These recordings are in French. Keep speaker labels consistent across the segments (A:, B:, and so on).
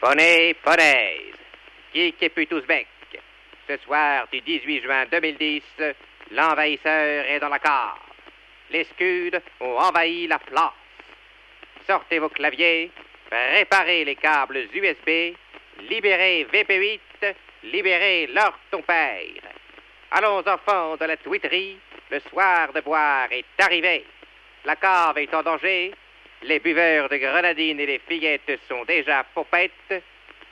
A: Poney, Poney, Guy Képutouzbek. Ce soir du 18 juin 2010, l'envahisseur est dans la cave. Les scuds ont envahi la place. Sortez vos claviers, réparez les câbles USB, libérez VP8, libérez leur ton père. Allons enfants de la twitterie, le soir de boire est arrivé. La cave est en danger, les buveurs de grenadines et les fillettes sont déjà popettes.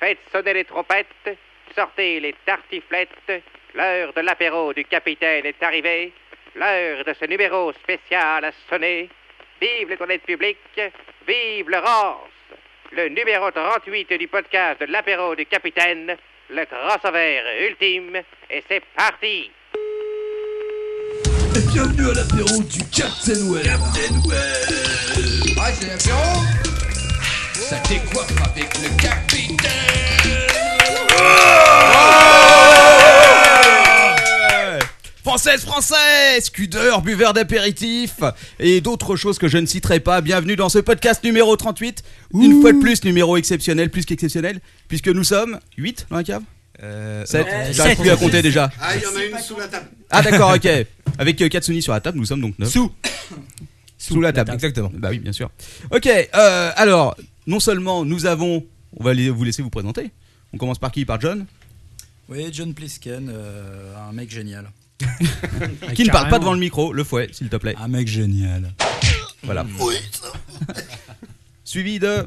A: Faites sonner les trompettes, sortez les tartiflettes. L'heure de l'apéro du capitaine est arrivée. L'heure de ce numéro spécial a sonné. Vive les toilettes publiques, vive le Rance. Le numéro 38 du podcast de l'apéro du capitaine, le crossover ultime, et c'est parti.
B: Et bienvenue à l'apéro du Captain Well. Captain Well.
C: Ouais, c'est l'apéro. Ça décoiffe avec le capitaine.
D: Française, française, scudeur, buveur d'apéritif et d'autres choses que je ne citerai pas. Bienvenue dans ce podcast numéro 38. Une fois de plus, numéro exceptionnel, plus qu'exceptionnel, puisque nous sommes 8 dans la cave
E: Euh,
D: 7
E: non.
D: J'arrive plus à compter déjà.
F: Ah, il y en a une sous la table.
D: Ah d'accord, ok. Avec euh, Katsuni sur la table, nous sommes donc 9. Sous Sous la table. Exactement. Bah oui, bien sûr. Ok, euh, alors, non seulement nous avons... On va les- vous laisser vous présenter. On commence par qui Par John
G: Oui, John Plisken, euh, un mec génial.
H: Ah,
D: Qui ne parle pas devant le micro, le fouet, s'il te plaît.
G: Un mec génial.
D: Voilà.
G: Oui,
D: Suivi de...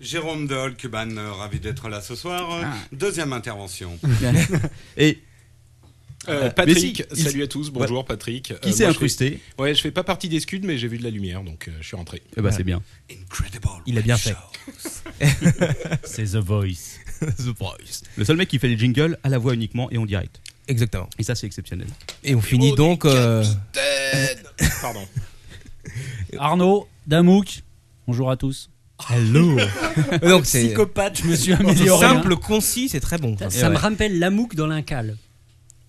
F: Jérôme de Holkban, euh, ravi d'être là ce soir. Euh,
D: Ah.
F: Deuxième intervention.
D: Et
I: Euh, Patrick, salut à tous, bonjour Patrick.
D: Qui
I: Euh,
D: s'est
I: moi, je
D: incrusté
I: fais- Ouais, je fais pas partie des scuds, mais j'ai vu de la lumière, donc euh, je suis rentré.
D: Eh ben, c'est bien.
E: Il a bien fait.
D: C'est The Voice. The Voice. Le seul mec qui fait les jingles à la voix uniquement et en direct.
E: Exactement.
D: Et ça, c'est exceptionnel.
E: Et on finit donc. euh,
I: Pardon.
J: Arnaud, Damouk, bonjour à tous.
E: Hello.
J: Euh,
E: Donc, c'est-
J: Psychopathe, je me suis
E: C'est
J: amélioré. hein.
E: Simple, concis, c'est très bon.
K: Ça,
E: Et
K: ça me
E: ouais. Ah
K: rappelle la mouque dans l'incal.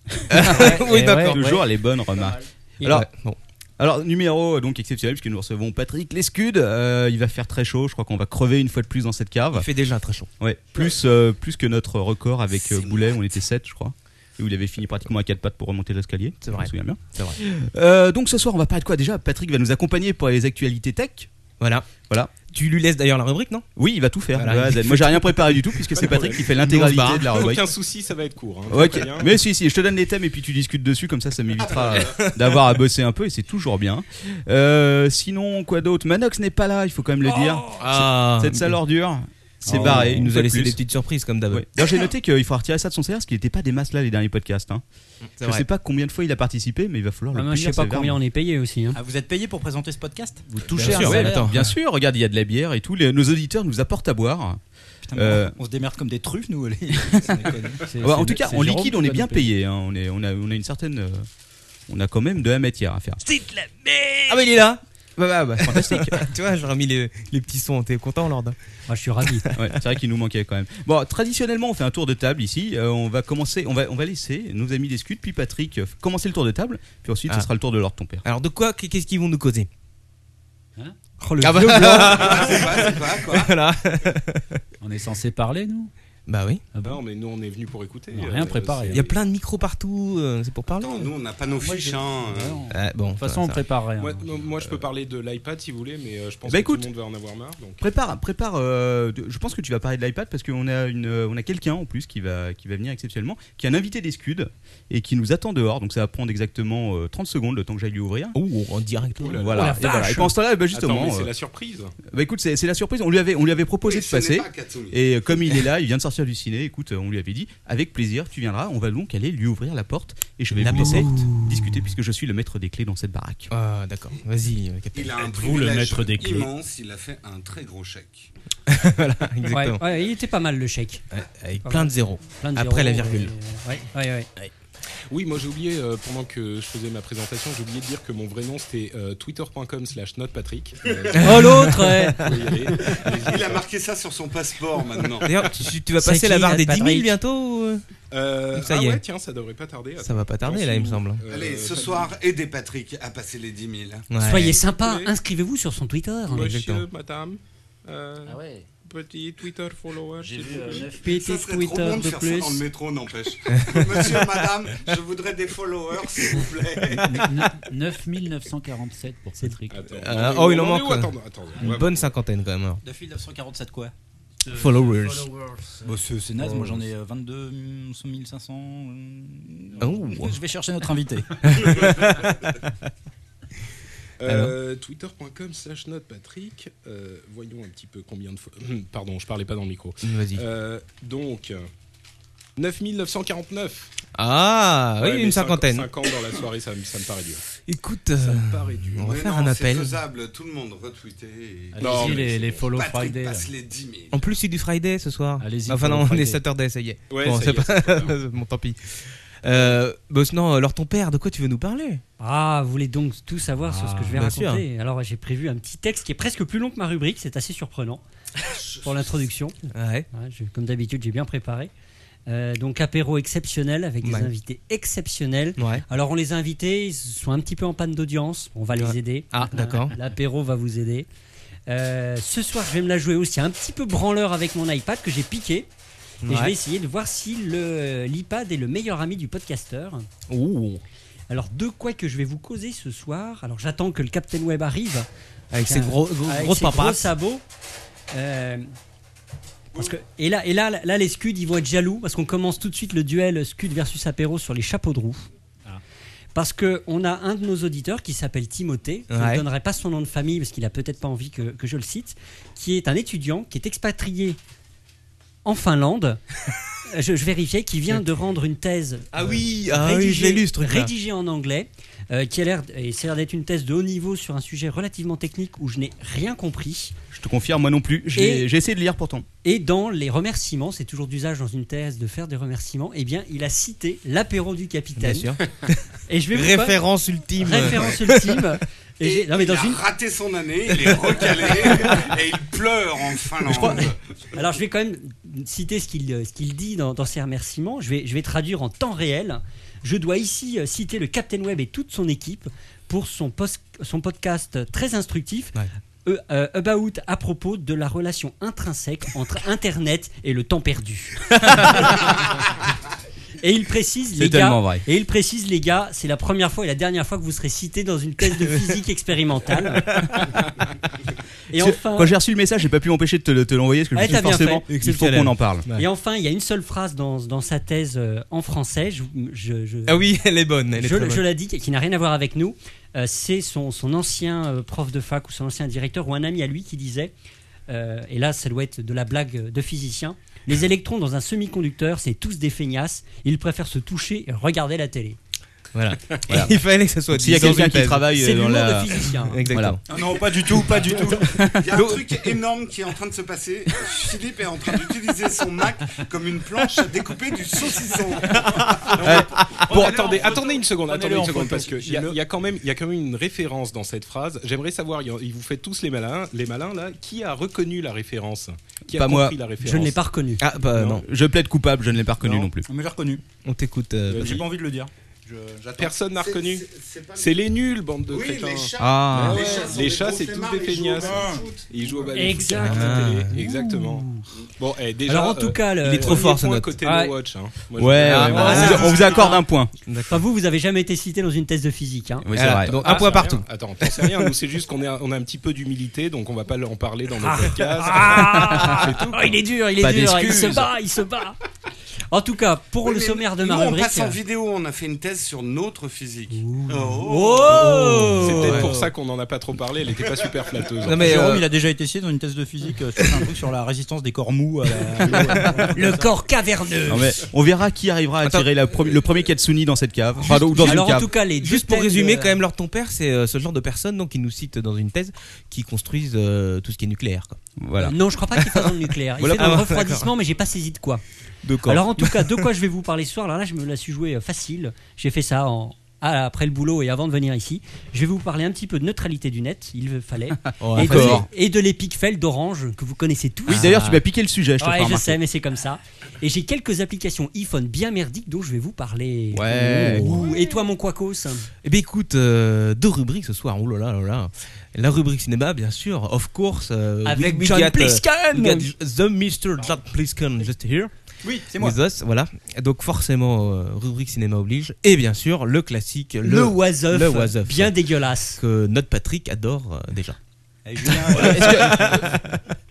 E: Oui, d'accord.
D: Toujours
E: Ouais.
D: les bonnes remarques.
E: Ouais.
D: Alors,
E: Ouais, bon.
D: alors, numéro euh, donc exceptionnel, puisque nous recevons Patrick Lescude. Euh, il va faire très chaud. Je crois qu'on va crever une fois de plus dans cette cave.
E: Il fait déjà très chaud.
D: Ouais, plus, euh, plus que notre record avec euh, Boulet, on était 7, je crois. Et où il avait fini pratiquement à quatre pattes pour remonter l'escalier.
E: C'est vrai.
D: Je me souviens bien.
E: C'est vrai.
D: Euh, donc ce soir, on va parler de quoi déjà Patrick va nous accompagner pour les actualités tech.
E: Voilà.
D: Voilà.
E: Tu lui laisses d'ailleurs la rubrique, non
D: Oui, il va tout faire.
E: Voilà.
D: de A à Z. Moi, j'ai rien préparé du tout puisque c'est Patrick qui fait l'intégralité de la rubrique.
I: Aucun souci, ça va être court. hein.
D: Ok.
I: Très bien. Ah,
D: Mais si, si, je te donne les thèmes et puis tu discutes dessus, comme ça, ça m'évitera euh, d'avoir à bosser un peu et c'est toujours bien. Euh, sinon, quoi d'autre Manox n'est pas là, il faut quand même le dire.
I: Oh
E: Ah.
D: Cette sale ordure, c'est
E: Oh,
D: barré.
E: Il nous a
D: une fois de
E: laissé
D: plus.
E: des petites surprises comme d'hab.
D: Ouais. D'ailleurs, j'ai noté qu'il faudra retirer ça de son salaire parce qu'il n'était pas des masses là les derniers podcasts. hein.
E: C'est
D: Je
E: vrai.
D: sais pas combien de fois il a participé, mais il va falloir
K: Ah,
D: le
K: moi, je sais
D: punir
K: pas
D: sévèrement.
K: combien on est payé aussi. hein.
G: Ah, vous êtes payé pour présenter ce podcast
D: Vous touchez
E: Bien
D: un
E: sûr, ouais,
D: salaire.
E: attends.
D: Bien sûr, regarde, il y a de la bière et tout. Les- nos auditeurs nous apportent à boire.
G: Putain,
D: Euh.
G: Ah, on se démerde comme des truffes, nous. allez. Bah,
J: C'est-
D: Ouais, Bah, en
J: c'est-
D: tout cas,
J: c'est
D: en
J: Jérôme
D: liquide,
J: qui
D: on est
J: va
D: bien
J: nous payer.
D: payé. hein. On, est, on, a, on a une certaine. euh, on a quand même de la matière à faire.
E: Ah, bah il est là
D: Bah, bah, bah, fantastique.
E: Tu vois, j'aurais mis les, les petits sons. T'es content, Lord
K: Ah, je suis ravi.
D: Ouais, c'est vrai qu'il nous manquait quand même. Bon, traditionnellement, on fait un tour de table ici. Euh, on va commencer, on va, on va laisser nos amis des Scuds, puis Patrick, euh, commencer le tour de table. Puis ensuite,
E: Ah.
D: ce sera le tour de l'ordre ton père.
E: Alors, de quoi Qu'est-ce qu'ils vont nous causer
J: Hein
G: Oh, le
E: Ah bah-
G: vieux blanc.
F: Ah, c'est quoi, c'est quoi, quoi
E: Voilà.
J: On est censé parler, nous
E: Bah oui.
J: Ah bon
I: Non, mais nous, on est venus pour écouter. euh,
J: On a rien préparé. hein.
I: c'est-
E: hein. Il y a plein de micros partout. euh, c'est pour parler.
F: Attends, nous, on n'a pas nos
J: Moi,
F: fiches.
J: j'ai-
F: hein, euh.
J: Ouais, on- De
D: Ah,
E: Ouais, Eh, bon.
J: toute façon,
E: ça-
J: on
E: ça-
J: prépare rien.
I: Moi,
J: hein.
I: non, moi, je peux parler de l'iPad si vous voulez, mais euh, je pense
D: Bah,
I: que
D: écoute.
I: tout le monde va en avoir marre. Donc...
D: Prépare, prépare. euh, de- je pense que tu vas parler de l'iPad parce qu'on a une, euh, on a quelqu'un en plus qui va, qui va venir exceptionnellement, qui est un invité des Scuds et qui nous attend dehors. Donc ça va prendre exactement euh, 30 secondes le temps que j'aille lui ouvrir.
E: Oh, en direct.
I: Ouh là là.
D: Voilà. et, voilà. Et pendant ce temps-là, bah, justement,
I: Attends, mais c'est
D: euh,
I: la surprise.
D: bah, écoute, c'est c'est la surprise. On lui avait, on lui avait proposé
F: Oui,
D: de
F: ce n'est
D: passer.
F: pas Katsumi.
D: Et euh, comme il est là, il vient de sortir du ciné, écoute, euh, on lui avait dit, avec plaisir, tu viendras, on va donc aller lui ouvrir la porte et je vais
E: La
D: vous laisser
E: porte.
D: discuter puisque je suis le maître des clés dans cette baraque.
E: Ah, d'accord. Vas-y, euh, capitaine.
F: Il a un
I: Êtes-vous le
F: privilège
I: maître des clés
F: immense, il a fait un très gros chèque.
E: voilà,
K: Ouais,
E: exactement.
K: ouais, il était pas mal le chèque.
E: Ouais, Avec plein de zéros.
K: Plein de
E: Après la
K: zéros,
E: virgule.
K: euh, ouais, ouais, ouais.
I: Oui, moi j'ai oublié, euh, pendant que je faisais ma présentation, j'ai oublié de dire que mon vrai nom c'était euh, twitter.com slash notepatrick. Euh,
K: Oh l'autre ouais.
I: vous pouvez y aller. Allez-y.
F: Il a marqué ça sur son passeport maintenant.
E: D'ailleurs, tu, tu vas
K: C'est
E: passer la
K: qui,
E: barre des 10
K: Patrick
E: 000 bientôt ou, euh,
I: Euh,
E: Ça
I: ah
E: y est.
I: ouais, tiens, ça devrait pas tarder.
E: Ça va pas tarder là, il me semble.
I: Euh,
F: Allez, ce
I: pas-
F: soir, aidez Patrick à passer les 10 000.
E: Ouais.
K: Soyez sympa,
I: Ouais.
K: inscrivez-vous sur son Twitter.
I: Monsieur,
E: Exactement.
I: madame. euh,
G: Ah ouais.
I: Petit Twitter follower.
G: J'ai
I: s'il
G: vu,
I: vous
G: euh,
I: plaît.
G: neuf
F: Ça serait trop bon de, faire ça dans le métro, n'empêche. Monsieur, madame, je voudrais des followers, s'il vous plaît.
J: 9947 pour Cétric.
E: Euh, oh, il en manque.
I: attends,
E: quoi.
I: attends,
E: Une
I: ouais,
E: bonne cinquantaine quand même. alors.
G: Depuis 1947 quoi
E: Followers.
G: Bah, c'est c'est naze, moi j'en ai euh, 22 500.
E: Oh.
G: euh, Je vais chercher notre invité.
I: Euh, Twitter.com slash note Patrick. Euh, voyons un petit peu combien de fois. Pardon, je parlais pas dans le micro.
E: Vas-y.
I: Euh, donc, euh, 9949.
E: Ah, oui,
I: Ouais,
E: une
I: mais
E: cinquantaine.
I: 50 dans la soirée, ça, me- ça me paraît dur.
E: Écoute,
I: Ça
E: euh,
I: me paraît dur.
E: on va
F: Mais
E: faire
F: non,
E: un
F: c'est
E: appel.
F: faisable, tout le monde retweeter. et-
J: Allez-y, Non, mais les- c'est les bon. follow
F: Patrick
J: Friday,
F: passe
J: là.
F: les 10 000.
E: En plus, c'est du Friday ce soir.
J: Allez-y,
E: Enfin,
J: pour le
E: non, on
J: Friday.
E: est Saturday, ça y est.
I: Ouais,
E: bon,
I: ça
E: c'est
I: y est,
E: pas. bon, tant pis. Euh, boss, non, alors ton père, de quoi tu veux nous parler
K: Ah, vous voulez donc tout savoir sur ce que je vais
E: Ah, bien
K: raconter. Alors, j'ai prévu un petit texte qui est presque plus long que ma rubrique, c'est assez surprenant pour l'introduction.
E: Ouais.
K: Ouais, je- comme d'habitude, j'ai bien préparé. Euh, donc, apéro exceptionnel avec des
E: Ouais.
K: invités exceptionnels.
E: Ouais.
K: Alors, on les a invités, ils sont un petit peu en panne d'audience, on va les
E: Ouais.
K: aider.
E: Ah, d'accord.
K: L'apéro va vous aider. Euh, ce soir, je vais me la jouer aussi un petit peu branleur avec mon iPad que j'ai piqué. Et
E: Ouais.
K: je vais essayer de voir si le- l'iPad est le meilleur ami du podcasteur.
E: Ouh.
K: Alors, de quoi que je vais vous causer ce soir Alors, j'attends que le Captain Web arrive.
E: Avec ses
K: Tiens,
E: gros, gros,
K: avec
E: grosses
K: ses gros
E: papates.
K: sabots. Euh, parce que, et là, et là, là, les Scuds, ils vont être jaloux parce qu'on commence tout de suite le duel Scud versus Apéro sur les chapeaux de roue.
J: Ah.
K: Parce que on a un de nos auditeurs qui s'appelle Timothée, je
E: Ouais.
K: ne donnerai pas son nom de famille parce qu'il a peut-être pas envie que, que je le cite, qui est un étudiant qui est expatrié en Finlande. je, je vérifiais, qui vient de rendre une thèse
E: Ah
K: euh,
E: oui, ah oui, je l'ai lu ce truc.
K: rédigé en anglais, euh, qui a l'air et ça a l'air d'être une thèse de haut niveau sur un sujet relativement technique où je n'ai rien compris.
D: Je te confirme, moi non plus. Je l'ai-
K: Et-
D: J'ai essayé de lire pourtant.
K: Et dans les remerciements, c'est toujours d'usage dans une thèse de faire des remerciements. Eh bien, il a cité l'apéro du
E: Bien
K: capitaine.
E: sûr.
K: Et je vais vous
E: Référence
K: pas-
E: ultime.
K: référence ultime. Et j'ai-
F: Et
K: non mais dans
F: il
K: une.
F: a raté son année, il est recalé et il pleure en Finlande.
K: Alors je vais quand même citer ce qu'il euh, ce qu'il dit dans, dans ses remerciements. Je vais je vais traduire en temps réel. Je dois ici euh, citer le Captain Web et toute son équipe pour son post- son podcast très instructif.
E: Ouais.
K: euh, euh, about à propos de la relation intrinsèque entre Internet et le temps perdu. et il précise les
D: C'est
K: gars,
D: tellement vrai.
K: Et il précise, les gars, c'est la première fois et la dernière fois que vous serez cité dans une thèse de physique expérimentale. et
D: Parce que
K: enfin,
D: Quand j'ai reçu le message, j'ai pas pu m'empêcher de te, le- te l'envoyer parce que je
K: Ouais,
D: me suis dit,
K: t'as bien
D: forcément,
K: fait.
D: il faut qu'on en parle.
K: et enfin, il y a une seule phrase dans, dans sa thèse euh, en français. Je, je- je-
E: Ah oui, elle est bonne. Elle est
K: je,
E: très
K: je
E: bonne.
K: la dis, qui qui n'a rien à voir avec nous. Euh, c'est son, son ancien euh, prof de fac ou son ancien directeur ou un ami à lui qui disait, euh, et là ça doit être de la blague de physicien, les électrons dans un semi-conducteur, c'est tous des feignasses, ils préfèrent se toucher et regarder la télé.
E: Voilà. Il fallait que ça soit
D: S'il y a
E: dit dans
D: quelqu'un
E: une
D: qui
E: thèse.
D: travaille
K: C'est
D: euh, dans
K: l'humour
D: la.
K: de physicien.
E: Exactement.
F: Ah Non, pas du tout, pas du tout. Il y a un truc énorme qui est en train de se passer. Philippe est en train d'utiliser son Mac comme une planche à découper du saucisson.
I: Bon, Euh, attendez, attendez une seconde, attendez
J: Prenez-le
I: une
J: en
I: seconde
J: photo.
I: parce que il y, a- il y a quand même, il y a quand même une référence dans cette phrase. J'aimerais savoir, il y a- il vous fait tous les malins, les malins là, qui a reconnu la référence, qui a
D: Pas moi.
I: compris la référence.
K: Je ne l'ai pas reconnu.
E: Ah bah non.
I: Non.
D: Je plaide coupable, je ne l'ai pas reconnu non, plus.
G: Mais j'ai reconnu.
E: On t'écoute.
D: Bah,
E: euh,
I: Vas-y.
G: J'ai pas envie de le dire. Je- J'attends.
I: Personne n'a reconnu.
F: C'est- c'est- c'est pas-
I: C'est les nuls, bande de
F: Oui,
I: crétins.
F: les chats.
D: Ah.
I: Ouais.
F: sont
I: Les
F: des
I: chats,
F: gros
I: c'est tous
F: flemmards,
I: des
F: ils jouent au
I: feignasses.
F: basketball.
I: Ils jouent au ballon.
K: Exact.
I: Ah. Exactement. Bon, eh, déjà.
K: Alors en tout
I: euh,
K: cas, le-
E: il est trop
I: premier
E: fort, ce
I: point
E: note.
I: Côté
K: Ouais.
I: No Watch, hein. Moi,
D: Ouais,
I: je- ah,
D: ouais,
K: euh,
E: ouais,
D: bah,
K: ah,
E: ouais,
D: on vous-
E: ouais.
D: on vous accorde
I: hein.
D: un point.
K: Enfin, vous, vous avez jamais été cité dans une thèse de physique. hein.
D: Oui, c'est
E: Ah,
D: vrai.
E: Donc
I: Ah,
E: un point
I: c'est rien.
E: partout.
I: Attends, t'en sais rien. Nous, c'est juste qu'on est- on a un petit peu d'humilité, donc on va pas en parler dans nos podcasts.
K: Ah, Oh, il est dur, il est
E: Pas
K: dur, il se
E: d'excuses.
K: bat, Ah, il se bat. En tout cas, pour
F: Oui,
K: le
F: mais
K: sommaire de ma
F: nous,
K: rubrique. hein. euh,
F: On passe en vidéo, on a fait une thèse sur notre physique.
K: Oh
F: Oh.
I: C'est peut-être pour
K: Ouais.
I: ça qu'on en a pas trop parlé. Elle était pas super flatteuse.
E: Non mais
G: Jérôme,
E: euh,
G: il a déjà été essayé dans une thèse de physique euh, sur un truc sur la résistance des corps mous à la-
K: Le corps caverneux.
D: Non, mais on verra qui arrivera à tirer la pre- le premier Katsuni dans cette cave. Enfin, dans dans une
K: Alors en
D: cave.
K: tout cas, les deux euh,
E: Juste pour
K: thèmes
E: résumer,
K: de-
E: quand même, leur ton père, c'est euh, ce genre de personnes donc, qui nous citent dans une thèse qui construisent euh, tout ce qui est nucléaire. Quoi.
D: Voilà.
K: Non, je crois pas qu'il fasse dans le nucléaire. Il
E: Voilà.
K: fait dans le
E: Ah, ouais,
K: refroidissement, mais j'ai pas saisi de quoi.
E: De
K: Alors en tout cas, de quoi je vais vous parler ce soir Alors là, je me la suis joué facile. euh, J'ai fait ça en à- après le boulot et avant de venir ici. Je vais vous parler un petit peu de neutralité du net, il fallait,
D: Oh,
K: et, de,
D: d'accord.
K: et de l'Epicfel d'Orange que vous connaissez tous. Ah.
D: Oui, d'ailleurs, tu m'as piqué le sujet, je te
K: Ouais,
D: fais
K: je
D: remarquer.
K: sais, mais c'est comme ça. Et j'ai quelques applications iPhone bien merdiques dont je vais vous parler.
E: Ouais.
K: Ouh. Et toi, mon Quacos
E: Eh bien, écoute, euh, deux rubriques ce soir. Oh là là là là. La rubrique cinéma, bien sûr, of course. euh,
K: Avec
E: we
K: John
E: got, euh,
K: Plissken.
E: we got The Mr. John Plisken, just here.
G: Oui, c'est moi.
E: With us, voilà. Donc, forcément, euh, rubrique cinéma oblige. Et bien sûr, le classique, le,
K: Le was of,
E: le was of,
K: bien dégueulasse.
E: Que notre Patrick adore euh, déjà.
D: Voilà, Est-ce que,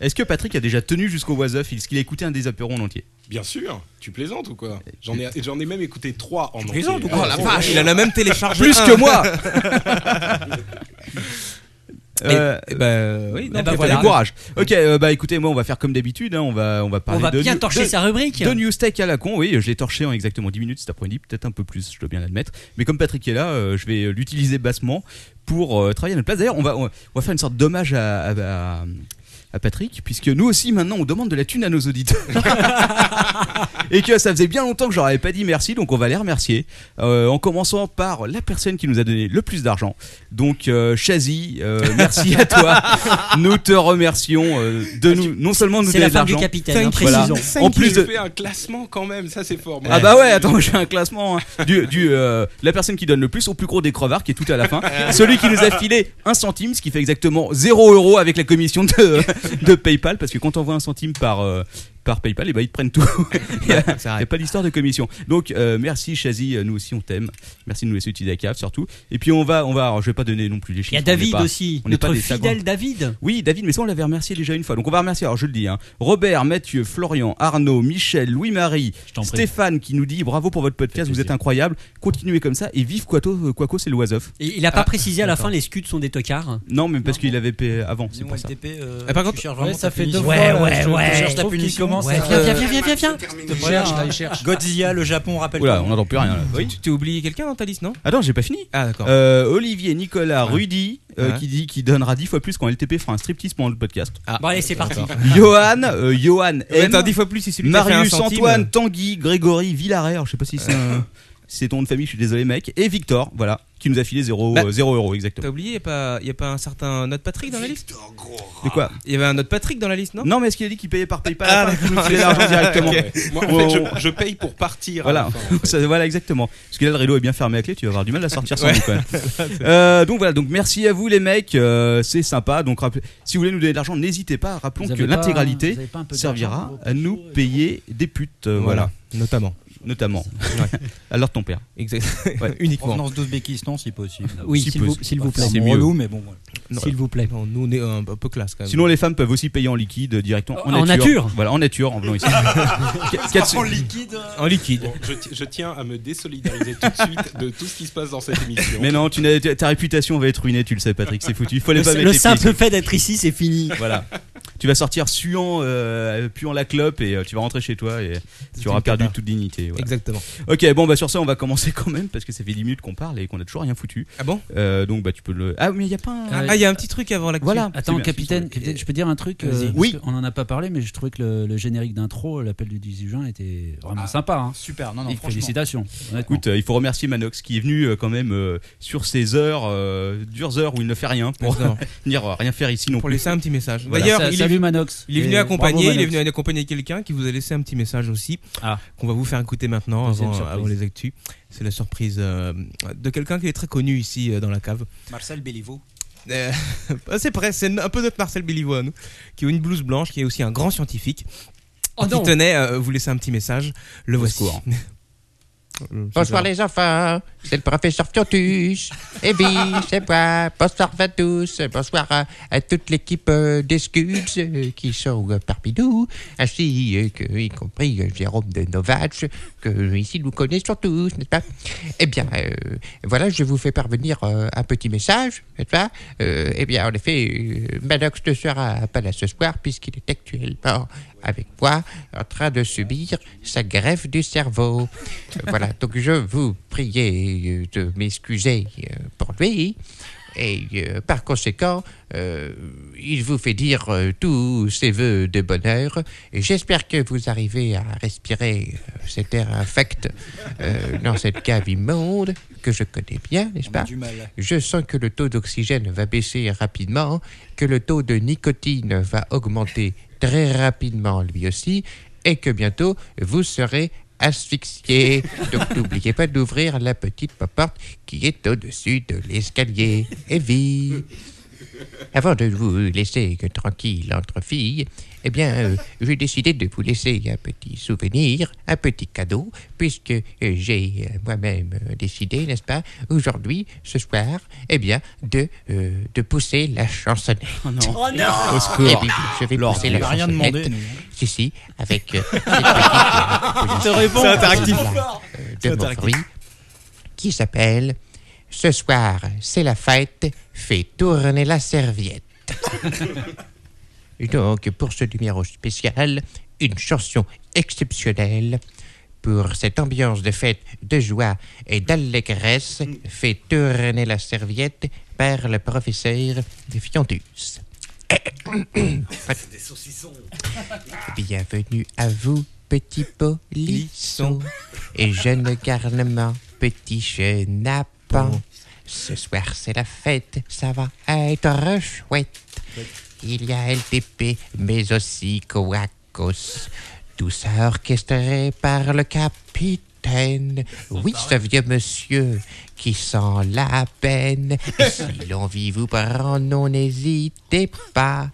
D: est-ce que Patrick a déjà tenu jusqu'au Was Up Est-ce qu'il a écouté un des apérons en entier
I: Bien sûr, tu plaisantes ou quoi J'en ai, j'en ai même écouté trois en entier.
D: plaisantes ou
I: Ah,
D: quoi Oh la
I: c'est
D: vache
I: vrai.
E: Il en a même téléchargé
D: Plus
E: un.
D: que moi
E: Et-
D: Euh,
E: et ben, oui, non,
D: eh ben
E: mais
D: voilà.
E: voilà.
D: courage. Ok, euh, bah écoutez, moi on va faire comme d'habitude, hein, on va on va parler
K: va
D: de
K: bien
D: new-
K: torcher
D: de-
K: sa rubrique.
D: De news tech à la con, oui, je l'ai torché en exactement 10 minutes cet après-midi, peut-être un peu plus, je dois bien l'admettre. Mais comme Patrick est là, euh, je vais l'utiliser bassement pour euh, travailler à notre place. D'ailleurs, on va on va- on va faire une sorte d'hommage à, à- à- à Patrick, puisque nous aussi maintenant on demande de la thune à nos auditeurs. Et que ça faisait bien longtemps que je leur avais pas dit merci, donc on va les remercier. Euh, en commençant par la personne qui nous a donné le plus d'argent. Donc, euh, Chazy, euh, merci à toi. Nous te remercions euh, de nous, non seulement de nous
I: Ah, C'est la
D: donner de
I: femme du
D: l'argent.
I: capitaine, hein,
D: Voilà.
I: précisons.
D: En plus
I: Tu
D: de,
I: fais un classement quand même, ça c'est
K: Oh,
I: fort.
D: ah bah ouais, attends, j'ai un classement hein. du, du, euh, la personne qui donne le plus au plus gros des crevards qui est tout à la fin. Celui qui nous a filé un centime, ce qui fait exactement 0 euro avec la commission de, de PayPal, parce que quand on voit un centime par euh, par PayPal, et ben ils te prennent tout. Il n'y a, il y a pas d'histoire de commission. Donc euh, merci Chazy, euh, nous aussi on t'aime. Merci de nous laisser utiliser la cave surtout. Et puis on va, on va, alors, je vais pas donner non plus les chiffres.
K: Il y a
D: on est
K: David
D: pas-
K: aussi,
D: on n'est pas
K: notre
D: des chagrins.
K: fidèle David.
D: Oui, David, mais ça, on l'avait remercié déjà une fois. Donc, on va remercier, alors je le dis, hein, Robert, Mathieu, Florian, Arnaud, Michel, Louis-Marie,
J: t'en prie.
D: Stéphane qui nous dit bravo pour votre podcast, vous êtes incroyable. Continuez comme ça et vive Quaco, Quaco c'est l'oiseuf.
K: Et il a pas
D: Ah,
K: précisé à la
D: d'accord.
K: fin les scuds sont des tocards.
D: Non, mais parce qu'il avait payé avant, c'est pour ça.
E: Ah, par contre,
J: Ouais, ça fait deux
K: Ouais,
J: fois.
K: ouais, ouais.
J: Je cherche
K: Je
J: ta
K: trouve qu'il
J: punition.
K: commence à-
J: Euh,
K: Viens, viens, viens, viens, viens.
J: Je te cherche, là, il cherche.
G: hein. Godzilla, le Japon, rappelle
D: Oula, on n'entend plus rien là.
E: Oui. Tu t'es oublié quelqu'un dans ta liste, non
D: Attends, j'ai pas fini.
E: Ah, d'accord.
D: Euh, Olivier, Nicolas,
E: Ouais.
D: Rudy, euh,
E: Ouais.
D: qui dit qu'il donnera 10 fois plus quand LTP fera un striptease pendant le podcast.
K: Bon, allez, c'est parti.
D: Johan, euh, Johan
E: Ouais,
D: M.
E: t'as dix fois plus si celui qui a fait un
D: Marius,
E: centime.
D: Antoine, Tanguy, Grégory, Villaret. Alors, je sais pas si c'est un- si c'est ton nom de famille, je suis désolé, mec. Et Victor, voilà, qui nous a filé 0
E: Bah,
D: euros,
E: T'as
D: exactement.
E: oublié, il n'y a, pas un certain Note Patrick dans la liste
D: De quoi
E: Ah. Il y avait un autre Patrick dans la liste, non
D: Non, mais est-ce qu'il a dit qu'il payait par PayPal
E: Ah,
D: après, qu'il nous
E: d'accord.
D: filait l'argent directement
E: Ouais.
I: Moi, en fait, je, je paye pour partir. à la
D: Voilà,
I: fin.
D: Ça- voilà exactement. Parce que là, le rideau est bien fermé à clé, tu vas avoir du mal à sortir sans
I: Ouais.
D: nous, quand même. Euh, donc voilà, donc merci à vous les mecs, euh, c'est sympa. Donc rappelez- si vous voulez nous donner de l'argent, n'hésitez pas. Rappelons
J: Vous
D: que
J: avez pas-
D: l'intégralité
J: vous avez pas un peu d'argent
D: servira
J: pour vos
D: à nous payer des putes. euh, voilà.
E: Voilà. Notamment.
D: notamment. Alors ton père.
E: Exactement.
D: Ouais.
G: Provenance d'Ouzbékistan, si possible.
D: Oui, Si s'il vous- possible. s'il
E: Bah,
D: vous plaît. C'est mieux.
G: relou, mais bon. voilà.
K: S'il vous plaît.
E: Non, nous, on est un, un peu classe quand même.
D: Sinon, les femmes peuvent aussi payer en liquide euh, directement en,
E: En
D: nature.
E: nature.
D: Voilà, en nature, en venant ici. Quatre- quatre-
E: En liquide.
I: Bon, je, ti- je tiens à me désolidariser tout de suite de tout ce qui se passe dans cette émission.
D: Mais non, tu n'as- ta ta réputation va être ruinée, tu le sais, Patrick, c'est foutu. Il fallait
K: Le-
D: pas mettre
K: le
D: les pieds
K: simple
D: dessus.
K: fait d'être ici, c'est fini.
D: Voilà. Tu vas sortir suant, euh, puant la clope et euh, tu vas rentrer chez toi et tu auras
E: une
D: perdu
E: cata.
D: toute dignité. voilà.
E: Exactement.
D: Ok, bon, bah sur ça, on va commencer quand même parce que ça fait 10 minutes qu'on parle et qu'on a toujours rien foutu.
E: Ah bon
D: Donc, bah tu peux le. Ah, mais il y a pas
J: Euh,
D: un.
E: Ah, il y a un petit truc avant la
D: Voilà. C'est
J: Attends,
D: bien,
J: capitaine, capitaine, je peux dire un truc euh, parce
D: Oui.
J: que On en a pas parlé, mais je trouvais que le, le générique d'intro, l'appel du 18 juin, était
F: Ah.
J: vraiment sympa. hein.
G: Super, non, non,
J: Et
G: franchement.
J: Félicitations. honnêtement.
D: Écoute, euh, il faut remercier Manox qui est venu euh, quand même euh, sur ces heures, euh, dures heures où il ne fait rien pour
E: Exactement.
D: venir euh, rien faire ici non
E: Pour
D: plus.
E: laisser un petit message.
D: Voilà.
E: D'ailleurs,
D: Sa-
E: il,
D: salut
E: est,
D: Manox.
E: il est
D: Et
E: venu
D: bravo
E: accompagner, il est
D: Manox.
E: venu accompagner quelqu'un qui vous a laissé un petit message aussi,
J: Ah.
E: qu'on va vous faire écouter maintenant
J: Deuxième
E: avant,
J: surprise.
E: avant les actus. C'est la surprise euh, de quelqu'un qui est très connu ici euh, dans la cave.
G: Marcel Béliveau.
E: Euh, c'est presque, c'est un peu notre Marcel Béliveau à nous, qui a une blouse blanche, qui est aussi un grand scientifique.
L: Oh
E: qui
L: non.
E: tenait à vous laisser un petit message. Le voici.
L: Bonsoir les enfants, c'est le professeur Totus. Et oui, c'est moi. Bonsoir à tous. Bonsoir à, à toute l'équipe euh, des Scuds euh, qui sont euh, parmi nous, ainsi euh, que, y compris euh, Jérôme de Novach, que ici nous connaissons tous, n'est-ce pas Eh bien, euh, voilà, je vous fais parvenir euh, un petit message, n'est-ce pas Euh, Eh bien, en effet, euh, Manox ne sera pas là ce soir puisqu'il est actuellement avec moi en train de subir sa greffe du cerveau. Euh, voilà, donc je vous priais euh, de m'excuser euh, pour lui. Et euh, par conséquent, euh, il vous fait dire euh, tous ses voeux de bonheur. Et j'espère que vous arrivez à respirer euh, cet air infect euh, dans cette cave immonde que je connais bien, n'est-ce
G: On a
L: pas
G: du mal.
L: Je sens que le taux d'oxygène va baisser rapidement, que le taux de nicotine va augmenter très rapidement lui aussi, et que bientôt vous serez asphyxié. Donc n'oubliez pas d'ouvrir la petite porte qui est au-dessus de l'escalier. Evie avant de vous laisser que tranquille entre filles, eh bien, euh, j'ai décidé de vous laisser un petit souvenir, un petit cadeau, puisque euh, j'ai euh, moi-même euh, décidé, n'est-ce pas, aujourd'hui, ce soir, eh bien, de, euh, de pousser la chansonnette. Oh non,
G: Oh non Au secours.
L: Eh bien, je vais
G: Laure,
L: pousser
G: tu
L: la
G: lui as rien
L: chansonnette.
G: demandé, nous,
L: Mm-hmm. Si, si, avec... euh, cette
G: Il te répond. C'est interactif.
L: euh,
G: C'est
L: de mon
G: interactif.
L: fruit, qui s'appelle Ce soir, c'est la fête, fais tourner la serviette. Et Donc, pour ce numéro spécial, une chanson exceptionnelle. Pour cette ambiance de fête, de joie et d'allégresse, fait tourner la serviette par le professeur Fiondus.
F: des saucissons.
L: Bienvenue à vous, petit polisson et jeune garnement, petit chenapan. Ce soir, c'est la fête, ça va être chouette. Il y a LTP, mais aussi Coacos. Tout ça orchestré par le capitaine. Oui, ce vieux monsieur qui sent la peine. Et si l'envie vous prend, non, n'hésitez pas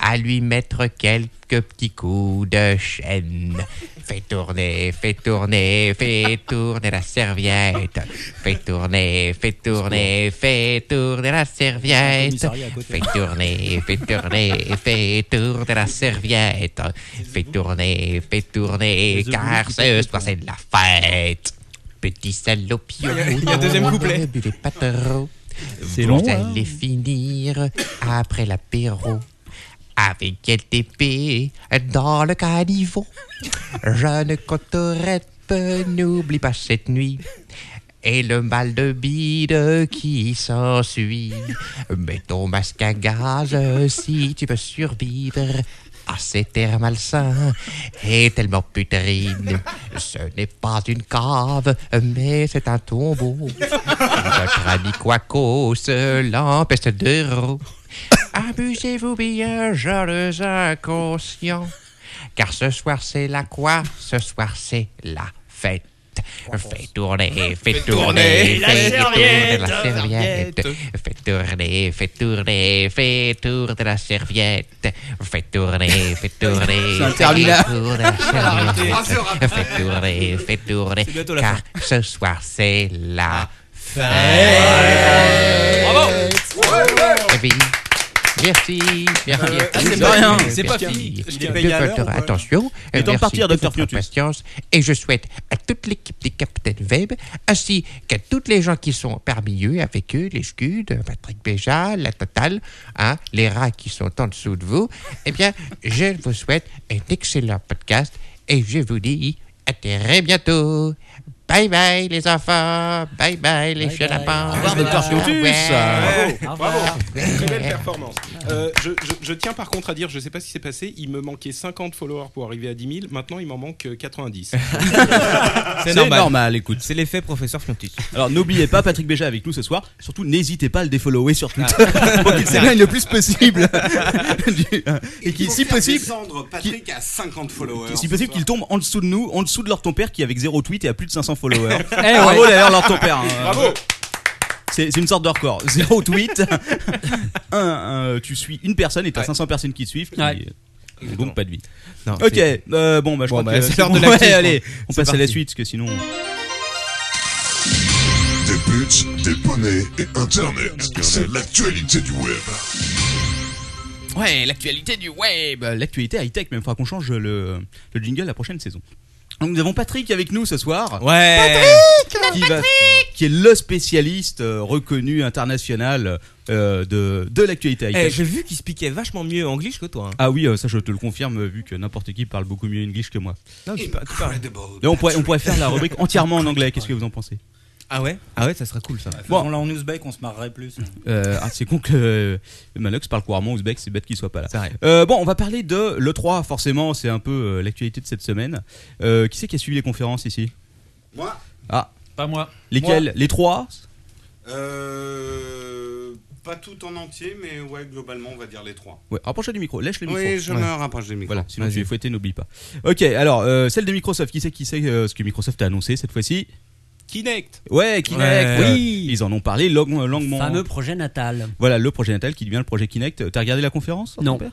L: à lui mettre quelques petits coups de chaîne. Fais tourner, fais tourner, fais tourner la serviette. Fais tourner, fais tourner, fais tourner la serviette. Fais tourner, fais tourner, fais tourner la serviette. Fais tourner, fais tourner, car ce soir c'est de la fête. Petit salopion.
E: Il y a un deuxième couplet.
L: Ne buvez pas trop.
E: C'est
L: Vous
E: long, hein.
L: allez finir après l'apéro avec LTP dans le caniveau. Jeune cotorette, n'oublie pas cette nuit. Et le mal de bide qui s'ensuit. Mets ton masque à gaz si tu veux survivre à cet air malsain et tellement putrine. Ce n'est pas une cave, mais c'est un tombeau. Notre ami Quacos euh, l'empeste de roue. Abusez-vous bien, jeunes inconscients, car ce soir c'est la quoi Ce soir c'est la fête. Fais tourner, fais tourner,
E: tourner la
L: fais tourner la
E: serviette.
L: serviette. Fais tourner, fais tourner, fais tourner la serviette. Fais tourner, fais tourner, fais
E: C'est interminable.
L: tourner la
E: Arrêtez.
L: serviette. Fais tourner, fais tourner,
E: C'est bientôt la
L: car ce soir c'est la
E: fête.
L: fête.
E: Bravo.
L: Eh bien, Merci, merci.
E: Euh,
L: à
E: ah,
L: tous.
E: c'est pas rien, c'est pas fini. Il est
L: De
E: payé à l'heure
L: votre
E: ou pas
L: attention.
E: Il est temps de
L: merci
E: partir, Dr.
L: votre patience. Et je souhaite à toute l'équipe des Capitaines Web, ainsi qu'à toutes les gens qui sont parmi eux, avec eux, les Scuds, Patrick Béja, la Totale, hein, les rats qui sont en dessous de vous, eh bien, je vous souhaite un excellent podcast et je vous dis à très bientôt. Bye bye les enfants, bye bye les chiens lapins.
I: Au revoir, Dr. Fiotus.
L: Ouais.
I: Bravo, bravo. Très belle performance. Euh, je, je- je tiens par contre à dire, je ne sais pas si c'est passé, il me manquait 50 followers pour arriver à 10 000. Maintenant, il m'en manque euh, 90.
D: C'est normal. écoute. C'est l'effet professeur Fiontus. Alors n'oubliez pas Patrick Béja avec nous ce soir. Surtout n'hésitez pas à le défollower sur Twitter pour qu'il s'éloigne le plus possible. Du- euh, et qu'il, si possible,
F: descendre Patrick à 50 followers.
D: si possible qu'il tombe en dessous de nous, en dessous de leur ton père qui est avec 0 tweet et a plus de 500 followers.
F: Eh ouais.
D: Bravo d'ailleurs leur ton père. hein.
F: Bravo.
D: C'est, c'est une sorte de record. Zéro tweet. un, un, tu suis une personne et t'as 500 personnes qui te suivent. qui-
E: Ouais.
D: Donc pas de vie.
E: Non,
D: ok.
E: c'est-
D: euh, bon bah je
E: Bon,
D: crois
E: bah,
D: que
E: c'est l'heure de la
D: Ouais,
E: suite,
D: allez,
E: quoi.
D: on
E: C'est
D: passe à la
E: parti.
D: suite parce que sinon.
B: Des putes, des poneys et Internet. C'est l'actualité du web.
D: Ouais, l'actualité du web, Bah, l'actualité high-tech, même faudra qu'on change le, le jingle la prochaine saison. Donc nous avons Patrick avec nous ce soir.
E: Ouais.
D: Patrick, qui, va- qui est le spécialiste euh, reconnu international euh, de, de l'actualité high-tech.
E: Eh, J'ai vu qu'il se piquait vachement mieux anglais que toi. hein.
D: Ah oui, euh, ça je te le confirme vu que n'importe qui parle beaucoup mieux English que moi.
E: Non, tu parles- tu parles.
D: Et on pourrait, on pourrait faire la rubrique entièrement en anglais, qu'est-ce que vous en pensez
E: Ah ouais Ah ouais, ça serait cool ça.
G: Bon, là en ouzbek, on se marrerait plus.
D: Euh, ah, c'est con que euh, Manox parle couramment ouzbek, c'est bête qu'il soit pas là. Euh, bon, on va parler de l'E3, forcément, c'est un peu euh, l'actualité de cette semaine. Euh, qui c'est qui a suivi les conférences ici
F: Moi
D: Ah.
F: Pas moi.
D: Lesquels
F: Moi.
D: Les trois
F: Euh, Pas tout en entier, mais ouais, globalement, on va dire les trois.
D: Ouais, rapproche du micro, lèche le
F: Oui,
D: micro.
F: je me rapproche du micro.
D: Voilà, sinon
F: Vas-y.
D: tu es fouetté, n'oublie pas. Ok, alors, euh, celle de Microsoft, qui c'est qui sait euh, ce que Microsoft a annoncé cette fois-ci
I: Kinect
D: Ouais, Kinect
K: Ouais.
D: euh,
K: Oui.
D: Ils en ont parlé long- euh, longuement.
K: Fameux projet natal.
D: Voilà, le projet natal qui devient le projet Kinect. Euh, T'as regardé la conférence hein,
K: Non.
D: ton père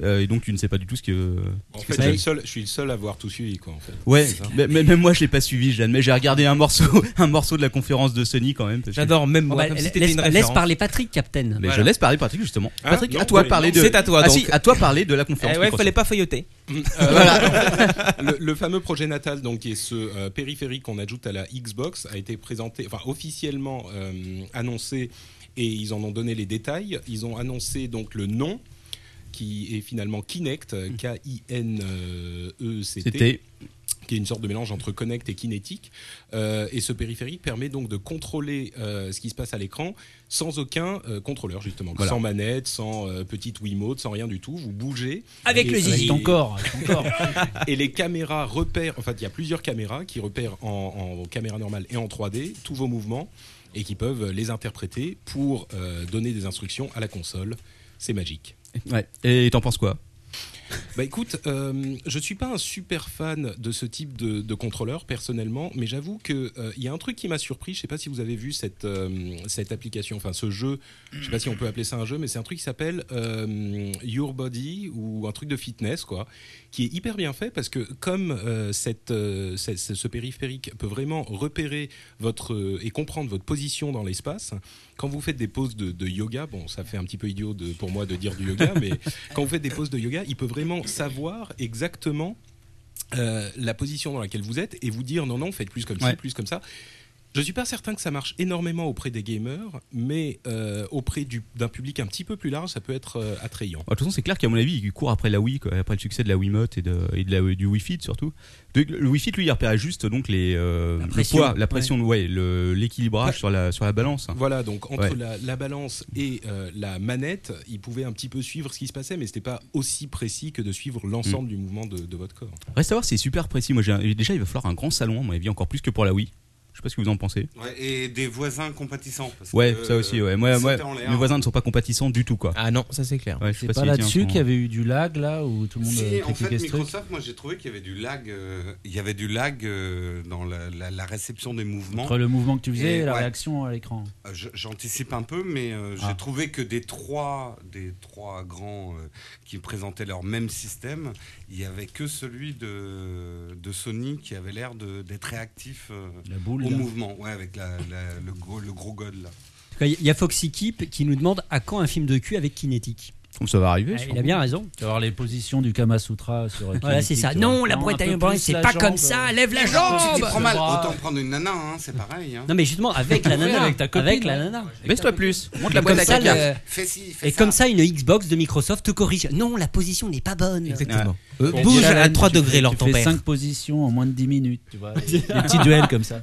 D: Euh, et donc tu ne sais pas du tout ce que.
I: En
D: ce
I: fait,
D: que
I: je suis,
D: ça veut
I: le
D: dire.
I: seul, je suis le seul à avoir tout suivi, quoi, en fait.
D: Ouais,
I: C'est ça.
D: mais, mais- même moi je l'ai pas suivi, j'admets. J'ai regardé un morceau, un morceau de la conférence de Sony quand même. parce que-
E: J'adore, même
K: Bon,
E: moi,
K: bah,
E: comme si
K: laisse,
E: t'étais une
K: laisse
E: référence.
K: parler Patrick, Captain.
D: Mais je laisse parler Patrick justement.
E: Hein
D: Patrick,
E: Non,
D: à toi de
E: oui,
D: parler
E: non.
D: de.
E: C'est à toi,
D: Ah
E: donc.
D: si, à toi de parler de la conférence.
E: Eh ouais,
D: Microsoft.
E: fallait pas feuilleter.
I: Mm, euh, le, le fameux projet Natal, donc, qui est ce euh, périphérique qu'on ajoute à la Xbox, a été présenté, enfin officiellement euh, annoncé, et ils en ont donné les détails. Ils ont annoncé donc le nom, qui est finalement Kinect,
D: Mm.
I: euh, K-I-N-E-C-T
D: C'était.
I: qui est une sorte de mélange entre connect et kinétique. Euh, et ce périphérique permet donc de contrôler euh, ce qui se passe à l'écran sans aucun euh, contrôleur, justement.
E: Voilà.
I: Sans manette, sans euh, petite Wiimote, sans rien du tout. Vous bougez.
E: Avec
I: Et-
E: le zizi.
I: et-
E: Avec ton corps, avec ton corps.
I: et les caméras repèrent, en fait, il y a plusieurs caméras qui repèrent en, en caméra normale et en 3D tous vos mouvements et qui peuvent les interpréter pour euh, donner des instructions à la console. C'est magique.
D: Ouais. Et t'en penses quoi
I: Bah écoute, euh, je suis pas un super fan de ce type de, de contrôleur personnellement, mais j'avoue que euh, il y a un truc qui m'a surpris. Je sais pas si vous avez vu cette euh, cette application, enfin ce jeu. Je sais pas si on peut appeler ça un jeu, mais c'est un truc qui s'appelle euh, Your Body ou un truc de fitness quoi, qui est hyper bien fait parce que comme euh, cette euh, ce- ce ce périphérique peut vraiment repérer votre euh, et comprendre votre position dans l'espace. Quand vous faites des poses de, de yoga, bon, ça fait un petit peu idiot de- pour moi de dire du yoga, mais quand vous faites des poses de yoga, il peut vraiment savoir exactement euh, la position dans laquelle vous êtes et vous dire non, non, faites plus comme
D: Ouais.
I: ci, plus comme ça. Je suis pas certain que ça marche énormément auprès des gamers, mais euh, auprès du- d'un public un petit peu plus large, ça peut être euh, attrayant.
D: Ah, De toute façon, c'est clair qu'à mon avis, il court après la Wii, quoi, après le succès de la Wiimote et, de, et de la, du Wii Fit surtout. De- le Wii Fit, lui, il repérait juste donc les, euh, le
I: pression.
D: poids, la pression, ouais, le- l'équilibrage sur, la, sur la balance. hein.
I: Voilà, donc entre
D: Ouais.
I: la, la balance et euh, la manette, il pouvait un petit peu suivre ce qui se passait, mais c'était pas aussi précis que de suivre l'ensemble
D: Mm.
I: du mouvement de, de votre corps.
D: Reste à voir, c'est super précis. Moi, j'ai un- déjà, il va falloir un grand salon, à mon avis, encore plus que pour la Wii. Je sais pas ce que vous en pensez.
F: Ouais, et des voisins compatissants. parce
D: Ouais,
F: que,
D: ça aussi, ouais.
F: euh,
D: Moi,
F: c'était
D: moi,
F: en l'air.
D: mes
K: hein.
D: voisins ne sont pas compatissants du tout, quoi.
E: Ah non, ça c'est clair.
D: Ouais, je sais
J: C'est pas
D: s'il tient
J: là-dessus
D: son-
J: qu'il y avait eu du lag, là, où tout le monde
F: Si,
J: euh,
F: en fait,
J: critiquait ce truc
F: Microsoft, moi j'ai trouvé qu'il y avait du lag, euh, il y avait du lag euh, dans la, la- la réception des mouvements.
J: Entre le mouvement que tu faisais et la
F: ouais.
J: réaction à l'écran.
F: Euh, je- J'anticipe un peu, mais euh, j'ai
J: Ah.
F: trouvé que des trois, des trois grands euh, qui présentaient leur même système, il n'y avait que celui de, de Sony qui avait l'air de- d'être réactif euh,
J: boule,
F: au
J: là.
F: mouvement, ouais, avec la- la- le, gros, le gros god
K: En
F: là.
K: tout cas, Il y a Foxy Keep qui nous demande à quand un film de cul avec kinétique
D: Ça va arriver.
K: Ah, il a bien raison.
J: Tu vas avoir les positions du Kama Sutra sur. euh,
K: Voilà, c'est ça. Non, la boîte à une branche, c'est pas comme ça. Lève la jambe.
F: Tu t'y prends mal,
K: Le bras.
F: autant prendre une nana, hein, c'est pareil. hein.
K: Non, mais justement, avec la nana. Avec la nana.
D: Baisse-toi plus. Montre la
K: Et
D: boîte
K: comme
D: à
K: ça,
D: caca.
K: le-
F: Fais ci, fais
K: Et comme ça, une Xbox de Microsoft te corrige. Non, la position n'est pas bonne.
E: Exactement.
K: Euh,
J: Bon,
K: Bouge
J: Dylan,
K: à 3
J: tu fais-
K: degrés, leur
J: tu
K: ton
J: fais
K: père.
J: 5 positions en moins de 10 minutes, tu vois. Des petits duels comme ça.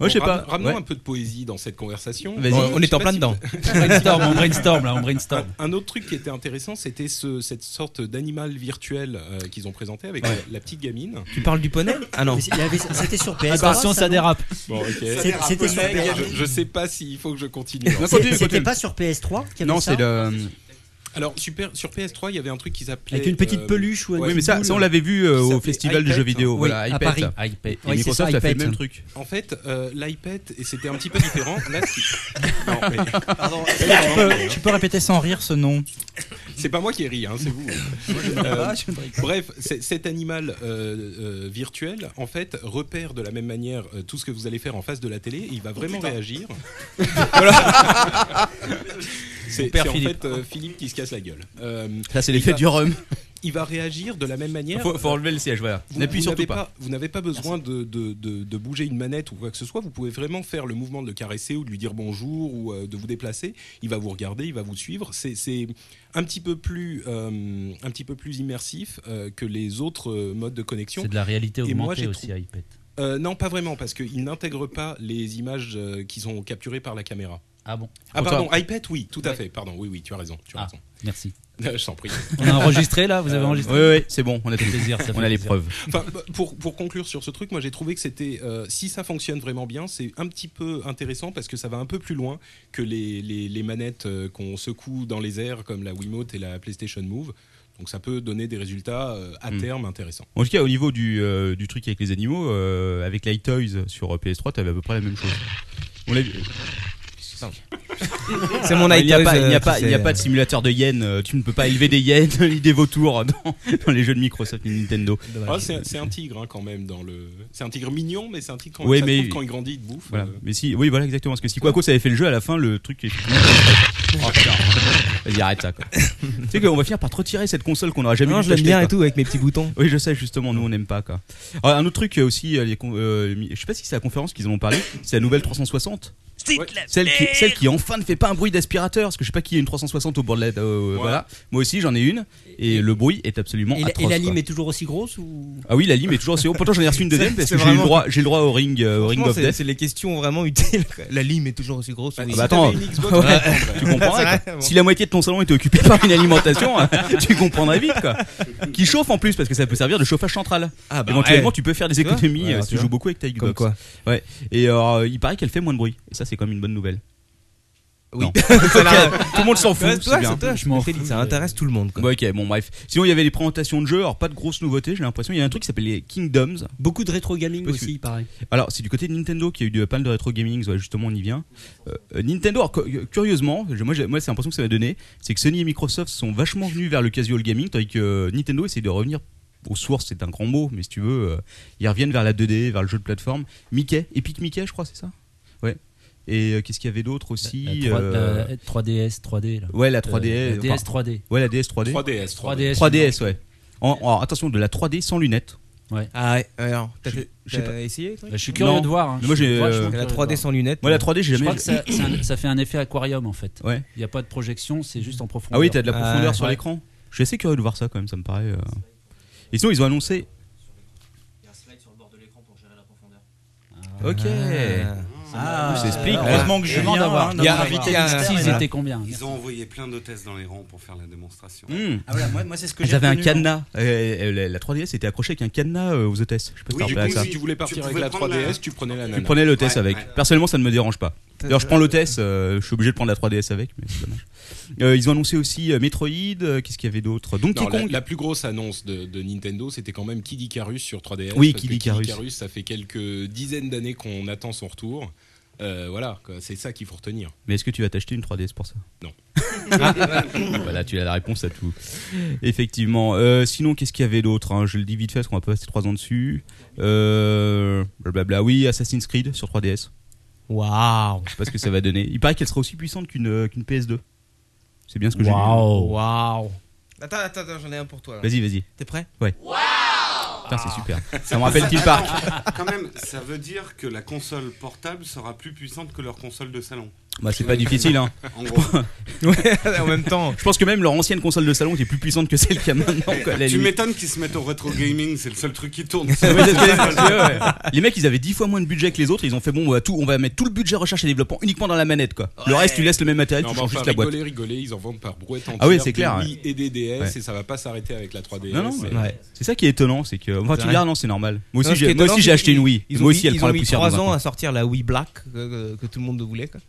I: Bon, ramen- Ramenons un peu de poésie dans cette conversation.
J: Vas-y. On- on est en plein dedans. Brainstorm, on brainstorm, là, on brainstorm.
I: Un, un autre truc qui était intéressant, c'était ce- cette sorte d'animal virtuel euh, qu'ils ont présenté avec la, la petite gamine.
E: Tu parles du poney Ah non.
I: Mais il y avait- c'était sur PS3,
E: Attention,
I: ça,
E: ça
I: non
E: dérape.
I: Bon, ok.
E: C'est-
I: Ça dérape,
E: C'était sur
I: poney,
E: PS3.
I: gamine. Je, je sais pas s'il faut que je continue.
K: Non, C'est- continue, c'était continue. pas sur PS3 qu'il y avait Non, ça c'est le-
I: Alors super, sur PS3, il y avait un truc qui s'appelait
K: Avec une petite
I: euh,
K: peluche ou un
I: ouais.
D: Oui, mais ça, ça, on l'avait vu
I: Qui
D: euh, au
I: s'appelait
D: festival de
I: iPad.
D: jeux vidéo.
K: hein.
I: Oui,
D: voilà,
I: à
D: iPad.
I: Paris.
D: Et
I: iPad.
D: Et Microsoft a fait le même truc.
I: En fait, euh, l'iPad, et c'était un petit peu différent. Là, ce qui- Non, mais-
G: Pardon.
I: Mais
G: Tu
I: non,
G: peux-
I: mais-
G: tu peux répéter sans rire ce nom
I: C'est pas moi qui ai ri, hein, c'est vous.
G: je ne ris pas, je ne ris pas.
I: bref, c'est- cet animal euh, euh, virtuel, en fait, repère de la même manière euh, tout ce que vous allez faire en face de la télé. et il va vraiment
E: putain.
I: réagir. Voilà.
E: Mon
I: c'est
E: père
I: c'est en
E: Philippe.
I: fait euh, Philippe qui se casse la gueule. Euh,
D: Ça, c'est
I: il
D: l'effet
I: va-
D: du rhum.
I: Il va réagir de la même manière.
D: Faut- faut enlever le siège, voilà.
I: euh, Vous-
D: N'appuie
I: vous
D: surtout
I: n'avez
D: pas.
I: Vous n'avez pas besoin de, de- de- de bouger une manette ou quoi que ce soit. Vous pouvez vraiment faire le mouvement de le caresser ou de lui dire bonjour ou euh, de vous déplacer. Il va vous regarder, il va vous suivre. C'est- C'est un petit peu plus, euh, un petit peu plus immersif euh, que les autres euh, modes de connexion.
J: C'est de la réalité
I: Et moi,
J: augmentée
I: j'ai
J: aussi,
I: trou-
J: iPad.
I: Euh, non, pas vraiment, parce qu'il n'intègre pas les images euh, qui sont capturées par la caméra.
J: Ah bon
I: Ah
J: Pour
I: pardon,
J: toi-
I: iPad, oui, tout à fait. Pardon, oui, oui, tu as raison. Tu as raison.
J: merci.
I: Je t'en prie.
J: On a enregistré, là Vous avez
I: Euh,
J: enregistré
D: Oui, oui, c'est bon, on a
J: Quel
D: tout.
J: plaisir, ça fait
D: on a les
J: plaisir.
D: preuves.
I: Enfin, bah, pour, pour conclure sur ce truc, moi j'ai trouvé que c'était, euh, si ça fonctionne vraiment bien, c'est un petit peu intéressant parce que ça va un peu plus loin que les, les- les manettes euh, qu'on secoue dans les airs comme la Wiimote et la PlayStation Move. Donc ça peut donner des résultats euh, à
D: Mm.
I: terme intéressants.
D: En tout cas, au niveau du, euh, du truc avec les animaux, euh, avec Light Toys sur euh, PS3, t'avais à peu près la même chose. On l'a vu. Ah,
E: C'est mon
D: Il n'y a,
E: Light
D: pas-
E: Toys,
D: il n'y a
E: euh,
D: pas-
E: qui
D: il n'y a
E: s'est-
D: pas de simulateur de yens. euh, Tu ne peux pas élever des yens, ni des vautours dans, dans les jeux de Microsoft et Nintendo.
I: Ah, c'est c'est un tigre hein, quand même dans le. C'est un tigre mignon, mais c'est un tigre quand,
D: Ouais,
I: ça se
D: mais-
I: trouve, quand il grandit, il te bouffe.
D: Voilà.
I: euh.
D: Mais si, oui, voilà, exactement. Parce que si Quaco ça avait fait le jeu à la fin, le truc. est- Oh, putain. Vas-y, arrête ça. quoi. tu sais qu'on va finir par te retirer cette console qu'on n'aura jamais.
E: Non,
D: dû
E: je l'aime
D: t'acheter,
E: bien
D: quoi.
E: et tout, avec mes petits boutons.
D: Oui, je sais justement. Nous, on n'aime pas quoi. Alors, un autre truc euh, aussi, euh, les con- euh, mi- je sais pas si c'est la conférence qu'ils en ont parlé. C'est la nouvelle 360.
C: Ouais.
D: Celle qui, celle qui enfin ne fait pas un bruit d'aspirateur, parce que je sais pas qui a une 360 au bord de la. euh, Voilà. Moi aussi j'en ai une, et le bruit est absolument
K: Et, la- et
D: atroce.
K: la
D: quoi.
K: lime est toujours aussi grosse ou
D: Ah oui, la lime est toujours assez haute. Pourtant, j'en ai reçu une deuxième
E: C'est-
D: parce
E: c'est
D: que j'ai eu le
E: vraiment-
D: droit, j'ai le droit au ring, euh, au ring
E: Franchement,
D: of
E: c'est-
D: death.
E: C'est les questions vraiment utiles. quoi. La lime est toujours aussi grosse. oui.
D: Ah bah attends, ouais, tu comprendrais. quoi. Si la moitié de ton salon était occupée par une alimentation, tu comprendrais vite quoi. Qui chauffe en plus parce que ça peut servir de chauffage central.
E: Ah bah
D: Éventuellement,
E: ouais.
D: tu peux faire des
E: Tu vois
D: économies
E: Ouais,
D: euh,
E: alors tu
D: si tu joues
E: vois.
D: beaucoup avec ta
E: Comme
D: Xbox.
E: quoi.
D: Ouais. Et euh, il paraît qu'elle fait moins de bruit. Et ça, c'est quand même une bonne nouvelle. Oui. Tout le monde s'en fout.
E: Ouais, toi,
D: c'est bien.
E: c'est toi, je m'en fous. Ça intéresse tout le monde.
D: Bon, Bah, ok, bon bref. Sinon, il y avait les présentations de jeux. Alors, pas de grosses nouveautés, j'ai l'impression. Il y a un truc qui s'appelle les Kingdoms.
K: Beaucoup de rétro gaming
D: Parce que-
K: aussi, il paraît.
D: Alors, c'est du côté de Nintendo qui a eu de, pas mal de rétro gaming, ouais, justement, on y vient. Euh, euh, Nintendo, alors, cu- euh, curieusement, je- moi, j'ai- moi c'est l'impression que ça m'a donné, c'est que Sony et Microsoft sont vachement venus vers le casual gaming, tandis que euh, Nintendo essaie de revenir aux sources, c'est un grand mot, mais si tu veux, euh, ils reviennent vers la 2D, vers le jeu de plateforme. Mickey, Epic Mickey, je crois, c'est ça Ouais. Et euh, qu'est-ce qu'il y avait d'autre aussi
J: La- la trois-
D: euh,
J: la 3DS, 3D, là.
D: Ouais, la
J: Euh,
D: 3DS.
J: la DS,
D: enfin,
J: 3D.
D: Ouais, la DS 3D.
I: 3DS,
J: 3DS,
D: 3DS, ouais. En- en- attention, de la 3D sans lunettes.
J: Ouais.
E: Ah ouais, alors, t'as
D: Je-
E: fait-
D: Bah, je sais
E: t'as
D: pas.
E: essayé le truc
J: Je suis curieux
D: Non.
J: de voir. hein.
D: Mais moi,
J: Je suis
D: j'ai,
J: vachement
D: euh,
J: curieux
E: La
J: de
E: 3D
J: voir.
E: sans lunettes,
D: Moi, la 3D, j'ai
J: Je
D: jamais-
J: crois que ça, c'est un- ça fait un effet aquarium en fait.
D: Ouais.
J: Il n'y a pas de projection, c'est juste en profondeur.
D: Ah oui, t'as de la profondeur
J: Ah,
D: sur
J: ouais.
D: l'écran. Je suis assez curieux de voir ça quand même, ça me paraît. euh. Et sinon, ils ont annoncé. Ok.
J: Ah,
D: ça explique.
J: alors, heureusement que
D: Et
J: Julien,
D: demande à voir.
J: hein, Il y a demande à invité voir. mystère, Ils étaient combien
F: Ils ont envoyé plein d'hôtesses dans les rangs pour faire la démonstration.
D: Hmm.
G: Ah voilà, moi- moi, c'est ce que
D: Elles
G: j'ai
D: avaient un
G: retenu,
D: cadenas. Euh, euh, la, la 3DS était accrochée avec un cadenas euh, aux hôtesses. Je sais pas si
I: Oui,
D: t'as
I: du
D: rappelé
I: coup,
D: à ça.
I: si tu voulais partir avec la 3DS, tu prenais la
D: Tu
I: nana.
D: prenais l'hôtesse
I: Ah, Ouais,
D: avec.
I: ouais.
D: Personnellement, ça ne me dérange pas. D'ailleurs, je prends l'hôtesse, euh, je suis obligé de prendre la 3DS avec, mais c'est dommage. Euh, ils ont annoncé aussi euh, Metroid, euh, qu'est-ce qu'il y avait d'autre Donkey
I: Non, la-
D: Kong
I: La, plus grosse annonce de, de Nintendo, c'était quand même Kid Icarus sur 3DS.
D: Oui,
I: parce
D: Kid
I: que
D: Icarus.
I: ça fait quelques dizaines d'années qu'on attend son retour. Euh, voilà, quoi, c'est ça qu'il faut retenir.
D: Mais est-ce que tu vas t'acheter une 3DS pour ça
I: Non.
D: voilà, tu as la réponse à tout. Effectivement. Euh, sinon, qu'est-ce qu'il y avait d'autre hein Je le dis vite fait parce qu'on va pas passer 3 ans dessus. Euh, blablabla. Oui, Assassin's Creed sur 3DS.
E: Waouh
D: Je sais pas ce que ça va donner. Il paraît qu'elle sera aussi puissante qu'une euh, qu'une PS2. C'est bien ce que j'ai lu.
E: Waouh Waouh Attends, attends, attends, j'en ai un pour toi. là.
D: Vas-y, vas-y.
E: T'es prêt
D: Ouais. Putain, c'est super. Ça
F: Ah. veut-
D: me rappelle Kill Park.
F: Attends, Quand même, ça veut dire que la console portable sera plus puissante que leur console de salon.
D: Bah, c'est pas difficile, hein.
F: En
D: Je
F: gros.
D: pense- Je pense que même leur ancienne console de salon était plus puissante que celle qu'il y a maintenant. quoi, à la
F: tu
D: limite.
F: m'étonnes qu'ils se mettent au rétro gaming, c'est le seul truc qui tourne.
D: Ouais, ouais, ouais. Les mecs, ils avaient 10 fois moins de budget que les autres. Ils ont fait bon, on va, tout, on va mettre tout le budget recherche et développement uniquement dans la manette, quoi. Le
I: Ouais.
D: reste, tu laisses le même matériel,
I: Non,
D: tu
I: mais
D: changes
I: enfin,
D: juste la boîte.
I: Rigoler, rigoler, ils en vendent par brouette entière.
D: Ah oui, c'est clair,
I: Des Wii
D: ouais.
I: et des DS,
D: Ouais.
I: et ça va pas s'arrêter avec la 3DS.
D: Non, non, mais
I: et-
D: c'est ça qui est étonnant, c'est que. Enfin,
E: C'est
D: Euh, tu
E: vrai.
D: regardes, non, c'est normal. Moi
E: Non,
D: aussi,
E: ce
D: j'ai-
E: qui est
D: moi
E: étonnant,
D: aussi, j'ai
E: c'est
D: acheté une
E: qu'ils-
D: Wii.
E: Ils ont,
D: Moi aussi, elle
E: ils ont
D: prend la
E: mis
D: poussière.
E: trois
D: dans ma
E: ans
D: coin.
E: à sortir la Wii Black euh, que, que tout le monde voulait. quoi.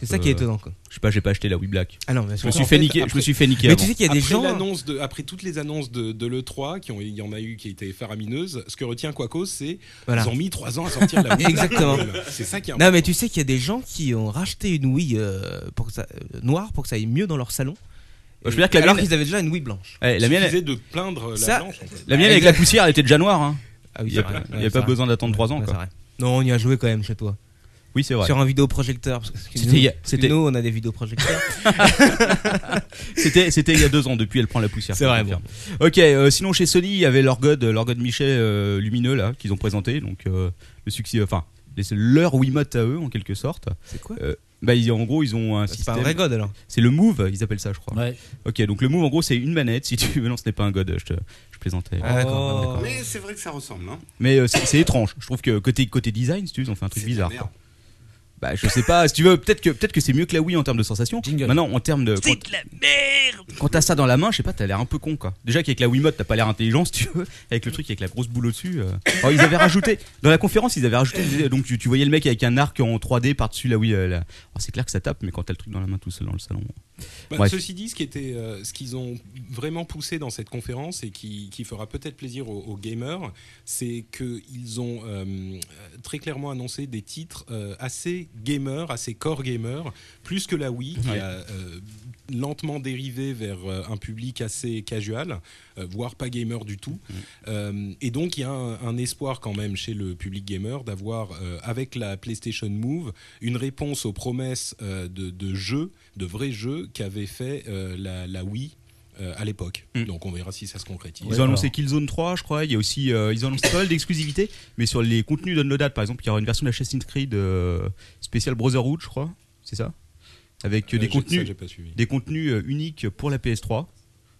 E: C'est ça qui est
D: Euh,
E: étonnant. Quoi.
D: Je sais pas, j'ai pas acheté la Wii Black.
E: Ah non, bien
D: je
E: sûr.
D: me suis
E: En
D: fait
E: fait,
D: niquer. Je
E: après-
D: me suis fait niquer.
E: Mais tu
D: avant.
E: sais qu'il y a des
I: après
E: gens-
D: hein.
I: l'annonce de- après toutes les annonces de, de l'E3, qui ont- il y en a eu qui étaient faramineuses, ce que retient Quaco, c'est
E: Voilà.
I: ils ont mis 3 ans à sortir la Wii.
E: Exactement.
I: C'est ça qui est
E: Non, mais tu sais qu'il y a des gens qui ont racheté une Wii euh, pour que ça, euh, noire pour que ça aille mieux dans leur salon.
D: Je veux dire que la
E: alors
D: mienne-
E: qu'ils avaient déjà une Wii blanche.
D: Ouais, Eh, la mienne,
I: Suffisait de plaindre la
E: Ça-
I: blanche, en fait.
D: La mienne avec la
E: Exact.
D: poussière, elle était déjà noire. Hein.
E: Ah oui,
D: il y a,
E: c'est vrai.
D: il y a
E: Ouais,
D: pas
E: c'est
D: besoin
E: vrai.
D: d'attendre 3 ans.
E: Ouais,
D: quoi.
E: c'est vrai. Non, on y a joué quand même chez toi.
D: Oui, c'est vrai.
E: Sur un vidéoprojecteur. parce que-
D: C'était il y a-
E: parce que
D: c'était-
E: Nous, on a des vidéoprojecteurs.
D: C'était c'était il y a deux ans. Depuis, elle prend la poussière.
E: C'est vrai,
D: je confirme. Ok. euh, sinon, chez Sony, il y avait leur god, leur god Michel euh, lumineux là qu'ils ont présenté. Donc euh, le succès, enfin les- leur Wiimote à eux en quelque sorte.
E: C'est quoi
D: Bah, ils- en gros, ils ont un
E: pas
D: système.
E: un vrai god, alors.
D: C'est le Move, ils appellent ça, je crois. Ok, donc le Move, en gros, c'est une manette. Si tu veux, non, ce n'est pas un god. Je, te- je plaisantais.
E: Ah,
F: Mais c'est vrai que ça ressemble, hein
D: Mais euh, c'est c'est étrange. Je trouve que côté, côté design, si tu veux, ils ont fait un truc bizarre.
F: merde.
D: quoi. Bah, je sais pas, si tu veux, peut-être que, peut que c'est mieux que la Wii en termes de sensation. Maintenant, en termes de. Quand, quand t'as ça dans la main, je sais pas, t'as l'air un peu con quoi. Déjà qu'avec la Wiimote, t'as pas l'air intelligent si tu veux. Avec le truc avec la grosse boule au-dessus. euh. Alors, ils avaient rajouté, dans la conférence, ils avaient rajouté. Donc tu, tu voyais le mec avec un arc en 3D par-dessus la Wii. euh, la- Alors, c'est clair que ça tape, mais quand t'as le truc dans la main tout seul dans le salon.
I: Bah,
D: Bref.
I: ceci dit, ce qui était, euh, ce qu'ils ont vraiment poussé dans cette conférence et qui, qui fera peut-être plaisir aux, aux gamers, c'est qu'ils ont euh, très clairement annoncé des titres euh, assez gamers, assez core gamers, plus que la Wii, qui
H: Ouais.
I: a euh, lentement dérivé vers euh, un public assez casual, euh, voire pas gamer du tout. Euh, et donc il y a un, un espoir quand même chez le public gamer d'avoir, euh, avec la PlayStation Move, une réponse aux promesses euh, de, de jeux, de vrais jeux qu'avait fait euh, la, la Wii. euh, à l'époque. Donc on verra si ça se concrétise.
D: Ils ont annoncé Killzone 3, je crois. Il y a aussi, euh, ils ont annoncé pas mal d'exclusivités, mais sur les contenus downloadables, par exemple, il y aura une version d'Assassin's Creed euh, spécial Brotherhood, je crois. C'est ça Avec euh,
I: Euh,
D: des
I: j'ai- ça,
D: contenus,
I: j'ai pas suivi.
D: des contenus euh, uniques pour la PS3.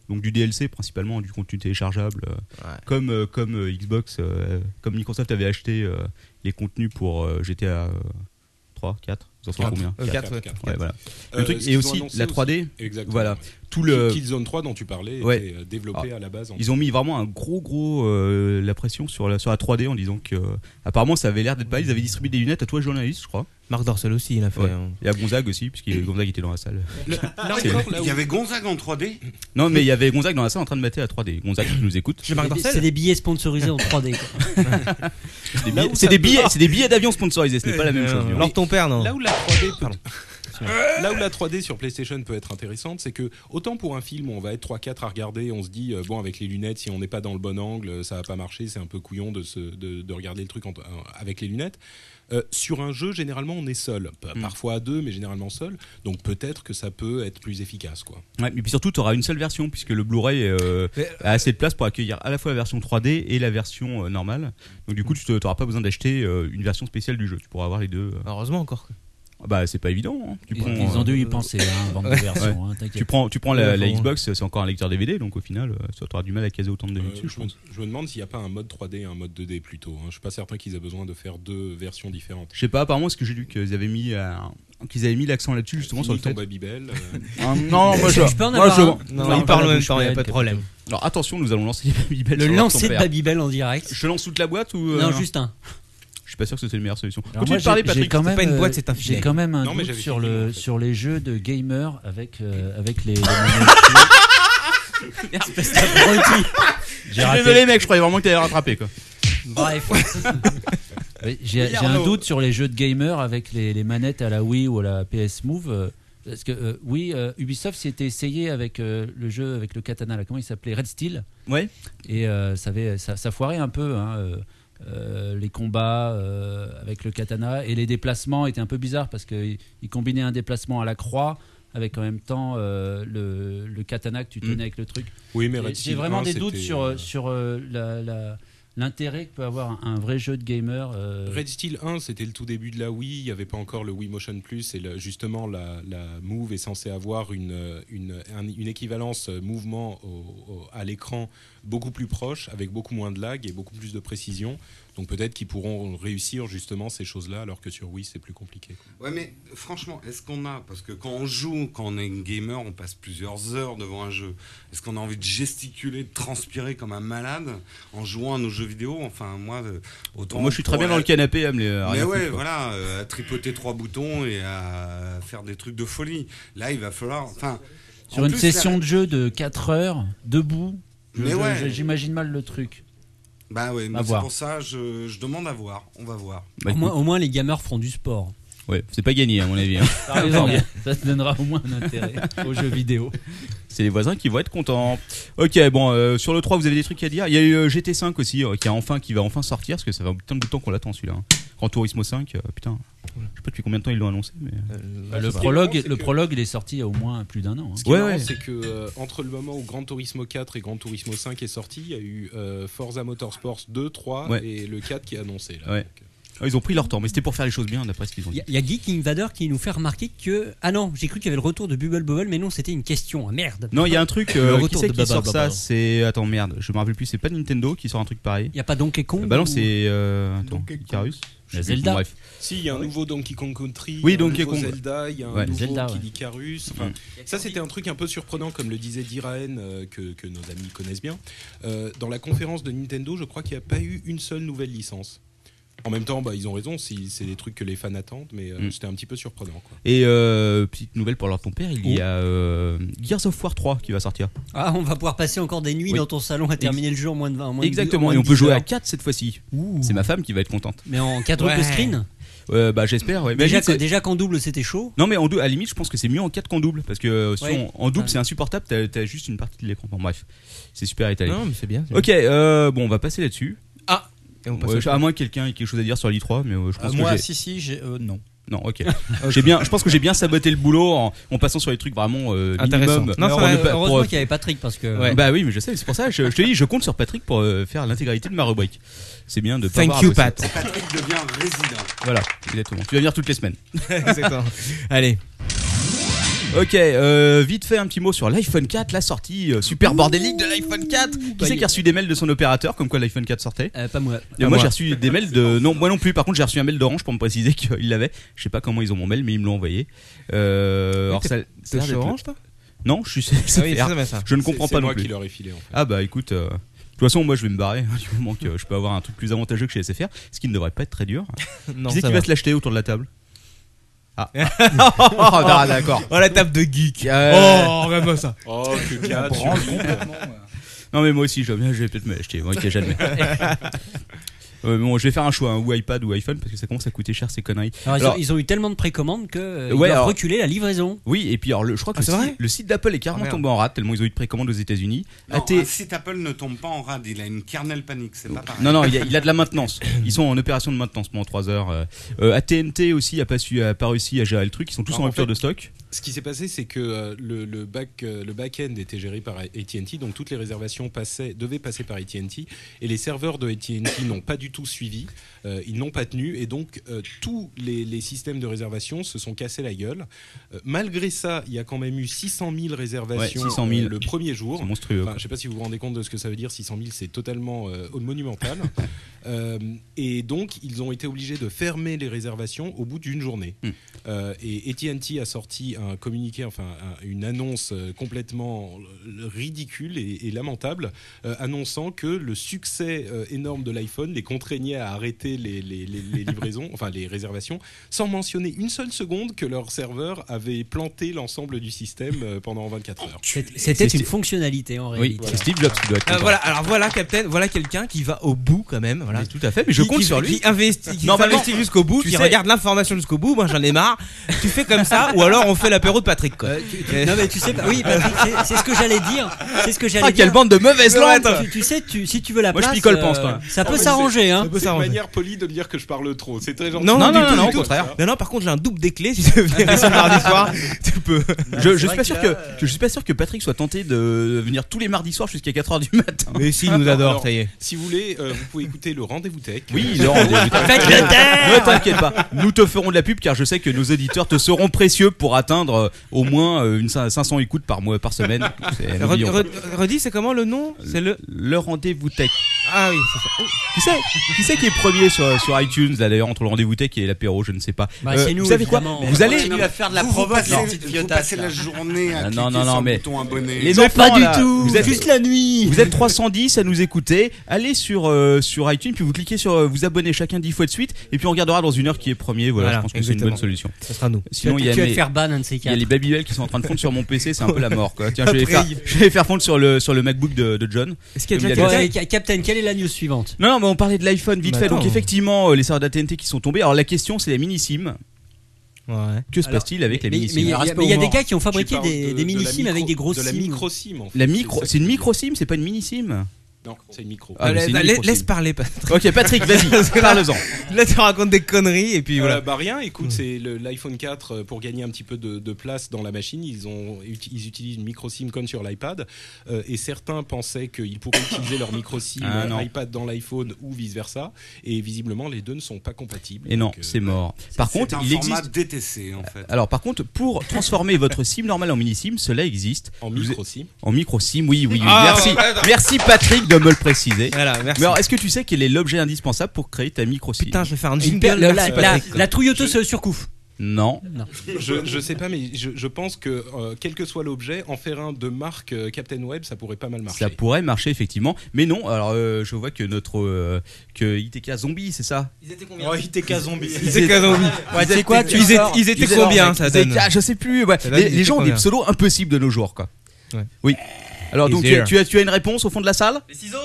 D: Donc du DLC principalement, du contenu téléchargeable, euh, comme euh, comme euh, Xbox, euh, comme Microsoft avait acheté euh, les contenus pour euh, GTA 3, 4, ils en sont
I: Quatre.
D: combien
I: Euh, quatre, ouais, quatre,
D: Ouais,
I: quatre.
D: voilà.
I: Euh,
D: Le truc-
I: ce
D: et
I: qu'ils ont
D: aussi
I: annoncé
D: la
I: aussi.
D: 3D,
I: Exactement,
D: voilà,
I: ouais.
D: tout le Ah,
I: Killzone 3 dont tu parlais était, euh, développé à la base en-
D: Ils ont mis vraiment un gros gros euh, la pression sur la sur la 3D en disant que euh, apparemment ça avait l'air d'être pas mal. ils avaient distribué des lunettes à toi journaliste, je crois.
E: Marc Dorcel aussi, il a fait.
D: Ouais.
E: hein.
D: Et à Gonzague aussi, puisque Gonzague était dans la salle. C'est-
F: Il y avait Gonzague en 3D
D: Non, mais il y avait Gonzague dans la salle en train de mater la 3D. Gonzague qui nous écoute.
K: C'est des- C'est des billets sponsorisés en 3D. quoi.
D: C'est des
K: Là
D: billets-
K: où
D: c'est
K: ça
D: des
K: peut
D: billets,
K: pas.
D: c'est des billets d'avion sponsorisés, ce n'est pas la même
I: Euh,
D: chose.
I: non.
D: évidemment.
I: Là où la 3D peut- Là où la 3D sur PlayStation peut être intéressante, c'est que autant pour un film où on va être 3-4 à regarder, on se dit, euh, bon, avec les lunettes, si on n'est pas dans le bon angle, euh, ça va pas marcher, c'est un peu couillon de, se- de, de regarder le truc en- en- avec les lunettes. Euh, sur un jeu, généralement, on est seul. P- Parfois à deux, mais généralement seul. Donc peut-être que ça peut être plus efficace, quoi.
D: Ouais, mais puis surtout, tu auras une seule version, puisque le Blu-ray euh, a assez de place pour accueillir à la fois la version 3D et la version euh, normale. Donc, du coup, tu n'auras pas besoin d'acheter euh, une version spéciale du jeu. Tu pourras avoir les deux. euh.
E: Heureusement encore.
D: Bah, c'est pas évident. hein. Tu
J: Ils- ils ont dû y penser, hein, vendre des versions, hein, t'inquiète.
D: tu prends, tu prends la,
J: Ouais,
D: la
J: faut-
D: Xbox, c'est encore un lecteur DVD, donc au final, tu auras du mal à caser autant de
I: Euh,
D: dessus, je
I: je, me,
D: pense.
I: je me demande s'il n'y a pas un mode 3D et un mode 2D plutôt. Hein. Je suis pas certain qu'ils aient besoin de faire deux versions différentes.
D: Je sais pas, apparemment, ce que j'ai lu qu'ils avaient mis, euh, qu'ils avaient mis l'accent là-dessus, justement,
I: Fini
D: sur le
I: ton
D: fait-
I: Babybel, euh.
D: Ah, non, moi je.
I: Je peux en
D: moi,
I: avoir
D: je-
I: un Non,
D: ils
I: on
D: parlent
I: parle
D: en même
I: de
D: temps, il n'y
I: Babybel,
D: a pas de problème. Alors attention, nous allons lancer les Babybel.
K: Le
D: sur leur
K: lancer de
D: tempère.
K: Babybel en direct.
D: Je lance toute la boîte ou. euh,
K: Non, juste un.
D: Je suis pas sûr que c'est la meilleure solution.
J: Alors
D: Continue
J: moi,
D: de parler,
J: j'ai- j'ai
D: Patrick.
J: quand
D: C'est
J: même,
D: pas une
J: euh,
D: boîte, c'est un filet.
J: J'ai quand même un
D: Non, mais
J: doute
D: j'avais
J: sur,
D: fini,
J: le,
D: en fait.
J: sur les jeux de gamers avec, euh, avec les. les
D: Espèce d'abruti. Je suis désolé, mec, je croyais vraiment que t'allais rattraper, quoi.
K: Bref.
J: Oui, J'ai j'ai un doute sur les jeux de gamers avec les, les manettes à la Wii ou à la PS Move. euh, Parce que euh, oui, euh, Ubisoft s'était essayé avec euh, le jeu avec le katana, là, comment il s'appelait Red Steel.
D: Ouais.
J: Et euh, ça, avait, ça, ça foirait un peu hein, euh, euh, les combats euh, avec le katana et les déplacements étaient un peu bizarres parce qu'ils combinaient un déplacement à la croix avec en même temps euh, le, le katana que tu tenais
I: Mm.
J: avec le truc.
I: Oui, mais
J: Et
I: Red
J: J'ai
I: Steel
J: vraiment
I: 1,
J: des doutes
I: c'était,
J: sur, euh, sur euh, la- la- l'intérêt que peut avoir un, un vrai jeu de gamer. euh,
I: Red Steel 1, c'était le tout début de la Wii, il n'y avait pas encore le Wii Motion Plus, et le- justement, la, la Move est censée avoir une, euh, une, un- une équivalence euh, mouvement au- au- à l'écran beaucoup plus proche, avec beaucoup moins de lag et beaucoup plus de précision. Donc peut-être qu'ils pourront réussir justement ces choses-là, alors que sur Wii, c'est plus compliqué.
F: Ouais, mais franchement, est-ce qu'on a. Parce que quand on joue, quand on est gamer, on passe plusieurs heures devant un jeu. Est-ce qu'on a envie de gesticuler, de transpirer comme un malade en jouant à nos jeux vidéo Enfin, moi, euh, autant.
D: Moi, je suis très bien dans le canapé à me les- à
F: Mais
D: rien
F: ouais,
D: foutre, quoi.
F: voilà, euh, à tripoter trois boutons et à faire des trucs de folie. Là, il va falloir. Enfin.
J: Sur
F: en
J: une
F: plus,
J: session
F: la-
J: de jeu de 4 heures, debout, je-
F: Mais
J: je-
F: ouais.
J: je- j'imagine mal le truc.
F: Bah ouais,
J: À
F: moi, c'est
J: voir.
F: pour ça, je, je demande à voir. On va voir.
D: Bah,
K: au, moins, au moins, les gamers feront du sport.
D: Ouais, c'est pas gagné, à mon avis. hein.
J: T'as raison, ça te donnera au moins un intérêt aux jeux vidéo.
D: C'est les voisins qui vont être contents. Ok, bon, euh, sur le 3, vous avez des trucs à dire. Il y a eu euh, GT5 aussi, euh, qui, a enfin, qui va enfin sortir, parce que ça fait un putain de bout de temps qu'on l'attend celui-là. hein. Grand Turismo 5, euh, putain. Je sais pas depuis combien de temps ils l'ont annoncé, mais.
J: Bah, le, prologue, le prologue, il est sorti il y a au moins plus d'un an. hein.
I: Ce qui est marrant, c'est que euh, entre le moment où Gran Turismo 4 et Gran Turismo 5 est sorti, il y a eu euh, Forza Motorsports 2, 3
D: Ouais.
I: et le 4 qui est annoncé. Là.
D: Ouais. Ah, Ils ont pris leur temps, mais c'était pour faire les choses bien, d'après ce qu'ils ont dit.
K: Il y a Geek Invader qui nous fait remarquer que. Ah non, j'ai cru qu'il y avait le retour de Bubble Bobble, mais non, c'était une question. Ah merde.
D: Non, il y a un truc. euh,
K: Le
D: qui
K: retour
D: c'est
K: de
D: qui
K: Bubble
D: sort ça
K: Bobble.
D: C'est attends merde, je me rappelle plus. C'est pas Nintendo qui sort un truc pareil.
K: Il y a pas Donkey Kong
D: Bah non,
K: ou-
D: c'est euh, attends, Icarus. Je sais plus, bon, bref.
I: Si, il y a un nouveau Donkey Kong Country.
D: Oui,
I: il y a un
D: Donkey
I: nouveau
D: Kong.
I: Zelda, il y a un
D: Ouais.
I: nouveau
D: Zelda,
I: Kid
D: ouais.
I: Icarus. Enfin,
D: Mm.
I: Ça, c'était un truc un peu surprenant, comme le disait Diraen, euh, que, que nos amis connaissent bien. Euh, dans la conférence de Nintendo, je crois qu'il n'y a pas eu une seule nouvelle licence. En même temps, bah, ils ont raison, si- c'est des trucs que les fans attendent, mais euh,
D: Mm.
I: c'était un petit peu surprenant. Quoi.
D: Et euh, petite nouvelle pour leur ton père,
K: Oh.
D: il y a euh, Gears of War 3 qui va sortir.
K: Ah, on va pouvoir passer encore des nuits
D: Oui.
K: dans ton salon à terminer le jeu en moins de 20 en moins de- en
D: Exactement,
K: moins
D: et
K: de
D: on peut
K: 10
D: jouer à
K: heures.
D: 4 cette fois-ci.
K: Ouh.
D: C'est ma femme qui va être contente.
K: Mais en quadruple
D: Ouais.
K: screen
D: Euh, Bah j'espère. ouais.
K: Déjà
D: Imagine,
K: que- déjà qu'en double c'était chaud.
D: Non mais en dou- à la limite je pense que c'est mieux en 4 qu'en double parce que euh, si
K: Ouais.
D: on- en double
K: Ouais.
D: c'est insupportable t'as, t'as juste une partie de l'écran bon bref c'est super étalé
E: Non, mais c'est bien, c'est
D: ok euh, bon on va passer là-dessus
E: Ah. Et on passe
D: Ouais,
E: au-
D: je- à moins que quelqu'un ait quelque chose à dire sur l'i3 mais euh, je pense
G: Euh,
D: que
G: moi,
D: j'ai-
G: si, si, j'ai- euh, non.
D: non ok j'ai bien je pense que j'ai bien saboté le boulot en, en passant sur les trucs vraiment euh,
E: Intéressant.
D: minimum.
E: Non,
D: Alors,
E: ça
D: on
E: va,
D: ne pas-
E: heureusement
D: pour-
E: qu'il y avait Patrick, parce que-
D: Ouais. bah oui mais je sais c'est pour ça je, je te dis je compte sur Patrick pour euh, faire l'intégralité de ma rubrique c'est bien de pas
E: Thank
D: avoir
E: you,
D: à bosser
E: Pat.
D: autant.
F: Patrick devient résident.
D: Voilà, exactement. Tu vas venir toutes les semaines.
E: Exactement. Allez.
D: Ok, euh, vite fait un petit mot sur l'iPhone 4, la sortie euh, super bordélique de l'iPhone 4. Qui c'est qui a reçu des mails de son opérateur comme quoi l'iPhone 4 sortait
E: Euh,
K: Pas moi.
D: Et moi, j'ai reçu des mails de. Non, moi non plus. Par contre, j'ai reçu un mail d'Orange pour me préciser qu'ils l'avaient. Je sais pas comment ils ont mon mail, mais ils me l'ont envoyé. Euh,
E: Oui,
D: alors,
E: t'es-
D: ça,
E: t'es
D: ça a l'air
E: chez
D: d'être
E: Orange,
D: le-
E: toi
D: Non, je suis
E: Ah oui,
D: CFR.
E: c'est ça, mais ça.
D: Je ne
E: C'est-
D: comprends
E: c'est
D: pas non
E: moi
D: plus.
E: qui leur ai filé, en fait.
D: Ah bah écoute. euh, De toute façon, moi je vais me barrer hein, du moment que je peux avoir un truc plus avantageux que chez SFR, ce qui ne devrait pas être très dur.
E: Non,
D: qui c'est
E: ça
D: qui
E: va.
D: va se l'acheter autour de la table Ah, Ah, non, d'accord.
E: Oh, la table de geek.
D: Euh,
E: Oh, regarde-moi ça.
I: Oh, que
E: Tu
I: gars,
E: la branles
I: tu-
E: complètement,
D: Non mais moi aussi je, je vais peut-être me l'acheter, moi qui jamais. Euh, bon, je vais faire un choix, hein, ou iPad ou iPhone, parce que ça commence à coûter cher ces conneries.
K: Alors, ils ont-
D: Alors,
K: ils, ont, eu tellement de précommandes que euh, ils
D: Ouais,
K: doivent
D: alors-
K: reculer la livraison.
D: Oui, et puis alors, le- je crois que
K: Ah,
D: le
K: c'est
D: site,
K: vrai
D: le site d'Apple est
K: Ah,
D: carrément
K: merde.
D: tombé en rate, tellement ils ont eu de précommandes aux États-Unis.
F: Non,
D: AT
F: un site Apple ne tombe pas en rade, il a une kernel panique, c'est pas pareil.
D: Non, non, il y a, il a de la maintenance. Ils sont en opération de maintenance pendant 3 heures. euh. Euh, AT&T aussi a pas, su, a pas réussi à gérer le truc. Ils sont tous
I: Alors, Bah,
D: en
I: en
D: rupture
I: fait,
D: de stock.
I: Ce qui s'est passé, c'est que euh, le, le back euh, le back-end était géré par AT&T, donc toutes les réservations passaient, devaient passer par AT&T, et les serveurs de AT&T n'ont pas du tout suivi, euh, ils n'ont pas tenu, et donc euh, tous les, les systèmes de réservation se sont cassés la gueule. Euh, malgré ça, il y a quand même eu 600 000 réservations
D: Ouais, 600 000.
I: euh, le premier jour.
D: C'est monstrueux,
I: Enfin,
D: quoi.
I: je sais pas si vous vous rendez compte de ce que ça veut dire, 600 000, c'est totalement euh, monumental. Euh, et donc, ils ont été obligés de fermer les réservations au bout d'une journée.
K: Hmm.
I: Euh, et AT&T a sorti un communiqué, enfin un- une annonce euh, complètement euh, ridicule et, et lamentable, euh, annonçant que le succès euh, énorme de l'iPhone les contraignait à arrêter les, les- les- les livraisons, enfin les réservations, sans mentionner une seule seconde que leur serveur avait planté l'ensemble du système euh, pendant 24 heures.
K: C'était une fonctionnalité en réalité. Ah
I: c'est Steve Jobs qui doit être
E: Euh,
I: content.
E: voilà, alors voilà, Captain, voilà quelqu'un qui va au bout quand même. Voilà.
D: tout à fait, mais je
E: Qui-
D: compte
E: qui-
D: sur lui.
E: Qui investit, qui
D: Normalement,
E: s'investit jusqu'au bout,
D: tu
E: qui
D: sais-
E: regarde l'information jusqu'au bout. Moi, j'en ai marre. tu fais comme ça, ou alors on fait l'apéro de Patrick.
I: Euh,
E: Quoi.
K: Non mais tu sais, bah oui, Patrick, c'est- c'est ce que j'allais dire. C'est ce que j'allais
E: Ah, quelle
K: dire.
E: bande de mauvaises
K: Ouais,
E: langues,
K: attends,
E: toi.
K: tu, tu sais, tu- si tu veux la
E: Moi, je
K: place,
E: picole,
K: euh,
E: pense, toi.
K: Ça
I: Ah,
K: peut
I: mais
K: s'arranger,
I: c'est-
K: hein.
I: C'est une manière polie de me dire que je parle trop. C'est très gentil.
E: Non, non, non, non, non,
I: du
E: au
I: tout.
E: contraire. Non, non, par contre, j'ai un double des clés. Si tu veux venir descendre mardi soir, tu peux.
D: Je, je suis pas sûr que, que je suis pas sûr que Patrick soit tenté de venir tous les mardis soirs jusqu'à 4h du matin.
E: Mais si, il nous adore, ça y est.
I: Si vous voulez, euh, vous pouvez écouter le rendez-vous tech.
D: Oui, le rendez-vous tech. Ne t'inquiète pas, nous te ferons de la pub car je sais que nos auditeurs te seront précieux pour atteindre euh, au moins euh, une cin- 500 écoutes par mois, par semaine. C'est-
E: Re-
D: n'oublions
E: re-
D: pas.
E: Redis, c'est comment le nom C'est le.
D: Le rendez-vous tech.
E: Ah oui, c'est ça. Oh.
D: Qui c'est Qui c'est qui est premier sur, sur iTunes là, d'ailleurs entre le rendez-vous tech et l'apéro, je ne sais pas.
K: Bah,
D: Euh,
K: c'est nous,
D: vous savez quoi
K: évidemment.
D: Vous
K: On
D: allez
K: continue à faire de la
F: Vous, vous
K: provoque,
F: passez,
K: non.
F: vous passez la journée à
D: Ah,
F: cliquer
D: non, non,
F: sur
D: non,
F: le
D: mais
F: bouton abonné.
D: les enfants, là, vous êtes, juste la nuit. Vous êtes 310 à nous écouter. Allez sur euh, sur iTunes, puis vous cliquez sur euh, vous abonner chacun 10 fois de suite, et puis on regardera dans une heure qui est premier. Voilà,
E: Voilà,
D: je pense que c'est une
E: exactement.
D: bonne solution.
E: Ça sera nous.
D: Sinon,
K: Tu
D: il
K: vas-
D: y a
K: tu vas te
D: mes-
K: faire ban, un de ces
D: Il y a
K: quatre.
D: les Babybel qui sont en train de fondre sur mon PC, c'est un peu la mort. Quoi. Tiens, je vais,
K: Après,
D: faire,
K: il-
D: je vais faire fondre sur le sur le MacBook de, de John.
E: Est-ce qu'il y a
D: Comme
E: déjà
D: il
E: quelqu'un
D: dit.
K: Ouais, Ca- Captain, quelle est la news suivante
D: Non, non, mais on parlait de l'iPhone vite
K: Bah,
D: fait. Donc
K: attends.
D: effectivement, euh, les serveurs d'AT&T qui sont tombés. Alors la question, c'est les mini SIM. Que se
K: Alors,
D: passe-t-il avec les
K: mais-
D: mini SIM
K: mais il y a- mais il y a des gars qui ont fabriqué des, des mini SIM avec des grosses
I: de la
K: SIM.
I: micro SIM. en fait.
D: La micro, c'est une micro SIM, c'est pas une mini SIM.
I: Non, c'est le micro.
E: Ah, laisse, laisse- laisse parler, Patrick.
I: Ok, Patrick, vas-y,
E: Parce que là-
I: parle-en.
E: Là, tu racontes des conneries et puis voilà.
I: Euh, bah rien, écoute, c'est le- l'iPhone 4 euh, pour gagner un petit peu de, de place dans la machine. Ils, ont, uti- ils utilisent une micro SIM comme sur l'iPad euh, et certains pensaient qu'ils pourraient utiliser leur micro SIM
D: Ah, non.
I: euh, iPad dans l'iPhone ou vice versa. Et visiblement, les deux ne sont pas compatibles.
D: Et non,
I: Donc, euh,
D: c'est mort.
I: c'est-
D: Par
I: c'est
D: contre,
I: un
D: il
I: format
D: existe. Euh,
I: DTC, en fait.
D: Alors, par contre, pour transformer votre SIM normale en mini SIM, cela existe.
I: En
D: Vous-
I: micro SIM.
D: En micro SIM, oui, oui. oui.
E: Ah,
D: merci,
E: ouais, ouais.
D: merci Patrick de me le préciser.
E: Voilà, merci.
D: Mais alors, est-ce que tu sais quel est l'objet indispensable pour créer ta micro SIM
E: Putain, je vais faire un
D: Une
E: jingle,
D: perle-
E: merci, Patrick.
K: La trouilloteuse sur surcouf.
D: Non.
I: Je, je sais pas, mais je, je pense que euh, quel que soit l'objet, en faire un de marque euh, Captain Web, ça pourrait pas mal marcher.
D: Ça pourrait marcher effectivement, mais non. Alors euh, je vois que notre euh, que ITK Zombie, c'est ça
G: Ils étaient combien Ouais, ITK zombie.
D: Ils étaient-
G: Ouais,
D: Ils
G: tu sais
D: étaient-
G: quoi, tu
D: ils étaient-
G: sors.
D: ils étaient
G: Tu sors,
D: combien
G: mec.
D: ça donne
G: ITK,
D: je sais plus. ouais.
G: Ça donne,
D: Les,
G: ils
D: les
G: étaient
D: gens ont des
G: combien
D: pseudos impossibles de nos jours quoi.
E: Ouais.
D: Oui. Alors donc
E: Is
D: tu as,
E: there.
D: tu as- tu as une réponse au fond de la salle
G: Les ciseaux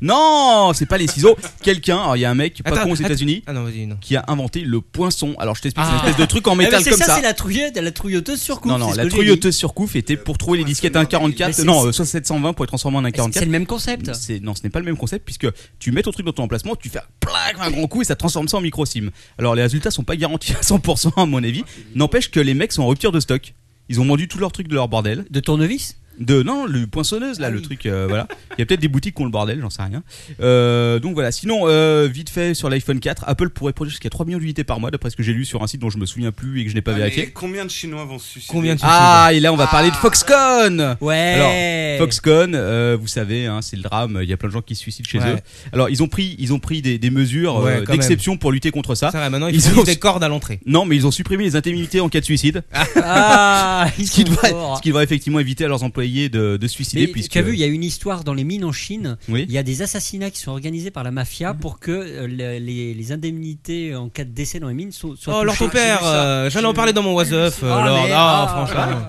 D: Non, c'est pas les ciseaux. Quelqu'un, alors il y a un mec pas
E: Attends,
D: con aux
E: attends.
D: États-Unis, qui a inventé le poinçon. Alors je t'explique, c'est une espèce de truc en
K: Ah, mais
D: métal
K: c'est
D: comme ça.
K: C'est la trouilleuse, la trouilleuse sur coupe.
D: Non, non, la trouilleuse surcouf était pour trouver les disquettes 1.44,
K: Mais
D: non,
K: c'est-
D: euh, soit 720 pour être transformé en 1.44.
K: C'est le même concept.
D: C'est- Non, ce n'est pas le même concept puisque tu mets ton truc dans ton emplacement, tu fais un plaque, un grand coup et ça transforme ça en micro SIM. Alors les résultats sont pas garantis à 100% à mon avis. N'empêche que les mecs sont en rupture de stock. Ils ont vendu tout leur truc de leur bordel.
K: De tournevis Ah
D: de, non, le poinçonneuse là, le truc, euh, voilà. Il y a peut-être des boutiques qui ont le bordel, j'en sais rien. Euh, donc voilà. Sinon, euh, vite fait sur l'iPhone 4, Apple pourrait produire jusqu'à 3 millions d'unités par mois, d'après ce que j'ai lu sur un site dont je me souviens plus et que je n'ai pas
F: Ah, mais
D: vérifié.
F: Combien de Chinois vont se suicider
D: Ah, et là on va parler de Foxconn.
F: Ouais.
D: Alors, Foxconn, euh, vous savez, hein, c'est le drame. Il y a plein de gens qui se suicident chez
E: Ouais.
D: eux. Alors, ils ont pris, ils ont pris des, des mesures euh,
E: Ouais, quand
D: d'exception pour lutter contre ça.
E: Ça va, maintenant, ils fournissent des cordes à l'entrée.
D: Non, mais ils ont supprimé les indemnités en cas de suicide.
K: Ah, ils
D: ce qui
K: sont
D: devrait,
K: forts.
D: ce qui devrait effectivement éviter à leurs employés de, de se suicider,
K: Mais
D: puisque
K: Tu as vu, il y a une histoire dans les mines en Chine.
D: Oui. Mm-hmm.
K: Il y a des assassinats qui sont organisés par la mafia pour que euh, le- les, les indemnités en cas de décès dans les mines so- soient.
E: Oh, alors ton
K: touchées.
E: père, euh, j'allais en parler dans mon was off, euh, Lord. Ah, franchement.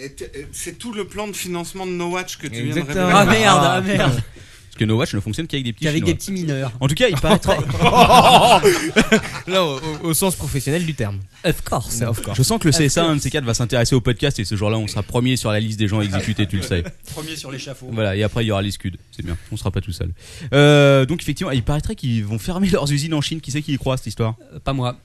F: Et t- et C'est tout le plan de financement de No Watch que tu viens de
E: Exactement.
F: révéler.
E: Ah, merde, ah, merde.
D: parce que No Watch ne fonctionne qu'avec des petits.
E: Qu'avec
D: Chinois.
E: des petits mineurs.
D: En tout cas, il paraît très.
E: Là, au, au- au sens professionnel du terme.
K: Of course.
E: of course.
D: Je sens que le
E: Of
D: CSA, un
E: course.
D: de ces quatre, va s'intéresser au podcast et ce jour-là, on sera premier sur la liste des gens exécutés, tu le sais.
G: Premier sur l'échafaud.
D: Voilà, et après, il y aura les scuds. C'est bien, on sera pas tout seul. Euh, donc, effectivement, il paraîtrait qu'ils vont fermer leurs usines en Chine. Qui c'est qui y croit à cette histoire
K: Euh, Pas moi.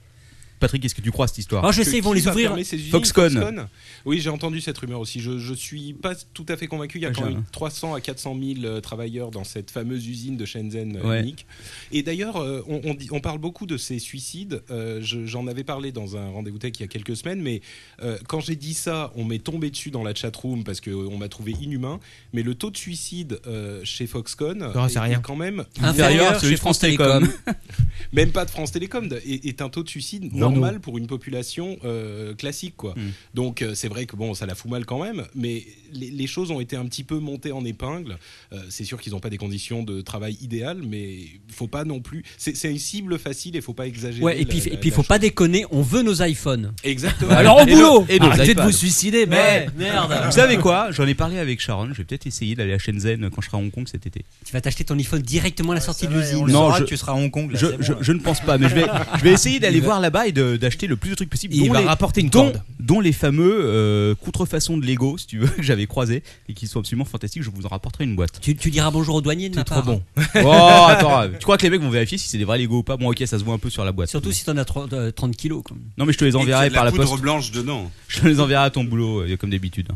D: Patrick, est-ce que tu crois à cette histoire
K: Ah, je sais, ils vont
I: Qui
K: les
I: va
K: ouvrir.
I: fermer ses usines
D: Foxconn.
I: Oui, j'ai entendu cette rumeur aussi. Je, je suis pas tout à fait convaincu. Il y a
D: Ah,
I: quand
D: j'ai-
I: même 300 à 400 000 euh, travailleurs dans cette fameuse usine de Shenzhen euh,
D: Ouais.
I: unique. Et d'ailleurs, euh, on, on dit- on parle beaucoup de ces suicides. Euh, je- J'en avais parlé dans un rendez-vous tech il y a quelques semaines, mais euh, quand j'ai dit ça, on m'est tombé dessus dans la chatroom parce qu'on on m'a trouvé inhumain. Mais le taux de suicide euh, chez Foxconn
E: Non,
I: est,
E: c'est rien.
I: est quand même
E: Inférieur à celui de France Télécom.
I: même pas de France Télécom, de- est, est un taux de suicide
E: Renault.
I: normal pour une population euh, classique, quoi. Donc euh, c'est vrai que bon, ça la fout mal quand même, mais les, les choses ont été un petit peu montées en épingle. Euh, c'est sûr qu'ils n'ont pas des conditions de travail idéales, mais faut pas non plus. C'est c'est une cible facile et faut pas exagérer.
K: Ouais, et puis,
I: la-
K: et
I: la-
K: puis,
I: la
K: faut pas déconner, on veut nos iPhones.
I: Exactement.
K: Alors, au
I: Et
K: boulot
I: nos- et nos
K: Arrêtez de
I: iPads.
K: vous suicider, mais. Merde
D: Vous savez quoi J'en ai parlé avec Sharon. Je vais peut-être essayer d'aller à Shenzhen quand je serai à Hong Kong cet été.
K: Tu vas t'acheter ton iPhone directement à la sortie de l'usine.
D: je- je,
K: hein.
D: je- je ne pense pas, mais je vais, je vais essayer d'aller
E: Il va-
D: voir là-bas et de- d'acheter le plus de trucs possible.
E: Il
D: dont
E: va
D: les-
E: rapporter une
D: dont-
E: corde.
D: Dont les fameux euh, contrefaçons de Lego, si tu veux, que j'avais croisés et qui sont absolument fantastiques. Je vous en rapporterai une boîte.
K: Tu, tu diras bonjour au douanier de ma part.
D: oh, attends, tu crois que les mecs vont vérifier si c'est des vrais Lego ou pas Bon, ok, ça se voit un peu sur la boîte.
K: Surtout si t'en as tro- euh, 30 kilos. quoi.
D: Non, mais je te les
F: Et qu'il y a
D: enverrai
F: de
D: par
F: la
D: la
F: poudre
D: poste.
F: blanche dedans.
D: Je te les enverrai à ton boulot, euh, comme d'habitude.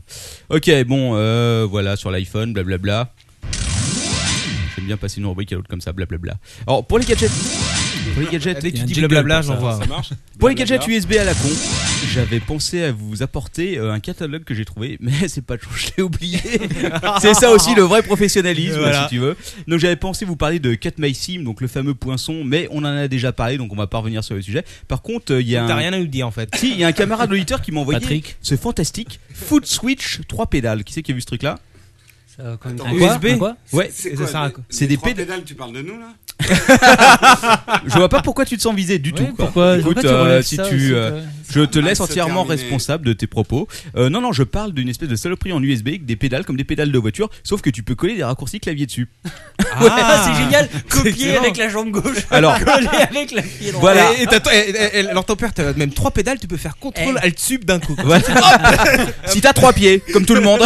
D: Ok, bon, euh, voilà, sur l'iPhone, blablabla. J'aime bien passer une rubrique à l'autre comme ça, blablabla. Alors, pour les gadgets. Pour les gadgets,
E: Allez, il
D: tu
E: y a un
D: dis
E: jingle
D: blablabla,
E: blabla,
D: pour
E: j'en
D: ça.
E: vois. Ça marche
D: Pour les
E: Blablabla.
D: gadgets USB à la con, j'avais pensé à vous apporter euh, un catalogue que j'ai trouvé, mais c'est pas de chance, je l'ai oublié. c'est ça aussi le vrai professionnalisme,
E: Voilà.
D: si tu veux. Donc j'avais pensé vous parler de Cut My Sim, donc le fameux poinçon, mais on en a déjà parlé, donc on va pas revenir sur le sujet. Par contre, euh, il y a.
E: Donc, t'as
D: un-
E: rien à nous dire, en fait.
D: Si, il y a un camarade auditeur qui m'a envoyé.
E: Patrick.
D: Ce fantastique Foot Switch 3 pédales. Qui c'est qui a vu ce truc-là
K: Ça, quand même-
D: Attends,
K: Un quoi
D: USB?
K: Un quoi
D: Ouais,
F: C'est
D: ça
F: quoi,
D: sert à
F: les-
D: quoi
F: les
D: C'est des
F: trois
D: pédales.
F: pédales, tu parles de nous là
D: Je vois pas pourquoi tu te sens visé du tout. quoi.
E: pourquoi-
D: Écoute,
E: pourquoi tu
D: euh,
E: relèves
D: si
E: ça
D: tu,
E: aussi,
D: euh,
E: toi
D: je Je te laisse
F: se
D: entièrement
F: terminer.
D: responsable de tes propos. Euh, non, non, je parle d'une espèce de saloperie en USB avec des pédales comme des pédales de voiture, sauf que tu peux coller des raccourcis clavier dessus.
E: Ah,
D: Ouais.
E: c'est génial.
D: C'est
E: Copier
D: excellent.
E: avec la jambe gauche.
D: Alors,
E: Coller avec la pied droit.
D: Voilà.
E: Et- et t'as- et- et- et- alors ton père, t'as même trois pédales, tu peux faire contrôle
D: Eh.
E: alt sub d'un coup.
D: Voilà. si t'as trois pieds, comme tout le monde.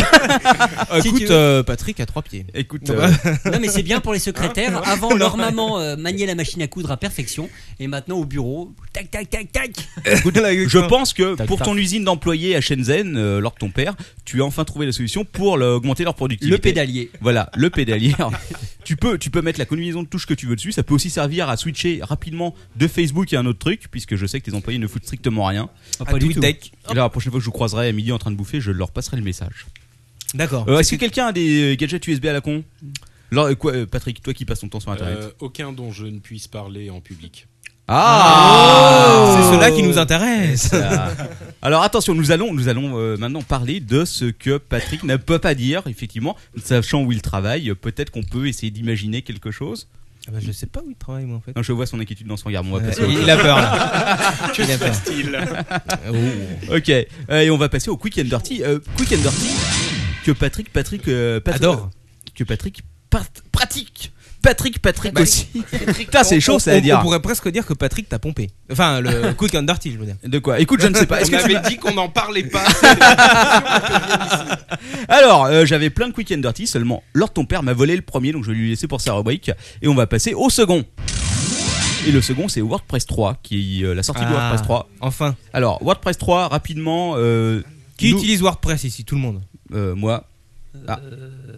K: Si
E: Écoute,
K: tu veux.
E: euh, Patrick a trois pieds.
D: Écoute,
E: euh,
K: Non, mais c'est bien pour les secrétaires.
E: Hein
K: Avant,
E: Non.
K: leur maman euh, maniait la machine à coudre à perfection. Et maintenant, au bureau, tac, tac, tac, tac.
D: je pense que
K: Tac,
D: pour
K: tac.
D: ton usine d'employés à Shenzhen, euh, lors de ton père, tu as enfin trouvé la solution pour le- augmenter leur productivité.
K: Le pédalier.
D: Voilà, le pédalier. Alors, tu peux, tu peux mettre la combinaison de touches que tu veux dessus. Ça peut aussi servir à switcher rapidement de Facebook à un autre truc, puisque je sais que tes employés ne foutent strictement rien.
E: Ah, pas À du tout. TweetDeck.
D: Et là, la prochaine fois que je vous croiserai à midi en train de bouffer, je leur passerai le message.
E: D'accord.
D: Euh, Est-ce que quelqu'un a des euh, gadgets USB à la con Là, euh, quoi, euh, Patrick, toi qui passes ton temps sur Internet.
I: Euh, aucun dont je ne puisse parler en public.
D: Ah,
I: Oh
E: C'est cela qui nous intéresse.
D: Ah. Alors attention, nous allons, nous allons euh, maintenant parler de ce que Patrick ne peut pas dire, effectivement, sachant où il travaille. euh, Peut-être qu'on peut essayer d'imaginer quelque chose.
E: Ah bah, je sais pas où il travaille, moi, en fait.
D: Non, je vois son inquiétude dans son regard. mais On va
E: Ouais,
D: passer au-
E: il a peur, là. Que Il a peur. se
D: Euh, Oh. Ok, euh, et on va passer au Quick and Dirty. Euh, quick and Dirty que Patrick, Patrick, euh, Patrick
E: Adore.
D: Que Patrick part- pratique. Patrick, Patrick
E: Bah,
D: aussi. Putain, c'est chaud,
E: on-
D: ça à
E: on-
D: dire.
E: On pourrait presque dire que Patrick t'a pompé. Enfin, le quick and dirty, je veux dire.
D: De quoi Écoute, je ne sais pas. Est-ce
I: On
D: que tu
I: avait
D: m'as-
I: dit qu'on n'en parlait pas.
D: Alors, euh, j'avais plein de quick and dirty, seulement Lord ton père m'a volé le premier, donc je vais lui laisser pour sa rubrique. Et on va passer au second. Et le second, c'est WordPress 3, qui est euh, la sortie de
E: Ah,
D: WordPress 3.
E: Enfin.
D: Alors, WordPress 3, rapidement. euh,
E: Qui
D: nous-
E: utilise WordPress ici Tout le monde.
D: Euh, moi. Ah.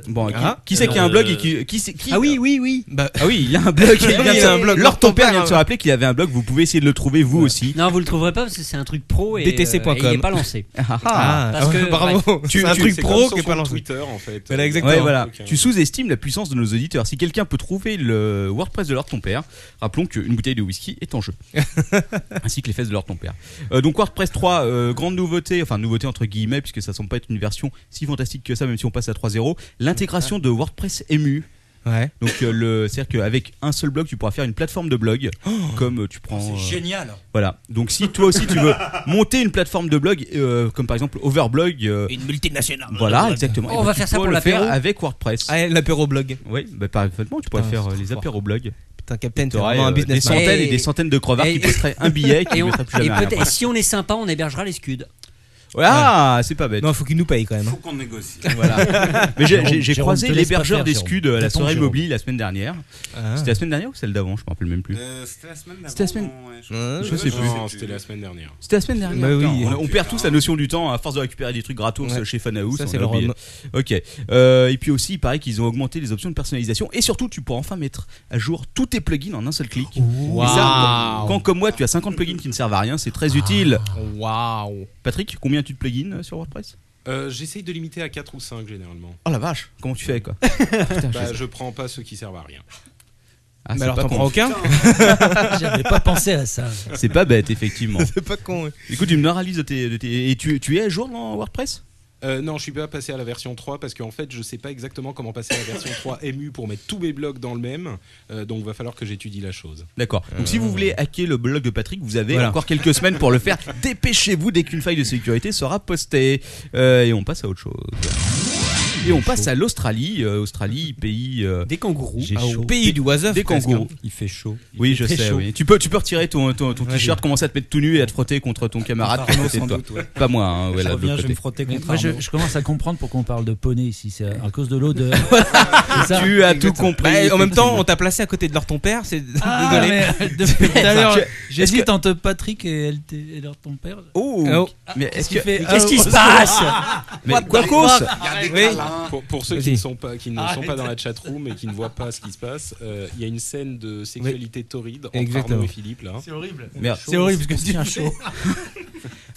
D: Bon, qui,
E: Ah.
D: qui c'est qui a un
E: Euh,
D: blog et qui, qui, c'est- qui-
K: Ah oui, oui, oui.
D: Ah oui, il y a un blog.
E: Bah, Oui, il y a un blog.
D: Lord ton père
E: Ton
D: vient de se
E: père,
D: rappeler qu'il avait un blog. Vous pouvez essayer de le trouver vous aussi.
K: Non, vous le trouverez pas parce que c'est un truc pro et,
D: DTC.com.
K: euh, et il n'est pas lancé.
D: Ah,
E: ah.
K: Parce que,
E: Bravo.
K: bref.
E: C'est un truc pro qui est pas lancé.
I: Twitter en fait.
E: Voilà, exactement.
D: euh, Ouais, voilà.
I: Ok.
D: Tu sous-estimes la puissance de nos auditeurs. Si quelqu'un peut trouver le WordPress de leur ton père, rappelons qu'une bouteille de whisky est en jeu. Ainsi que les fesses de leur ton père. Euh, donc WordPress 3, euh, grande nouveauté, enfin nouveauté entre guillemets, puisque ça semble pas être une version si fantastique que ça, même si on passe à 3.0, l'intégration de WordPress ému.
E: Ouais.
D: Donc euh, le c'est-à-dire qu'avec un seul blog, tu pourras faire une plateforme de blog, comme euh, tu prends.
G: C'est
D: euh,
G: génial.
D: Voilà. Donc si toi aussi tu veux monter une plateforme de blog, euh, comme par exemple Overblog. euh,
E: Une multinationale.
D: Voilà, exactement.
K: Oh,
D: Et
K: on
D: ben,
K: va
D: tu
K: faire ça
D: pourras
K: pour
D: le faire
K: l'apéro.
D: avec WordPress.
E: Ah, l'apéro blog.
D: Oui, bah, parfaitement, tu pourrais
E: Putain,
D: faire
E: c'est
D: euh, les
E: trop fort.
D: apéros blogs.
E: Putain, Captain, t'es
D: T'aurais,
E: vraiment un
D: euh, des
E: businessman.
D: centaines et des centaines de crevards qui posteraient un billet qui
K: et,
D: ne
K: on-
D: mettraient plus
K: et
D: jamais rien
K: peut-être-
D: après.
K: et si on est sympa, on hébergera les scuds.
D: Ouais, Ah, c'est pas bête.
E: Non, faut qu'il nous paye quand même. hein.
F: Faut qu'on négocie.
D: Voilà. Mais j'ai-
E: Jérôme,
D: j'ai j'ai
E: Jérôme,
D: croisé
E: te laisse
D: l'hébergeur
E: pas faire,
D: des
E: Jérôme.
D: Scuds euh, à la
E: T'attends,
D: soirée
E: Jérôme.
D: mobile la semaine dernière.
E: Ah.
D: C'était la semaine dernière ou celle d'avant Je me rappelle même plus.
F: Euh, C'était la semaine d'avant.
D: C'était la semaine-
F: non, ouais,
E: Ouais,
D: je sais
F: Non,
D: plus.
F: c'était la semaine dernière.
D: C'était la semaine dernière.
E: Bah oui.
D: Putain, on, on
F: Putain.
D: perd tous la notion du temps à force de récupérer des trucs gratos
E: Ouais.
D: chez Funhouse.
E: Ça,
D: on
E: c'est
D: a
E: le
D: oublié.
E: rhum.
D: Ok. Euh, et puis aussi, il paraît qu'ils ont augmenté les options de personnalisation et surtout, tu pourras enfin mettre à jour tous tes plugins en un seul clic. Et ça,
E: Waouh. Ah.
D: quand comme moi, tu as 50 plugins qui ne servent à rien, c'est très utile.
E: Waouh.
D: Patrick, combien tu de plugins euh, sur WordPress
I: Euh, J'essaye de limiter à 4 ou 5 généralement.
D: Oh la vache, comment tu fais quoi
I: Bah, je prends pas ceux qui servent à rien.
D: Ah,
E: Mais
D: c'est
E: alors,
D: pas
E: t'en
D: con.
E: prends aucun
J: J'avais pas pensé à ça.
D: C'est pas bête, effectivement.
E: C'est pas con. ouais.
D: Écoute, une analyse de tes. de tes- et tu, tu es à jour dans WordPress
I: Euh, non, je suis pas passé à la version 3 parce qu'en fait, je sais pas exactement comment passer à la version 3 MU pour mettre tous mes blogs dans le même. Euh, donc, va falloir que j'étudie la chose.
D: D'accord.
G: Euh,
D: Donc si vous voulez hacker le blog de Patrick, vous avez
E: Voilà.
D: encore quelques semaines pour le faire. Dépêchez-vous dès qu'une faille de sécurité sera postée. Euh, et on passe à autre chose. Et on passe à l'Australie. Euh, Australie, pays. euh,
K: Des kangourous.
D: J'ai
E: Ah, au
D: chaud.
E: pays du oiseau.
D: Des kangourous.
G: hein. Il fait chaud.
D: Oui, je
G: fait
D: sais.
G: chaud.
D: oui. Tu peux, tu peux retirer ton, ton, ton
G: Ouais,
D: t-shirt, commencer à te mettre tout nu et à te frotter contre
G: Ah,
D: ton camarade qui est à côté de toi. Pas moi, hein, voilà,
G: je reviens,
D: de l'autre
G: je vais me
D: côté.
G: frotter
J: Mais
G: contre
J: moi, je,
G: Arnaud.
J: je commence à comprendre pourquoi on parle de poney ici. C'est à cause de l'odeur. C'est ça
D: Tu as tout compris.
E: Bah, en même temps, on t'a placé à côté de leur ton père, c'est
J: Ah,
E: désolé.
J: mais depuis tout à l'heure,
D: Je-
J: j'hésite
D: est-ce que-
J: entre Patrick et, LT et leur ton père. Ah,
D: Oh,
E: Oh.
D: mais est-ce que.
J: fait oh.
K: Qu'est-ce qui se passe
D: Mais
E: Quoi
D: Quacos
E: Oui.
I: Pour, pour ceux
E: Vas-y.
I: qui ne sont pas, qui ne sont pas dans la chatroom et qui ne voient pas ce qui se passe, euh, il y a une scène de sexualité torride entre
E: Exactement.
I: Arnaud et Philippe là.
D: Merde.
J: C'est horrible ce que tu as chaud.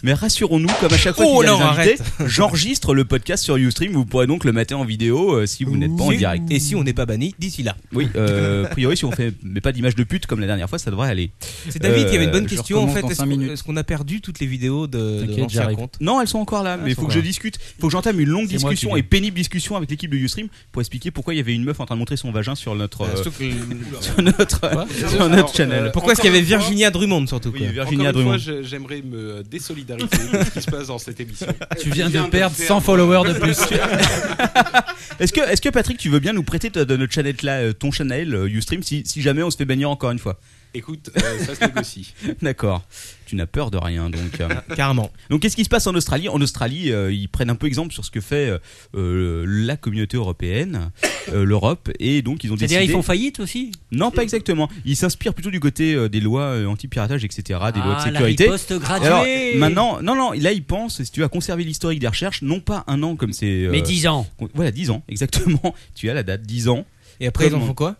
D: Mais rassurons-nous, comme à chaque fois
E: Oh
D: qu'il y a
E: non,
D: des invités,
E: arrête.
D: j'enregistre le podcast sur YouStream. Vous pourrez donc le mater en vidéo euh, si vous n'êtes pas en
E: Si-
D: direct.
E: Et si on n'est pas banni d'ici là.
D: Oui, euh, a priori, si on fait mais pas d'image de pute comme la dernière fois, ça devrait aller.
E: C'est David qui avait une bonne
D: Euh, je
E: question en
D: recommence
E: fait.
D: dans
E: Est-ce
D: cinq
E: qu'on-
D: minutes.
E: est-ce qu'on a perdu toutes les vidéos de, de
D: T'inquiète,
E: l'ancien
D: j'arrive.
E: compte
D: Non, elles sont encore là,
E: Ah,
D: mais
E: elles
D: il faut
E: sont
D: que je
E: là.
D: discute, faut que j'entame une longue
E: C'est moi qui
D: discussion
E: gagne.
D: et pénible discussion avec l'équipe de YouStream pour expliquer pourquoi il y avait une meuf en train de montrer son vagin sur notre
E: Ah,
D: euh,
E: surtout que-
D: sur notre
E: Quoi
D: sur notre
E: Alors,
D: channel.
E: euh, Pourquoi est-ce qu'il y avait Virginia Drummond surtout
D: Oui,
E: quoi
D: Virginia
I: Encore une
D: Drummond.
I: fois, je- j'aimerais me désolidariser de ce qui se passe dans cette émission.
J: Tu viens de perdre 100 followers de plus.
D: Est-ce que, est que Patrick, tu veux bien nous prêter de, de notre channel là, euh, ton channel euh, YouStream si, si jamais on se fait bannir encore une fois
I: Écoute, euh, ça se négocie.
D: D'accord. Tu n'as peur de rien donc. euh.
K: Ah,
E: Carrément.
D: Donc qu'est-ce qui se passe en Australie En Australie, euh, ils prennent un peu exemple sur ce que fait euh, la communauté européenne, euh, l'Europe, et donc ils ont décidé.
K: C'est-à-dire, ils font faillite aussi
D: Non, pas exactement. Ils s'inspirent plutôt du côté euh, des lois euh, anti-piratage, etc., des lois de
K: Ah, la
D: sécurité.
K: riposte graduée.
D: Alors, maintenant, non, non, là, ils pensent, si tu veux, à conserver l'historique des recherches, non pas un an comme c'est. euh,
K: Mais 10 ans.
D: con- Voilà, 10 ans, exactement. Tu as la date, 10 ans.
E: Et après, ils en
D: Comme-
E: font quoi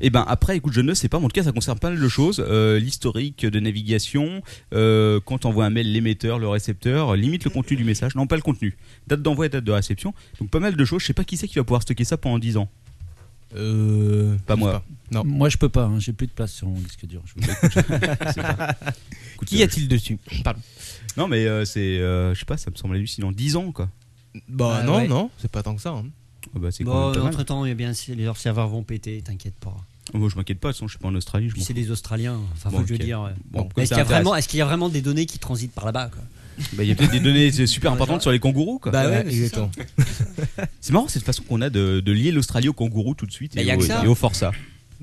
D: eh ben après, écoute, je ne sais pas, mais en tout cas, ça concerne pas mal de choses. Euh, L'historique de navigation, euh, quand on voit un mail, l'émetteur, le récepteur, limite le contenu du message, non pas le contenu. Date d'envoi et date de réception. Donc pas mal de choses. Je sais pas qui c'est qui va pouvoir stocker ça pendant 10 ans.
E: Euh,
D: Pas moi.
E: Non.
J: Ah, Moi, je peux pas. hein, J'ai plus de place sur mon disque dur. Je vous
D: sais pas. Écoute,
E: Qu'y
D: euh,
E: a-t-il dessus Pardon.
D: Non, mais euh, c'est, euh, je sais pas, ça me semble hallucinant. 10 ans, quoi.
E: Bah
K: Ah,
E: non,
K: ouais.
E: non, c'est pas tant que ça. hein.
D: Ah bah, c'est quand
K: Bon,
D: même pas mal.
K: entre-temps, eh bien, si les leurs serveurs vont péter, t'inquiète pas.
D: Moi, je m'inquiète pas, de toute façon, je suis pas en Australie. Je
K: Puis
D: m'en
K: c'est
D: fous.
K: des Australiens, hein. enfin,
D: Bon,
K: faut que je
D: ok.
K: dire.
D: Bon,
K: Bon,
D: comme
K: Est-ce
D: ça
K: qu'il y, a
D: intéresse.
K: vraiment- est-ce qu'il y a vraiment des données qui transitent par là-bas quoi
D: Bah, il y a peut-être des données euh, super importantes sur les kangourous, quoi.
K: Bah ouais, mais c'est
E: exactement.
D: C'est marrant cette façon qu'on a de, de lier l'Australie aux kangourous tout de suite
K: Bah,
D: et,
K: y a
D: au,
K: que ça.
D: et au forçat.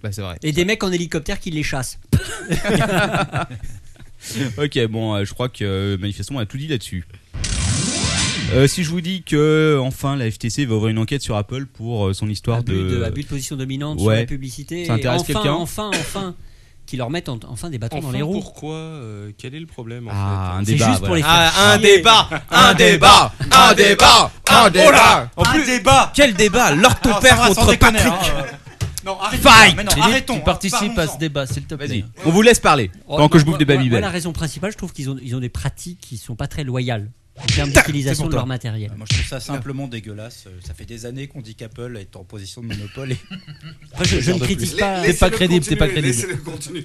E: Bah c'est vrai.
K: Et des mecs en hélicoptère qui les chassent.
D: ok, bon, euh, je crois que euh, manifestement on a tout dit là-dessus. Euh, si je vous dis que enfin la FTC va ouvrir une enquête sur Apple pour euh, son histoire
K: abus
D: de...
K: Ah, de, abus de position dominante sur
D: Ouais.
K: la publicité.
D: ça intéresse
K: Et enfin,
D: quelqu'un
K: Enfin, enfin, qui leur mettent en- enfin des bâtons dans
I: Enfin,
K: les roues.
I: pourquoi euh, Quel est le problème en
D: Ah, un
I: fait
D: débat. voilà.
E: Ah, un débat, un débat, un débat, un débat.
I: Oh là
E: en plus, débat. Quel débat Lors ton
F: Ah,
E: père contre Patrick.
F: hein.
G: Non,
E: Fight.
G: mais non,
J: Philippe,
G: arrêtons.
J: tu
G: hein,
J: participes à
G: parlons-en.
J: ce débat, s'il te plaît.
D: Vas-y, on vous laisse parler pendant que je bouffe des
K: Oh, Moi- moi- moi,
D: babybel.
K: la raison principale, je trouve qu'ils ont, ils ont des pratiques qui sont pas très loyales en termes
D: Ah,
K: d'utilisation de leur matériel.
G: Ah, Moi, je trouve ça simplement dégueulasse. Euh, Ça fait des années qu'on dit qu'Apple est en position de monopole. Et...
K: Après, je- je ne critique pas- Laissez-le
G: T'es pas crédible, t'es pas
K: continuer,
G: crédible.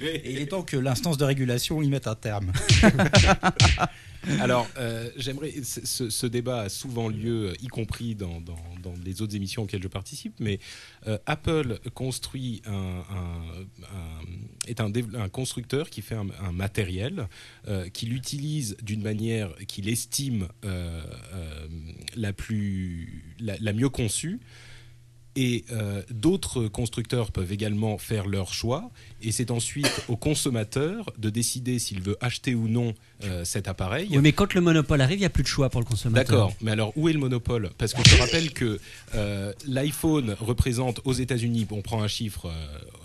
K: laissez-le
G: Et il est temps que l'instance de régulation y mette un terme.
I: Alors, euh, j'aimerais. ce- Ce, ce débat a souvent lieu, euh, y compris dans, dans- dans les autres émissions auxquelles je participe, mais euh, Apple construit un, un- un- est un, dév- un constructeur qui fait un, un matériel euh, qu'il utilise d'une manière qu'il estime euh, euh, la, plus, la, la mieux conçue. Et euh, d'autres constructeurs peuvent également faire leur choix. Et c'est ensuite au consommateur de décider s'il veut acheter ou non euh, cet appareil.
K: Oui, mais quand le monopole arrive, il n'y a plus de choix pour le consommateur.
I: D'accord, mais alors où est le monopole Parce que je te rappelle que euh, l'iPhone représente aux États-Unis, on prend un chiffre euh,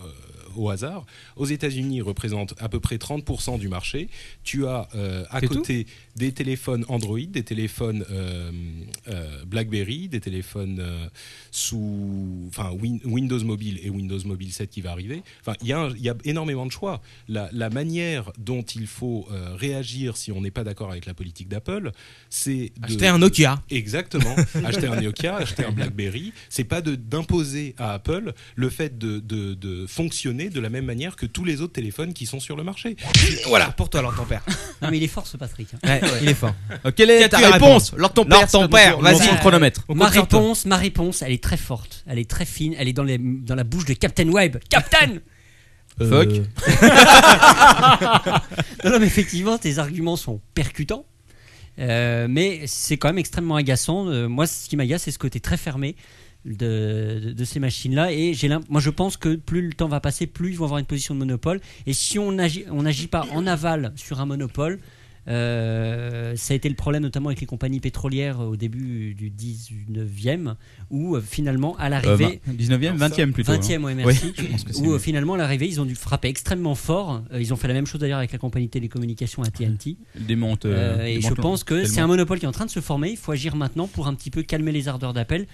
I: euh, au hasard, aux États-Unis représente à peu près 30% du marché. Tu as euh, à
E: C'est
I: côté des téléphones Android, des téléphones euh, euh, BlackBerry, des téléphones euh, sous, enfin Win- Windows Mobile et Windows Mobile 7 qui va arriver. Enfin, il y, a un- il y a énormément de choix. La, la manière dont il faut euh, réagir si on n'est pas d'accord avec la politique d'Apple, c'est de-
E: Acheter un Nokia.
I: Exactement. acheter un Nokia, acheter un BlackBerry. C'est pas de d'imposer à Apple le fait de, de- de fonctionner de la même manière que tous les autres téléphones qui sont sur le marché.
E: Voilà, pour toi, Lord ton père.
K: Non, mais il est fort ce Patrick. hein.
E: Ouais, il est fort.
D: Euh, quelle est
E: Quelle
D: ta
E: est la
D: réponse
E: réponse
D: Lors ton
E: Lors
D: père,
E: ton
D: c'est à
E: père,
D: tour. Lance
E: vas-y.
D: ton chronomètre.
K: Euh, Ma réponse, ma réponse, elle est très forte, elle est très fine, elle est dans, les- dans la bouche de Captain Web. Captain
E: Fuck.
K: non, non, mais effectivement, tes arguments sont percutants. Euh, mais c'est quand même extrêmement agaçant. Euh, moi, ce qui m'agace, c'est ce côté très fermé de, de- de ces machines-là. Et j'ai l'im- moi, je pense que plus le temps va passer, plus ils vont avoir une position de monopole. Et si on n'agit on n'agit pas en aval sur un monopole, euh, ça a été le problème notamment avec les compagnies pétrolières euh, au début du 19e, où euh, finalement, à l'arrivée.
D: Euh, vingt- 19e, 20e plutôt,
K: 20e,
D: hein.
K: ouais, merci.
D: Oui, je pense que c'est
K: où
D: mieux.
K: euh, finalement, à l'arrivée, ils ont dû frapper extrêmement fort. Euh, ils ont fait la même chose d'ailleurs avec la compagnie de télécommunications AT&T.
D: Ils démontent,
K: Euh,
D: euh,
E: hein.
K: et
D: démontent
K: je
D: leur-
K: pense que c'est
D: tellement.
K: un monopole qui est en train de se former. Il faut agir maintenant pour un petit peu calmer les ardeurs d'appel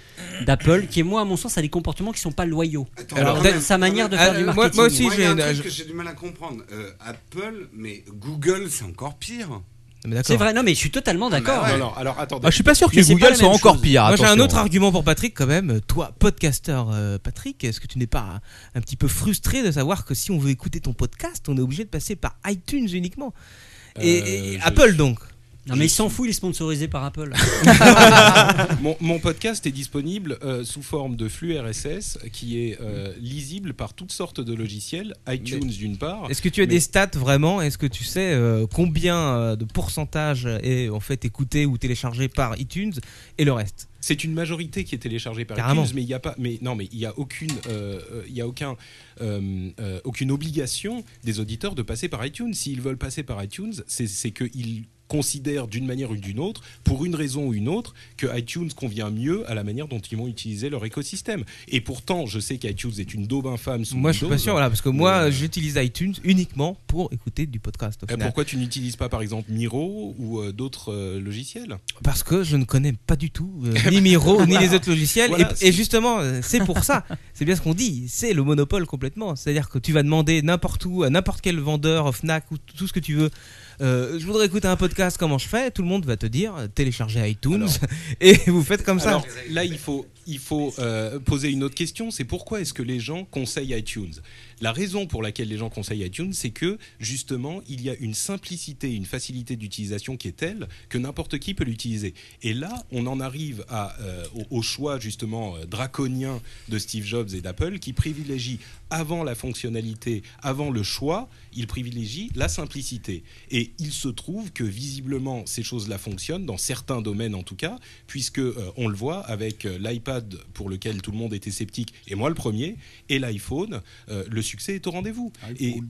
K: d'Apple, qui est moi à mon sens a des comportements qui sont pas loyaux. Alors,
I: peut-être-
K: sa manière de
I: Ah,
E: Ah,
K: faire du marketing.
F: Euh, il y a un truc que j'ai du mal à comprendre. Euh, Apple, mais Google, c'est encore pire.
K: C'est vrai, non mais je suis totalement d'accord.
I: Ah, Non, non, alors attendez.
E: Ah, je suis pas sûr que
I: Mais c'est pas
E: Google
I: la
E: soit
I: même
E: encore
I: chose.
E: pire.
I: Moi, j'ai un
E: attention.
I: autre
E: argument pour Patrick quand même. Toi, podcasteur euh, Patrick, est-ce que tu n'es pas un, un petit peu frustré de savoir que si on veut écouter ton podcast, on est obligé de passer par iTunes uniquement Et, et-
I: Euh, je
E: Apple
I: suis-
E: donc
K: Non mais il s'en fout, il est sponsorisé par Apple.
I: mon, mon podcast est disponible euh, sous forme de flux RSS qui est euh, lisible par toutes sortes de logiciels, iTunes
E: Mais-
I: d'une part.
E: Ah. Est-ce que tu as
I: mais-
E: des stats vraiment Est-ce que tu sais euh, combien euh, de pourcentage est en fait écouté ou téléchargé par iTunes et le reste
I: C'est une majorité qui est téléchargée par
E: Carrément.
I: iTunes, mais il y a pas, mais non, mais il y a aucune, euh, euh, il y a aucun, euh, euh, aucune obligation des auditeurs de passer par iTunes. S'ils veulent passer par iTunes, c'est c'est que ils considèrent d'une manière ou d'une autre, pour une raison ou une autre, que iTunes convient mieux à la manière dont ils vont utiliser leur écosystème. Et pourtant, je sais qu'iTunes est une daube infâme. Sous
E: Moi, je suis
I: Windows.
E: pas sûr, voilà, parce que moi,
I: Mais, euh,
E: j'utilise iTunes uniquement pour écouter du podcast. au
I: euh,
E: final.
I: pourquoi tu n'utilises pas par exemple Miro ou euh, d'autres euh, logiciels
E: Parce que je ne connais pas du tout euh, ni Miro ni les autres logiciels.
I: Voilà,
E: et, et
I: c'est-
E: justement, euh, c'est pour ça. C'est bien ce qu'on dit. C'est le monopole complètement. C'est-à-dire que tu vas demander n'importe où, à n'importe quel vendeur, Fnac ou tout ce que tu veux. euh, je voudrais écouter un podcast, comment je fais Tout le monde va te dire euh, télécharger iTunes et vous faites comme ça.
I: Alors, là, il faut, il faut euh, poser une autre question. C'est pourquoi est-ce que les gens conseillent iTunes La raison pour laquelle les gens conseillent iTunes, c'est que justement, il y a une simplicité, une facilité d'utilisation qui est telle que n'importe qui peut l'utiliser. Et là, on en arrive à, euh, au, au choix justement euh, draconien de Steve Jobs et d'Apple qui privilégie avant la fonctionnalité, avant le choix, il privilégie la simplicité. Et il se trouve que visiblement ces choses-là fonctionnent dans certains domaines en tout cas, puisque euh, on le voit avec euh, l'iPad pour lequel tout le monde était sceptique et moi le premier, et l'iPhone, euh, le succès est au rendez-vous. Et,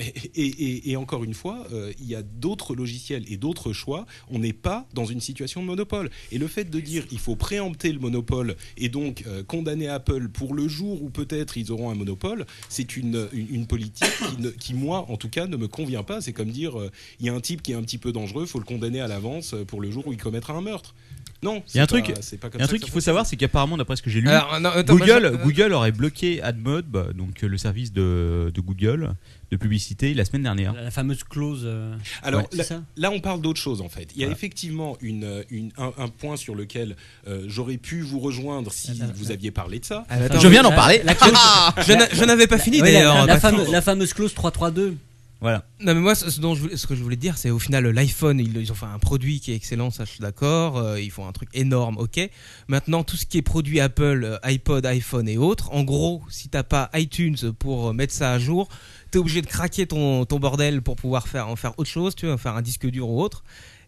I: et, et- et encore une fois, euh, il y a d'autres logiciels et d'autres choix. On n'est pas dans une situation de monopole. Et le fait de dire il faut préempter le monopole et donc euh, condamner Apple pour le jour où peut-être ils auront un monopole, c'est une, une, une politique qui, ne- qui, moi, en tout cas, ne me convient pas. C'est comme dire euh, il y a un type qui est un petit peu dangereux, faut le condamner à l'avance euh, pour le jour où il commettra un meurtre. Non,
D: Il y a un
I: c'est pas-
D: truc,
I: c'est pas
D: il
I: comme
D: y a un
I: ça
D: truc
I: que
D: qu'il
I: ça
D: faut savoir, c'est qu'apparemment, d'après ce que j'ai lu,
E: Alors, non, attends,
D: Google,
E: moi, je-
D: Google aurait bloqué AdMod, bah, donc euh, le service de, de Google de publicité, la semaine dernière.
K: La fameuse clause. euh,
I: Alors
K: ouais, c'est
I: là,
K: ça
I: là, on parle d'autre chose en fait. Il y a
K: Voilà.
I: effectivement une, euh, une- un, un point sur lequel euh, j'aurais pu vous rejoindre si vous aviez parlé de ça.
E: Ah, bah, attends, Je viens d'en la- parler. la clause- Ah Je n'a- je n'avais pas fini,
K: Ouais, la-
E: d'ailleurs,
K: La, la
E: Patrick.
K: fameuse, la fameuse clause 332.
D: Voilà.
E: Non mais moi ce, ce dont je voulais- ce que je voulais dire c'est au final l'iPhone ils, ils ont fait un produit qui est excellent ça je suis d'accord euh, ils font un truc énorme ok maintenant tout ce qui est produit Apple euh, iPod iPhone et autres en gros si t'as pas iTunes pour euh, mettre ça à jour t'es obligé de craquer ton, ton bordel pour pouvoir faire en faire autre chose tu vois faire un disque dur ou autre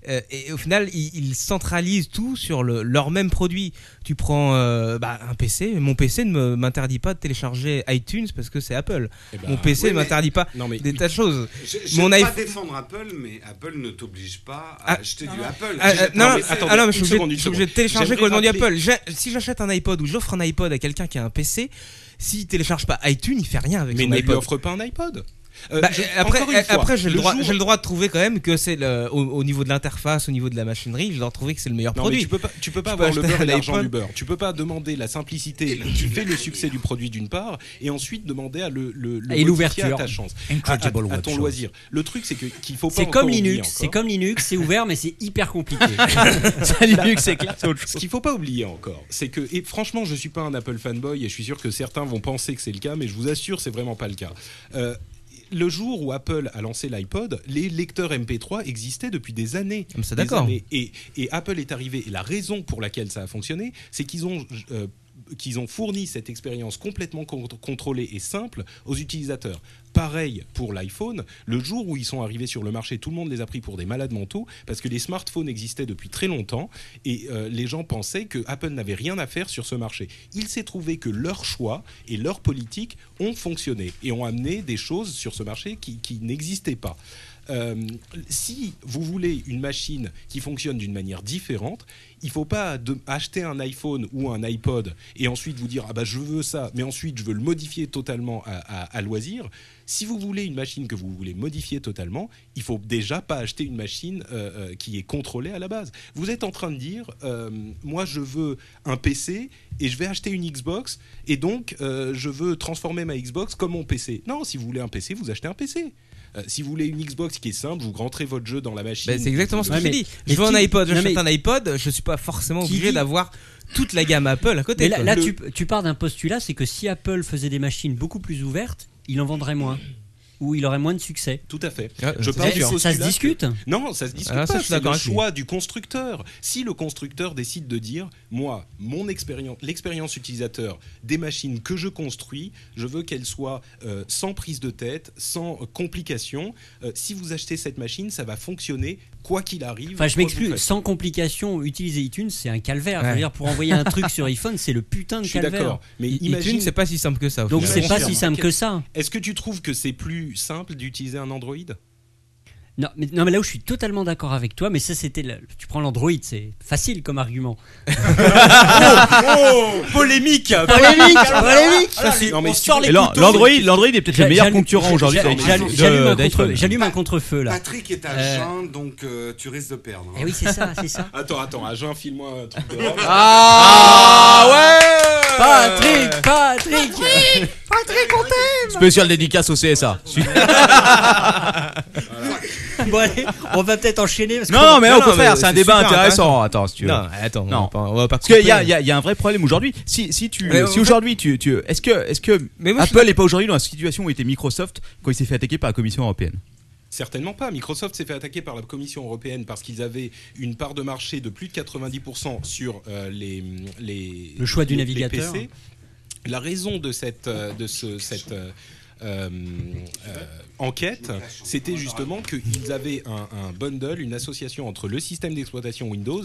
E: Euh, et au final, ils, ils centralisent tout sur le- leur même produit. Tu prends euh, bah, un PC, mon PC ne me- m'interdit pas de télécharger iTunes parce que c'est Apple.
I: Eh ben,
E: mon PC
I: oui,
E: ne
I: mais-
E: m'interdit pas
I: non, mais-
E: des tas de choses.
F: Je je
E: mon
F: vais
E: iPhone.
F: pas défendre Apple, mais Apple ne t'oblige pas à
E: Ah,
F: acheter
E: ah,
F: du Apple.
E: ah, ah, non, non,
F: mais-
E: attends, ah, non, mais je suis
F: une
E: obligé-
F: seconde, une
E: je suis obligé de
F: seconde.
E: télécharger
F: J'aimerais
E: quoi du
F: rappeler-
E: Apple. J'ai- Si j'achète un iPod ou j'offre un iPod à quelqu'un qui a un PC, s'il télécharge pas iTunes, il fait rien avec
I: Mais
E: son
I: ne lui
E: iPod.
I: offre pas un iPod. Euh,
E: Bah,
I: je-
E: après,
I: encore une fois,
E: après j'ai le, droit,
I: jour-
E: j'ai le droit de trouver quand même que c'est le- au, au niveau de l'interface, au niveau de la machinerie, je dois trouver que c'est le meilleur
I: Non, mais
E: produit.
I: tu peux pas, tu peux pas
E: Je
I: avoir le
E: acheter
I: beurre et
E: un
I: l'argent
E: iPod. Bah,
I: du beurre. Tu peux pas demander la simplicité qui fait le succès du produit d'une part, et ensuite demander à le, le, le
K: Et
I: boîtier
K: l'ouverture.
I: à ta chance,
K: Incredible
I: à, à- à
K: web
I: ton
K: show.
I: loisir. Le truc, c'est que qu'il faut pas.
K: C'est comme
I: encore oublier
K: Linux, c'est
I: encore.
K: comme Linux, c'est ouvert mais c'est hyper compliqué.
I: Ce qu'il faut pas oublier encore, c'est que et franchement, je suis pas un Apple fanboy et je suis sûr que certains vont penser que c'est le cas, mais je vous assure, c'est vraiment pas le cas. Euh, le jour où Apple a lancé l'iPod, les lecteurs MP3 existaient depuis des années.
E: Mais c'est
I: Des
E: d'accord.
I: années. Et, et Apple est arrivé. Et la raison pour laquelle ça a fonctionné, c'est qu'ils ont euh, qu'ils ont fourni cette expérience complètement con- contrôlée et simple aux utilisateurs. Pareil pour l'iPhone, le jour où ils sont arrivés sur le marché, tout le monde les a pris pour des malades mentaux parce que les smartphones existaient depuis très longtemps et euh, les gens pensaient que Apple n'avait rien à faire sur ce marché. Il s'est trouvé que leur choix et leur politique ont fonctionné et ont amené des choses sur ce marché qui, qui n'existaient pas. Euh, si vous voulez une machine qui fonctionne d'une manière différente, il faut pas de- acheter un iPhone ou un iPod et ensuite vous dire ah bah je veux ça, mais ensuite je veux le modifier totalement à, à- à loisir. Si vous voulez une machine que vous voulez modifier totalement, il faut déjà pas acheter une machine euh, euh, qui est contrôlée à la base. Vous êtes en train de dire euh, moi je veux un PC et je vais acheter une Xbox et donc euh, je veux transformer ma Xbox comme mon PC. Non, si vous voulez un PC, vous achetez un PC. Euh, si vous voulez une Xbox qui est simple, vous rentrez votre jeu dans la machine.
E: Ben, c'est exactement ce que
I: vous
E: je
I: le-
E: dis. Je veux un iPod, j'achète un iPod, je suis pas forcément
K: Qui
E: obligé
K: dit-
E: d'avoir toute la gamme Apple à côté.
K: Mais là,
E: quoi.
K: là,
E: Le-
K: tu, tu pars d'un postulat, c'est que si Apple faisait des machines beaucoup plus ouvertes, il en vendrait moins. Ou il aurait moins de succès.
I: Tout à fait.
K: Ça,
I: Je parle du
K: ça
I: postulat
K: se
I: que-
K: discute
I: Non, ça se discute
K: Ah, ça,
I: pas.
K: je suis
I: C'est
K: d'accord
I: le
K: avec lui.
I: choix du constructeur. Si le constructeur décide de dire, moi, mon expérience, l'expérience utilisateur des machines que je construis, je veux qu'elle soit euh, sans prise de tête, sans euh, complications. euh, si vous achetez cette machine, ça va fonctionner quoi qu'il arrive.
K: Enfin, je
I: quoi que vous
K: m'excuse,
I: faites.
K: sans complication, utiliser iTunes, c'est un calvaire. Je
I: Ouais.
K: veux dire, pour envoyer un truc sur iPhone, c'est le putain de
I: Je suis
K: calvaire.
I: d'accord, mais
K: I-
I: imagine-
K: iTunes,
E: c'est pas si simple que ça. au
K: Donc,
E: final.
K: c'est pas si simple que ça.
I: Est-ce que tu trouves que c'est plus simple d'utiliser un Android
K: Non mais, non, mais là où je suis totalement d'accord avec toi, mais ça c'était. le- Tu prends l'Android, c'est facile comme argument.
E: oh,
K: polémique
E: polémique,
K: polémique.
E: Ça, c'est-
K: Non, mais
E: on
K: si
E: sort
K: tu-
E: les
K: Et
E: couteaux.
K: l'an-
D: l'Android- l'Android est peut-être le
K: J'a-
D: meilleur
K: j'allume-
D: concurrent aujourd'hui
K: j'a-
D: avec-
K: j'allume-
D: de-
K: J'allume un
D: d'iPhone.
K: contre- j'allume un contre-feu là.
F: Patrick est à
K: Euh,
F: jeun, donc euh, tu risques de perdre.
K: Eh oui, c'est ça, c'est ça.
I: Attends, attends, à jeun, file-moi un truc de
D: Ah
I: ouais
K: Patrick, Patrick
B: Patrick, on t'aime
D: Spécial dédicace au CSA.
K: Bon, allez, on va peut-être enchaîner. Parce que-
D: Non, non, mais au contraire, c'est un débat intéressant. Ah, Attends, si tu veux.
E: Hein? Non, attends, on va pas- on va pas
D: Parce qu'il y a,
E: couper.
D: il y a- il y a un vrai problème aujourd'hui. Si, si tu,
E: Mais en
D: si
E: fait-
D: aujourd'hui tu, tu, est-ce que, est-ce que
E: moi, je
D: Apple n'est pas aujourd'hui dans la situation où était Microsoft quand il s'est fait attaquer par la Commission européenne
I: Certainement pas. Microsoft s'est fait attaquer par la Commission européenne parce qu'ils avaient une part de marché de plus de 90% sur euh, les, les-
K: Le choix du
I: les-
K: navigateur.
I: les PC. La raison de cette, euh, de ce, cette euh, euh, euh, enquête, c'était justement qu'ils avaient un, un bundle, une association entre le système d'exploitation Windows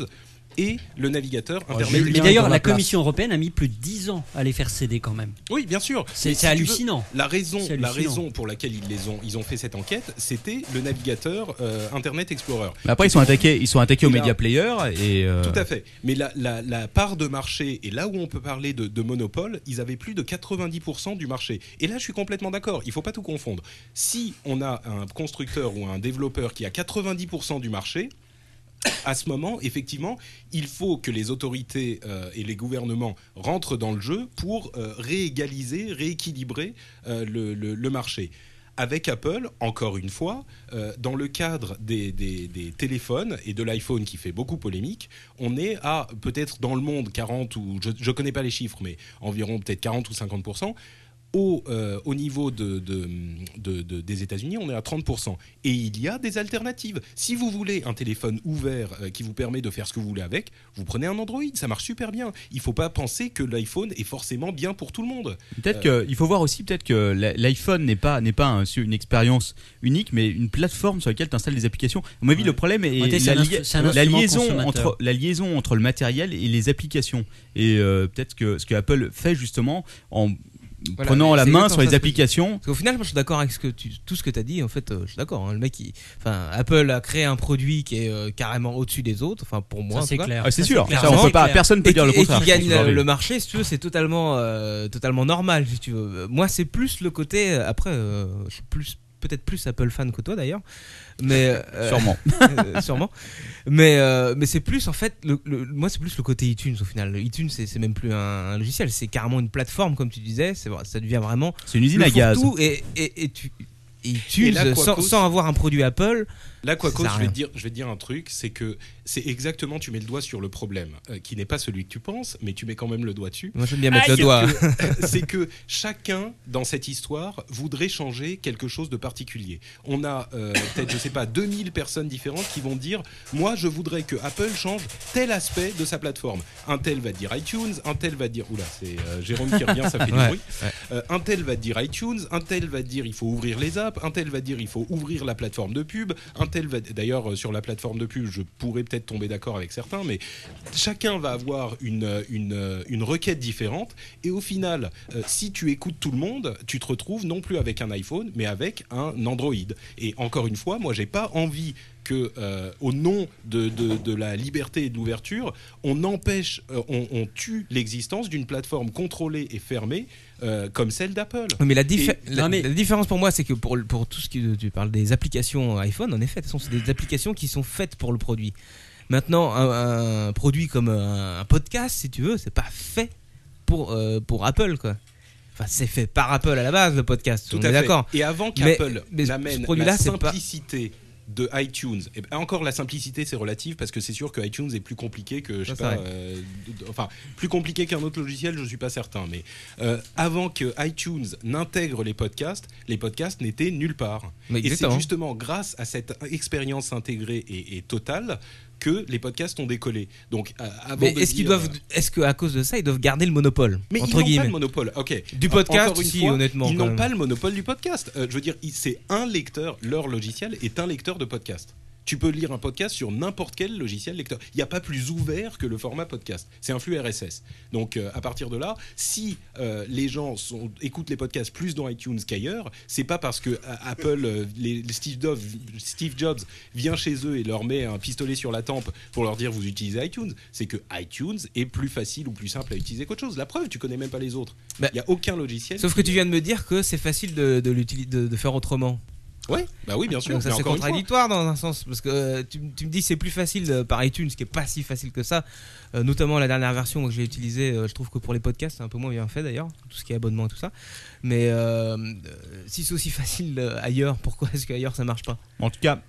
I: et le navigateur intermédiaire.
K: Oh, Mais d'ailleurs, la Commission européenne a mis plus de 10 ans à les faire céder quand même.
I: Oui, bien sûr.
K: C'est-
I: Mais
K: c'est
I: si tu veux,
K: hallucinant.
I: La raison,
K: C'est
I: la
K: hallucinant.
I: raison pour laquelle ils les ont, ils ont fait cette enquête, c'était le navigateur euh, Internet Explorer.
D: Mais après, ils sont attaqués, ils sont attaqués au
I: Il a-
D: Media Player et. euh,
I: Tout à fait. Mais la, la- la part de marché, et là où on peut parler de, de monopole, ils avaient plus de 90% du marché. Et là, je suis complètement d'accord. Il ne faut pas tout confondre. Si on a un constructeur ou un développeur qui a 90% du marché, à ce moment, effectivement, il faut que les autorités euh, et les gouvernements rentrent dans le jeu pour euh, réégaliser, rééquilibrer euh, le, le- le marché. Avec Apple, encore une fois, euh, dans le cadre des, des- des téléphones et de l'iPhone qui fait beaucoup polémique, on est à peut-être dans le monde 40 ou je ne connais pas les chiffres, mais environ peut-être 40 ou 50 au, euh, au niveau de, de- de- de- des États-Unis, on est à 30%. Et il y a des alternatives. Si vous voulez un téléphone ouvert euh, qui vous permet de faire ce que vous voulez avec, vous prenez un Android, ça marche super bien. Il ne faut pas penser que l'iPhone est forcément bien pour tout le monde.
D: Peut-être
I: Euh,
D: qu'il faut voir aussi peut-être que l'i- l'iPhone n'est pas n'est pas un- une expérience unique, mais une plateforme sur laquelle tu installes des applications. À mon avis, le problème est,
K: Ouais, c'est
D: la,
K: un
D: lia-
K: instru- c'est un
D: la
K: instrument
D: liaison
K: consommateur.
D: entre la liaison entre le matériel et les applications. Et euh, peut-être que ce que Apple fait justement en
E: Voilà,
D: prenant
E: mais
D: la
E: c'est
D: main
E: exactement
D: sur les
E: ça,
D: applications.
E: Parce qu'au final, moi, je suis d'accord avec ce que tu- tout ce que tu as dit. En fait, euh, je suis d'accord. hein. le mec, il- enfin, Apple a créé un produit qui est euh, carrément au-dessus des autres. Enfin, pour moi,
D: Ça,
E: en
D: c'est
E: tout cas.
D: clair. Ah, c'est Ça, sûr. c'est Ça, clair. on peut
E: C'est
D: pas-
E: clair.
D: personne peut
E: Et
D: dire
E: qui-
D: le contraire,
E: Et
D: je
E: qui
D: pense,
E: gagne euh,
D: aujourd'hui.
E: le marché, si tu veux, c'est totalement, euh, totalement normal, si tu veux. Euh, Moi, c'est plus le côté. euh, Après, euh, je suis plus peut-être plus Apple fan que toi d'ailleurs, mais euh,
D: Sûrement.
E: euh, sûrement. Mais euh, mais c'est plus en fait, le, le- moi c'est plus le côté iTunes au final. Le iTunes c'est c'est même plus un, un logiciel, c'est carrément une plateforme comme tu disais. C'est vrai, ça devient vraiment
D: C'est une usine
E: le
D: à gaz.
E: fourre-tout Et et, et tu et iTunes
I: Et là, quoi
E: sans,
I: cause-
E: sans avoir un produit Apple.
I: Là, quoi
E: ça
I: cause,
E: sert à
I: je vais,
E: rien.
I: te dire, je vais te dire un truc, c'est que c'est exactement, tu mets le doigt sur le problème, euh, qui n'est pas celui que tu penses, mais tu mets quand même le doigt dessus.
E: Moi, j'aime bien mettre le
I: Ah, c'est
E: doigt.
I: que- C'est que, chacun, dans cette histoire, voudrait changer quelque chose de particulier. On a euh, peut-être, je sais pas, 2000 personnes différentes qui vont dire, moi, je voudrais que Apple change tel aspect de sa plateforme. Un tel va dire iTunes, un tel va dire... Oula, c'est euh, Jérôme qui revient, ça fait du
E: Ouais,
I: bruit.
E: ouais.
I: Euh, un tel va dire iTunes, un tel va dire il faut ouvrir les apps, un tel va dire il faut ouvrir la plateforme de pub, un tel va d'ailleurs euh, sur la plateforme de pub, je pourrais peut-être tomber d'accord avec certains, mais chacun va avoir une, euh, une, euh, une requête différente et au final, euh, si tu écoutes tout le monde, tu te retrouves non plus avec un iPhone, mais avec un Android. Et encore une fois, moi j'ai pas envie que euh, au nom de, de- de la liberté et de l'ouverture, on empêche, euh, on, on tue l'existence d'une plateforme contrôlée et fermée euh, comme celle d'Apple.
E: Oui, Mais la, diffé-
I: Et-
E: la- la différence pour moi, c'est que pour, le- pour tout ce qui tu parles des applications iPhone, en effet, de toute façon, c'est des applications qui sont faites pour le produit. Maintenant, un, un produit comme un, un podcast, si tu veux, c'est pas fait pour euh, pour Apple, quoi. Enfin, c'est fait par Apple à la base, le podcast.
I: Tout
E: on
I: à
E: est
I: fait.
E: d'accord.
I: Et avant
E: Mais-
I: qu'Apple
E: mais ce-
I: n'amène
E: ce produit-là,
I: la
E: c'est pas.
I: simplicité de iTunes, et ben, encore la simplicité c'est relative parce que c'est sûr que iTunes est plus compliqué que je sais
E: Ça, c'est
I: pas,
E: vrai.
I: euh, d- d- enfin plus compliqué qu'un autre logiciel, je suis pas certain. Mais euh, avant que iTunes n'intègre les podcasts, les podcasts n'étaient nulle part.
E: Mais
I: et c'est
E: exactement.
I: justement grâce à cette expérience intégrée et, et totale que les podcasts ont décollé. Donc euh, avant
E: Mais
I: de
E: est-ce qu'ils
I: dire- euh,
E: doivent, est-ce qu'à cause de ça, ils doivent garder le monopole
I: mais
E: entre
I: ils n'ont
E: guillemets
I: pas le monopole. Ok.
E: Du podcast,
I: Encore une
E: si,
I: fois,
E: honnêtement,
I: Ils
E: quand
I: n'ont
E: même.
I: pas le monopole du podcast. Euh, je veux dire, il- c'est un lecteur. Leur logiciel est un lecteur de podcast. Tu peux lire un podcast sur n'importe quel logiciel lecteur. Il n'y a pas plus ouvert que le format podcast. C'est un flux RSS. Donc, euh, à partir de là, si euh, les gens sont- écoutent les podcasts plus dans iTunes qu'ailleurs, c'est pas parce que euh, Apple, euh, les, les Steve, Jobs, Steve Jobs vient chez eux et leur met un pistolet sur la tempe pour leur dire vous utilisez iTunes. C'est que iTunes est plus facile ou plus simple à utiliser qu'autre chose. La preuve, tu connais même pas les autres. Il n'y a aucun logiciel.
E: Bah, Sauf que tu viens de me dire que c'est facile de, de, l'utili- de, de faire autrement.
I: Ouais, bah oui, bien sûr,
E: Donc ça
I: mais
E: c'est
I: encore une fois.
E: contradictoire dans un sens parce que euh, tu, m- tu me dis c'est plus facile euh, par iTunes, ce qui est pas si facile que ça. Euh, notamment la dernière version que j'ai utilisée, euh, je trouve que pour les podcasts c'est un peu moins bien fait d'ailleurs, tout ce qui est abonnement et tout ça. Mais euh, euh, si c'est aussi facile euh, ailleurs, pourquoi est-ce qu'ailleurs ça marche pas
D: En tout cas,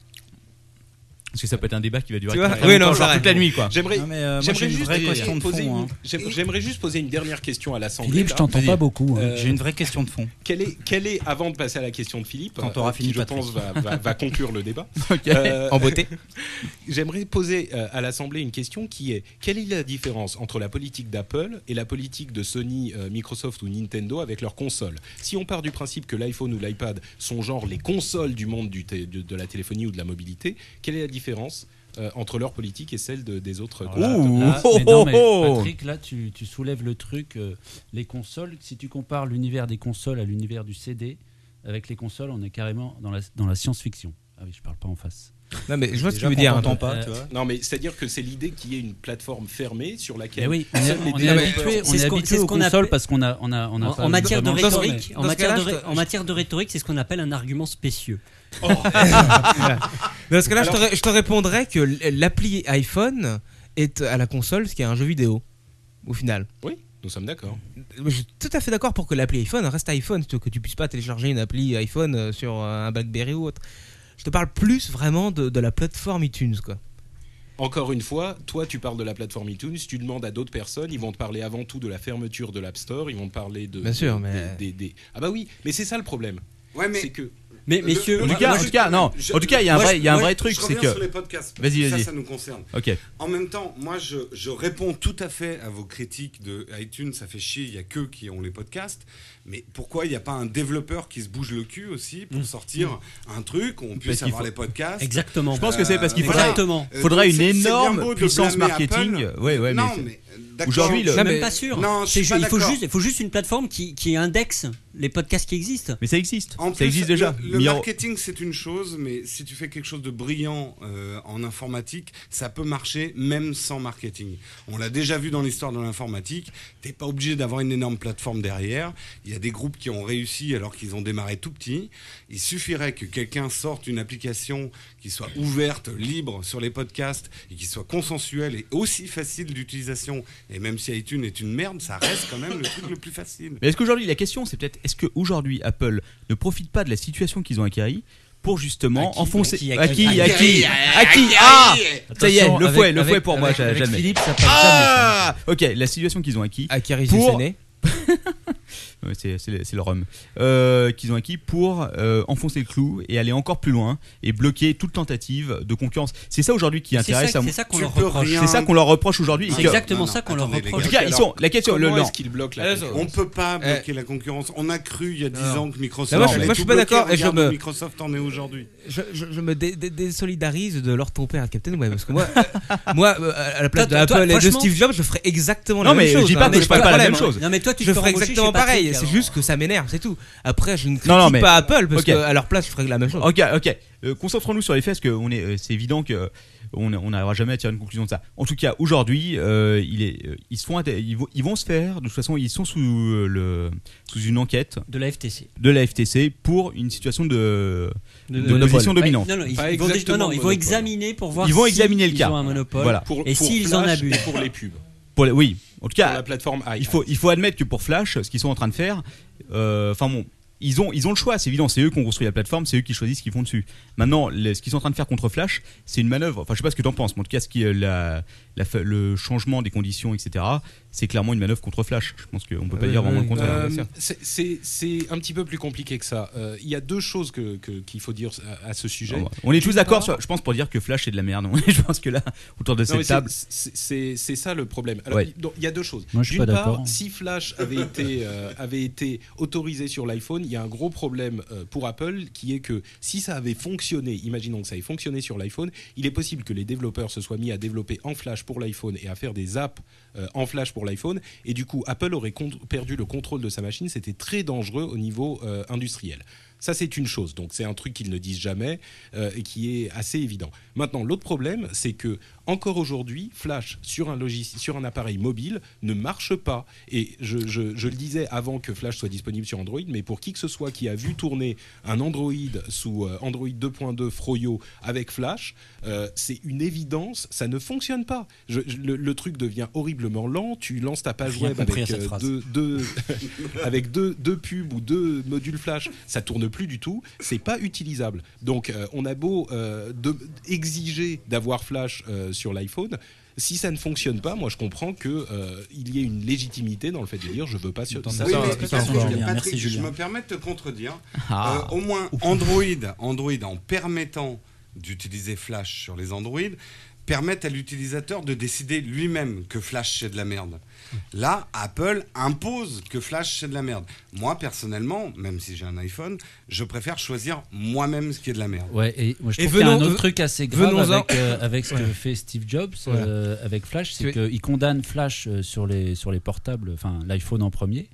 D: parce que ça peut être un débat qui va durer
E: Tu vois
D: très
E: Oui, non,
D: longtemps, genre
E: j'arrête.
D: toute la nuit, quoi.
I: J'aimerais
E: Non, mais, euh, moi,
I: j'aimerais
E: j'ai une
I: juste,
E: vraie
I: poser-
E: question de
I: poser
E: fond,
I: une-
E: hein.
I: j'aim- j'aimerais juste poser une dernière question à l'Assemblée.
J: Philippe, je
I: là.
J: t'entends pas
I: Vas-y.
J: beaucoup, hein.
I: Euh,
J: J'ai une vraie question de fond.
I: Quelle est, quelle est, avant de passer à la question de Philippe, euh,
J: Quand t'auras fini,
I: qui je
J: Patrick.
I: pense va, va- va conclure le débat, Euh,
J: Ok, en beauté.
I: J'aimerais poser euh, à l'Assemblée une question qui est quelle est la différence entre la politique d'Apple et la politique de Sony, euh, Microsoft ou Nintendo avec leurs consoles Si on part du principe que l'iPhone ou l'iPad sont genre les consoles du monde du té- de, de la téléphonie ou de la mobilité, quelle est la différence euh, entre leur politique et celle de- des autres
J: Alors là, là, mais non, mais
I: oh,
J: Patrick, là, tu, tu soulèves le truc. euh, les consoles, si tu compares l'univers des consoles à l'univers du CD, avec les consoles, on est carrément dans la, dans la science-fiction. Ah oui, je parle pas en face.
E: Non, mais je vois ce
J: Déjà
E: que tu veux
J: qu'on
E: dire.
J: t'entend
E: hein.
J: pas, Euh, tu vois.
I: Non, mais c'est-à-dire que c'est l'idée qu'il y ait une plateforme fermée sur laquelle.
J: Eh oui, on est,
I: seuls les
J: on est
I: développeurs-
J: habitué, on est habitué aux consoles parce qu'on a, on a, on a
K: En,
J: pas
K: en matière de
J: vraiment-
K: rhétorique, en
E: dans ce
K: matière de,
E: cas-là,
K: rhé- en matière de rhétorique, c'est ce qu'on appelle un argument spécieux.
E: Voilà. Dans ce cas-là, je, te,
K: Alors-
E: ré- je te répondrais que l- l'appli iPhone est à la console ce qui est un jeu vidéo, au final.
I: Oui, nous sommes d'accord.
E: Je suis tout à fait d'accord pour que l'appli iPhone reste iPhone, plutôt que tu puisses pas télécharger une appli iPhone euh, sur euh, un BlackBerry ou autre. Je te parle plus vraiment de, de la plateforme iTunes, quoi.
I: Encore une fois, toi tu parles de la plateforme iTunes, tu demandes à d'autres personnes, ils vont te parler avant tout de la fermeture de l'App Store, ils vont te parler de.
E: Bien sûr,
I: de-
E: mais-
I: des- des- des- Ah bah oui, mais c'est ça le problème.
F: Ouais, mais-
I: C'est que.
F: Mais, messieurs,
D: Euh, En tout cas, en tout cas, non. En tout cas, il y a un
F: Moi,
D: vrai, il y a un
F: moi,
D: vrai
F: je
D: truc, c'est
F: reviens
D: que.
F: sur les podcasts, parce
D: Vas-y,
F: que ça,
D: vas-y.
F: ça nous concerne.
D: Ok.
F: En même temps, moi, je, je réponds tout à fait à vos critiques de iTunes. Ça fait chier, il y a qu'eux qui ont les podcasts. Mais pourquoi il n'y a pas un développeur qui se bouge le cul aussi pour sortir un truc où on puisse
D: Mmh. qu'il
F: avoir
D: faut-
F: les podcasts
D: Exactement. Je pense que c'est parce qu'il
F: Euh,
D: faudrait-
F: voilà.
D: faudrait
F: Euh,
D: une
F: c'est- c'est bien
D: énorme
F: beau de
D: puissance
F: blâmer
D: marketing.
F: Apple.
D: Ouais, ouais, mais
F: non,
D: c'est-
F: mais euh, d'accord.
D: Aujourd'hui, le-
K: Je suis même pas sûr.
F: Non, je suis
K: C'est
F: pas
K: ju- il faut
F: d'accord.
K: juste, il faut juste une plateforme qui, qui indexe les podcasts qui existent.
D: Mais ça existe.
F: En plus, Le, le marketing, c'est une chose, mais si tu fais quelque chose de brillant euh, en informatique, ça peut marcher même sans marketing. On l'a déjà vu dans l'histoire de l'informatique. T'es pas obligé d'avoir une énorme plateforme derrière. Il y a des groupes qui ont réussi alors qu'ils ont démarré tout petit. Il suffirait que quelqu'un sorte une application qui soit ouverte, libre sur les podcasts et qui soit consensuelle et aussi facile d'utilisation. Et même si iTunes est une merde, ça reste quand même le truc le plus facile.
D: Mais est-ce qu'aujourd'hui, la question, c'est peut-être est-ce qu'aujourd'hui, Apple ne profite pas de la situation qu'ils ont acquérie pour justement enfoncer.
J: À qui,
D: À qui
J: à qui,
D: À qui Ah Ça y est, le
J: Attention,
D: fouet, le
J: avec-
D: fouet pour
J: avec-
D: moi, j'a-
J: avec
D: jamais.
J: Philippe, ça parle
D: Ah Ok, la situation qu'ils ont acquis.
E: Acquérir
D: pour...
E: Séné.
D: Ouais, c'est- C'est c'est leur homme. Euh, qu'ils ont acquis pour euh, enfoncer le clou et aller encore plus loin et bloquer toute tentative de concurrence. C'est ça aujourd'hui qui
K: C'est
D: intéresse
K: ça-
D: à
K: c'est
D: moi.
K: ça qu'on Tu leur peux reproche. rien-
D: C'est ça qu'on leur reproche aujourd'hui. et
K: C'est
D: que-
K: exactement Non, non, ça qu'on leur attendez, les reproche.
D: En
K: gars.
D: tout cas, ils sont. La question, le
F: Comment
D: non.
F: est-ce qu'ils bloquent la concurrence Eh, On peut pas bloquer la concurrence. On a cru il y a 10
E: Non.
F: ans que Microsoft.
E: Non, moi, je-
F: allait
E: moi, je
F: tout
E: suis pas
F: bloquer.
E: d'accord et je
F: Regarde
E: me-
F: où Microsoft en est aujourd'hui.
E: Je, je- je me dé- dé- désolidarise de leur ton père, Captain Web, parce que moi, euh, moi euh, à la place
K: Toi,
E: de
K: toi,
E: Apple et de
K: franchement-
E: Steve Jobs, je ferais exactement
D: Non,
E: la même
D: mais
E: chose. hein.
D: je dis pas que je
E: j'ai
D: ferais
E: de
D: pas la
E: problème,
D: même chose.
E: hein.
D: Non, mais toi, tu te
E: je
D: fais
E: ferais
D: embaucher chez
E: exactement
D: Patrick,
E: pareil. C'est
D: alors.
E: juste que ça m'énerve, c'est tout. Après, je ne critique
D: Non, non, mais
E: pas Apple parce
D: Ok.
E: que à leur place, je ferais la même chose.
D: Ok, ok. Euh, Concentrons-nous sur les faits, parce que on est, euh, c'est évident que euh, on on n'arrivera jamais à tirer une conclusion de ça. En tout cas, aujourd'hui, euh, il est, euh, ils, se font inter- ils, vont, ils vont se faire. De toute façon, ils sont sous euh, le, sous une enquête
K: De la FTC.
D: de la FTC pour une situation de, de, position dominante.
K: Bah, Non, non,
E: Bah,
K: ils,
F: Ah,
K: ils vont, dé- non, non, ils vont examiner pour voir
D: Ils vont
K: si
D: examiner le
K: ils
D: cas.
K: ont un monopole
D: Voilà.
K: et s'ils en abusent.
I: pour les pubs.
D: Pour les- oui, en tout cas,
I: Pour la plateforme
D: il faut il faut admettre que pour Flash, ce qu'ils sont en train de faire, euh, enfin bon, ils ont ils ont le choix, c'est évident, c'est eux qui ont construit la plateforme, c'est eux qui choisissent ce qu'ils font dessus. Maintenant, les- ce qu'ils sont en train de faire contre Flash, c'est une manœuvre. Enfin, je sais pas ce que t'en penses, mais en tout cas, ce qui est la, la fa- le changement des conditions, etc., c'est clairement une manœuvre contre Flash. Je pense qu'on peut pas dire vraiment le contraire.
I: Euh, c'est- c'est- c'est un petit peu plus compliqué que ça. Euh, Il y a deux choses que- que- qu'il faut dire à, à ce sujet.
D: Ah On est tous
I: D'une
D: d'accord,
I: part-
D: sur- je pense, pour dire que Flash est de la merde. je pense que là, autour de
I: Non, mais
D: cette
I: c'est-
D: table,
I: C'est c'est- c'est ça le problème. Alors,
D: Ouais.
I: il- donc, il y a deux choses.
D: Moi, je suis
I: D'une
D: pas
I: part,
D: d'accord.
I: si Flash avait été, euh, avait été autorisé sur l'iPhone, il y a un gros problème euh, pour Apple qui est que si ça avait fonctionné, imaginons que ça ait fonctionné sur l'iPhone, il est possible que les développeurs se soient mis à développer en Flash pour l'iPhone et à faire des apps euh, en Flash pour l'iPhone. Et du coup, Apple aurait con- perdu le contrôle de sa machine. C'était très dangereux au niveau euh, industriel. Ça, c'est une chose. Donc, c'est un truc qu'ils ne disent jamais euh, et qui est assez évident. Maintenant, l'autre problème, c'est que encore aujourd'hui, Flash sur un logis- sur un appareil mobile ne marche pas. Et je, je- je le disais avant que Flash soit disponible sur Android, mais pour qui que ce soit qui a vu tourner un Android sous euh, Android 2.2 Froyo avec Flash, euh, c'est une évidence, ça ne fonctionne pas. Je- je- le, le truc devient horriblement lent. Tu lances ta page
G: Rien
I: web
G: compris à
I: avec
G: cette
I: euh,
G: phrase.
I: deux deux, avec deux, deux pubs ou deux modules flash, ça tourne plus du tout, c'est pas utilisable. Donc euh, on a beau euh, de- exiger d'avoir flash euh, sur l'iPhone, si ça ne fonctionne pas, moi je comprends que euh, il y ait une légitimité dans le fait de dire je veux pas sur
F: Oui, mais peut-être que Julien, Patrick, je me permets de te contredire.
I: Ah.
F: Euh, au moins, Android, Android, en permettant d'utiliser Flash sur les Android, permettent à l'utilisateur de décider lui-même que Flash c'est de la merde. Là, Apple impose que Flash c'est de la merde. Moi, personnellement, même si j'ai un iPhone, je préfère choisir moi-même ce qui est de la merde.
J: Ouais, et moi je trouve qu'il y a un autre truc assez grave avec, euh, avec ce que
F: Ouais.
J: fait Steve Jobs
F: Voilà.
J: euh, avec Flash,
F: Tu
J: c'est
F: es-
J: qu'il condamne Flash euh, sur les, sur les portables, enfin l'iPhone en premier,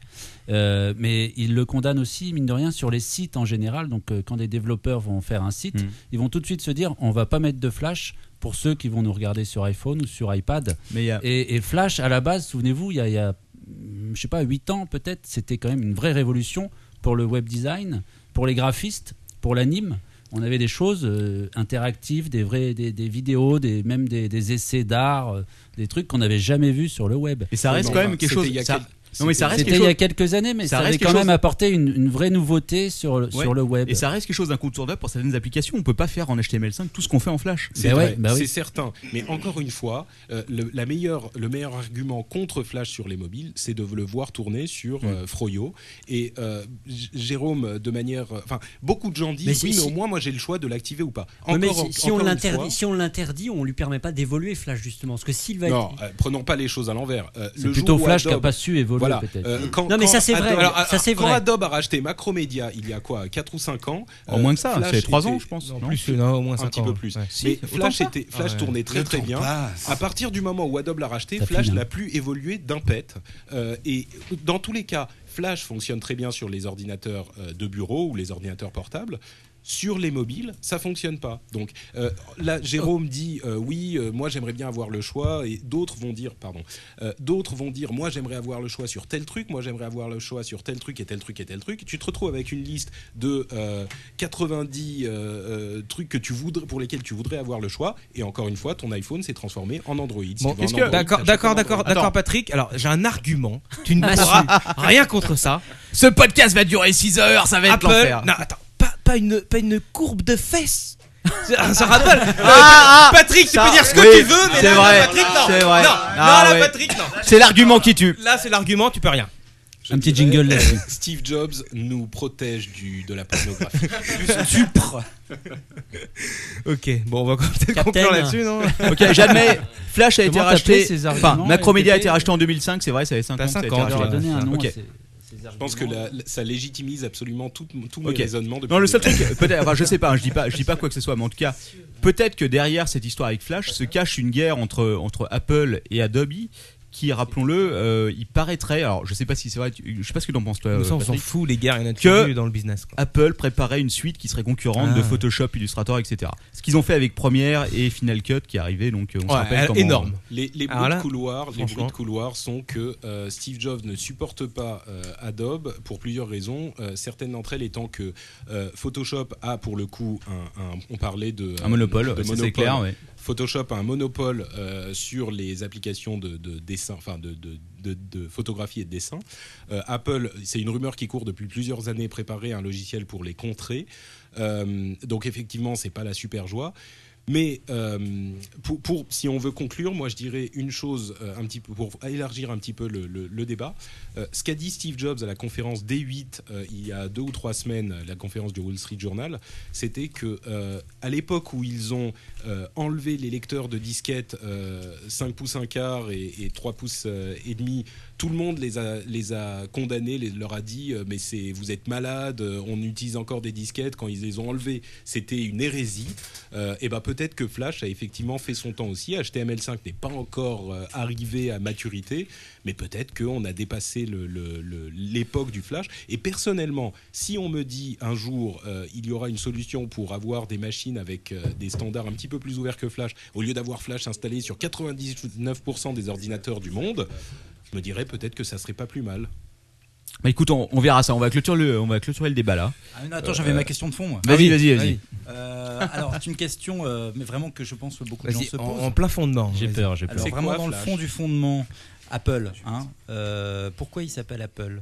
J: Euh, mais il le condamne aussi, mine de rien, sur les sites en général. Donc euh, quand des développeurs vont faire un site,
D: Mm.
J: ils vont tout de suite se dire on va pas mettre de Flash pour ceux qui vont nous regarder sur iPhone ou sur iPad.
D: Mais il y a-
J: et, et Flash, à la base, souvenez-vous, il y a, il y a, mm, je sais pas, 8 ans peut-être, c'était quand même une vraie révolution pour le web design, pour les graphistes, pour l'anime. On avait des choses euh, interactives, des vrais, des, des vidéos, des, même des, des essais d'art, euh, des trucs qu'on n'avait jamais vus sur le web.
D: Et ça reste quand même quelque chose. ça- non, mais ça reste
J: C'était
D: quelque
J: il y a
D: chose-
J: quelques années, mais ça,
D: reste
J: avait
D: quelque
J: quand même
D: chose-
J: apporté une, une vraie nouveauté sur, le-
D: Ouais.
J: sur le web.
D: Et ça reste quelque chose d'incontournable pour certaines applications. On peut pas faire en HTML5 tout ce qu'on fait en Flash.
I: C'est
K: Bah
I: vrai,
J: Bah
I: c'est certain. Mais encore une fois, euh, le, la meilleure, le meilleur argument contre Flash sur les mobiles, c'est de le voir tourner sur euh, Froyo. Et euh, J- Jérôme, de manière, euh, enfin, beaucoup de gens disent
K: Mais si-
I: oui, mais
K: si-
I: au moins moi j'ai le choix de l'activer ou pas.
K: Ouais, mais
I: Encore-
K: si, si on
I: encore une
K: l'interdit,
I: fois-
K: si on l'interdit, on lui permet pas d'évoluer Flash justement, parce que s'il va
I: non,
K: être-
I: euh, prenons pas les choses à l'envers. Euh,
J: C'est
I: le
J: plutôt
I: jour où
J: Flash qui a
I: Adobe-
J: pas su évoluer,
I: Voilà,
J: peut-être.
I: euh, quand-
K: Non, mais
I: quand
K: ça, c'est
I: Adobe-
K: vrai.
I: alors,
K: Ça, c'est
I: quand
K: vrai.
I: Adobe a racheté Macromedia il y a quoi 4 ou 5 ans euh,
D: En moins que ça,
I: Flash
D: c'est trois
I: était-
D: ans, je pense,
I: En
D: non
I: plus,
D: Non, au moins
I: un
D: cinq
I: petit
D: ans,
I: peu
D: ouais.
I: plus.
D: Ouais.
I: Mais
D: Si, autant
I: Flash,
D: que ça.
I: était, Flash
D: Ah ouais.
I: tournait très
D: Le
I: très
D: temps
I: bien.
D: passe.
I: À partir du moment où Adobe l'a racheté,
D: Ça
I: Flash
D: file, hein.
I: n'a plus évolué d'un pet. Euh, et dans tous les cas, Flash fonctionne très bien sur les ordinateurs euh, de bureau ou les ordinateurs portables. Sur les mobiles, ça fonctionne pas. Donc euh, là, Jérôme dit euh, oui, euh, moi j'aimerais bien avoir le choix, et d'autres vont dire, pardon, euh, d'autres vont dire moi j'aimerais avoir le choix sur tel truc, moi j'aimerais avoir le choix sur tel truc et tel truc et tel truc. Tu te retrouves avec une liste de euh, 90 euh, euh, trucs que tu voudrais, pour lesquels tu voudrais avoir le choix, et encore une fois, ton iPhone s'est transformé en Android. Si
E: Bon,
I: tu veux un
E: est-ce que-
I: Android, t'achètes un
E: D'accord, d'accord,
I: Android.
E: d'accord, d'accord,
I: Attends.
E: Patrick. Alors, j'ai un argument. Tu ne
I: Massu.
E: pourras rien contre ça.
D: Ce podcast va durer 6 heures, ça va être
E: Apple-
D: l'enfer.
E: Non, attends, pas, pas une, pas une courbe de fesses. Ça, ça rappelle.
D: Ah,
E: Euh,
D: ah,
E: Patrick,
D: ça,
E: tu peux dire ce que
D: oui,
E: tu veux, mais
D: c'est
E: là,
D: vrai,
E: Patrick, non.
D: c'est vrai.
E: Non,
D: Ah,
E: non, là,
D: ouais.
E: Patrick, non.
D: C'est l'argument qui tue.
E: Là, c'est l'argument, tu peux rien.
J: Un petit
I: dirais,
J: jingle là-dessus.
I: Euh, Steve Jobs nous protège du, de la pornographie.
E: Supre. Ok, bon, on va peut-être conclure là-dessus, non
D: hein. Ok, j'admets. Flash a été
E: Comment t'appelais
D: racheté.
E: ces arguments,
D: Enfin, Macromedia a
E: LTP?
D: été racheté en 2005, c'est vrai, ça avait 5 ans.
E: T'as
D: que ça a été
E: 5 ans,
D: racheté.
E: tu leur as donné un nom à
D: Ok.
E: ces-
I: Je pense que la- la- ça légitimise absolument tout- tous mes
D: Ok.
I: raisonnements. depuis
D: Non, le seul
I: début.
D: truc, peut-être, enfin, je sais pas, hein, je dis pas, je dis pas quoi que ce soit, mais en tout cas, peut-être que derrière cette histoire avec Flash se cache une guerre entre entre Apple et Adobe. Qui, rappelons-le, euh, il paraîtrait, alors je sais pas si c'est vrai, tu- je sais pas ce que t'en penses toi.
E: Mais ça, on s'en
D: Patrick,
E: fout, les guerres, il y en a toujours
D: que
E: eu dans le business, quoi.
D: Apple préparait une suite qui serait concurrente
E: Ah.
D: de Photoshop, Illustrator, etc. Ce qu'ils ont fait avec Premiere et Final Cut qui est arrivé, donc euh, on se
E: Ouais,
D: rappelle
E: elle-
D: comment-
E: énorme.
I: Les, les
E: Alors
I: bruits
E: là,
I: de couloir, les
E: franchement.
I: bruits de couloir sont que euh, Steve Jobs ne supporte pas euh, Adobe pour plusieurs raisons. Euh, certaines d'entre elles étant que euh, Photoshop a pour le coup un, un- on parlait de
D: Un monopole,
I: de
D: ouais, ça, c'est clair, ouais.
I: Photoshop a un monopole euh, sur les applications de, de dessin dessin, enfin de, de- de- de photographie et de dessin. Euh, Apple, c'est une rumeur qui court depuis plusieurs années, préparer un logiciel pour les contrer. Euh, donc effectivement, c'est pas la super joie. Mais euh, pour, pour- si on veut conclure, moi je dirais une chose euh, un petit peu pour élargir un petit peu le, le- le débat. Euh, ce qu'a dit Steve Jobs à la conférence D8 euh, il y a deux ou trois semaines, la conférence du Wall Street Journal, c'était que euh, à l'époque où ils ont euh, enlevé les lecteurs de disquettes euh, 5 pouces 1 quart et, et 3 pouces euh, et demi, tout le monde les a, les a condamnés, les, leur a dit euh, mais c'est vous êtes malades, euh, on utilise encore des disquettes quand ils les ont enlevées, c'était une hérésie. Euh, et ben peut-être que Flash a effectivement fait son temps aussi. HTML5 n'est pas encore euh, arrivé à maturité, mais peut-être qu'on a dépassé le- le- le- l'époque du Flash. Et personnellement, si on me dit un jour euh, il y aura une solution pour avoir des machines avec euh, des standards un petit peu plus ouverts que Flash, au lieu d'avoir Flash installé sur 99% des ordinateurs du monde, je me dirais peut-être que ça serait pas plus mal.
D: Bah écoute, on, on verra ça. On va clôturer le, on va clôturer le débat là.
G: Ah, mais non, attends,
E: Euh,
G: j'avais ma question de fond. moi.
E: Ah
D: Vas-y, vas-y, vas-y.
G: Euh, alors, c'est une question, euh, mais vraiment que je pense que beaucoup de gens
E: Vas-y,
G: se
E: en-
G: posent.
E: en plein fondement, J'ai vas-y. peur, j'ai peur.
G: Alors,
E: C'est
G: vraiment
E: quoi,
G: dans le
E: Flash
G: fond du fondement, Apple. hein, euh, pourquoi il s'appelle Apple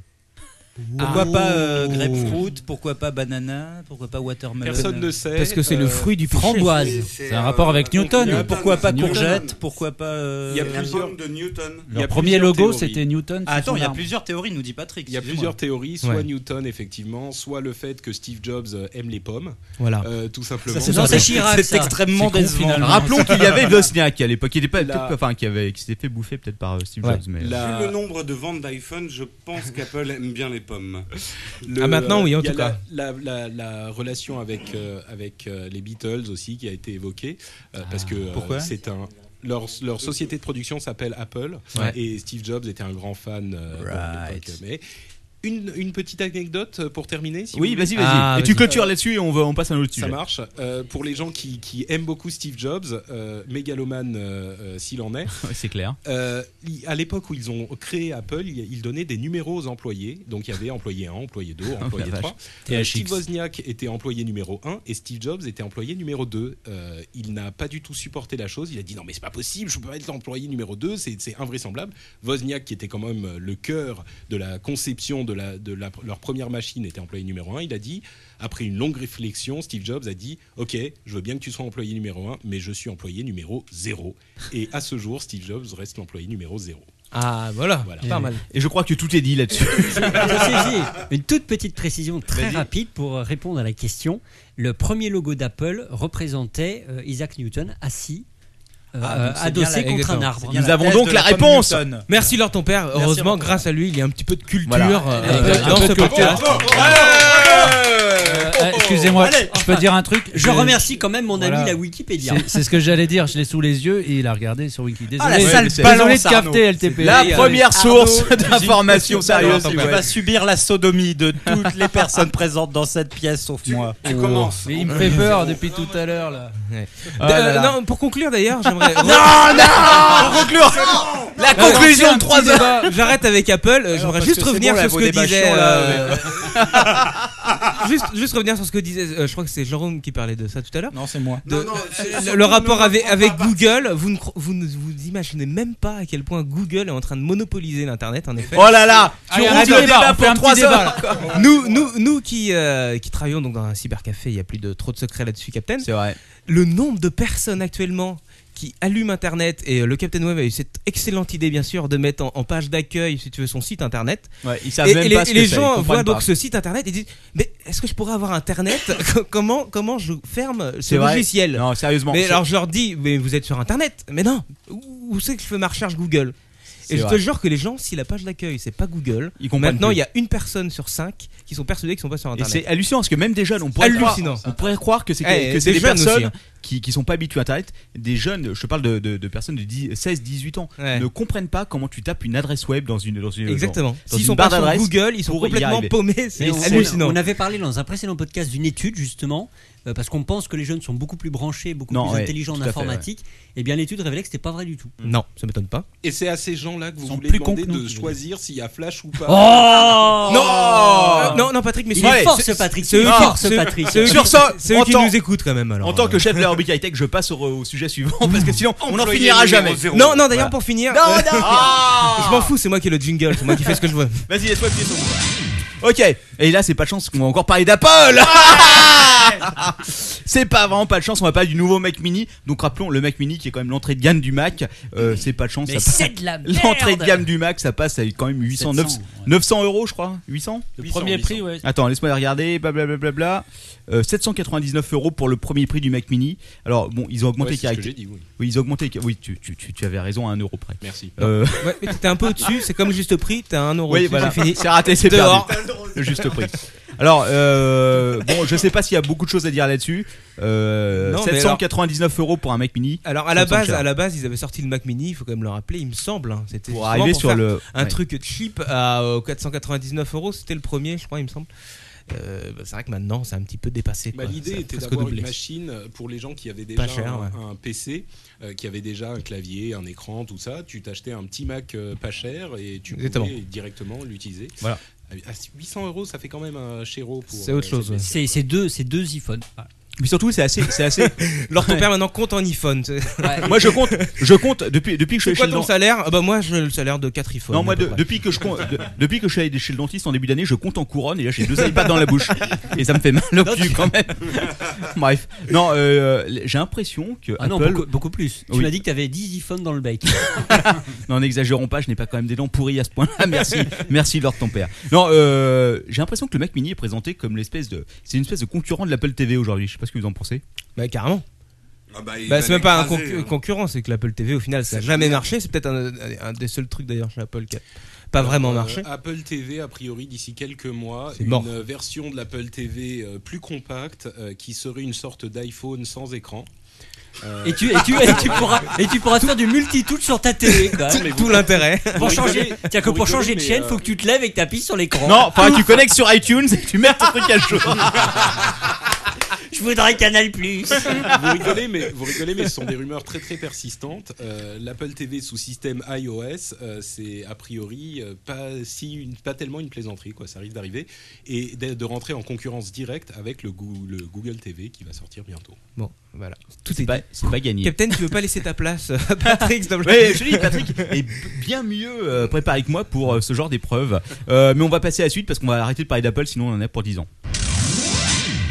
G: Pourquoi
E: Ah.
G: pas euh, grapefruit Pourquoi pas banana Pourquoi pas watermelon
E: Personne ne sait. euh, Parce que c'est le fruit du péché.
G: framboise.
E: C'est- c'est, C'est un euh, rapport avec Newton.
G: Euh, Pourquoi pas
E: C'est Newton.
G: courgette Pourquoi pas euh,
F: Il y a plusieurs de Newton.
G: Il y a
J: Leur premier
G: plusieurs
J: logo,
G: théories.
J: c'était Newton.
G: Ah,
J: sur
G: attends,
J: son
G: il y a
J: arbre.
G: plusieurs théories, nous dit Patrick.
I: Il y a
G: excusez-moi.
I: plusieurs théories, soit
G: Ouais.
I: Newton effectivement, soit le fait que Steve Jobs euh, aime les pommes.
E: Voilà.
I: Euh, tout simplement.
G: Ça, c'est Non, c'est Chirac, c'est ça. extrêmement C'est con, décevant. finalement.
D: Rappelons qu'il y avait Wozniak à l'époque, qui était pas,
I: La-
D: peut-être pas- enfin, qui avait, qui s'était fait bouffer peut-être par euh, Steve Jobs, mais.
I: La-
J: euh,
F: Vu le nombre de ventes d'iPhone, je pense qu'Apple aime bien les pommes.
I: Le-
E: maintenant, oui, en
I: il y a
E: tout
I: la-
E: cas.
I: La, la- la relation avec, euh, avec euh, les Beatles aussi qui a été évoquée, euh, parce que euh,
G: Pourquoi
I: c'est un... Leur, leur société de production s'appelle Apple
G: Ouais.
I: et Steve Jobs était un grand fan euh, bon, à
G: Right.
I: l'époque. Mais une, une petite anecdote euh, pour terminer. si
D: Oui,
I: vous
D: vas-y,
I: voulez.
D: vas-y.
G: Ah,
E: Ah,
D: et tu clôtures là-dessus et on, va, on passe à un autre
I: Ça
D: sujet.
I: marche. Euh, pour les gens qui, qui aiment beaucoup Steve Jobs, euh, mégalomane euh, euh, s'il en est.
D: Ouais, c'est clair.
I: Euh, il- à l'époque où ils ont créé Apple, il- ils donnaient des numéros aux employés. Donc il y avait employé 1, employé 2,
D: Oh, la
I: employé
D: vache.
I: 3.
D: THX.
I: Steve Wozniak était employé numéro 1 et Steve Jobs était employé numéro 2. Euh, il n'a pas du tout supporté la chose. Il a dit non mais c'est pas possible, je peux pas être employé numéro 2, c'est c'est invraisemblable. Wozniak qui était quand même euh, le cœur de la conception de, la, de la- leur première machine était employé numéro 1. Il a dit, après une longue réflexion, Steve Jobs a dit ok, je veux bien que tu sois employé numéro 1, mais je suis employé numéro 0. Et à ce jour, Steve Jobs reste l'employé numéro 0.
E: Ah voilà, pas mal.
D: Et je crois que tout est dit là-dessus.
K: Je saisis une toute petite précision très
D: Vas-y.
K: rapide pour répondre à la question. Le premier logo d'Apple représentait euh, Isaac Newton assis, euh,
E: Ah, donc c'est bien
K: adossé
E: la-
K: contre un
E: exactement.
K: arbre.
E: C'est bien la thèse de pomme Newton. Merci Lord ton père.
K: Merci,
E: Heureusement,
K: Lord ton
E: grâce à lui, il y a un petit peu de culture
K: Voilà.
E: euh,
K: Et un
E: dans
K: peu
E: ce
K: de culture.
E: podcast.
K: Bravo,
J: Euh,
H: Euh,
J: euh,
D: Oh,
J: Excusez-moi,
K: Allez.
J: je peux dire un truc
K: Je remercie quand même mon ami, la Wikipédia.
J: C'est- C'est ce que j'allais dire, je l'ai sous les yeux et il a regardé sur Wiki. Désolé,
K: Ah, la sale
J: désolé
K: balance,
J: de capter
K: Arnaud.
J: LTP.
D: La première source
G: Arnaud,
D: d'information
G: j'ai une question.
D: sérieuse.
G: Tu
D: ouais.
G: vas subir la sodomie de toutes les personnes présentes dans cette pièce sauf moi.
J: tu commences. Mais il me fait peur depuis tout à l'heure là.
H: Oh
J: Ah,
E: Euh, Non, pour conclure d'ailleurs, j'aimerais.
J: oh non
E: Pour conclure La
J: Non,
E: conclusion
J: non,
E: de 3
J: tiens,
E: heures J'arrête avec Apple, euh, j'aimerais
J: parce
E: juste
J: que c'est
E: revenir
J: bon, là,
E: sur ce
J: vos
E: que
J: débats
E: disait.
J: chiants, là,
E: euh, juste, juste revenir sur ce que disait, euh, je crois que c'est Jérôme qui parlait de ça tout à l'heure.
G: Non, c'est moi.
F: non, c'est-
E: le, le rapport avec, avec Google, vous ne, cro- vous ne vous imaginez même pas à quel point Google est en train de monopoliser l'internet en effet.
D: Oh là là
E: Tu
D: Allez,
E: roules
D: un
E: le
D: débat,
E: débat
D: on
E: pour
D: fait un
E: trois
D: petit débat,
E: heures.
D: là.
E: Nous, nous, nous qui, euh, qui travaillons donc dans un cybercafé, il n'y a plus de trop de secrets là-dessus, Captain.
D: C'est vrai.
E: Le nombre de personnes actuellement qui allument Internet et euh, le Captain Web a eu cette excellente idée bien sûr de mettre en, en page d'accueil si tu veux son site Internet.
D: Ouais, ils savent
E: et, et
D: même
E: les,
D: pas ce
E: et
D: que
E: les
D: c'est, ils
E: gens
D: comprennent
E: voient
D: pas.
E: donc ce site Internet et disent mais est-ce que je pourrais avoir Internet Comment comment je ferme ce
D: C'est vrai.
E: logiciel
D: Non, sérieusement.
E: Mais
D: c'est-
E: alors je leur dis mais vous êtes sur Internet Mais non. Où, où c'est que je fais ma recherche Google
D: C'est
E: et je
D: vrai.
E: te jure que les gens, si la page d'accueil c'est pas Google,
D: Ils comprennent
E: maintenant
D: plus.
E: il y a une personne sur cinq qui sont persuadés qu'ils sont pas sur
D: Et
E: Internet.
D: c'est hallucinant parce que même des jeunes, on pourrait croire,
E: Hallucinant.
D: on pourrait croire que c'est que-
E: Eh,
D: que c'est
E: des
D: des,
E: jeunes aussi,
D: personnes
E: hein.
D: qui, qui sont pas habituées à Internet. Des jeunes, je te parle de, de- de personnes de 16-18 ans, ne comprennent pas comment tu tapes une adresse web dans une dans une
E: Exactement.
D: dans
E: S'ils
D: une
E: sont
D: barre
E: pas sur
D: d'adresses
E: Google, ils sont
D: pour y
E: complètement
D: arriver.
E: paumés, c'est
K: Et on-
E: hallucinant.
K: On avait parlé dans un précédent podcast d'une étude justement euh, parce qu'on pense que les jeunes sont beaucoup plus branchés, beaucoup
E: Non,
K: plus
E: ouais,
K: intelligents en
E: tout à fait,
K: informatique. Eh bien, l'étude révélait que c'était pas vrai du tout.
E: Non, ça m'étonne pas.
I: Et c'est à ces gens-là que vous
K: sont
I: voulez
K: plus
I: demander
K: cons que
I: de
K: nous.
I: choisir s'il y a Flash ou pas.
K: Oh
E: Non Non, non, Patrick, mais
K: Il
E: c'est-
K: est
E: Ouais,
K: fort,
E: c'est-
K: ce Patrick.
E: c'est eux
K: Il est
E: qui-
K: fort, ce
E: c'est-
K: Patrick.
E: c'est eux qui- Sur ça, c'est eux qui nous écoutent quand même, alors.
D: En tant que chef de la Hobby High Tech, je passe au, au sujet suivant parce que sinon on n'en
E: Employé
D: finira
E: numéro
D: jamais.
E: zéro. Non, non, d'ailleurs, pour finir-
D: Non,
E: euh,
D: non
E: Je m'en fous, c'est moi qui ai le jingle, c'est moi qui fais ce que je veux.
D: Vas-y, laisse-moi appuyer sur le bouton. Ok, et là c'est pas de chance qu'on va encore parler d'Apple C'est pas vraiment pas de chance, on va parler du nouveau Mac Mini. Donc rappelons le Mac Mini qui est quand même l'entrée de gamme du Mac. Euh, c'est pas de chance.
H: Mais
D: ça passe-
H: c'est de la merde
D: L'entrée de gamme du Mac, ça passe à quand même 800,
H: 700,
D: 900 euros je crois. 800
H: Le premier prix, ouais.
D: Attends, laisse-moi la regarder. Blablabla. Euh, 799 euros pour le premier prix du Mac Mini. Alors, bon, ils ont
I: Ouais,
D: augmenté les
I: c'est ce que
D: caractères-
I: j'ai dit, oui.
D: ils ont augmenté. les ca- Oui, tu, tu- tu- tu avais raison à 1 euro près.
I: Merci.
D: Euh,
E: Ouais, mais t'es un peu au-dessus, c'est comme le juste prix, t'as un euro.
D: oui,
E: dessus,
D: voilà.
E: c'est fini.
D: C'est raté, c'est
E: Dehors.
D: perdu. Le juste prix. Alors, euh, bon, je sais pas s'il y a beaucoup de choses à dire là-dessus. Euh,
E: Non, mais
D: 799 euros pour un Mac Mini.
E: Alors à la
D: ça me semble
E: base,
D: cher.
E: à la base, ils avaient sorti le Mac Mini. Il faut quand même le rappeler, il me semble. hein, C'était
D: Pour
E: justement
D: arriver sur
E: faire
D: le-
E: un
D: ouais.
E: truc cheap à euh, 499 euros. C'était le premier, je crois, il me semble. Euh, bah, c'est vrai que maintenant, c'est un petit peu dépassé.
I: Bah,
E: quoi.
I: L'idée
E: Ça a
I: était
E: presque
I: d'avoir
E: doublé.
I: une machine pour les gens qui avaient déjà
E: Pas cher,
I: un,
E: ouais.
I: un PC, euh, qui avaient déjà un clavier, un écran, tout ça. Tu t'achetais un petit Mac euh, pas cher et tu pouvais
E: Exactement.
I: directement l'utiliser.
E: Voilà.
I: À 800 euros, ça fait quand même un chéro pour.
E: C'est autre
I: euh,
E: chose,
I: cette machine.
K: C'est c'est deux, c'est deux iPhones.
D: Mais surtout, c'est assez, c'est assez.
E: Leur ton
D: Ouais.
E: père maintenant compte en iphone.
D: Moi, je compte, je compte depuis depuis que
E: C'est
D: je suis
E: quoi
D: chez le
E: ton
D: dentiste.
E: salaire Ah Bah moi, j'ai le salaire de 4 iPhones.
D: Non, moi,
E: à peu
D: de-
E: près.
D: depuis que je compte- de- depuis que je suis allé chez le dentiste en début d'année, je compte en couronne et là j'ai deux iPads dans la bouche et ça me fait mal au cul quand même. Bref, non, euh, j'ai l'impression que
K: Ah non,
D: Apple-
K: beaucoup, beaucoup plus. Tu
D: Oui.
K: m'as dit que tu avais 10 iPhones dans le bec.
D: Non, n'exagérons pas, je n'ai pas quand même des dents pourries à ce point-là. Merci, merci Lord ton père. Non, euh, j'ai l'impression que le Mac Mini est présenté comme l'espèce de, c'est une espèce de concurrent de l'Apple TV aujourd'hui. Je sais pas ce que vous en pensez.
E: Bah carrément.
F: Ah bah, il
E: Bah,
F: va
E: c'est même pas un
F: l'écraser,
E: concu-
F: hein.
E: concurrent, c'est que l'Apple TV au final ça n'a jamais marché. C'est peut-être un, un des seuls trucs d'ailleurs chez Apple qui a pas vraiment
I: Euh,
E: marché.
I: Apple TV, a priori, d'ici quelques mois,
E: C'est
I: une
E: mort.
I: euh, version de l'Apple TV euh, plus compacte euh, qui serait une sorte d'iPhone sans écran. Euh,
K: Et tu, et tu, et tu pourras, et tu pourras faire du multitouch sur ta télé. Quoi.
I: Tout-
K: vous-
I: tout l'intérêt.
K: Pour
I: Vous
K: changer,
I: rigolez,
K: tiens que
I: vous
K: pour changer
I: rigolez,
K: de
I: mais,
K: chaîne,
I: euh,
K: faut que tu te lèves et que t'appuies sur l'écran.
D: Non, enfin, tu connectes sur iTunes et tu mets ton truc à jour.
K: Je voudrais Canal Plus.
I: vous rigolez, mais vous rigolez, mais ce sont des rumeurs très très persistantes. Euh, L'Apple TV sous système iOS, euh, c'est a priori euh, pas si une, pas tellement une plaisanterie quoi. Ça risque d'arriver et de, de rentrer en concurrence directe avec le, Goo- le Google TV qui va sortir bientôt.
E: Bon, voilà.
D: Tout est pas, Bah, c'est pas gagné.
E: Captain, tu veux pas laisser ta place
K: euh,
E: à Patrick s'il te plaît
D: Ouais, je dis, Patrick est b- bien mieux euh, préparé que moi pour euh, ce genre d'épreuve. Euh, mais on va passer à la suite parce qu'on va arrêter de parler d'Apple, sinon on en a pour 10 ans.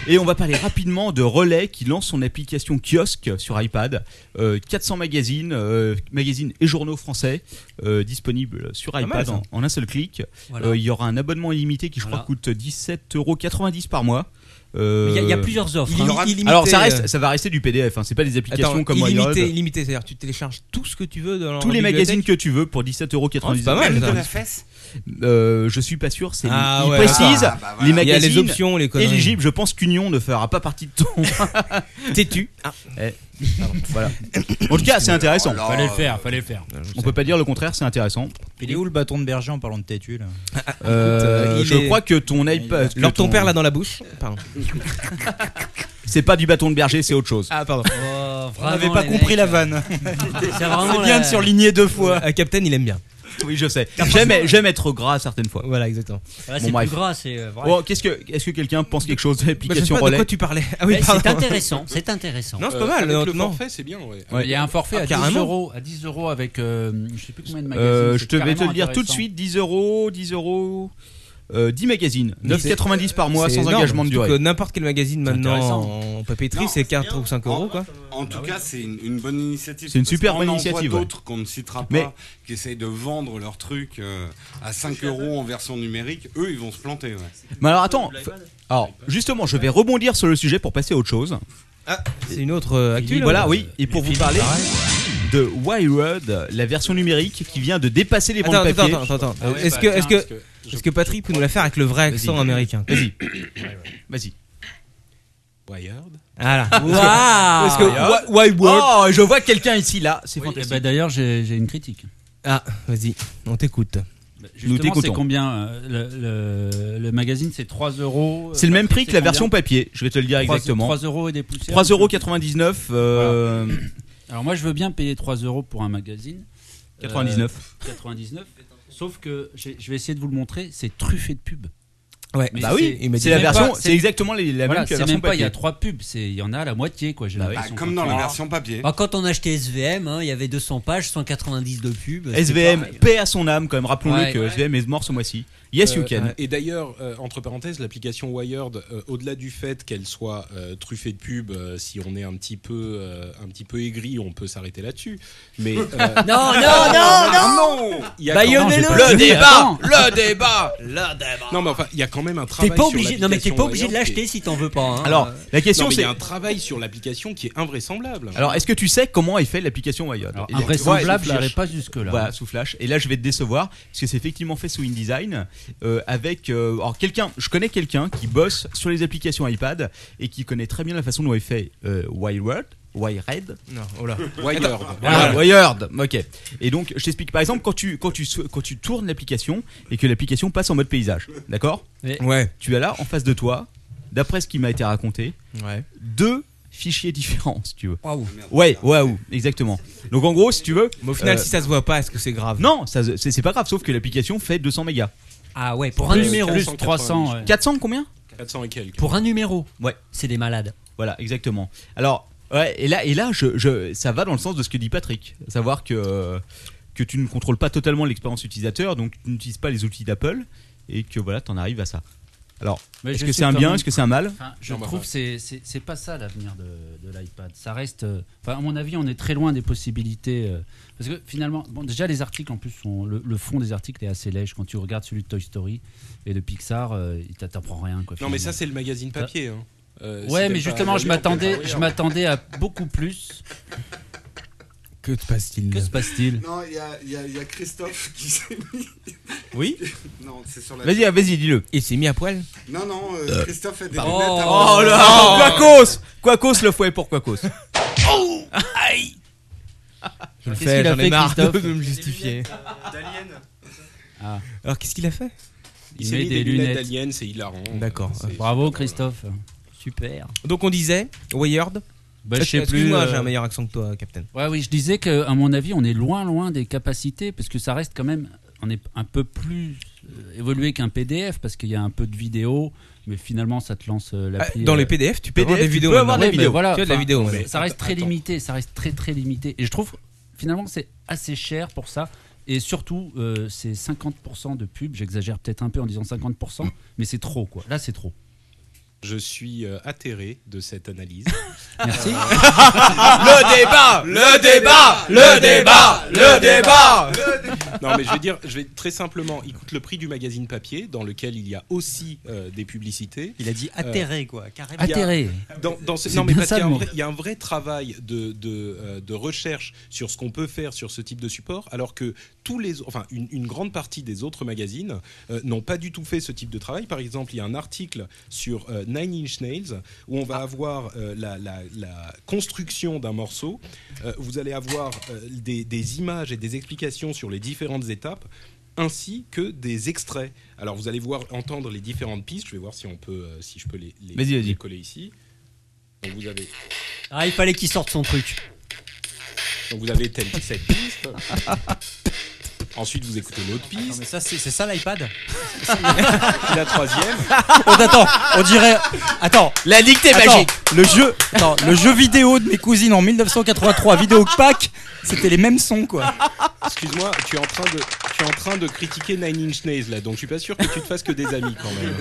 D: Et on va parler rapidement de Relais qui lance son application kiosque sur iPad. Euh, 400 magazines, euh, magazines et journaux français euh, disponibles sur
E: mal,
D: iPad
E: ça.
D: en, en un seul clic. Euh, Il
K: Voilà.
D: y aura un abonnement illimité qui je
K: Voilà.
D: crois coûte 17,90€ par mois.
K: Il y a- il y a
D: Euh,
K: plusieurs offres, hein. Illimité,
D: Alors ça reste,
E: euh.
D: ça va rester du PDF. Hein, c'est pas des applications
E: Attends,
D: comme
E: illimité,
D: iRoad.
E: illimité, c'est-à-dire tu télécharges tout ce que tu veux dans
D: Tous les
E: bibliothèque.
D: magazines que tu veux pour 17,90 euros.
E: Oh, c'est pas mal, Même de ça. la
F: fesse
D: euh, Je suis pas sûr. C'est
E: Ah
D: il
E: ouais,
D: précise
E: ah, bah voilà.
D: les
E: Il y a les
D: magazines
E: options, les conneries.
D: éligibles. Je pense qu'Union ne fera pas partie de ton.
E: Têtu.
D: Eh, pardon, voilà. En tout cas, c'est
E: Oh
D: intéressant.
J: Fallait le faire, fallait le faire.
D: On peut pas dire le contraire, c'est intéressant.
G: Il est où le bâton de berger en parlant de têtu là
H: Ah,
D: Euh,
G: Écoute,
D: je
G: euh, il est-
D: crois que ton iPad.
G: Alors,
D: que
G: ton père l'a
E: dans la bouche. Pardon.
D: C'est pas du bâton de berger, c'est autre chose.
E: Ah pardon.
G: On n'avait pas compris la vanne.
K: C'est vraiment
G: bien
K: la-
G: de surligner deux fois.
E: Ah, Captain, il aime bien.
D: Oui, je sais. J'aime, j'aime être gras certaines fois. Oh,
E: Voilà, exactement.
K: Voilà, c'est plus gras, c'est, euh, vrai.
D: qu'est-ce que, est-ce que quelqu'un pense quelque chose de
E: Bah, je sais
D: l'application
E: pas de
D: relais
E: quoi tu parlais. Ah oui,
K: Mais Eh, c'est
E: pardon.
K: intéressant, c'est intéressant.
E: Non, c'est pas
K: Euh,
E: mal.
K: avec le
E: honnêtement.
K: forfait,
I: c'est bien, ouais.
D: Ouais.
J: Il y a un forfait
E: Ah,
J: à, 10
E: carrément.
J: euros, à 10 euros avec euh, je sais plus combien de magazines.
D: Euh,
J: c'est
D: je te vais te
J: carrément
D: le dire tout de
J: intéressant.
D: suite 10 euros, 10 euros. euh, 10 magazines, 9,90 par mois
E: C'est
D: sans
E: énorme,
D: engagement de
E: surtout
D: durée.
E: que N'importe quel magazine
D: C'est
E: maintenant
D: intéressant.
E: en papeterie, c'est 4 ou 5 euros quoi.
F: En tout cas, c'est une, une bonne initiative.
D: C'est une
F: parce
D: super
F: qu'on
D: bonne
F: en
D: initiative,
F: voit
D: ouais.
F: d'autres qu'on ne citera pas,
D: Mais-
F: qui essayent de vendre leurs trucs euh, à 5 euros en version numérique. Eux, ils vont se planter. ouais.
D: Mais alors attends, fa- alors justement, je vais rebondir sur le sujet pour passer à autre chose.
K: Ah,
E: C'est une autre euh, actu. là,
D: voilà,
E: ou-
D: oui, et pour vous parler de Wired, la version numérique qui vient de dépasser les bandes
E: Attends,
D: papier. Ah bah,
E: attends, attends, attends.
K: Ah
E: est-ce
K: bah,
E: que, est-ce que, est-ce que Patrick peut nous la faire avec le vrai accent américain
D: Vas-y. Vas-y.
I: Wired.
D: Euh,
E: Voilà.
J: Waouh.
E: Parce que, parce que why, why work
D: Oh, je vois quelqu'un ici là, c'est
K: eh
J: Oui,
K: ben,
D: fantastique.
J: eh ben, D'ailleurs, j'ai j'ai une critique.
E: Ah, vas-y, on t'écoute.
J: Justement,
D: nous
J: c'est
D: t'écoutons.
J: combien euh, le, le- le magazine C'est 3 euros. euh,
D: C'est le même prix que la
J: combien
D: version papier, je vais te le dire
J: Trois-
D: exactement.
J: 3 euros et des poussières.
D: 3,99 euros. 99, euh,
J: Alors moi, je veux bien payer 3 euros pour un magazine.
D: 99.
J: Euh, 99. Sauf que j'ai- je vais essayer de vous le montrer, c'est truffé de pubs.
D: Ouais.
J: Mais
D: Bah oui,
J: mais
D: c'est la
J: même
D: version-
J: pas-
D: c'est exactement les- la
J: Voilà,
D: même que
J: c'est
D: la version
J: même pas, il y a
D: papier.
J: trois pubs, c'est- il y en a à la moitié quoi. Ah. j'ai
D: Bah
J: l'impression.
D: oui. Comme dans la version
F: papier.
K: Bah, quand on achetait SVM, hein, il y avait 200 pages, 190 de pub. c'était
D: SVM,
K: pareil.
D: paix à son âme quand même, rappelons-le
K: Ouais.
D: que
K: Ouais.
D: SVM est mort ce mois-ci. Yes,
I: Euh,
D: you can.
I: Et d'ailleurs, euh, entre parenthèses, l'application Wired, euh, au-delà du fait qu'elle soit euh, truffée de pubs, euh, si on est un petit peu, euh, un petit peu aigri, on peut s'arrêter là-dessus. Mais euh,
K: Non, non, non, non
I: Il y a
K: Bayonnez-le.
I: quand- j'ai pas
K: Le
I: fini,
K: débat,
I: attends.
D: le débat, le débat.
I: Non, mais enfin, il y a quand même un
K: T'es
I: travail.
K: pas
I: sur
K: obligé. Non, mais t'es pas obligé de
I: l'application
K: l'acheter
I: Wired qui
K: si t'en veux pas. hein.
D: Alors, la question,
I: Non, mais il y a
D: c'est-
I: un travail sur l'application qui est invraisemblable.
D: Alors, est-ce que tu sais comment est fait l'application Wired Et-
J: invraisemblable,
D: Ouais, sous Flash.
J: j'irai pas jusque-là.
D: Voilà, sous Flash. Et là, je vais te décevoir, parce que c'est effectivement fait sous InDesign, euh, avec... euh, alors, quelqu'un, je connais quelqu'un qui bosse sur les applications iPad et qui connaît très bien la façon dont est fait euh, Wired. Wired
E: Non, oh là.
D: Wired.
E: Attends.
D: Voilà,
E: Wired.
D: Wired. Ok. Et donc, je t'explique. Par exemple, quand tu, quand tu, sou- quand tu tournes l'application et que l'application passe en mode paysage, d'accord
E: Oui. Ouais.
D: Tu as là, en face de toi, d'après ce qui m'a été raconté, deux fichiers différents, si tu veux.
K: Waouh.
D: Ouais, waouh, exactement. Donc, en gros, si tu veux. euh,
E: Mais au final, si ça se voit pas, est-ce que c'est grave
D: Non, ça se- c'est c'est pas grave, sauf que l'application fait 200 mégas.
K: Ah ouais, pour un
D: Plus-
K: numéro.
D: plus 300, ouais. 400 combien
I: 400 et quelques.
K: Pour un numéro.
D: Ouais.
K: C'est des malades.
D: Voilà, exactement. Alors, ouais, et là, et là je, je- ça va dans le sens de ce que dit Patrick, à savoir que, que tu ne contrôles pas totalement l'expérience utilisateur, donc tu n'utilises pas les outils d'Apple, et que voilà, t'en arrives à ça. Alors,
J: Mais
D: est-ce
J: je
D: que
J: sais
D: c'est un
J: quand
D: bien,
J: même-
D: est-ce que c'est un mal
J: Enfin, Je trouve que c'est- c'est c'est pas ça l'avenir de, de l'iPad. Ça reste. euh, Enfin, à mon avis, on est très loin des possibilités. euh, parce que finalement, bon, déjà les articles en plus sont le, le fond des articles est assez léger. Quand tu regardes celui de Toy Story et de Pixar, euh, il t'apprend rien. Quoi,
I: Non, mais ça,
J: finalement.
I: c'est le magazine papier. hein. Euh, si
J: ouais,
I: t'aimes
J: mais
I: pas
J: justement, je
I: Wired, t'aimes
J: m'attendais,
I: pas Wired.
J: je m'attendais à beaucoup plus.
E: Que se passe-t-il
J: Que se passe-t-il
F: Non, il y a, il y a- il y a Christophe qui s'est mis.
E: Oui
F: Non, c'est sur la.
D: Vas-y, vas-y, dis-le.
E: Il s'est mis à poil
F: Non, non, euh,
E: Euh.
F: Christophe a des
E: Bah,
F: lunettes.
E: oh,
F: à-
E: oh là,
D: Oh, Quacos Quacos le fouet pour Quacos.
F: Oh
D: Aïe
E: Je le
D: Qu'est-ce
E: fais,
D: qu'il a
E: j'en ai
D: fait,
E: marre de
D: Christophe
E: me justifier.
J: Ah.
E: Alors, qu'est-ce qu'il a fait
I: Il s'est mis des lunettes d'alien, c'est hilarant.
E: D'accord. Euh,
J: Bravo, Christophe.
K: Super.
E: Donc, on disait Wired
J: Bah, je sais plus,
E: Excuse-moi,
J: euh,
E: j'ai un meilleur accent que toi, Captain.
J: Ouais, oui, je disais que, à mon avis, on est loin, loin des capacités, parce que ça reste quand même, on est un peu plus euh, évolué qu'un PDF, parce qu'il y a un peu de vidéo, mais finalement, ça te lance euh, l'appli.
E: Ah, dans
J: euh,
E: les PDF, tu peux avoir des vidéos maintenant.
J: Ouais,
E: Oui,
J: mais
E: mais
J: voilà,
E: tu as de la
J: enfin,
E: vidéo,
J: ça-
E: mais-
J: Ça reste très
E: Attends.
J: limité, ça reste très très limité, et je trouve finalement c'est assez cher pour ça. Et surtout, euh, c'est 50% de pub. J'exagère peut-être un peu en disant
H: Mmh.
J: 50%, mais c'est trop, quoi. Là, c'est trop.
I: Je suis euh, atterré de cette analyse.
J: Merci.
I: le
D: débat, le débat, le débat, le débat.
I: Non mais je vais dire, je vais très simplement, il coûte le prix du magazine papier dans lequel il y a aussi euh, des publicités. Euh,
K: Il a dit atterré, quoi, carrément.
I: il y a-
K: Atterré.
I: Dans, dans ce-
K: C'est
I: non mais
K: bien
I: parce
K: ça,
I: qu'il y a
K: le
I: un
K: mot.
I: vrai- il y a un vrai travail de, de, euh, de recherche sur ce qu'on peut faire sur ce type de support, alors que tous les, enfin une, une grande partie des autres magazines euh, n'ont pas du tout fait ce type de travail. Par exemple, il y a un article sur euh, Nine Inch Nails où on va
D: Ah.
I: avoir euh, la, la- la construction d'un morceau. Euh, vous allez avoir euh, des, des images et des explications sur les différentes étapes ainsi que des extraits. Alors vous allez voir entendre les différentes pistes. Je vais voir si on peut, euh, si je peux les, les-
D: Vas-y, vas-y.
I: les coller ici. Donc vous avez
K: Ah, il fallait qu'il sorte son truc.
I: donc vous avez telle, cette piste. Ensuite, vous écoutez l'autre piste.
H: mais ça, c'est c'est ça l'iPad
I: la troisième.
H: On t'attend, on dirait. Attends.
D: La dictée
H: attends,
D: magique.
H: Le jeu. Attends, le jeu vidéo de mes cousines en 1983, vidéo pack, c'était les mêmes sons, quoi.
I: Excuse-moi, tu es en train de, tu es en train de critiquer Nine Inch Nails là, donc je suis pas sûr que tu te fasses que des amis quand même.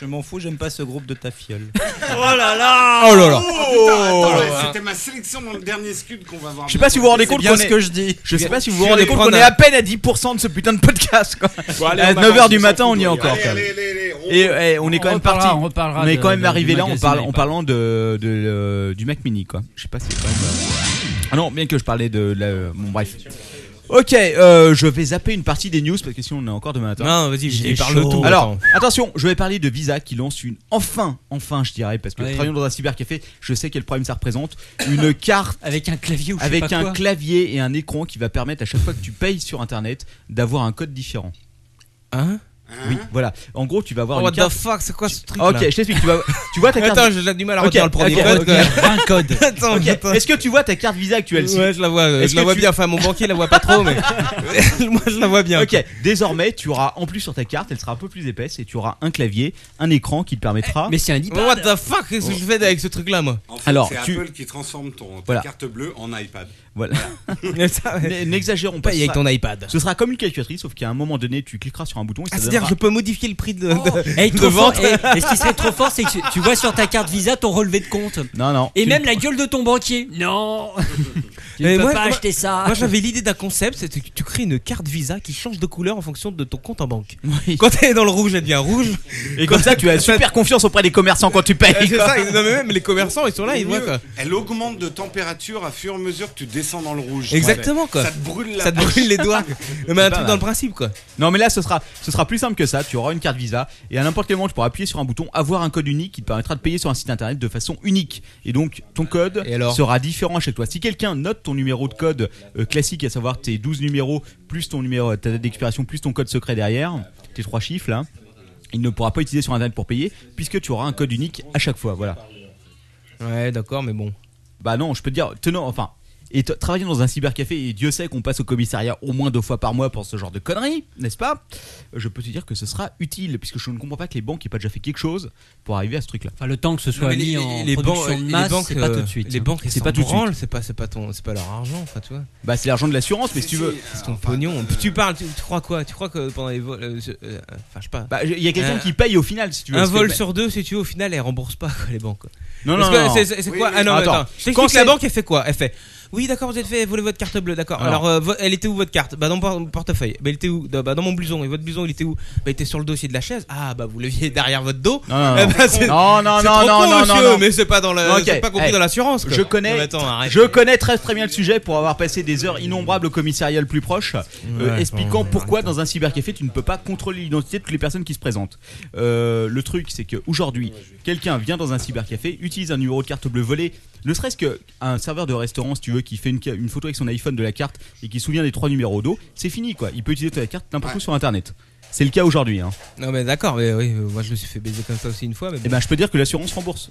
G: Je m'en fous, j'aime pas ce groupe de ta fiole.
F: Oh là là
G: Oh là là.
F: Oh, putain, attends,
G: Oh.
F: C'était ma sélection dans le dernier scud qu'on va voir.
D: Je sais pas si vous vous rendez compte qu'on est- Je sais pas si vous vous rendez compte qu'on est à peine à 10% de ce putain de podcast. Quoi.
F: Bon, allez,
D: à
F: on
D: 9h
F: avance,
D: du
F: on
D: matin,
F: s'en
D: on y est
F: fout,
D: encore.
F: allez,
D: quand même.
F: allez, allez, allez, on-
D: et eh, on est
F: on
D: quand même
F: reparlera,
D: parti.
F: on reparlera
D: On est
F: de-
D: quand même
F: de-
D: arrivé
F: du
D: là en,
F: magazine
D: parle- en
F: iPad.
D: parlant de, de, euh, du Mac Mini. Quoi. Je sais pas si c'est quand même. euh, Ah non, bien que je parlais de. la- euh, Bon, bref. Ok, euh, je vais zapper une partie des news parce que sinon on est encore demain matin.
E: Non, vas-y,
D: J'ai
E: vas-y, parle
D: chaud.
E: tout,
D: Alors,
E: attends.
D: attention, je vais parler de Visa qui lance une. Enfin, enfin, je dirais, parce que
E: Oui.
D: travaillant dans un cybercafé, je sais quel problème ça représente. Une carte.
K: Avec un clavier ou je sais
D: Avec
K: pas
D: un
K: quoi.
D: clavier et un écran qui va permettre à chaque fois que tu payes sur internet d'avoir un code différent.
E: Hein
D: Oui, voilà. En gros, tu vas avoir
E: Oh, What
D: une carte. Ah,
E: the fuck, c'est quoi ce truc
D: Ok, je t'explique. Tu, vas... tu vois ta carte.
E: Attends, j'ai déjà du mal à
D: Ok,
E: retenir le premier
D: ok,
E: code,
D: ok.
E: quand même. Un code. Attends,
D: Ok,
E: attends.
D: Est-ce que tu vois ta carte Visa actuelle si
E: Ouais, je la vois, euh,
D: Est-ce
E: je la
D: que
E: vois
D: tu-
E: bien. Enfin, mon banquier la voit pas trop, mais moi je la vois bien.
D: Ok, désormais, tu auras en plus sur ta carte, elle sera un peu plus épaisse et tu auras un clavier, un écran qui te permettra.
E: Eh, Mais c'est un iPad. What the fuck, qu'est-ce que je fais avec ce truc-là, moi
F: En fait,
D: Alors,
F: c'est
D: tu.
F: Apple qui transforme ton, ta
D: Voilà.
F: carte bleue en iPad.
D: Voilà.
E: Ça, ouais.
D: N- N'exagérons pas.
E: Paye
D: ce
E: avec
D: sera-
E: ton iPad.
D: Ce sera comme une calculatrice, sauf qu'à un moment donné, tu cliqueras sur un bouton. et ça
E: Ah, c'est-à-dire,
D: donnera-
E: je
D: Oh
E: peux modifier le prix de, de,
K: Et,
E: de
K: trop fort,
E: vente.
K: et- et ce qui serait trop fort, c'est que tu, tu vois sur ta carte Visa ton relevé de compte.
D: Non, non.
K: Et
D: Tu-
K: même la gueule de ton banquier. Non Tu ne
E: Mais
K: peux
E: moi,
K: pas
E: moi-
K: acheter ça.
E: Moi j'avais l'idée d'un concept, c'est que tu crées une carte Visa qui change de couleur en fonction de ton compte en banque. Quand elle est dans le rouge, elle devient rouge.
D: Et comme ça, tu as super confiance auprès des commerçants quand tu payes.
E: Ouais, c'est
D: quoi.
E: ça, non, mais même les commerçants, ils sont là,
F: Et
E: ils voient
F: mieux,
E: quoi.
F: Elle augmente de température à fur et à mesure que tu descends dans le rouge.
E: Exactement quoi.
F: Ça te brûle la
E: Ça te
F: poche.
E: brûle les doigts. Mais un truc dans le principe quoi.
D: Non mais là ce sera ce sera plus simple que ça, tu auras une carte Visa et à n'importe quel moment tu pourras appuyer sur un bouton avoir un code unique qui te permettra de payer sur un site internet de façon unique et donc ton code
E: alors
D: sera différent chez toi. Si quelqu'un note ton numéro de code euh, classique à savoir tes 12 numéros plus ton numéro ta date d'expiration plus ton code secret derrière, tes trois chiffres là, il ne pourra pas utiliser sur internet pour payer puisque tu auras un code unique à chaque fois, voilà.
E: Ouais, d'accord, mais bon.
D: Bah non, je peux te dire tenant enfin et t- travailler dans un cybercafé, et Dieu sait qu'on passe au commissariat au moins deux fois par mois pour ce genre de conneries, n'est-ce pas Je peux te dire que ce sera utile, puisque je ne comprends pas que les banques aient pas déjà fait quelque chose pour arriver à ce truc-là.
K: Enfin, le temps que ce
E: Non, mais les- les- les banques- les banques, euh, Les banques, c'est pas tout de suite. C'est pas, c'est pas ton, c'est pas leur argent, enfin, tu vois.
D: Bah c'est l'argent de l'assurance, mais si tu veux.
E: C'est ton pognon. Tu parles, tu, tu crois quoi Tu crois que pendant les vols, euh, je- euh, enfin, je sais pas.
D: Bah, il y a quelqu'un
E: Euh,
D: qui paye au final, si tu veux.
E: Un
D: parce que-
E: vol sur deux, si tu veux, au final, elle rembourse pas quoi, les banques. quoi.
D: Non,
E: Parce
D: non,
E: que
D: non, non.
E: C'est, c'est- c'est
D: Oui,
E: quoi
D: oui,
E: Ah non,
D: oui.
E: attends.
D: Attends.
E: Je t'explique,
D: Quand c'est-
E: la banque, elle fait quoi Elle fait. Oui, d'accord, vous êtes fait voler votre carte bleue, d'accord. Alors,
D: Alors.
E: euh, vo- elle était où votre carte Bah dans mon por- mon portefeuille. Bah, elle était où Dans- bah, dans mon blouson. Et votre blouson, il était où Bah il était sur le dossier de la chaise. Ah bah vous leviez derrière votre dos.
D: Non, non,
E: Eh
D: non.
E: bah, c'est-
D: non, non,
E: c'est
D: non,
E: trop
D: non,
E: con,
D: non,
E: monsieur,
D: non, non.
E: Mais c'est pas dans le,
D: Ok,
E: c'est pas compris
D: eh,
E: dans l'assurance. quoi.
D: Je connais,
E: Non, mais attends, arrête.
D: je connais très très bien le sujet pour avoir passé des heures innombrables au commissariat le plus proche, euh,
E: Ouais,
D: expliquant
E: bon,
D: pourquoi dans un cybercafé tu ne peux pas contrôler l'identité de toutes les personnes qui se présentent. Euh, le truc, c'est que aujourd'hui, quelqu'un vient dans un cybercafé, utilise un numéro de carte bleue volé, ne serait-ce que un serveur de restaurant, si tu veux, qui fait une, ca- une photo avec son iPhone de la carte et qui se souvient des trois numéros d'eau, c'est fini quoi. Il peut utiliser ta carte n'importe où sur Internet. C'est le cas aujourd'hui. Hein.
E: Non mais d'accord, mais oui, euh, moi je me suis fait baiser comme ça aussi une fois. Mais
D: Et ben, je peux dire que l'assurance rembourse.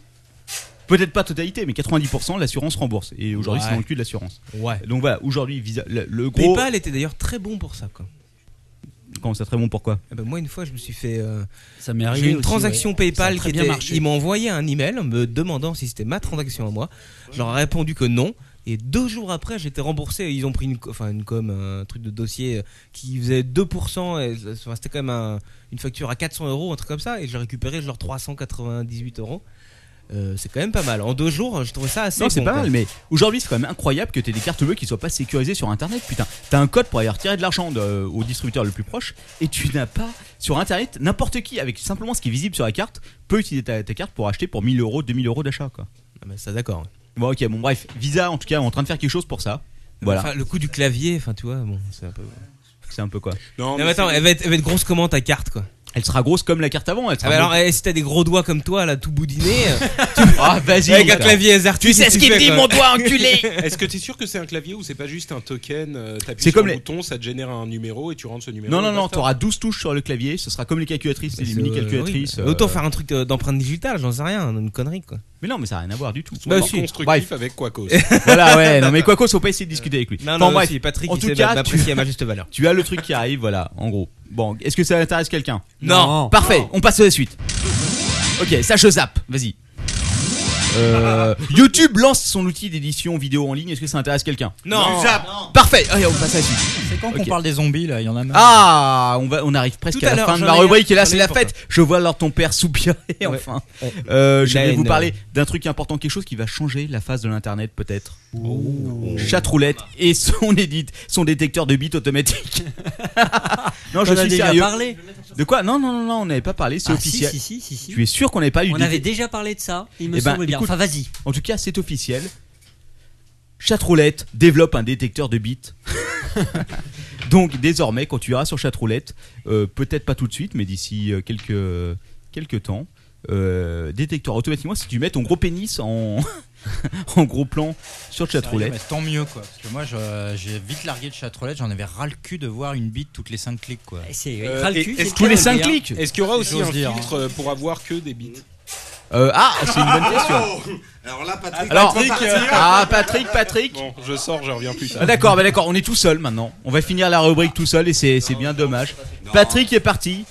D: Peut-être pas totalité, mais 90% l'assurance rembourse. Et aujourd'hui,
E: Ouais.
D: c'est dans le cul de l'assurance.
E: Ouais.
D: Donc voilà, aujourd'hui, Visa- le, le gros.
E: PayPal était d'ailleurs très bon pour ça quoi.
D: Comment ça, très bon, pourquoi
E: Eh ben, moi une fois je me suis fait euh,
J: ça m'est
E: j'ai
J: arrivé
E: eu une
J: aussi,
E: transaction
J: ouais.
E: PayPal
J: Ça a
E: qui
J: très bien
E: était
J: marché.
E: ils m'ont envoyé un email me demandant si c'était ma transaction à moi. Je leur ai répondu que non. Et deux jours après, j'étais remboursé. Ils ont pris une, co- enfin une com, un truc de dossier euh, qui faisait 2%. et, euh, enfin, C'était quand même un- une facture à 400 euros, un truc comme ça. Et j'ai récupéré genre 398 euros. Euh, c'est quand même pas mal. En deux jours, je trouvais ça assez.
D: Non, c'est
E: bon,
D: pas
E: quoi.
D: mal, mais aujourd'hui, c'est quand même incroyable que t'aies des cartes bleues qui soient pas sécurisées sur Internet. Putain, t'as un code pour aller retirer de l'argent de- au distributeur le plus proche et tu n'as pas sur Internet n'importe qui avec simplement ce qui est visible sur la carte peut utiliser ta, ta carte pour acheter pour 1000 euros, 2000 euros d'achat, quoi.
E: Ah, mais ça, d'accord.
D: Bon, ok, bon, bref, Visa en tout cas est en train de faire quelque chose pour ça. Voilà.
E: Enfin, le coup du clavier, enfin, tu vois, bon, c'est un peu.
D: C'est un peu quoi
E: Non, mais, attends, elle va, être, elle va être grosse comment ta carte quoi
D: Elle sera grosse comme la carte avant. hein. Elle
E: Ah
D: sera
E: bah alors,
D: beaucoup-
E: eh, si t'as des gros doigts comme toi là, tout boudiné, euh, tu...
D: Ah, vas-y,
E: avec un
D: putain.
E: clavier hasard.
D: Tu sais ce qu'il me dit, mon doigt enculé
I: Est-ce que tu es sûr que c'est un clavier ou c'est pas juste un token euh, T'appuies
D: C'est
I: sur
D: comme
I: le
D: les-
I: bouton, ça te génère un numéro et tu rentres ce numéro.
D: Non,
I: et
E: bah,
D: non, non,
I: basta.
D: t'auras 12 touches sur le clavier, ce sera comme les calculatrices, les mini-calculatrices. euh,
E: Autant faire un truc euh, d'empreinte digitale, j'en sais rien, hein, une connerie quoi.
D: Mais non, mais ça n'a rien à voir du tout.
E: Bah
D: Bah,
E: si.
D: si.
I: Constructif
D: Bref.
I: avec Quacos.
D: voilà, ouais, non, mais Quacos, faut pas essayer de discuter avec lui.
E: Non,
D: Enfin,
E: non,
D: bref,
E: si, Patrick,
D: en
E: il
D: tout
E: sait
D: cas,
E: m'apprécier
D: tu-
E: à ma juste valeur.
D: Tu as le truc qui arrive, voilà, en gros. Bon, est-ce que ça intéresse quelqu'un
E: Non.
D: Parfait, on passe à la suite. Ok, ça je zappe, vas-y. Euh, YouTube lance son outil d'édition vidéo en ligne, est-ce que ça intéresse quelqu'un
E: Non.
D: Je zappe. Parfait, allez, on passe à la suite.
H: C'est quand qu'on
D: Ok.
H: parle des zombies là Il y en a marre.
D: Ah, on, va, on arrive presque
H: Tout à
D: à la
H: l'heure,
D: fin de
H: j'en
D: ma
H: ai un,
D: rubrique et là
H: j'en ai
D: c'est
H: un
D: la
H: pour
D: fête. Je vois alors ton père soupirer enfin.
H: Ouais.
D: Euh, je
E: La
D: vais vous
E: haine,
D: parler
E: ouais.
D: d'un truc important, quelque chose qui va changer la face de l'internet peut-être.
K: Oh.
D: Chatroulette et son édite, son détecteur de bits automatique. non, je
K: T'en as
D: suis
K: déjà
D: sérieux.
K: parlé.
D: De quoi Non, non, non, non, on n'avait pas parlé, c'est
K: Ah, si,
D: officiel.
K: si, si, si, si.
D: Tu es sûr qu'on n'avait pas eu
K: On
D: d'idée
K: avait déjà parlé de ça, il me
D: Eh ben,
K: semble bien.
D: écoute,
K: Enfin, vas-y.
D: En tout cas, c'est officiel. Chatroulette développe un détecteur de bits. Donc désormais, quand tu iras sur Chatroulette, euh, peut-être pas tout de suite, mais d'ici euh, quelques, quelques temps, euh, détecteur automatiquement, si tu mets ton gros pénis en, en gros plan sur
H: Sérieux,
D: Chatroulette.
H: mais Tant mieux quoi. Parce que moi je- j'ai vite largué de chatroulette, j'en avais ras le cul de voir une bite toutes les 5 clics quoi.
I: Euh, et- est-ce qu'il y a-
D: hein.
I: Est-ce qu'il y aura aussi un
H: hein.
I: filtre euh, pour avoir que des bits
D: Euh, ah, c'est une bonne question.
F: Oh, Alors là, Patrick,
D: Alors-
F: tu vas partir.
D: Ah, Patrick, Patrick.
I: hein. Bon, je sors, je reviens plus tard.
D: Ah, d'accord, bah, d'accord, on est tout seul maintenant. On va finir la rubrique tout seul et c'est c'est bien dommage. Patrick est parti.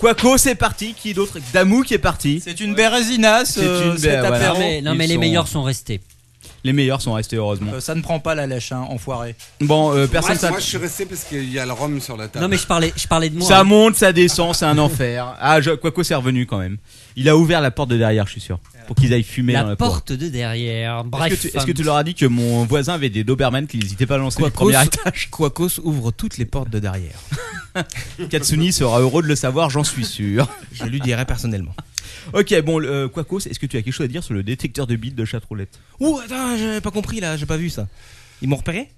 D: Quaco, c'est parti. Qui d'autre Damou qui est parti.
H: C'est une euh, bérésinasse.
D: C'est une
H: c'est
D: bé- voilà.
H: Non mais
D: Ils
H: les meilleurs
D: sont restés. Les meilleurs sont restés, heureusement.
H: Euh, ça ne prend pas la lèche hein, enfoiré.
D: Bon, euh, personne
F: moi,
D: s'att-
F: moi, je suis resté parce qu'il y a le rhum sur la table.
K: hein.
D: Ça monte, ça descend, c'est un enfer. Ah, je- Quaco, c'est revenu quand même. Il a ouvert la porte de derrière, je suis sûr. Pour qu'ils aillent fumer
K: la,
D: dans la
K: porte de derrière. Bref.
D: Est-ce que, tu, est-ce que tu leur as dit que mon voisin avait des Doberman qui n'hésitaient pas à lancer du premier étage
E: Quacos ouvre toutes les portes de derrière.
D: Katsuni sera heureux de le savoir, j'en suis sûr.
E: Je lui dirai personnellement.
D: Ok, bon, le- euh, Quacos, est-ce que tu as quelque chose à dire sur le détecteur de bits de chatroulette
E: Ouh, attends,
D: Euh,
E: j'avais pas compris là, j'ai pas vu ça. Ils m'ont repéré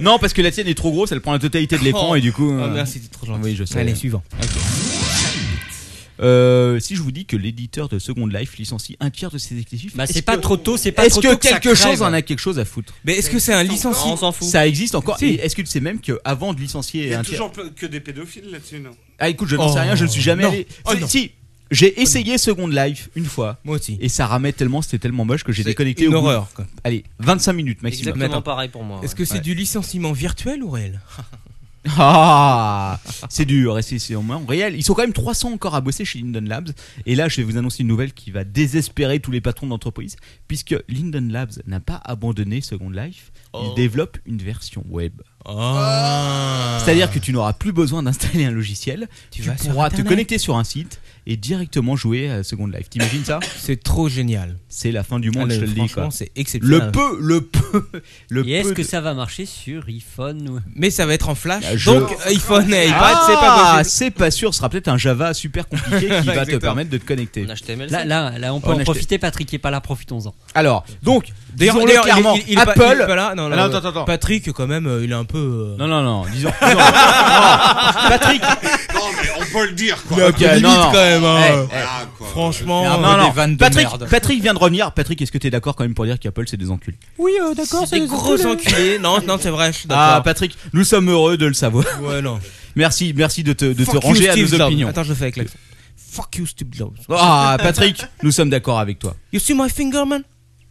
D: Non, parce que la tienne est trop grosse, elle prend la totalité de l'écran
E: Oh.
D: et du coup. euh,
E: Oh, merci, c'est trop gentil.
D: Oui, je sais.
E: Allez, suivant.
D: Ok. Euh, si je vous dis que l'éditeur de Second Life licencie un tiers de ses effectifs,
K: Bah, c'est
D: est-ce
K: pas
D: que-
K: trop tôt, c'est pas
D: est-ce
K: trop
D: que
K: tôt que ça
D: quelque
K: crève.
D: chose en a quelque chose à foutre
E: hein. Mais est-ce que c'est un licenciement On s'en fout.
D: Ça existe encore.
E: Si.
D: Et Est-ce que tu sais même que avant de licencier
F: Il y a
D: un tiers,
F: toujours peu- que des pédophiles là-dessus, non
D: Ah écoute, je n'en sais
F: Oh,
D: rien, je ne suis jamais
F: non.
D: allé.
F: Oh,
D: Si,
F: non.
D: si, j'ai essayé Second Life une fois.
E: Moi aussi.
D: Et ça ramait tellement, c'était tellement moche que j'ai déconnecté
E: une
D: au bout.
E: horreur, quoi.
D: Allez, 25 minutes maximum.
E: Attends. Est-ce que c'est
D: Ouais.
E: du licenciement virtuel ou réel
D: Ah, c'est dur, et c'est c'est en main en réel. Ils sont quand même 300 encore à bosser chez Linden Labs. Et là, je vais vous annoncer une nouvelle qui va désespérer tous les patrons d'entreprise, puisque Linden Labs n'a pas abandonné Second Life.
E: Oh.
D: Il développe une version web. C'est-à-dire que tu n'auras plus besoin d'installer un logiciel. Tu,
E: Ah. vas sur
D: pourras te
E: Internet.
D: connecter sur un site et directement jouer à Second Life. T'imagines ça
E: C'est trop génial.
D: C'est la fin du monde,
E: Ah,
D: je te
E: le-
D: le dis.
E: franchement,
D: quoi.
E: c'est exceptionnel.
D: Le peu, le peu, le
K: Et est-ce
D: peu
K: que
D: de- Bah,
K: ça va marcher sur iPhone ou-
E: Mais ça va être en flash.
D: Je-
E: Donc iPhone et iPad,
D: Ah,
E: c'est pas possible.
D: c'est pas sûr. Ce sera peut-être un Java super compliqué qui va te
E: Exactement.
D: permettre de te connecter.
K: Là, là, là, Oh, on peut
D: On
K: en
D: achetait-
K: profiter, Patrick est pas là, profitons-en.
D: Alors, donc,
E: D'ailleurs,
D: disons-le
E: d'ailleurs, il est-
D: clairement,
E: il, il est pas-
D: Apple.
E: il est pas là. Non, non,
D: Alors,
E: non.
D: attends, attends.
E: Patrick, quand même, euh, il est un peu.
D: Non, non, non. Disons. Ah, Patrick.
F: Non, mais on peut le dire, quoi.
E: Il y a un peu
D: Ok,
E: limite
D: non, non.
E: quand même. hein.
D: Eh, eh.
F: Voilà, quoi.
E: Franchement,
D: Non,
E: euh,
D: non, non.
E: des vannes de
D: Patrick,
E: merde.
D: Patrick vient de revenir. Patrick, est-ce que t'es d'accord quand même pour dire qu'Apple c'est des enculés
H: Oui, euh, d'accord,
E: c'est des gros enculés. Non, non, c'est vrai, je suis
D: Ah,
E: d'accord.
D: Patrick, nous sommes heureux de le savoir.
E: Ouais, non.
D: Merci, merci de te, de te
E: Fuck you,
D: ranger à
E: Steve
D: nos
E: Jobs.
D: opinions.
E: Attends, je le fais avec l'accent. Fuck you, Steve Jobs.
D: Ah, Patrick, nous sommes d'accord avec toi.
E: You see my finger, man?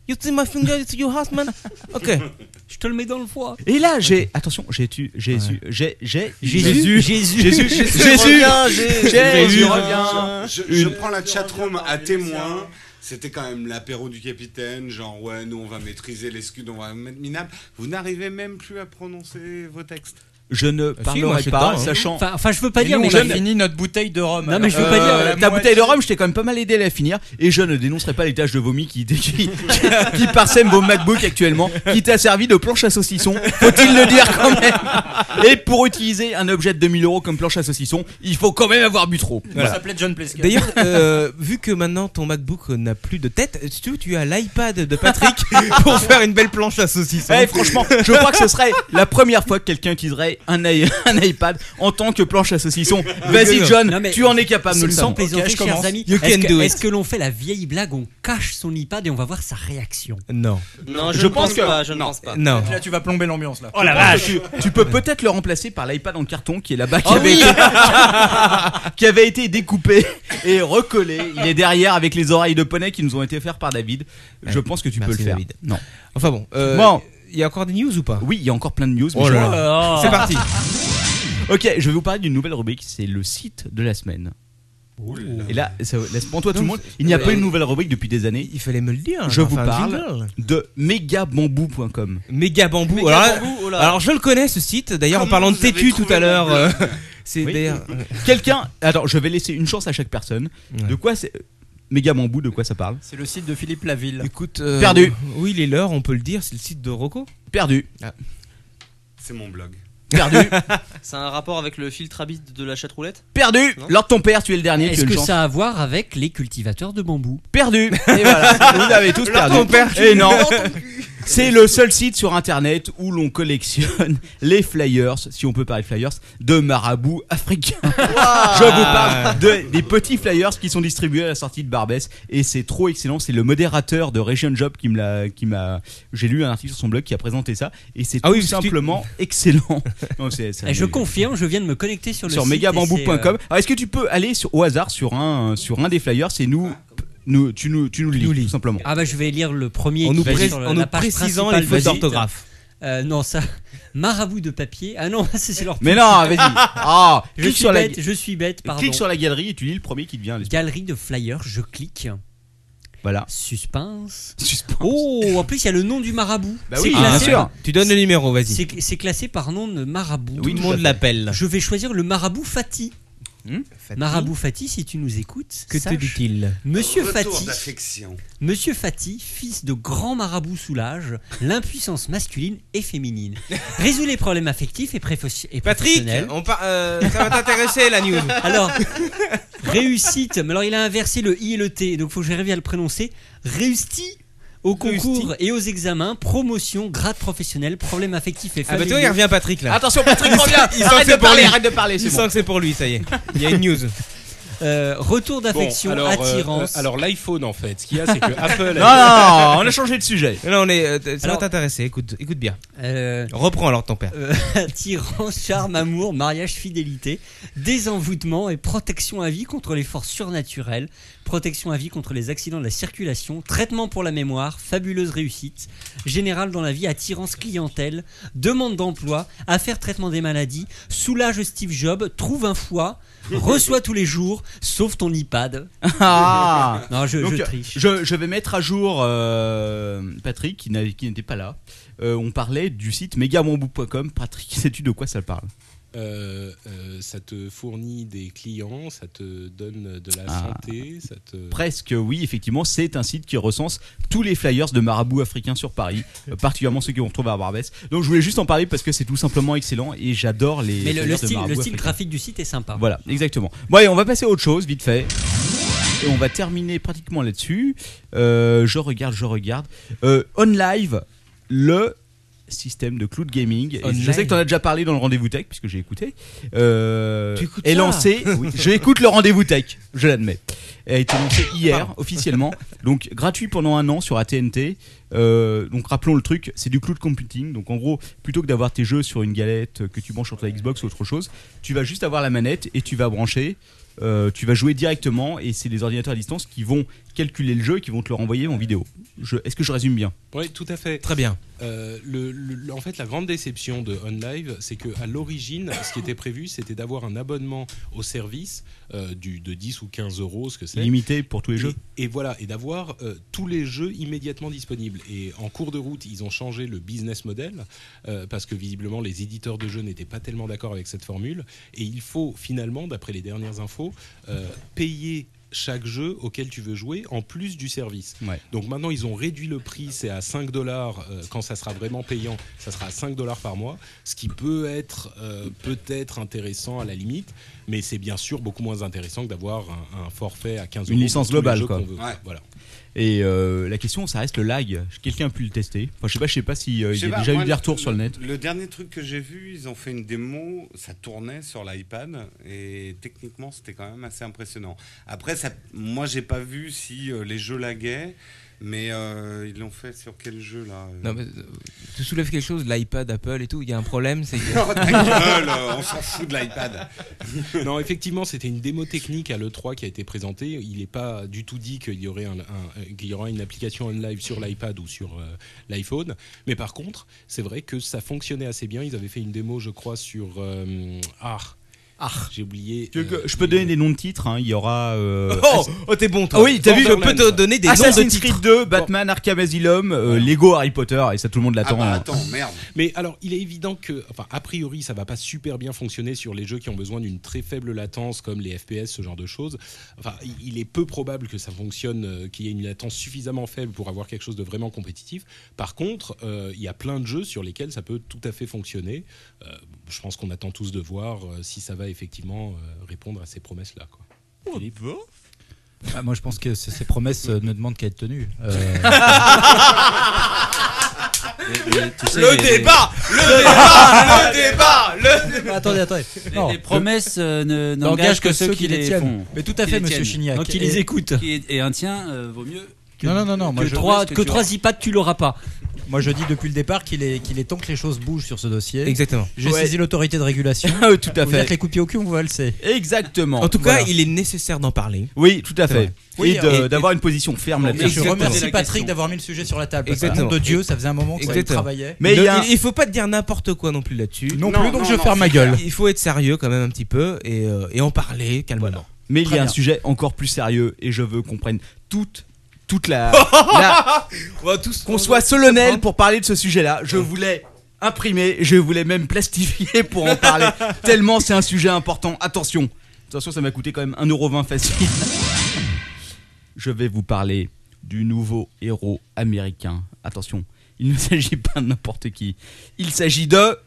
E: You see my finger, you see your heart, man? Ok.
K: Je te le mets dans le foie.
D: Et là, j'ai. Attention, j'ai tu. Jésus. J'ai. J'ai.
K: Jésus.
D: Jésus.
K: Jésus.
D: Jésus.
K: Jésus,
F: reviens,
D: Jésus. Jésus.
F: Je, je- je
D: Une-
F: prends la chatroom à témoin. C'était quand même l'apéro du capitaine, genre ouais, nous on va maîtriser les scuds, on va mettre minable. Vous n'arrivez même plus à prononcer vos textes.
D: Je ne
F: si,
D: parlerai
F: moi, je
D: pas,
F: t'en, hein.
D: sachant.
F: Enfin- enfin, je veux pas
D: Et
F: dire,
D: nous,
F: mais
D: je
F: on a
D: ne-
F: fini
H: notre bouteille de rhum. Euh,
K: Non, mais je veux pas dire, la moitié-
D: Ta bouteille de rhum, je t'ai quand même pas mal aidé à la finir. Et je ne dénoncerai pas les taches de vomi qui, qui, qui parsèment vos MacBook actuellement, qui t'a servi de planche à saucisson. Faut-il le dire quand même Et pour utiliser un objet de 2000 euros comme planche à saucisson, il faut quand même avoir bu trop.
E: Voilà.
D: Voilà.
E: D'ailleurs, euh, vu que maintenant ton MacBook euh, n'a plus de tête, si tu veux, tu as l'iPad de Patrick pour faire une belle planche à saucisson.
D: Eh, franchement, je crois que ce serait la première fois que quelqu'un utiliserait un, i- un iPad en tant que planche à saucisson. Vas-y, John,
K: Non, mais
D: tu en es capable, nous le
K: Sans
D: savons.
K: plaisanter, chers amis.
D: You
K: Est-ce
D: can do
K: que,
D: it.
K: est-ce que l'on fait la vieille blague, on cache son iPad et on va voir sa réaction
E: Non.
M: Non, je, ne pense, pas, je ne pense pas.
D: Non.
H: Là, tu vas plomber l'ambiance là.
D: Je pense que Tu, tu peux peut-être le remplacer par l'iPad en carton qui est là-bas, qui, avait
H: oui
D: été, qui avait été découpé et recollé. Il est derrière avec les oreilles de poney qui nous ont été offertes par David. Je pense que tu peux le faire. Non.
E: Enfin bon. euh,
D: Bon.
E: Il y a encore des news ou pas
D: Oui, il y a encore plein de news. mais
E: Oh
D: je-
E: là là. C'est parti.
D: Euh, Ok, je vais vous parler d'une nouvelle rubrique. C'est le site de la semaine. Et là, ça- laisse-moi-toi tout le
E: Non,
D: monde.
E: c'est-
D: Il n'y a
E: euh,
D: pas eu de nouvelle rubrique depuis des années.
E: Il fallait me le dire. hein,
D: Je
E: enfin,
D: vous
E: un
D: parle de megabambou.com.
E: Mégabambou. Alors, là-
D: oh
E: alors, je le connais ce site. D'ailleurs, en parlant de têtu tout à l'heure, euh, c'est
D: Oui.
E: d'ailleurs.
D: Quelqu'un. Attends, je vais laisser une chance à chaque personne. De quoi c'est. Mégabambou, de quoi ça parle
H: C'est le site de Philippe Laville.
E: Écoute, euh,
D: Perdu.
E: Oui, il est l'heure, on peut le dire. C'est le site de Rocco. Ah.
D: Perdu.
F: C'est mon blog.
D: Perdu.
M: C'est un rapport avec le filtre à bite de la chatroulette
D: Perdu.
M: Non.
D: Lors de ton père, tu es le dernier. tu
K: Est-ce
D: as une
K: que
D: chance.
K: ça a à voir avec les cultivateurs de bambou
D: Perdu. Et voilà. Vous avez tous
K: Lors de
D: perdu.
K: ton père, tu
D: Et
K: es
D: non.
K: dans ton
D: C'est le seul site sur internet où l'on collectionne les flyers, si on peut parler de flyers, de marabouts africains. Je vous parle de- des petits flyers qui sont distribués à la sortie de Barbès et c'est trop excellent. C'est le modérateur de Region Job qui me l'a, qui m'a, j'ai lu un article sur son blog qui a présenté ça et c'est
E: Ah
D: tout
E: oui, parce que tu-
D: simplement excellent. Non, c'est- c'est
K: Et Eh, je
D: un-
K: confirme, je viens de me connecter sur le
D: sur
K: site.
D: megabambou.com.
K: et c'est, euh,
D: Alors, est-ce que tu peux aller sur, au hasard sur un, sur un des flyers C'est nous, nous, tu nous, tu nous le lis, tout simplement.
K: Ah bah je vais lire le premier.
D: En
K: qui
D: nous
K: est
D: pré-
K: sur le- la
D: en nous
K: page
D: précisant
K: principale
D: les fautes
K: du site.
D: d'orthographe.
K: Euh, non ça, marabout de papier. Ah non, c'est c'est leur.
D: Mais non, vas-y. Ah,
K: je
D: clique
K: suis
D: sur la-
K: bête. Je suis bête. Pardon.
D: Clique sur la galerie et tu lis le premier qui te vient. à l'esprit.
K: Galerie de flyers. Je clique.
D: Voilà.
K: Suspense. Oh, en plus il y a le nom du marabout.
E: Bah
K: C'est
E: oui,
K: classé
E: bien sûr.
K: par-
E: Tu donnes le numéro, vas-y.
K: C'est- C'est classé par nom de marabout.
E: Oui, tout le monde Hmm l'appelle.
K: Je vais choisir le marabout Fatih.
E: Fatih.
K: Marabout Fatih, si tu nous écoutes,
E: Que te
K: sache-
E: dit-il
K: Monsieur
F: Retour
K: Fatih,
F: d'affection.
K: Monsieur Fatih, fils de grand marabout soulage l'impuissance masculine et féminine. Résout les problèmes affectifs et, préfo- et
E: Patrick,
K: professionnels.
E: on par- euh, ça va t'intéresser la news.
K: Alors, réussite. Mais alors, il a inversé le i et le t, donc faut que j'arrive à le prononcer. Réussi au concours et aux examens, promotion, grade professionnel, problème affectif et
E: Ah bah
K: familial.
E: toi, il revient Patrick là. Il sent- il sent que c'est pour lui. Il sent que c'est Euh, pour lui, ça y est. Il y a une news.
K: retour d'affection,
I: Bon, alors, euh,
K: attirance.
I: euh, alors l'iPhone en fait, ce qu'il y a c'est que Apple.
E: changé de sujet. Non, on est, euh, ça
K: Alors-
E: va t'intéresser, écoute, écoute bien.
K: Euh,
E: Reprends alors ton père.
K: Euh, attirance, charme, amour, mariage, fidélité, désenvoûtement et protection à vie contre les forces surnaturelles, protection à vie contre les accidents de la circulation, traitement pour la mémoire, fabuleuse réussite, générale dans la vie, attirance clientèle, demande d'emploi, affaires traitement des maladies, soulage Steve Jobs, trouve un foie, reçois tous les jours, sauf ton iPad.
D: Ah
K: Non, je,
D: Donc,
K: je triche.
D: Je, je vais mettre à jour euh, Patrick qui n'avait- qui n'était pas là. Euh, on parlait du site megabambou.com. Patrick, sais-tu de quoi ça parle
I: Euh, euh, ça te fournit des clients, ça te donne de la
D: Ah.
I: santé, ça te.
D: Presque oui, effectivement, c'est un site qui recense tous les flyers de marabouts africains sur Paris, euh, particulièrement ceux qu'on retrouve à Barbès. Donc je voulais juste en parler parce que c'est tout simplement excellent et j'adore les.
K: Mais le,
D: flyers
K: le
D: de
K: style, le
D: marabouts
K: style
D: africains.
K: graphique du site est sympa.
D: Voilà, exactement. Bon, allez, on va passer à autre chose, vite fait. Et on va terminer pratiquement là-dessus. Euh, je regarde, je regarde. Euh, on live, le système de cloud gaming. Et
E: On
D: je sais
E: Live.
D: que tu en as déjà parlé dans le rendez-vous tech, puisque j'ai écouté. Euh,
E: Tu écoutes
D: est
E: ça
D: lancé. oui, J'écoute le rendez-vous tech, je l'admets. A été lancé hier officiellement, donc gratuit pendant un an sur AT&T. Euh, donc rappelons le truc, c'est du cloud computing. Donc en gros, plutôt que d'avoir tes jeux sur une galette que tu branches sur ta Xbox ou autre chose, tu vas juste avoir la manette et tu vas brancher. euh, tu vas jouer directement et c'est les ordinateurs à distance qui vont calculer le jeu et qui vont te le renvoyer en vidéo. Je- Est-ce que je résume bien
I: Oui, tout à fait.
E: Très bien.
I: Euh, le- le- en fait, la grande déception de OnLive, c'est que à l'origine, ce qui était prévu, c'était d'avoir un abonnement au service euh, du, de 10 ou 15 euros, ce que c'est.
D: Limité pour tous les
I: Et-
D: jeux.
I: Et voilà, et d'avoir euh, tous les jeux immédiatement disponibles. Et en cours de route, ils ont changé le business model euh, parce que visiblement les éditeurs de jeux n'étaient pas tellement d'accord avec cette formule. Et il faut finalement, d'après les dernières infos, euh, payer chaque jeu auquel tu veux jouer en plus du service. Donc maintenant ils ont réduit le prix, c'est à 5 dollars euh, quand ça sera vraiment payant, ça sera à 5 dollars par mois, ce qui peut être euh, peut-être intéressant à la limite, mais c'est bien sûr beaucoup moins intéressant que d'avoir un, un forfait à 15 euros
D: Une
I: pour
D: licence
I: tous les
D: globale,
I: jeux
D: quoi.
I: qu'on veut.
D: Ouais.
I: Voilà.
D: Et euh, la question, ça reste le lag. Quelqu'un a pu le tester. Enfin, je sais pas, je sais pas si euh,
F: Je sais
D: il y a
F: pas,
D: déjà
F: moi,
D: eu des retours sur le net.
F: Le dernier truc que j'ai vu, ils ont fait une démo, ça tournait sur l'iPad et techniquement c'était quand même assez impressionnant. Après, ça, moi j'ai pas vu si euh, les jeux laguaient, mais euh, ils l'ont fait sur quel jeu là
E: Non, mais, euh, tu soulèves quelque chose, l'iPad, Apple et tout, il y a un problème, c'est que.
F: Oh, ta gueule,
I: euh,
F: on s'en fout de l'iPad.
I: non, effectivement, c'était une démo technique à l'E3 qui a été présentée. Il n'est pas du tout dit qu'il y, aurait un- un- qu'il y aura une application en live sur l'iPad ou sur euh, l'iPhone. Mais par contre, c'est vrai que ça fonctionnait assez bien. Ils avaient fait une démo, je crois, sur euh, Art. J'ai oublié.
D: Que- que- je peux donner des noms de titres. hein, Il y aura. euh,
E: Oh,
D: As-
E: oh, t'es bon, toi.
D: Ah oui, t'as vu.
E: Je peux te donner des noms de
D: Assassin's
E: titres.
D: Creed 2, Batman, Arkham Asylum, euh, Lego, Harry Potter, et ça tout le monde l'attend. hein.
F: merde.
I: Mais alors, il est évident que, enfin, a priori, ça va pas super bien fonctionner sur les jeux qui ont besoin d'une très faible latence, comme les FPS, ce genre de choses. Enfin, il- il est peu probable que ça fonctionne, euh, qu'il y ait une latence suffisamment faible pour avoir quelque chose de vraiment compétitif. Par contre, euh, il y a plein de jeux sur lesquels ça peut tout à fait fonctionner. Euh, je pense qu'on attend tous de voir euh, si ça va effectivement euh, répondre à ces promesses-là. quoi. Philippe
G: Ah, moi, je pense que ces ces promesses euh, ne demandent qu'à être tenues. Euh,
J: Le débat Le débat Le débat
H: Le débat Attendez, attendez.
J: Les-
H: Non.
J: les promesses, euh, ne- n'engagent que ceux qui les
H: tiennent.
J: font.
H: Mais tout à
J: Qui les
H: fait, monsieur
J: tiennent.
H: Chignac.
J: Donc, qui les
H: Et-
J: écoutent. Qui- Et un tien euh, vaut mieux que-
H: Non, non, non, non.
J: que
H: moi, je-
J: trois- que trois
H: iPads, tu l'auras pas. Moi, je dis depuis le départ qu'il est, qu'il est temps que les choses bougent sur ce dossier.
E: Exactement.
H: J'ai
E: Ouais.
H: saisi l'autorité de régulation.
D: Tout à
H: Vous
D: fait.
H: dire que les coupiers au cul, on va le sait.
D: Exactement.
E: En tout cas,
H: Voilà.
E: il est nécessaire d'en parler.
D: Oui, tout à fait.
H: Oui,
D: et de-
H: et- et-
D: Euh, d'avoir une position ferme là-dessus.
H: Et je remercie Patrick d'avoir mis le sujet sur la table. parce que,
E: Exactement.
H: nom de Dieu, ça faisait un moment que ça
E: Exactement.
H: travaillait.
E: Mais
H: Ne-
E: il, y a- il faut pas dire n'importe quoi non plus là-dessus.
H: Non Non, plus, donc non, je non, ferme ma c'est gueule. clair.
E: Il faut être sérieux quand même un petit peu et, euh, et en parler calmement.
D: Mais il y
E: Très
D: a un
E: bien.
D: sujet encore plus sérieux et je veux qu'on prenne toute toute la, la- qu'on soit solennel pour parler de ce sujet-là. Je voulais imprimer, je voulais même plastifier pour en parler tellement c'est un sujet important. Attention. Attention, ça m'a coûté quand même 1,20€ facile. Je vais vous parler du nouveau héros américain. Attention, il ne s'agit pas de n'importe qui. Il s'agit de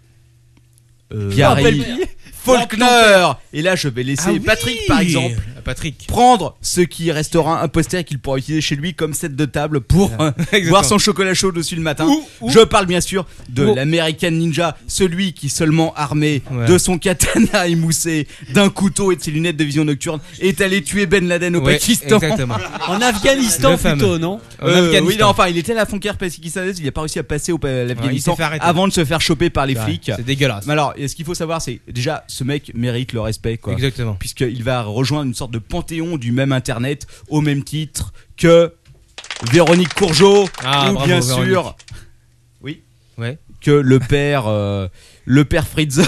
D: euh, Gary
E: Appelle-
D: Faulkner. Et là, je vais laisser
E: Ah
D: c'est
E: oui
D: Patrick par exemple
E: Ah, Patrick.
D: prendre ce qui restera un poster qu'il pourra utiliser chez lui comme set de table pour euh,
E: Exactement.
D: boire son chocolat chaud dessus le matin. Je parle bien sûr de l'American Ninja, celui qui seulement armé
E: Ouais.
D: de son katana émoussé, d'un couteau et de ses lunettes de vision nocturne est allé tuer Ben Laden au
E: Ouais,
D: Pakistan.
E: exactement. En Afghanistan Le fameux. plutôt, non En
D: Euh,
E: Afghanistan.
D: Oui, non, enfin, il était à la frontière pakistanaise, il n'a pas réussi à passer au pa- à l'Afghanistan
E: il s'est fait arrêter.
D: avant de se faire choper par les
E: Ouais,
D: flics.
E: c'est dégueulasse.
D: Mais alors, et ce qu'il faut savoir, c'est déjà, ce mec mérite le respect, quoi.
E: Exactement.
D: Puisqu'il va rejoindre une sorte de panthéon du même internet, au même titre que Véronique Courgeot,
E: Ah,
D: ou
E: bravo,
D: bien
E: Véronique.
D: sûr. Oui.
E: Ouais.
D: Que le père, euh, le père Fritz.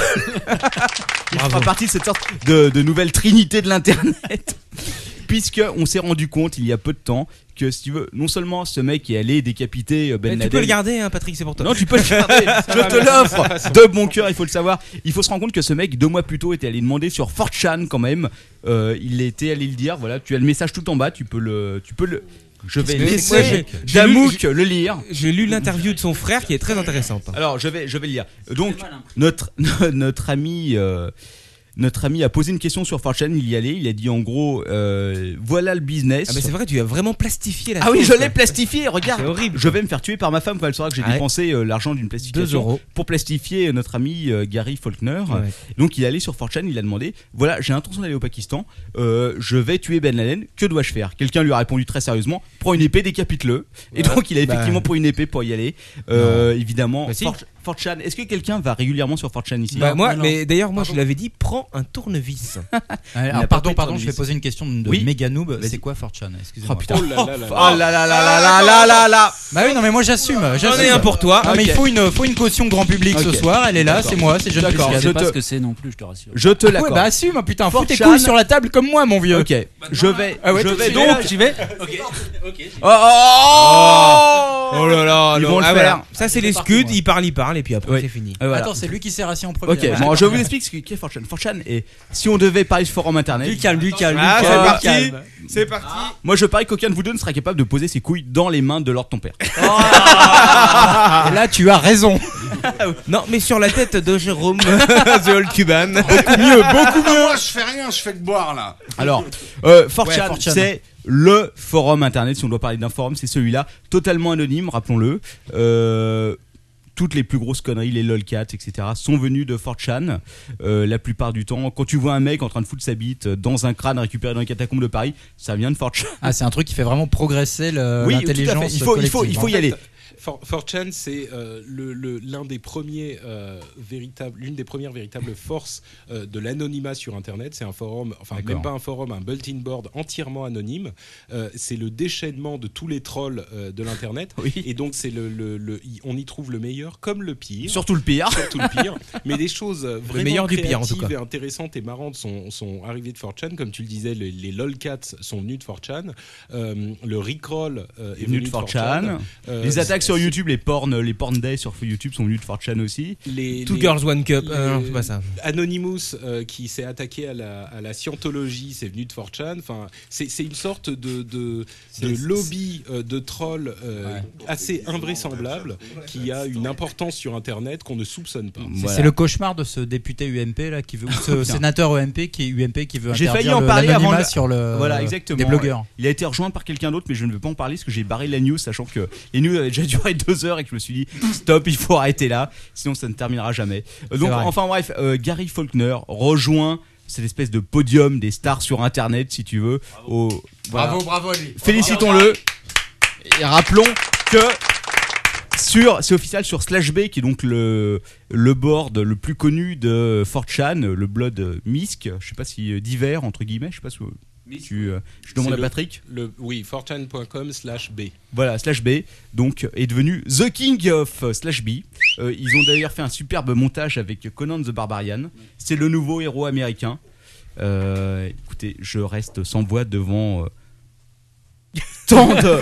D: Il fera partie de cette sorte de, de nouvelle trinité de l'internet. Puisque on s'est rendu compte il y a peu de temps que si tu veux, non seulement ce mec est allé décapiter euh, Ben
E: Mais
D: Laden.
E: tu peux le garder, hein, Patrick, c'est pour toi.
D: Non, tu peux le garder.
E: Ça
D: je
E: va,
D: te
E: merci.
D: l'offre de bon cœur, il faut le savoir. Il faut se rendre compte que ce mec, deux mois plus tôt, était allé demander sur 4chan quand même. Euh, il était allé le dire. Voilà, tu as le message tout en bas. Tu peux le, tu peux le. Je vais
E: Mais c'est
D: laisser
E: quoi, j'ai-
D: Damouk
E: j'ai lu-
D: le lire.
E: J'ai lu l'interview de son frère qui est très intéressante.
D: Alors, je vais, je vais le lire. Donc, notre, notre ami. euh, notre ami a posé une question sur 4chan, il y allait, il a dit en gros, euh, voilà le business.
E: Ah, mais c'est vrai, tu as vraiment plastifié la
D: Ah oui,
E: chose,
D: je
E: quoi.
D: l'ai plastifié, regarde.
E: C'est horrible.
D: Je vais me faire tuer par ma femme quand elle saura que j'ai
E: Ah ouais.
D: dépensé euh, l'argent d'une
E: Deux
D: plastification
E: euros.
D: pour plastifier notre ami euh, Gary Faulkner.
E: Ouais.
D: Donc il est allé sur 4chan, il a demandé voilà, j'ai l'intention d'aller au Pakistan, euh, je vais tuer Ben Laden, que dois-je faire Quelqu'un lui a répondu très sérieusement prends une épée, décapite-le. Et
E: Voilà.
D: donc il a
E: Bah.
D: effectivement pris une épée pour y aller. Euh, évidemment,
E: Bah si.
D: 4chan. 4chan, Est-ce que quelqu'un va régulièrement sur 4chan ici
E: Bah, moi, mais Ah, d'ailleurs, moi, je l'avais dit, prends un tournevis.
D: Il n'a
H: Alors,
D: pas
H: Ah, pardon,
D: pris de
H: pardon, je vais
D: tournevis.
H: poser une question de
D: Oui.
H: méga noob.
D: Vas-y.
H: C'est quoi 4chan Excusez-moi.
D: Oh, putain. Oh là là là là là là là là là.
H: Bah oui, non, mais moi j'assume. j'assume.
D: ai un pour toi.
H: Non, mais
D: Ok.
H: il faut une, faut une caution grand public
D: Ok.
H: ce soir. Elle est là,
D: D'accord.
H: c'est moi, c'est jeune
D: D'accord.
H: public.
D: Je sais pas ce que
J: c'est non plus, je te rassure.
D: Je te
H: Ah ouais,
D: l'accorde.
H: bah assume, putain, fous tes
D: 4chan.
H: couilles sur la table comme moi, mon vieux.
D: Ok, je vais,
H: Ah ouais,
D: je
H: tout de
D: vais
H: suite,
D: donc,
H: là, j'y vais.
D: Oh, oh, oh
E: Oh là là,
D: Ils
E: là.
D: vont le
E: Ah,
D: faire.
E: voilà. Ça, c'est les scuds, il parle, il parle, et puis après, c'est fini.
D: Euh, voilà.
H: Attends, c'est lui qui s'est rassis en premier.
D: Ok, bon, je vous explique ce qu'est 4chan. 4chan est, si on devait parler sur forum internet.
H: Du calme, du calme,
D: Ah,
H: du
D: c'est Ah.
H: calme.
D: parti.
H: Calme.
E: C'est parti.
D: Moi, je parie qu'aucun de vous deux ne sera capable de poser ses couilles dans les mains de Lord ton père.
E: Ah.
H: Et là, tu as raison.
E: non, mais sur la tête de Jérôme, The Old Cuban. Beaucoup
D: mieux, beaucoup
F: Ah, Moi, je fais rien, je fais que boire là.
D: Alors, euh, 4chan,
F: Ouais, 4chan.
D: c'est le forum internet. Si on doit parler d'un forum, c'est celui-là, totalement anonyme, rappelons-le. Euh, toutes les plus grosses conneries, les lolcats, etc., sont venues de 4chan. Euh, la plupart du temps, quand tu vois un mec en train de foutre sa bite euh, dans un crâne récupéré dans les catacombes de Paris, ça vient de 4chan.
H: Ah, c'est un truc qui fait vraiment progresser le-
D: Oui,
H: l'intelligence.
D: tout à fait. Il faut- il faut-
H: collective. hein.
D: il faut y aller.
I: For- 4chan, c'est euh, le- le- l'un des premiers euh, véritables, l'une des premières véritables forces euh, de l'anonymat sur Internet. C'est un forum, enfin
D: D'accord.
I: même pas un forum, un bulletin board entièrement anonyme. Euh, c'est le déchaînement de tous les trolls euh, de l'Internet. Et donc c'est le, le- le- y- on y trouve le meilleur comme le pire.
D: Surtout le pire.
I: Surtout le pire. Mais des choses euh, vraiment
E: meilleur du pire, en tout
I: créatives
E: cas.
I: et intéressantes et marrantes sont, sont arrivées de 4chan. Comme tu le disais, les, les lolcats sont venus de 4chan. Euh, le Rickroll euh, est,
D: est venu de 4chan.
I: Euh,
D: les attaques sur
I: c'est-
D: YouTube, les porn, les porn days sur YouTube sont venus de 4chan aussi.
I: les- les- les-
E: Euh,
H: Euh,
I: Anonymous euh, qui s'est attaqué à la, à la scientologie, c'est venu de 4chan. Enfin, c'est c'est une sorte de, de, de lobby euh, de trolls euh, assez invraisemblable qui a une importance sur Internet qu'on ne soupçonne pas.
H: C'est c'est le cauchemar de ce député UMP là qui veut, ou ce
I: Putain.
H: sénateur UMP qui UMP qui veut
D: J'ai
H: interdire
D: failli en
H: le-
D: parler avant
H: l'anonymat
D: de-
H: sur le
D: voilà exactement
H: des blogueurs.
D: Il a été rejoint par quelqu'un d'autre, mais je ne veux pas en parler parce que j'ai barré la news, sachant que les news avaient déjà duré deux heures et que je me suis dit stop, il faut arrêter là, sinon ça ne terminera jamais. Euh, donc
E: C'est vrai.
D: enfin bref, euh, Gary Faulkner rejoint cette espèce de podium des stars sur Internet, si tu veux. Au,
C: Bravo, bravo à lui.
D: Félicitons-le. Et rappelons que sur, c'est officiel sur Slash B, qui est donc le, le board le plus connu de 4chan, le Blood Misk, je sais pas si euh, divers entre guillemets, je sais pas si euh, tu, euh, je demande
I: C'est
D: à
I: le-
D: Patrick.
I: le, Oui, fortune.com slash B.
D: Voilà, slash B, donc, est devenu The King of euh, slash B. Euh, ils ont d'ailleurs fait un superbe montage avec Conan the Barbarian. C'est le nouveau héros américain. Euh, écoutez, je reste sans voix devant. euh, tant de.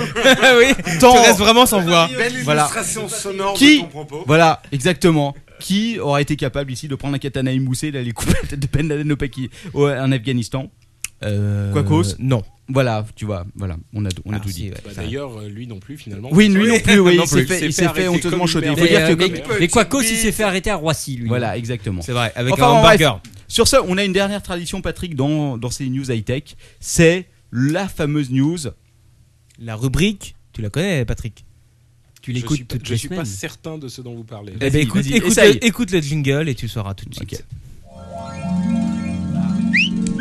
E: oui,
D: tant-
E: tu restes vraiment sans voix.
F: Belle
D: Voilà.
F: illustration sonore
D: Qui
F: de ton propos.
D: Voilà, exactement. Qui aurait été capable ici de prendre un katana émoussé et d'aller couper la tête de Ben Laden au Paki- au- en Afghanistan
E: Euh,
D: Quacos
E: Non.
D: Voilà, tu vois, voilà, on a,
E: Ah,
D: on a tout dit.
I: Bah, D'ailleurs, euh, lui non plus, finalement.
D: Oui, lui non plus, oui,
I: Non
D: il s'est
I: plus.
D: fait, il s'est
I: arrêter
D: fait honteusement
I: comme
D: choter.
I: une
D: Il faut dire
I: merde.
D: que
K: euh, mais Quacos, il s'est fait arrêter à Roissy, lui.
D: Voilà, exactement.
E: C'est vrai, avec
D: Enfin,
E: un
D: bon, bref,
E: hamburger.
D: Sur ça, on a une dernière tradition, Patrick, dans, dans ces news high-tech. C'est la fameuse news.
E: La rubrique, tu la connais, Patrick
K: Tu
I: Je suis pas- Je suis pas certain de ce dont vous parlez.
E: Eh ben, écoute,
I: Vas-y,
E: écoute,
I: essaye.
E: le, écoute le jingle et tu sauras tout de suite.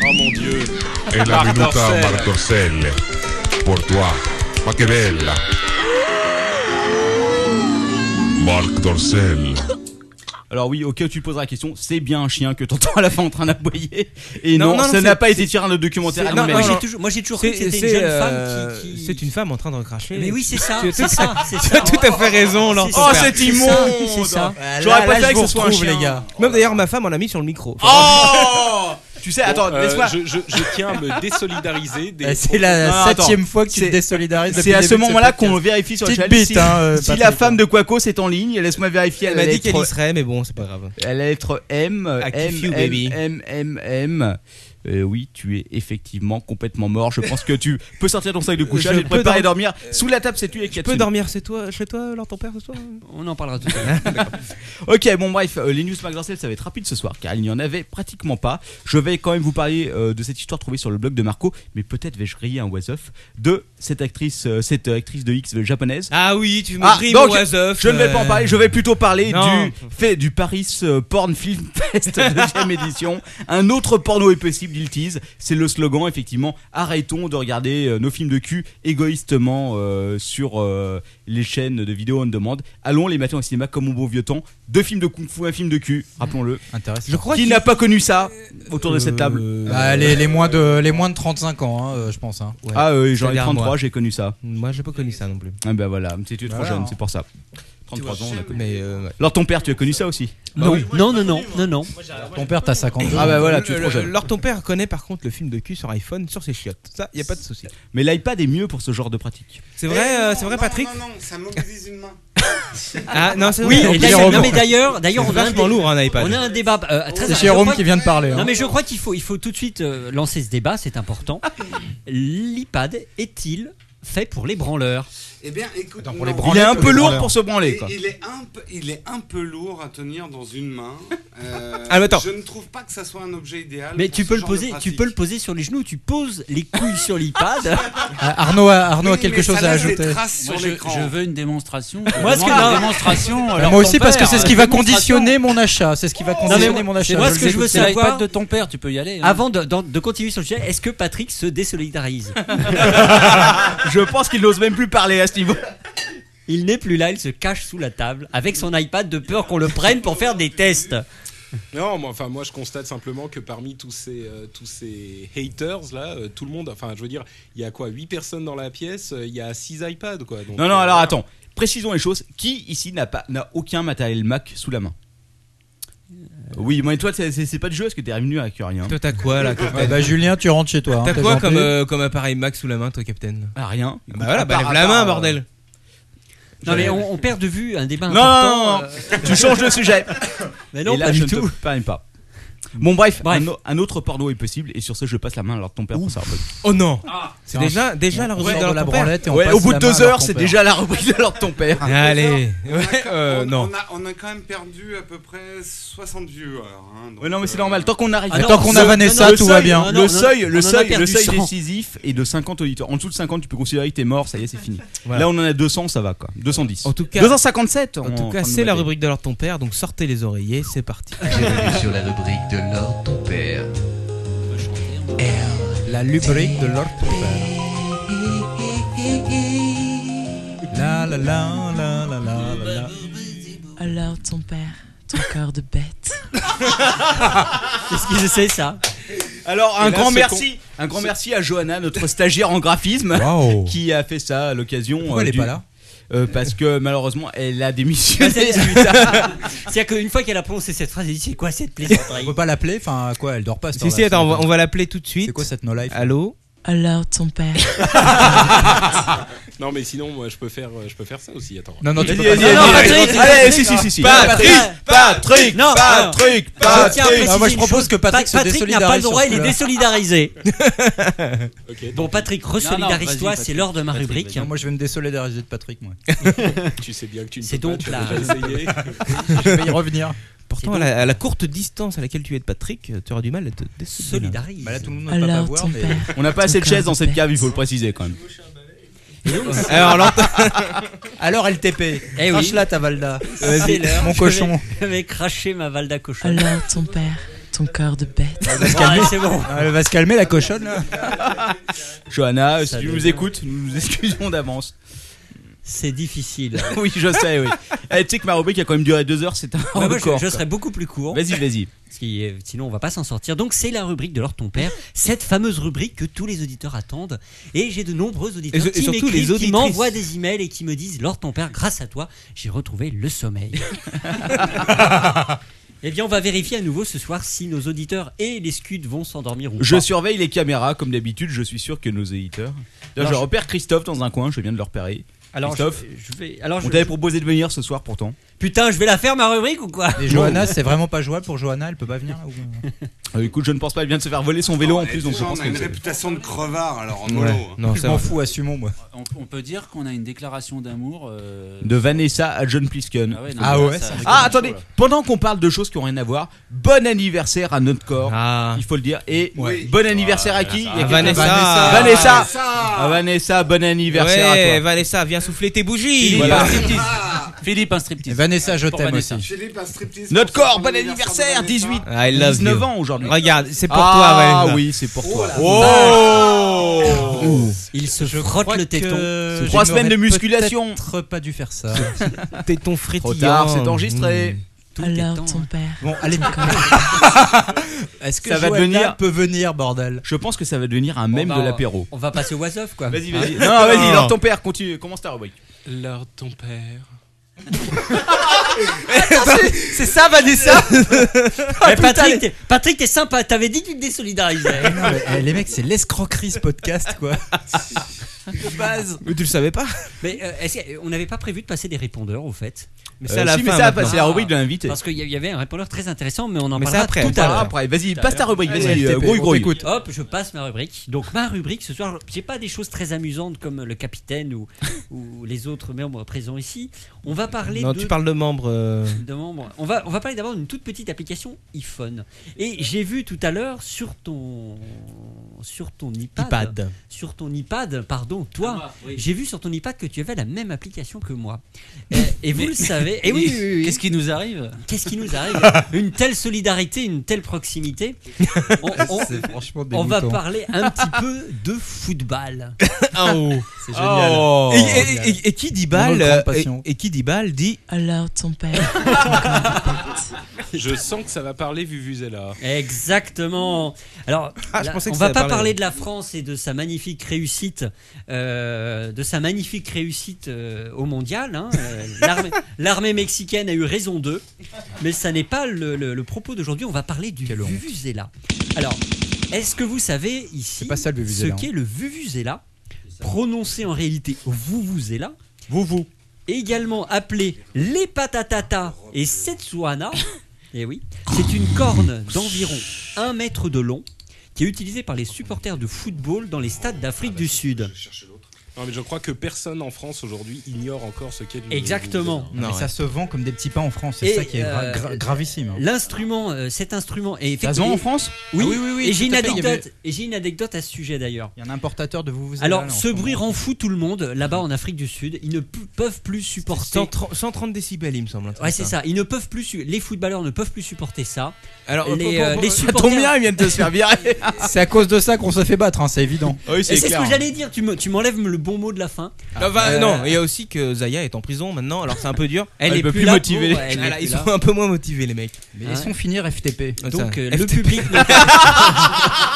I: Oh mon dieu.
N: En la
I: Marc
N: minuta
I: Dorcel.
N: Martorcelle. Pour toi, ma que bella. Marc Dorcel.
D: Alors oui, au cas où tu te poseras la question, c'est bien un chien que t'entends à la fin en train d'aboyer. Et
E: Non,
D: non,
E: non, non,
D: ça n'a
E: c'est-
D: pas été
E: c'est-
D: tiré dans le
E: c'est-
D: documentaire.
E: non,
D: animé.
E: moi,
K: j'ai toujours- moi, j'ai toujours cru que
E: C'est-
K: c'était une
E: c'est,
K: jeune femme
E: euh,
K: qui- qui-
E: C'est une femme en train de recracher.
K: Mais oui, c'est ça,
E: Tu as
K: c'est
E: tout-
K: ça, c'est
E: Tu as
K: ça.
E: tout à fait raison, Laurent.
K: C'est ça,
E: Topper.
K: c'est ça, c'est ça.
E: Voilà,
D: J'aurais
E: là,
D: préféré
E: je
D: que
E: vous
D: ce soit un
E: retrouve,
D: chien.
E: les gars. Même d'ailleurs, ma femme en a mis sur le micro.
D: Oh Tu sais, attends,
I: euh,
D: laisse-moi.
I: je, je- je tiens à me désolidariser des.
H: Eh, c'est la
D: Non, non,
H: septième
D: attends.
H: fois que tu te
D: C'est-
H: désolidarises depuis
D: C'est à
H: le
D: ce
H: début de ce
D: moment-là
H: podcast.
D: qu'on vérifie sur le
H: Petite
D: chat
H: bite,
D: si,
H: hein, euh,
D: si
H: Patrick.
D: la femme de Quaco est en ligne. Laisse-moi vérifier.
E: Elle
D: la
E: m'a dit
D: lettre-
E: qu'elle y serait, mais bon, c'est pas grave.
D: La lettre M, euh,
E: I
D: M,
E: kiss you,
D: M,
E: baby.
D: M, M, M. Euh, oui, tu es effectivement complètement mort. Je pense que tu peux sortir ton sac de couchage
E: Je
D: et te préparer à
E: peux dorm-
D: dormir sous la table. C'est tu avec
E: Tu peux
D: Katsune.
E: dormir chez toi, chez toi, Laurent, ton père, ce soir
K: On en parlera tout
D: ok, bon bref, euh, les news Magdalcel, ça va être rapide ce soir, car il n'y en avait pratiquement pas. Je vais quand même vous parler euh, de cette histoire trouvée sur le blog de Marco, mais peut-être vais-je rayer un was of de cette actrice, euh, cette euh, actrice de X japonaise.
E: Ah oui, tu me ris
D: donc,
E: mon was of,
D: Je ne vais pas en
E: euh,
D: parler, je vais plutôt parler
E: Non.
D: du fait du Paris euh, Porn Film Fest deuxième édition. Un autre porno est possible, il tease. C'est le slogan, effectivement. Arrêtons de regarder euh, nos films de cul égoïstement euh, sur euh, les chaînes de vidéos on demande. Allons les mater au cinéma comme au bon vieux temps. Deux films de kung-fu, un film de cul. Rappelons-le.
H: Intéressant.
D: Je crois qui n'a pas connu ça autour de cette table
E: Euh,
H: Bah, les, les moins de, les moins de 35 ans, hein, euh, je pense. Hein.
D: Ah oui, j'en ai
H: ai
D: 33, j'ai connu ça.
E: Moi, j'ai pas connu ça non plus.
D: Ah ben voilà, c'est tu es trop
E: Voilà.
D: jeune, c'est pour ça. 33 ans, on a connu.
E: Mais euh, ouais.
D: Alors ton père, tu as connu ça aussi
E: Non. Bah oui.
K: non, non, non, non, non.
H: Ton père, t'as 52.
D: Ah bah voilà,
E: Le-
D: tu es
E: le-
D: trop jeune.
E: Alors ton père connaît par contre le film de cul sur iPhone, sur ses chiottes. Ça, y a pas de souci.
D: Mais l'iPad est mieux pour ce genre de pratique.
E: C'est vrai,
F: Eh,
E: euh,
F: non,
E: c'est vrai,
F: non,
E: Patrick
F: Non, non, non, ça mobilise une main.
E: Ah non, c'est
K: Oui,
E: vrai.
K: et d'ailleurs- non, mais d'ailleurs, d'ailleurs,
E: C'est
K: on a un
E: vachement
K: dé-
E: lourd un iPad.
K: On a un débat. euh, très
H: C'est
K: je
H: Jérôme
K: crois
H: qui vient de parler, hein.
K: Non, mais je crois qu'il faut, il faut tout de suite euh, lancer ce débat. C'est important. L'iPad est-il fait pour les branleurs
F: Eh bien, écoute,
K: pour les
F: non.
K: branler, Il est un pour peu les lourd branleurs. pour se
D: branler,
F: Il-
K: quoi.
F: Il est un peu, il est un peu lourd à tenir dans une main. Euh,
K: Ah, mais attends.
F: Je ne trouve pas que ça soit un objet idéal.
K: Mais
F: pour
K: tu
F: ce
K: peux le
F: genre de
K: poser, tu
F: pratique.
K: peux le poser sur les genoux. Tu poses les couilles sur l'iPad.
H: Euh,
J: Ah,
H: Arnaud a, Arnaud a quelque chose à ajouter.
J: Moi, je, je veux une démonstration.
K: Moi,
J: Moi,
K: ce que-
J: une
K: non.
J: démonstration.
H: Bah,
J: alors,
H: moi
J: ton
H: aussi parce que
J: père,
H: c'est ce qui
J: euh,
H: va
J: démonstration.
H: conditionner mon achat. C'est ce qui va conditionner
K: mais
H: mon achat.
K: Moi, ce que je veux
H: C'est l'iPad
K: savoir
H: de
J: ton père, tu peux y aller. hein.
K: Avant de, d'en- de continuer sur le sujet, est-ce que Patrick se désolidarise
D: Je pense qu'il n'ose même plus parler à ce niveau.
K: Il n'est plus là, il se cache sous la table avec son iPad de peur qu'on le prenne pour faire des tests.
I: Non, moi, enfin, moi, je constate simplement que parmi tous ces, euh, tous ces haters là, euh, tout le monde, enfin, je veux dire, il y a quoi, 8 personnes dans la pièce, euh, il y a 6 iPads quoi. donc,
D: Non, non,
I: euh,
D: alors attends. Précisons les choses. Qui ici n'a pas n'a aucun matériel Mac sous la main Euh, Oui, moi et toi, c'est- c'est c'est pas du jeu parce que t'es revenu avec rien.
E: Hein Toi, t'as quoi, là, Captain
H: Ah bah, Julien, tu rentres chez toi. hein,
E: T'as
H: t'es
E: quoi
H: gentil.
E: comme, euh, comme appareil Mac sous la main, toi, Captain
D: Ah, rien.
E: Bah voilà, bah,
H: À
E: lève
H: part-
E: la
H: à
E: main,
H: part,
E: bordel.
K: Non mais on, on perd de vue un débat
D: Non, non,
K: important.
D: non, non.
K: euh.
D: tu changes de sujet.
K: Mais non,
D: Et là,
K: pas
D: je
K: du
D: ne
K: tout.
D: te permets pas. Bon, bref, Un, au- un autre porno est possible, et sur ce, je passe la main à Lord ton père pour sa rubrique.
E: Oh non C'est déjà, déjà la rubrique de leur père.
D: Ouais, au bout de deux heures, c'est déjà la rubrique de Lord ton père.
E: Allez, ouais, euh,
F: on,
E: non.
F: On a, on a quand même perdu à peu près 60 viewers. hein, donc,
D: Ouais, non, mais c'est
F: euh,
D: normal. Tant qu'on arrive,
F: Ah non,
D: Tant
F: ce- non, non, le seuil- non, non,
D: le
F: non,
D: seuil,
F: on en
D: le
F: a
D: seuil, le
F: perdu
D: seuil
F: 100.
D: décisif est de 50 auditeurs. En dessous de 50, tu peux considérer que t'es mort. Ça y est, c'est fini. Là, on en a 200, ça va quoi. 210.
E: En tout cas,
D: 257.
E: En tout cas, c'est la rubrique de Lord ton père, donc sortez les oreillers, c'est parti.
B: Bienvenue sur la rubrique de Lord ton père.
E: La rubrique de Lord ton père.
G: La la la la la la la la.
O: Alors ton père, ton corps de bête.
K: Qu'est-ce qu'ils essaient ça
D: Alors
K: Et là,
D: un grand
K: ce
D: merci,
K: qu'on-
D: un grand
K: ce-
D: merci à Johanna, notre stagiaire en graphisme, qui a fait ça à l'occasion.
K: Pourquoi elle est
D: du-
K: pas là
D: Euh, Parce que malheureusement, elle a démissionné.
K: C'est-à-dire qu'une fois qu'elle a prononcé cette phrase, elle dit c'est quoi cette plaisanterie
G: On peut pas l'appeler, enfin quoi, elle dort pas.
E: Si, si, attends, on va, on va l'appeler tout de suite. C'est
G: quoi cette no life
E: Allô
O: Alors ton père.
I: non, mais sinon, moi, je peux faire, euh, je peux faire ça aussi. Attends.
G: Non, non, tu
I: Vas-y,
G: peux
I: vas-y,
G: pas.
I: vas-y,
G: Non, non,
I: vas-y,
G: Patrick,
I: vas-y.
G: allez, si, si, si, si. Patrick,
D: Patrick,
K: Non,
G: Patrick,
K: non. Je tiens à
G: Patrick. Ah, moi, je
K: préciser une
G: propose
K: chose.
G: que Patrick se
K: n'a pas le
G: désolidarise
K: droit,
G: sur
K: il est
G: ce
K: désolidarisé.
G: Ok,
K: bon, Patrick, resolidarise-toi, c'est l'heure de ma rubrique.
G: moi, je vais me désolidariser de Patrick, moi.
I: tu sais bien que tu ne
K: C'est
I: peux
K: donc
I: pas,
K: la-
I: tu as déjà essayé.
G: je vais y revenir.
E: Pourtant, à la, à la courte distance à laquelle tu es de Patrick, tu auras du mal à te
K: Solidarise.
E: Bah là, tout le monde
G: ne va pas Alors, voir, ton mais- père,
D: On n'a pas assez de chaises dans cette cave, il faut le préciser quand même.
G: Alors, l'ent- Alors, LTP.
K: Eh oui.
G: Crache-la, ta Valda.
K: C'est l'heure.
G: mon
K: Je
G: cochon.
K: vais- Je vais cracher ma Valda cochon.
O: Alors ton père, ton corps de bête.
G: Elle va se calmer. Ah,
K: c'est bon.
G: Elle va se calmer, la cochonne, là.
D: Johanna, si
K: Ça
D: tu
K: devient-
D: nous écoutes, nous nous excusons d'avance.
K: C'est difficile.
D: oui, je sais, oui. Eh, tu sais que ma rubrique a quand même duré deux heures, c'est un
E: Oh,
K: Bah, moi, je-
D: record.
K: je,
D: quoi.
K: serais beaucoup plus court.
D: Vas-y, vas-y.
K: Parce qu'il y a- sinon, on va pas s'en sortir. Donc, c'est la rubrique de l'or ton père, cette fameuse rubrique que tous les auditeurs attendent. Et j'ai de nombreux auditeurs
E: Et ce- et
K: qui,
E: surtout
K: m'écrivent,
E: les
K: qui
E: auditrices.
K: m'envoient des emails et qui me disent Lord ton père, grâce à toi, j'ai retrouvé le sommeil. Eh bien, on va vérifier à nouveau ce soir si nos auditeurs et les scuds vont s'endormir ou
D: Je
K: pas.
D: surveille les caméras comme d'habitude, je suis sûr que nos éditeurs. D'ailleurs,
K: Alors,
D: je
K: je-
D: repère Christophe dans un coin, je viens de le repérer.
K: Alors,
D: Christophe,
K: je- je vais- alors,
D: on
K: je-
D: t'avait proposé de venir ce soir pourtant.
K: Putain, je vais la faire ma rubrique ou quoi
G: Et Johanna, c'est vraiment pas jouable pour Johanna, elle peut pas venir. là, ou-
D: Euh, écoute, je ne pense pas, elle vient de se faire voler son vélo en
F: et
D: plus, donc je
F: putain,
D: pense
F: on a une
D: que.
F: réputation de crevard alors en hein.
D: Ouais.
F: mollo.
D: Non,
G: je
D: c'est
G: m'en
D: vrai.
G: fous, assumons, moi.
J: On, on peut dire qu'on a une déclaration d'amour. euh,
D: De Vanessa à John Plisken.
J: Ah ouais, non,
D: Ah,
J: mais
D: ouais,
J: là, ça-
D: Ah, attendez, pendant qu'on parle de choses qui ont rien à voir, bon anniversaire à notre corps,
E: Ah.
D: il faut le dire. Et bon anniversaire à
J: Ah,
D: qui Il y a
E: À
D: quelqu'un-
E: Vanessa.
D: Vanessa.
E: Vanessa.
D: À Vanessa, bon anniversaire
E: ouais,
D: à toi.
E: Vanessa, viens souffler tes bougies.
D: Philippe, un
J: Ah. Philippe, un striptease.
G: Vanessa, je
E: Pour
G: t'aime
E: Vanessa.
G: aussi.
D: Notre corps, bon anniversaire, 18,
E: I love
D: 19
E: you.
D: ans aujourd'hui.
E: Regarde, c'est pour
D: ah,
E: toi, Vanessa.
D: oui, c'est pour toi.
E: Oh
D: Oh
K: Il se frotte le téton.
D: C'est trois semaines de musculation.
G: Peut-être pas dû faire ça.
E: Téton
D: Trop
E: frétillant.
D: tard, c'est enregistré.
O: Alors ton père.
G: Bon, allez.
O: ton corps de
G: Est-ce que
D: Ça va
G: Johanna
D: devenir-
G: peut venir, bordel
D: Je pense que ça va devenir un mème
G: bah,
D: de
G: on-
D: l'apéro.
K: On va passer au was quoi.
D: Vas-y, vas-y.
H: Hein
E: Ah.
D: Non, vas-y, Lord ton père, continue. Commence ta rubrique.
I: Lord ton père.
E: Ah,
G: C'est ça, Vanessa
K: Mais Patrick, t'es- Patrick, t'es sympa. T'avais dit que tu te désolidarisais. Ah,
G: Non, mais, eh, les mecs, c'est l'escroquerie ce podcast, quoi.
K: de base.
E: Mais tu le savais pas
K: Mais euh, est-ce que- on n'avait pas prévu de passer des répondeurs au fait
E: Mais c'est à Euh, la si, fin, mais ça, maintenant. c'est la rubrique de l'invité.
K: Parce qu'il y a- il y avait un répondeur très intéressant, mais on en
E: Mais ça,
K: parlera
E: après, on
K: tout à
E: parlera
K: l'heure.
E: après. Vas-y,
K: Tout à
E: passe ta
K: l'heure.
E: rubrique, vas-y, Allez, euh, LTP, grouille, on grouille. t'écoute.
K: Hop, je passe ma rubrique. Donc ma rubrique ce soir, j'ai pas des choses très amusantes comme le capitaine ou, ou les autres membres présents ici. On va parler
E: Non,
K: de
E: tu parles de membres. euh,
K: de membres. On va, on va parler d'abord d'une toute petite application iPhone. Et j'ai vu tout à l'heure sur ton sur ton iPad,
E: iPad.
K: sur ton iPad, pardon, toi, j'ai vu sur ton iPad que tu avais la même application que moi. Euh, Et, vous le savez. Et oui, oui, oui.
J: Qu'est-ce qui nous arrive
K: Qu'est-ce qui nous arrive Une telle solidarité, une telle proximité. On, on-
G: C'est franchement
K: on va
G: dégoûtant.
K: parler un petit peu de football.
G: C'est génial.
E: Ah, Oh. Et, et-
G: Génial.
E: et- et qui dit
G: Mon
E: balle
G: autre grande
E: euh, et,
G: passion.
E: et qui dit balle dit
O: Alors ton père.
E: Ah,
I: Je sens que ça va parler Vuvuzela.
K: Exactement. Alors,
I: Ah, je
K: là,
I: pensais
K: on
I: que
K: va
I: ça
K: pas
I: parlait.
K: parler de la France et de sa magnifique réussite, euh, de sa magnifique réussite euh, au mondial. hein. Euh, l'armée- L'armée mexicaine a eu raison d'eux, mais ça n'est pas le, le- le propos d'aujourd'hui. On va parler du Vuvuzela. Alors, est-ce que vous savez ici
G: pas ça, le
K: ce
G: Vuvuzela,
K: qu'est
G: hein.
K: le Vuvuzela, prononcé en réalité Vuvuzela,
G: vous vous
K: également appelé les patatata et Setsuana Et oui. C'est une corne d'environ 1 mètre de long qui est utilisée par les supporters de football dans les stades d'Afrique du Sud.
I: Non, mais je crois que personne en France aujourd'hui ignore encore ce qu'est le.
K: Exactement.
I: Non,
H: mais
I: ouais.
H: ça se vend comme des petits pains en France,
K: Et,
H: c'est ça qui est gra-
K: euh,
H: gra- gravissime. hein.
K: L'instrument, euh, cet instrument est
H: Ça se vend en France
K: Oui,
H: Ah
K: oui,
H: oui,
K: oui.
H: oui, oui,
K: et j'ai
H: tout
K: une
H: à fait, il y
K: anecdote.
H: avait-
K: Et j'ai une anecdote à ce sujet d'ailleurs.
H: Il y a un importateur de vous.
K: Alors, ce bruit rend fou tout le monde là-bas en Afrique du Sud. Ils ne pu- peuvent plus supporter.
E: 130 décibels, il me semble. un truc
K: Ouais, c'est
E: comme
K: ça. Ils ne peuvent plus. su- Les footballeurs ne peuvent plus supporter ça.
E: Alors,
K: les,
E: pour- pour-
K: euh,
E: pour-
K: les
E: ça
K: supporters.
H: tombe bien, ils viennent de se faire virer. C'est à cause de ça qu'on se fait battre, hein, c'est évident.
K: Et c'est ce que j'allais dire. Tu me- tu m'enlèves le bon mot de la fin.
E: Ah, bah,
K: Euh,
E: Non, il y a aussi que Zaya est en prison maintenant, alors c'est un peu dur.
K: Elle est
E: peut
K: plus là pour- elle est
E: Voilà,
K: plus
E: ils
K: là.
E: sont un peu moins motivés, les mecs.
H: Mais laissons finir FTP.
E: Ouais,
K: Donc
E: ça,
K: euh, le
E: FTP.
K: public.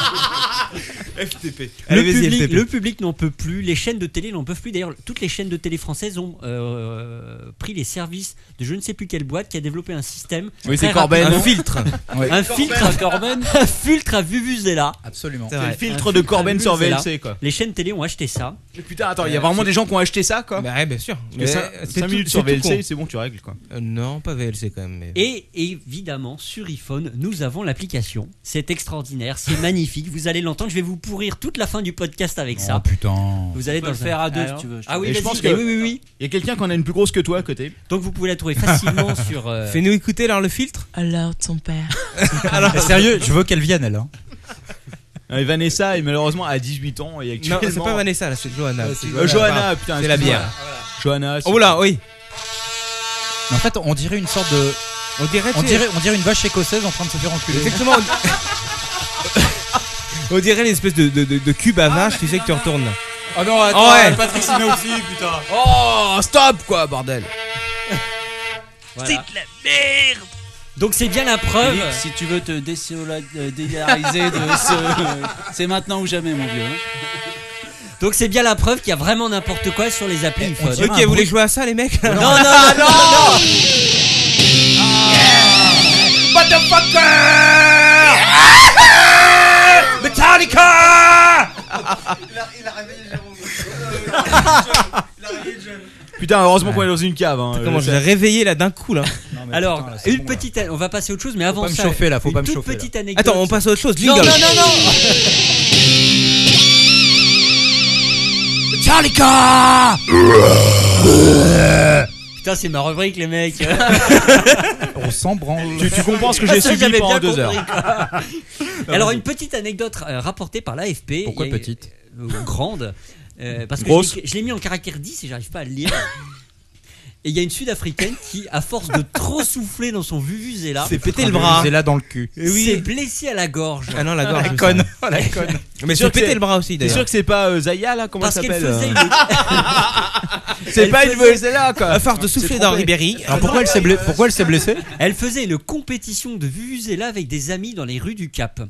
E: FTP.
K: Le
E: Allez, vas-y,
K: public,
E: FTP.
K: le public n'en peut plus, les chaînes de télé n'en peuvent plus. D'ailleurs, toutes les chaînes de télé françaises ont euh, pris les services de je ne sais plus quelle boîte qui a développé un système.
H: Oui,
K: très
H: c'est Corben.
K: rapide.
H: Un filtre. Oui.
K: Un
H: Corben.
K: filtre à Corben. Un filtre à Vuvuzela.
H: Absolument.
D: C'est le filtre de Corben sur VLC, quoi.
K: Les chaînes télé ont acheté ça. Euh,
D: Putain, attends, il y a vraiment des gens qui ont acheté ça, quoi.
E: Bah ouais, bien sûr.
D: Parce que ça- euh, cinq minutes sur VLC, c'est bon, tu règles, quoi.
E: Euh, non, pas VLC quand même. Mais...
K: Et évidemment, sur iPhone, nous avons l'application. C'est extraordinaire, c'est magnifique. Vous allez l'entendre. Je vais vous pourrir toute la fin du podcast avec ça.
D: putain.
K: Vous allez
D: On peut
K: dans
D: le faire à deux, si tu veux, je
K: Ah
D: te-
K: oui,
D: Et je
K: vas-y,
D: pense que-
K: oui, oui, oui.
D: Il y a quelqu'un qui en a une plus grosse que toi à côté.
K: Donc vous pouvez la trouver facilement sur. euh,
E: Fais-nous écouter alors le filtre.
O: Alors ton père.
D: Alors,
K: Eh,
H: sérieux, je veux qu'elle vienne, elle. hein.
D: Et Vanessa, et malheureusement, à 18 ans. Et
E: Non,
D: actuellement...
E: c'est pas Vanessa, là, c'est Johanna.
D: Euh, Johanna, putain.
E: C'est la
D: excuse-moi. Ah,
E: bière.
D: Johanna.
E: Oh là, oui.
H: Mais en fait, on dirait une sorte de.
E: On dirait,
H: on
E: tu sais-
H: dirait, on dirait une vache écossaise en train de se faire enculer.
E: Exactement. On dirait l'espèce de, de, de- de cube à vache, tu sais que tu retournes.
H: Oh non,
E: attends, Ouais.
H: Patrick Sino aussi, putain.
E: Oh, stop quoi, bordel.
K: Voilà. Donc c'est bien la preuve.
J: Philippe, si tu veux te désola- euh, désolariser de ce. C'est maintenant ou jamais, mon vieux. hein.
K: Donc c'est bien la preuve qu'il y a vraiment n'importe quoi sur les applis iPhone.
E: Ok, vous voulez jouer à ça, les mecs
K: Non, non, non,
E: Ah,
K: non, non.
B: Metallica
D: Putain, heureusement qu'on est dans une cave. Hein,
E: Comment je l'ai réveillé là d'un coup là
K: Alors, une petite, an- on va passer à autre chose, mais avant
E: pas me
K: ça,
E: chauffer, là, faut
K: une
E: pas me
K: toute
E: chauffer, là.
K: petite anecdote.
E: Attends, on passe à autre chose,
K: Non, non,
E: jingle.
K: non, non.
B: Metallica
K: Putain, c'est ma rubrique, les mecs.
H: On s'en branle.
D: Tu, tu comprends ce que
K: Ah,
D: j'ai
K: ça,
D: subi
K: j'avais
D: pendant
K: bien
D: deux heures.
K: compris, quoi. Alors, une petite anecdote euh, rapportée par l'AFP.
H: Pourquoi
K: Il y a-
H: petite
K: euh, Grande. Euh, parce que
H: Grosse.
K: je l'ai- je l'ai mis en caractère 10 et j'arrive pas à le lire. Et il y a une Sud-Africaine qui, à force de trop souffler dans son vuvuzela,
E: S'est pété le bras.
H: C'est là dans le cul.
E: Eh oui.
K: s'est blessée à la gorge.
E: Ah non, la gorge.
K: La
E: ça.
K: conne. La conne.
E: Mais
D: Sûr
E: sur
D: que
E: péter
D: c'est-
E: le bras aussi
D: C'est sûr
E: d'ailleurs.
D: que c'est pas euh, Zaya là, comment
K: Parce
D: ça
K: qu'elle
D: s'appelle
K: faisait
D: euh C'est
K: Elle
D: pas une
K: faisait-
D: Vuvuzela quoi.
E: À force de souffler dans Ribéry.
H: Alors pourquoi elle s'est blessée Pourquoi elle s'est blessée
K: Elle faisait une compétition de Vuvuzela avec des amis dans les rues du Cap.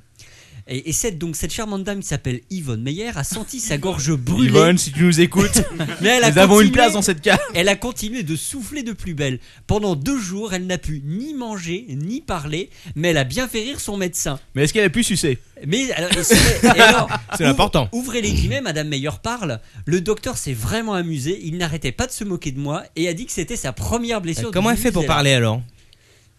K: Et, et cette, donc, cette charmante dame qui s'appelle Yvonne Meyer a senti sa gorge brûlée.
D: Yvonne, si tu nous écoutes,
K: Mais elle a
D: nous avons une
K: continué-
D: place dans cette cave.
K: Elle a continué de souffler de plus belle. Pendant deux jours, elle n'a pu ni manger, ni parler, mais elle a bien fait rire son médecin.
D: Mais est-ce qu'elle a pu sucer
K: Mais alors, et c'est- et alors,
D: C'est
K: ouvre-
D: l'important.
K: Ouvrez les guillemets, Madame Meyer parle. Le docteur s'est vraiment amusé. Il n'arrêtait pas de se moquer de moi et a dit que c'était sa première
D: Euh,
K: blessure.
E: Comment
K: de
E: elle fait pour
K: Vuvuzela.
E: parler alors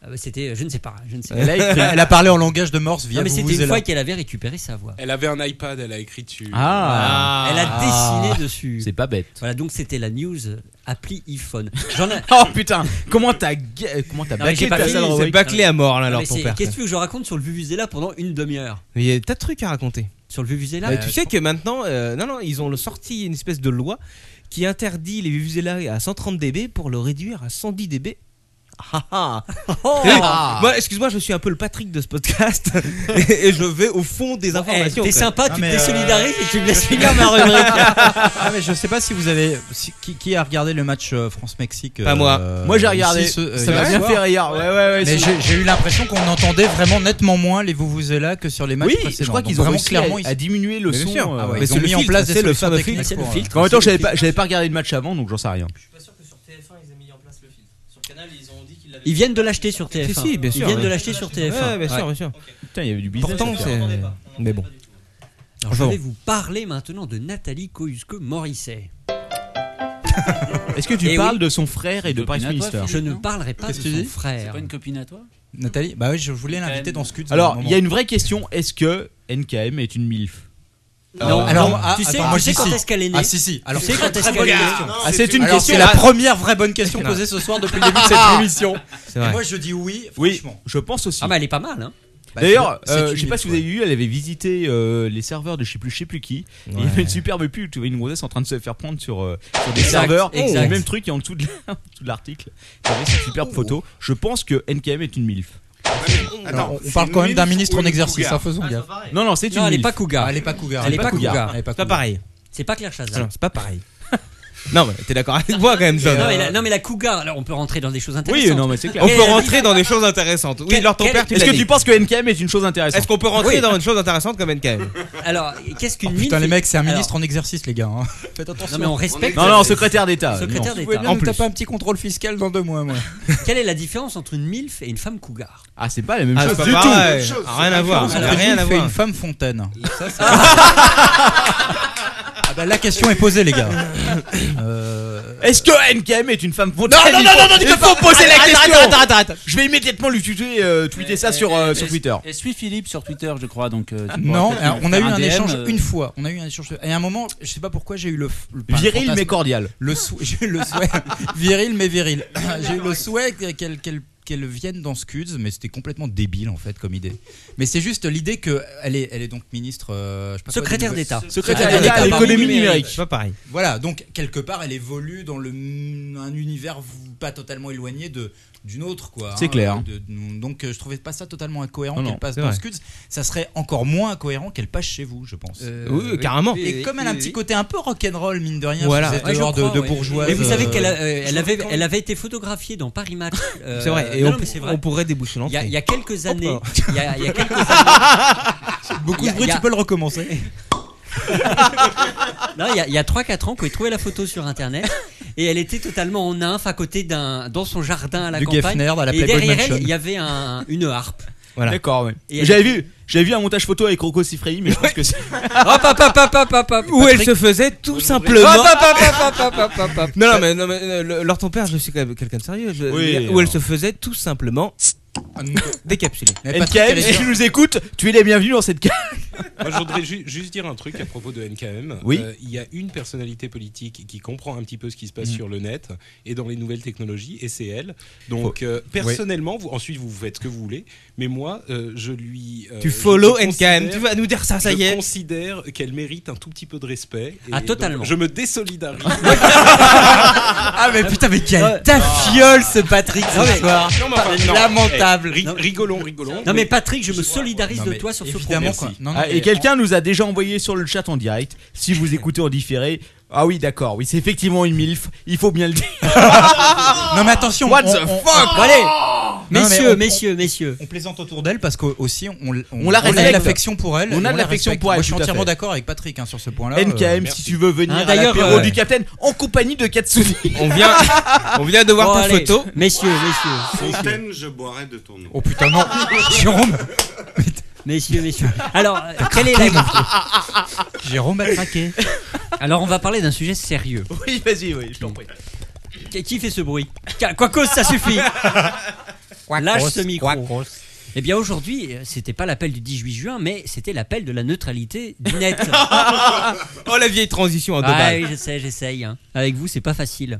K: Ah bah, C'était, je ne sais pas, je ne sais pas.
H: elle a, écrit- elle a parlé en langage de Morse via
K: Non mais
H: vous
K: c'était une fois qu'elle avait récupéré sa voix.
I: Elle avait un iPad, elle a écrit dessus.
D: Ah.
K: Elle a
D: Ah.
K: dessiné dessus.
D: C'est pas bête.
K: Voilà, donc c'était la news euh, appli iPhone. J'en ai.
D: Oh putain, comment t'as ga- comment t'as
K: Non, mais j'ai
D: bâclé
K: pas
D: ta
K: fini,
D: salle
K: c'est
D: rubrique
E: bâclé à
K: hein.
E: mort là
K: Non,
E: alors
K: mais
E: ton
K: c'est-
E: père.
K: Qu'est-ce que tu veux que je raconte sur le Vuvuzela pendant une demi-heure
E: Mais il y a tas de trucs à raconter.
K: Sur le Vuvuzela
E: Mais tu sais que maintenant, euh, non, non, ils ont le- sorti une espèce de loi qui interdit les Vuvuzela à 130 dB pour le réduire à 110 dB. Ah, ah.
K: Oh.
E: Et- Moi, excuse-moi, je suis un peu le Patrick de ce podcast et et je vais au fond des informations.
K: eh, t'es
E: quoi.
K: sympa, tu te
H: mais,
K: désolidarises et tu me laisses finir ma rubrique.
H: Ah mais je sais pas si vous avez si- qui, qui a regardé le match euh, France-Mexique. euh,
E: Pas moi.
D: Moi, j'ai regardé. Ça m'a
H: hier
D: bien
H: soir.
D: fait rire. Ouais, ouais, ouais,
H: Mais
D: c'est-
H: j'ai j'ai eu l'impression qu'on entendait vraiment nettement moins les vuvuzela que sur les matchs
D: Oui,
H: précédents.
D: je crois
H: Donc
D: qu'ils ont
H: vraiment
D: réussi
H: clairement
D: à-
H: ils-
D: à diminuer le
H: Mais bien
D: son,
H: sûr.
D: euh,
H: Ah ouais,
D: mais
H: ils
D: c'est
H: ont
D: le
H: mis en
D: filtre,
H: place des
D: c'est le
H: solutions
D: fameux
H: techniques
D: filtre.
H: pour, euh,
D: En même temps, j'avais pas, j'avais pas regardé le match avant, donc j'en sais rien.
K: Ils viennent de l'acheter sur TF1.
E: Si, si, bien sûr,
K: Ils viennent
E: ouais.
K: de l'acheter sur TF1.
E: Ouais, bien sûr, bien sûr.
D: Putain, il y avait du business.
E: Pourtant,
D: à faire.
E: c'est. Mais bon.
K: Alors, je
E: Enfin,
K: vais vous parler maintenant de Nathalie Koyuske-Morisset.
D: Est-ce que tu
K: Eh
D: parles
K: oui.
D: de son frère et de Prime
J: Copine à toi,
D: Minister
J: Philippe,
K: Eh Je ne
J: non
K: parlerai pas de
J: Qu'est-ce que
K: son
J: tu dis C'est
K: frère.
J: pas une copine à toi
H: Nathalie Bah oui, je voulais l'inviter dans Scuds.
D: Alors, il y a une vraie question est-ce que NKM est une MILF
H: Non. Alors, ah,
K: tu sais,
H: attends, moi,
K: tu sais
H: je dis
K: quand
H: si.
K: est-ce qu'elle est née
H: Ah, si, si. Alors,
K: tu sais
H: c'est
K: quand
H: une
K: est-ce
H: très
K: qu'elle est
H: bonne
K: née
H: question.
K: Non,
H: Ah,
K: mais
H: c'est
K: tu-
H: une
K: Alors,
H: question. Ah. Non. Ah. C'est vrai.
D: Oui, je pense aussi.
K: Ah, bah elle est pas mal, hein.
D: D'ailleurs, euh, je sais pas si vous avez vu, elle avait visité euh, les serveurs de je sais plus, je sais plus qui. et Il y avait
K: Ouais.
D: une superbe pub, tu vois une grossesse en train de se faire prendre sur, euh, sur des
K: Exact,
D: serveurs.
K: exact.
D: Le même truc et en dessous de la- en dessous de l'article. Vous avez cette
H: Oh.
D: superbe photo. Je pense que NKM est une MILF.
H: Attends, on parle quand même d'un ministre en exercice, ça faisons gaffe.
D: Non, non, c'est une
K: Ah, Non, elle est
D: MILF.
K: pas cougar.
H: Elle est pas cougar.
K: Elle est pas cougar.
E: C'est pas pareil.
K: C'est pas Claire Chazal.
E: Non, c'est pas pareil. non, mais t'es d'accord avec moi quand même, John
K: Non mais, la, non mais la cougar, alors on peut rentrer dans des choses intéressantes.
E: Oui, non, mais c'est clair. On peut rentrer dans des choses intéressantes. Oui,
K: Quel-
E: leur ton
K: quel-
E: père, tu
K: Est-ce
E: l'as
K: que
E: dit.
K: tu
D: penses que NKM est une chose intéressante
E: Est-ce qu'on peut rentrer
K: Oui.
E: dans une chose intéressante comme NKM
K: Alors, qu'est-ce qu'une
H: Putain,
K: mine-
H: les mecs, c'est un
K: Alors,
H: ministre en exercice, les gars. hein. Faites attention.
K: Non, mais on respecte-
D: Non, non, secrétaire d'État.
K: Secrétaire
H: Vous
K: d'État.
H: pouvez bien
K: En
H: me
K: plus.
H: taper un petit contrôle fiscal dans deux mois, moi.
K: Quelle est la différence entre une MILF et une femme cougar
D: Ah, c'est pas la même
H: Ah,
D: chose
H: c'est
D: du
H: pas
D: tout.
H: pareil. Rien à voir.
D: Elle a
H: Alors,
D: rien à
H: Gilles fait
D: voir.
H: une femme fontaine. Ça, c'est-
D: Ah
H: bah, la question est posée, les gars.
D: Est-ce que NKM est une femme fontaine
H: Non, non,
D: Il
H: non,
D: faut-
H: non, non, tu
D: il
H: peux
D: faut
H: pas-
D: poser la
H: arrête, arrête,
D: question.
H: arrête, arrête, arrête.
D: Je vais immédiatement lui tweeter, euh, tweeter
H: Eh,
D: ça sur, euh, sur Twitter.
J: Et suis Philippe sur Twitter, je crois. Donc, euh, tu pourras
H: Non,
J: peut-être
H: alors,
J: lui
H: on a eu
J: faire
H: un
J: DM,
H: échange
J: euh,
H: une fois. On a eu un échange. Et à un moment, je sais pas pourquoi, j'ai eu le. f- le- pas le
D: Viril,
H: fantasme.
D: mais cordial.
H: Le, sou- j'ai eu le souhait. viril mais viril. j'ai eu le souhait que- qu'elle qu'elle- qu'elle vienne dans Scuds, mais c'était complètement débile en fait comme idée. Mais c'est juste l'idée que elle est, elle est donc ministre. euh, je sais pas quoi,
K: Secrétaire
H: des-
K: d'État.
H: Secrétaire
K: Secrétaire
H: d'État
K: d'État
H: à
K: à
H: l'économie
K: l'économie numérique.
H: numérique.
K: Pas pareil.
H: Voilà, donc quelque part, elle évolue dans le un univers vous- pas totalement éloigné de d'une autre quoi. hein,
D: C'est clair.
H: de- de- donc euh, je trouvais pas ça totalement incohérent
D: Non, non,
H: qu'elle passe
D: c'est
H: dans
D: vrai.
H: Scuds. Ça serait encore moins incohérent qu'elle passe chez vous, je pense.
E: Euh, oui, oui, carrément.
H: Et,
E: Oui,
H: comme
E: oui,
H: elle a un
E: oui,
H: petit
E: oui.
H: côté un peu rock'n'roll mine de rien,
E: Voilà.
H: vous êtes
E: Ouais,
H: le
E: je
H: genre de,
E: crois,
H: de
E: ouais.
H: bourgeoise.
K: Mais vous savez qu'elle a-
H: euh,
K: euh, elle
H: je
K: avait,
H: crois
K: elle avait été photographiée dans Paris Match. euh,
E: C'est vrai, et
K: non,
E: on,
K: non, mais c'est vrai.
E: on pourrait
K: Il y,
E: déboucher l'entrée.
K: a- il y a quelques années,
E: Hop
K: il y a, il y a quelques
E: là.
K: années,
E: Beaucoup
K: il
E: de
K: y a-
E: bruit,
K: il y a-
E: tu peux le
H: recommencer.
K: non, il y a, il y a 3-4 ans qu'on pouvait trouver la photo sur internet et elle était totalement en nymphe à côté d'un, dans son jardin à la
D: Du
K: campagne.
D: Geffner, dans la
K: et
D: Playboy
K: derrière
D: Mansion.
K: elle, il y avait un- une harpe.
D: Voilà. D'accord, oui.
K: Et elle-
D: J'avais vu, j'avais vu un montage photo avec Rocco Siffredi, mais je pense que c'est.
E: Hop, hop, hop, hop, hop, hop, hop. Où elle se faisait tout simplement.
D: Hop, hop, hop,
E: hop, hop, hop, hop, hop. Non, non, mais, non, mais euh, le- lors ton père, je suis quand même quelqu'un de sérieux. Je-
D: Oui,
E: où elle
D: non.
E: se faisait tout simplement décapsuler.
D: NKM, si tu nous écoutes, tu es les bienvenus dans cette case.
I: Moi, je voudrais ju- juste dire un truc à propos de NKM.
D: Oui.
I: Euh, Il y a une personnalité politique qui comprend un petit peu ce qui se passe
E: Mm.
D: Mhm.
I: sur le net et dans les nouvelles technologies, et c'est elle. Donc, euh, personnellement, vous, ensuite, vous faites ce que vous voulez, mais moi, euh, je lui. euh,
E: Tu
I: je
E: follow
I: considère-
E: NKM, tu vas nous dire ça, ça
I: je
E: y est.
I: considère qu'elle mérite un tout petit peu de respect. et
E: Ah,
I: donc,
E: totalement.
I: je me désolidarise.
H: Ah mais putain mais quelle tafiole ce Patrick
I: Non,
H: ce
I: Ah, mais-
H: soir
I: non, mais enfin, non.
H: Lamentable
I: Eh, ri- rigolons, rigolons.
K: Non mais Patrick, je me solidarise
D: Non,
K: de
D: mais
K: toi sur ce
D: évidemment,
K: problème.
D: quoi. Ah, et quelqu'un nous a déjà envoyé sur le chat en direct. Si vous écoutez en différé, ah oui, d'accord, oui, c'est effectivement une milf. Il faut bien le dire.
H: non mais attention.
D: What
H: on-
D: the
H: on-
D: fuck
H: on- Allez. Non, mais
K: Messieurs,
H: on-
K: messieurs, messieurs.
H: On plaisante autour d'elle parce qu'aussi on,
D: On
H: on,
D: la
H: on a
D: respecte.
H: de l'affection pour elle.
D: On a de
H: la
D: l'affection
H: respecte.
D: pour elle,
H: Moi, je suis
D: tout à
H: entièrement
D: fait.
H: d'accord avec Patrick hein, sur ce point-là. euh,
D: NKM,
H: merci.
D: si tu veux venir
H: Hein,
D: à
H: d'ailleurs,
D: l'apéro
H: euh,
D: du Capitaine en compagnie de Katsuni.
E: On vient- on vient de voir
K: Bon,
E: ta
K: allez,
E: photo.
K: Messieurs, messieurs.
F: Ah, Fontaine, je boirai de ton nom.
H: Oh putain, non. Jérôme.
K: Messieurs, messieurs. Alors, euh, quelle est
H: craqué, mon
K: la.
H: Jérôme a craqué.
K: Alors, on va parler d'un sujet sérieux.
D: Oui, vas-y, oui, je t'en prie.
K: Qui- Qui fait ce bruit Qua- Quacos, ça suffit Lâche ce micro. Eh bien, aujourd'hui, euh, c'était pas l'appel du 18 juin, mais c'était l'appel de la neutralité du net.
E: Oh la vieille transition
D: hein,
E: à deux
K: Ah
E: balles.
K: oui, je sais, j'essaye. hein. Avec vous, c'est pas facile.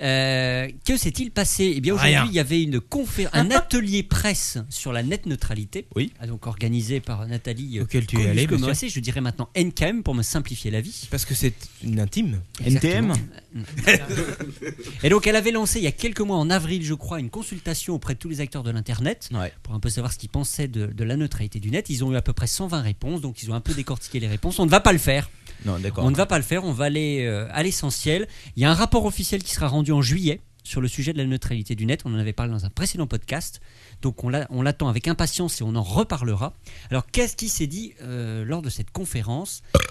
K: Euh, que s'est-il passé Eh bien,
E: Rien.
K: aujourd'hui, il y avait une confé- un atelier presse sur la net neutralité. Ah,
D: Oui.
K: Donc organisé par Nathalie. euh,
E: Auquel tu es
K: Coluche
E: allé, bien
K: Comoacé.
E: sûr.
K: Je dirais maintenant NKM pour me simplifier la vie.
E: Parce que c'est une intime.
K: Exactement. Euh, Et donc, elle avait lancé il y a quelques mois, en avril, je crois, une consultation auprès de tous les acteurs de l'Internet pour un peu savoir ce qu'ils pensaient de, de la neutralité du net. Ils ont eu à peu près 120 réponses, donc ils ont un peu décortiqué les réponses. On ne va pas le faire.
D: Non, d'accord.
K: On ne va pas le faire, on va aller euh, à l'essentiel. Il y a un rapport officiel qui sera rendu en juillet sur le sujet de la neutralité du net. On en avait parlé dans un précédent podcast. Donc on l'a- on l'attend avec impatience et on en reparlera. Alors qu'est-ce qui s'est dit euh, lors de cette conférence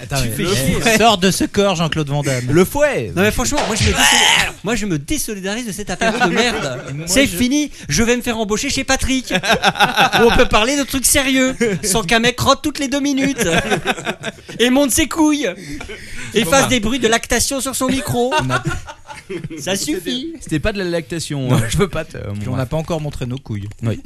H: Attends,
K: Tu
H: mais-
K: fais
H: le
K: chier.
H: fouet. Sors de ce corps, Jean-Claude Van Damme.
D: Le fouet.
K: Non mais franchement, moi je me, désolid- moi, je me désolidarise de cette affaire de merde.
H: Et moi,
K: C'est
H: je-
K: fini, je vais me faire embaucher chez Patrick. où on peut parler de trucs sérieux, sans qu'un mec rote toutes les deux minutes. et monte ses couilles. Et
H: pas
K: fasse
H: mal.
K: des bruits de lactation sur son micro. Ça suffit.
D: C'était pas de la lactation.
H: Non.
D: euh, Je veux pas te.
H: Puis on n'a pas encore montré nos couilles.
D: Oui.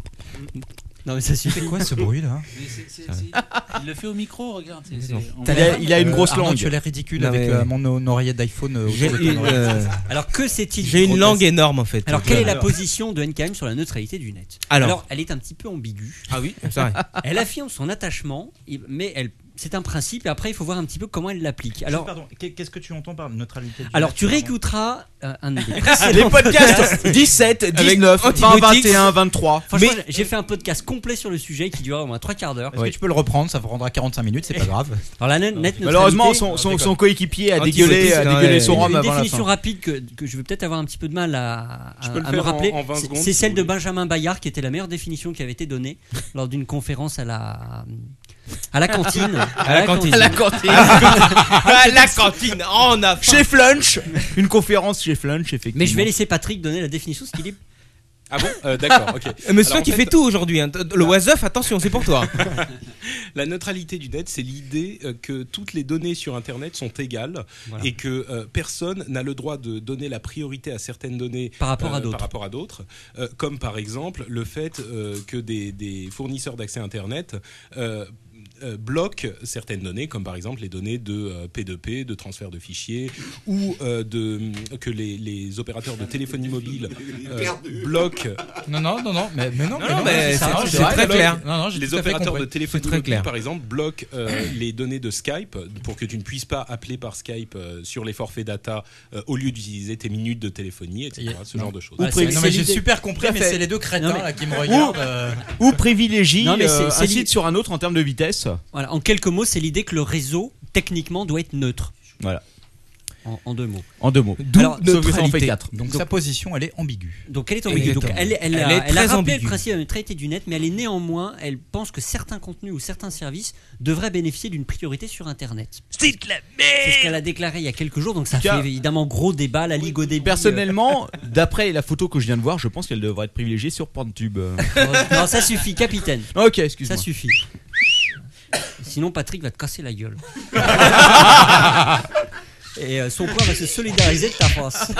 K: Non mais ça suffit.
H: C'est quoi ce bruit là
J: Mais c'est- c'est- c'est- Il le fait au micro, regarde. c'est- c'est- on-
H: T'as l'air- il a une grosse langue. Tu as l'air ridicule
E: Non,
H: avec
E: mais-
H: euh, mon o- oreillette d'iPhone. euh, autour
E: J'ai
H: de ton
E: une,
H: oreille.
E: euh,
K: Alors que c'est-il
E: J'ai une langue énorme, en fait.
K: Alors quelle est la
E: Alors.
K: position de NKM sur la neutralité du net
E: Alors.
K: elle est un petit peu ambiguë.
E: Ah oui, c'est vrai.
K: Elle affirme son attachement, mais elle c'est un principe et après il faut voir un petit peu comment elle l'applique. Alors
H: Pardon, qu'est- qu'est-ce que tu entends par neutralité du
K: alors
H: net,
K: tu
H: pardon
K: réécouteras euh, un des
H: Les
K: précédents
H: podcasts
D: 17, 19, 21, 23.
K: Franchement,
H: Mais-
K: j'ai fait un podcast complet sur le sujet qui durera au moins trois quarts d'heure.
H: Est-ce que tu peux le reprendre Ça prendra 45 minutes, c'est pas grave.
K: Alors la net, net
D: Malheureusement,
K: neutralité-
D: son- son- son coéquipier a dégueulé- a dégueulé son rhum
K: Une
D: avant la
K: définition
D: fin.
K: rapide que, que je vais peut-être avoir un petit peu de mal à, à-
D: Je peux le
K: à me
D: faire en-
K: rappeler.
D: en 20
K: C'est-
D: secondes,
K: C'est
D: si
K: celle
D: vous
K: de
D: voulez.
K: Benjamin Bayard qui était la meilleure définition qui avait été donnée lors d'une conférence à la à la cantine.
E: À la cantine. À la cantine, en a
D: Chez Flunch Une conférence chez Flunch, effectivement.
K: Mais je vais laisser Patrick donner la définition, ce qu'il est.
I: Ah bon Euh, D'accord, ok.
E: Monsieur
I: Alors, en
E: qui
I: fait-
E: fait tout aujourd'hui. hein. Le was-up, attention, c'est pour toi.
I: La neutralité du net, c'est l'idée euh, que toutes les données sur Internet sont égales
K: Voilà.
I: et que euh, personne n'a le droit de donner la priorité à certaines données
K: Par rapport à d'autres.
I: par rapport à d'autres. Euh, comme par exemple le fait euh, que des, des fournisseurs d'accès Internet euh, euh, bloquent certaines données, comme par exemple les données de euh, P2P, de transfert de fichiers, ou euh, de, que les, les opérateurs de téléphonie mobile euh, bloquent.
H: Non, non, non, non, mais, mais non,
I: Non,
H: non,
I: non,
H: mais
I: mais
H: ça,
I: c'est-
H: non,
I: c'est
H: vrai,
I: très
H: bloc-
I: clair.
H: Non, non, j'ai
I: les
H: tout à fait
I: opérateurs
H: compris.
I: de téléphonie mobile, par exemple, bloquent euh, les données de Skype euh, pour que tu ne puisses pas appeler par Skype euh, sur les forfaits data euh, au lieu d'utiliser tes minutes de téléphonie, etc. Ce genre de choses. Ah,
H: Ou privilégie- non, mais j'ai super compris,
D: Tout à
H: mais
D: fait.
H: c'est les deux crétins
D: Non, mais-
H: là qui me
D: Ou-
H: regardent. euh.
D: Ou privilégie
K: Non, mais c'est-
D: euh,
K: c'est
D: un
K: li-
D: site sur un autre en termes de vitesse.
K: Voilà, en quelques mots, c'est l'idée que le réseau techniquement doit être neutre.
D: Voilà.
K: En, en deux mots.
D: En deux mots. D'où neutralité.
H: Donc, sa position, elle est ambiguë.
K: Donc elle est ambiguë. Donc,
H: Exactement.
K: elle, elle a,
H: Elle est
K: elle a
H: très
K: rappelé
H: ambiguë.
K: le principe de neutralité du net, mais elle est néanmoins, elle pense que certains contenus ou certains services devraient bénéficier d'une priorité sur Internet. C'est ce qu'elle a déclaré il y a quelques jours, donc ça fait
D: cas-
K: évidemment gros débat, la Ligue au début. euh.
D: Personnellement, d'après la photo que je viens de voir, je pense qu'elle devrait être privilégiée sur Porntube.
K: euh, non, ça suffit, capitaine.
D: ok, excuse-moi.
K: Ça suffit. Sinon, Patrick va te casser la gueule. Et euh, son poids va se solidariser de ta France.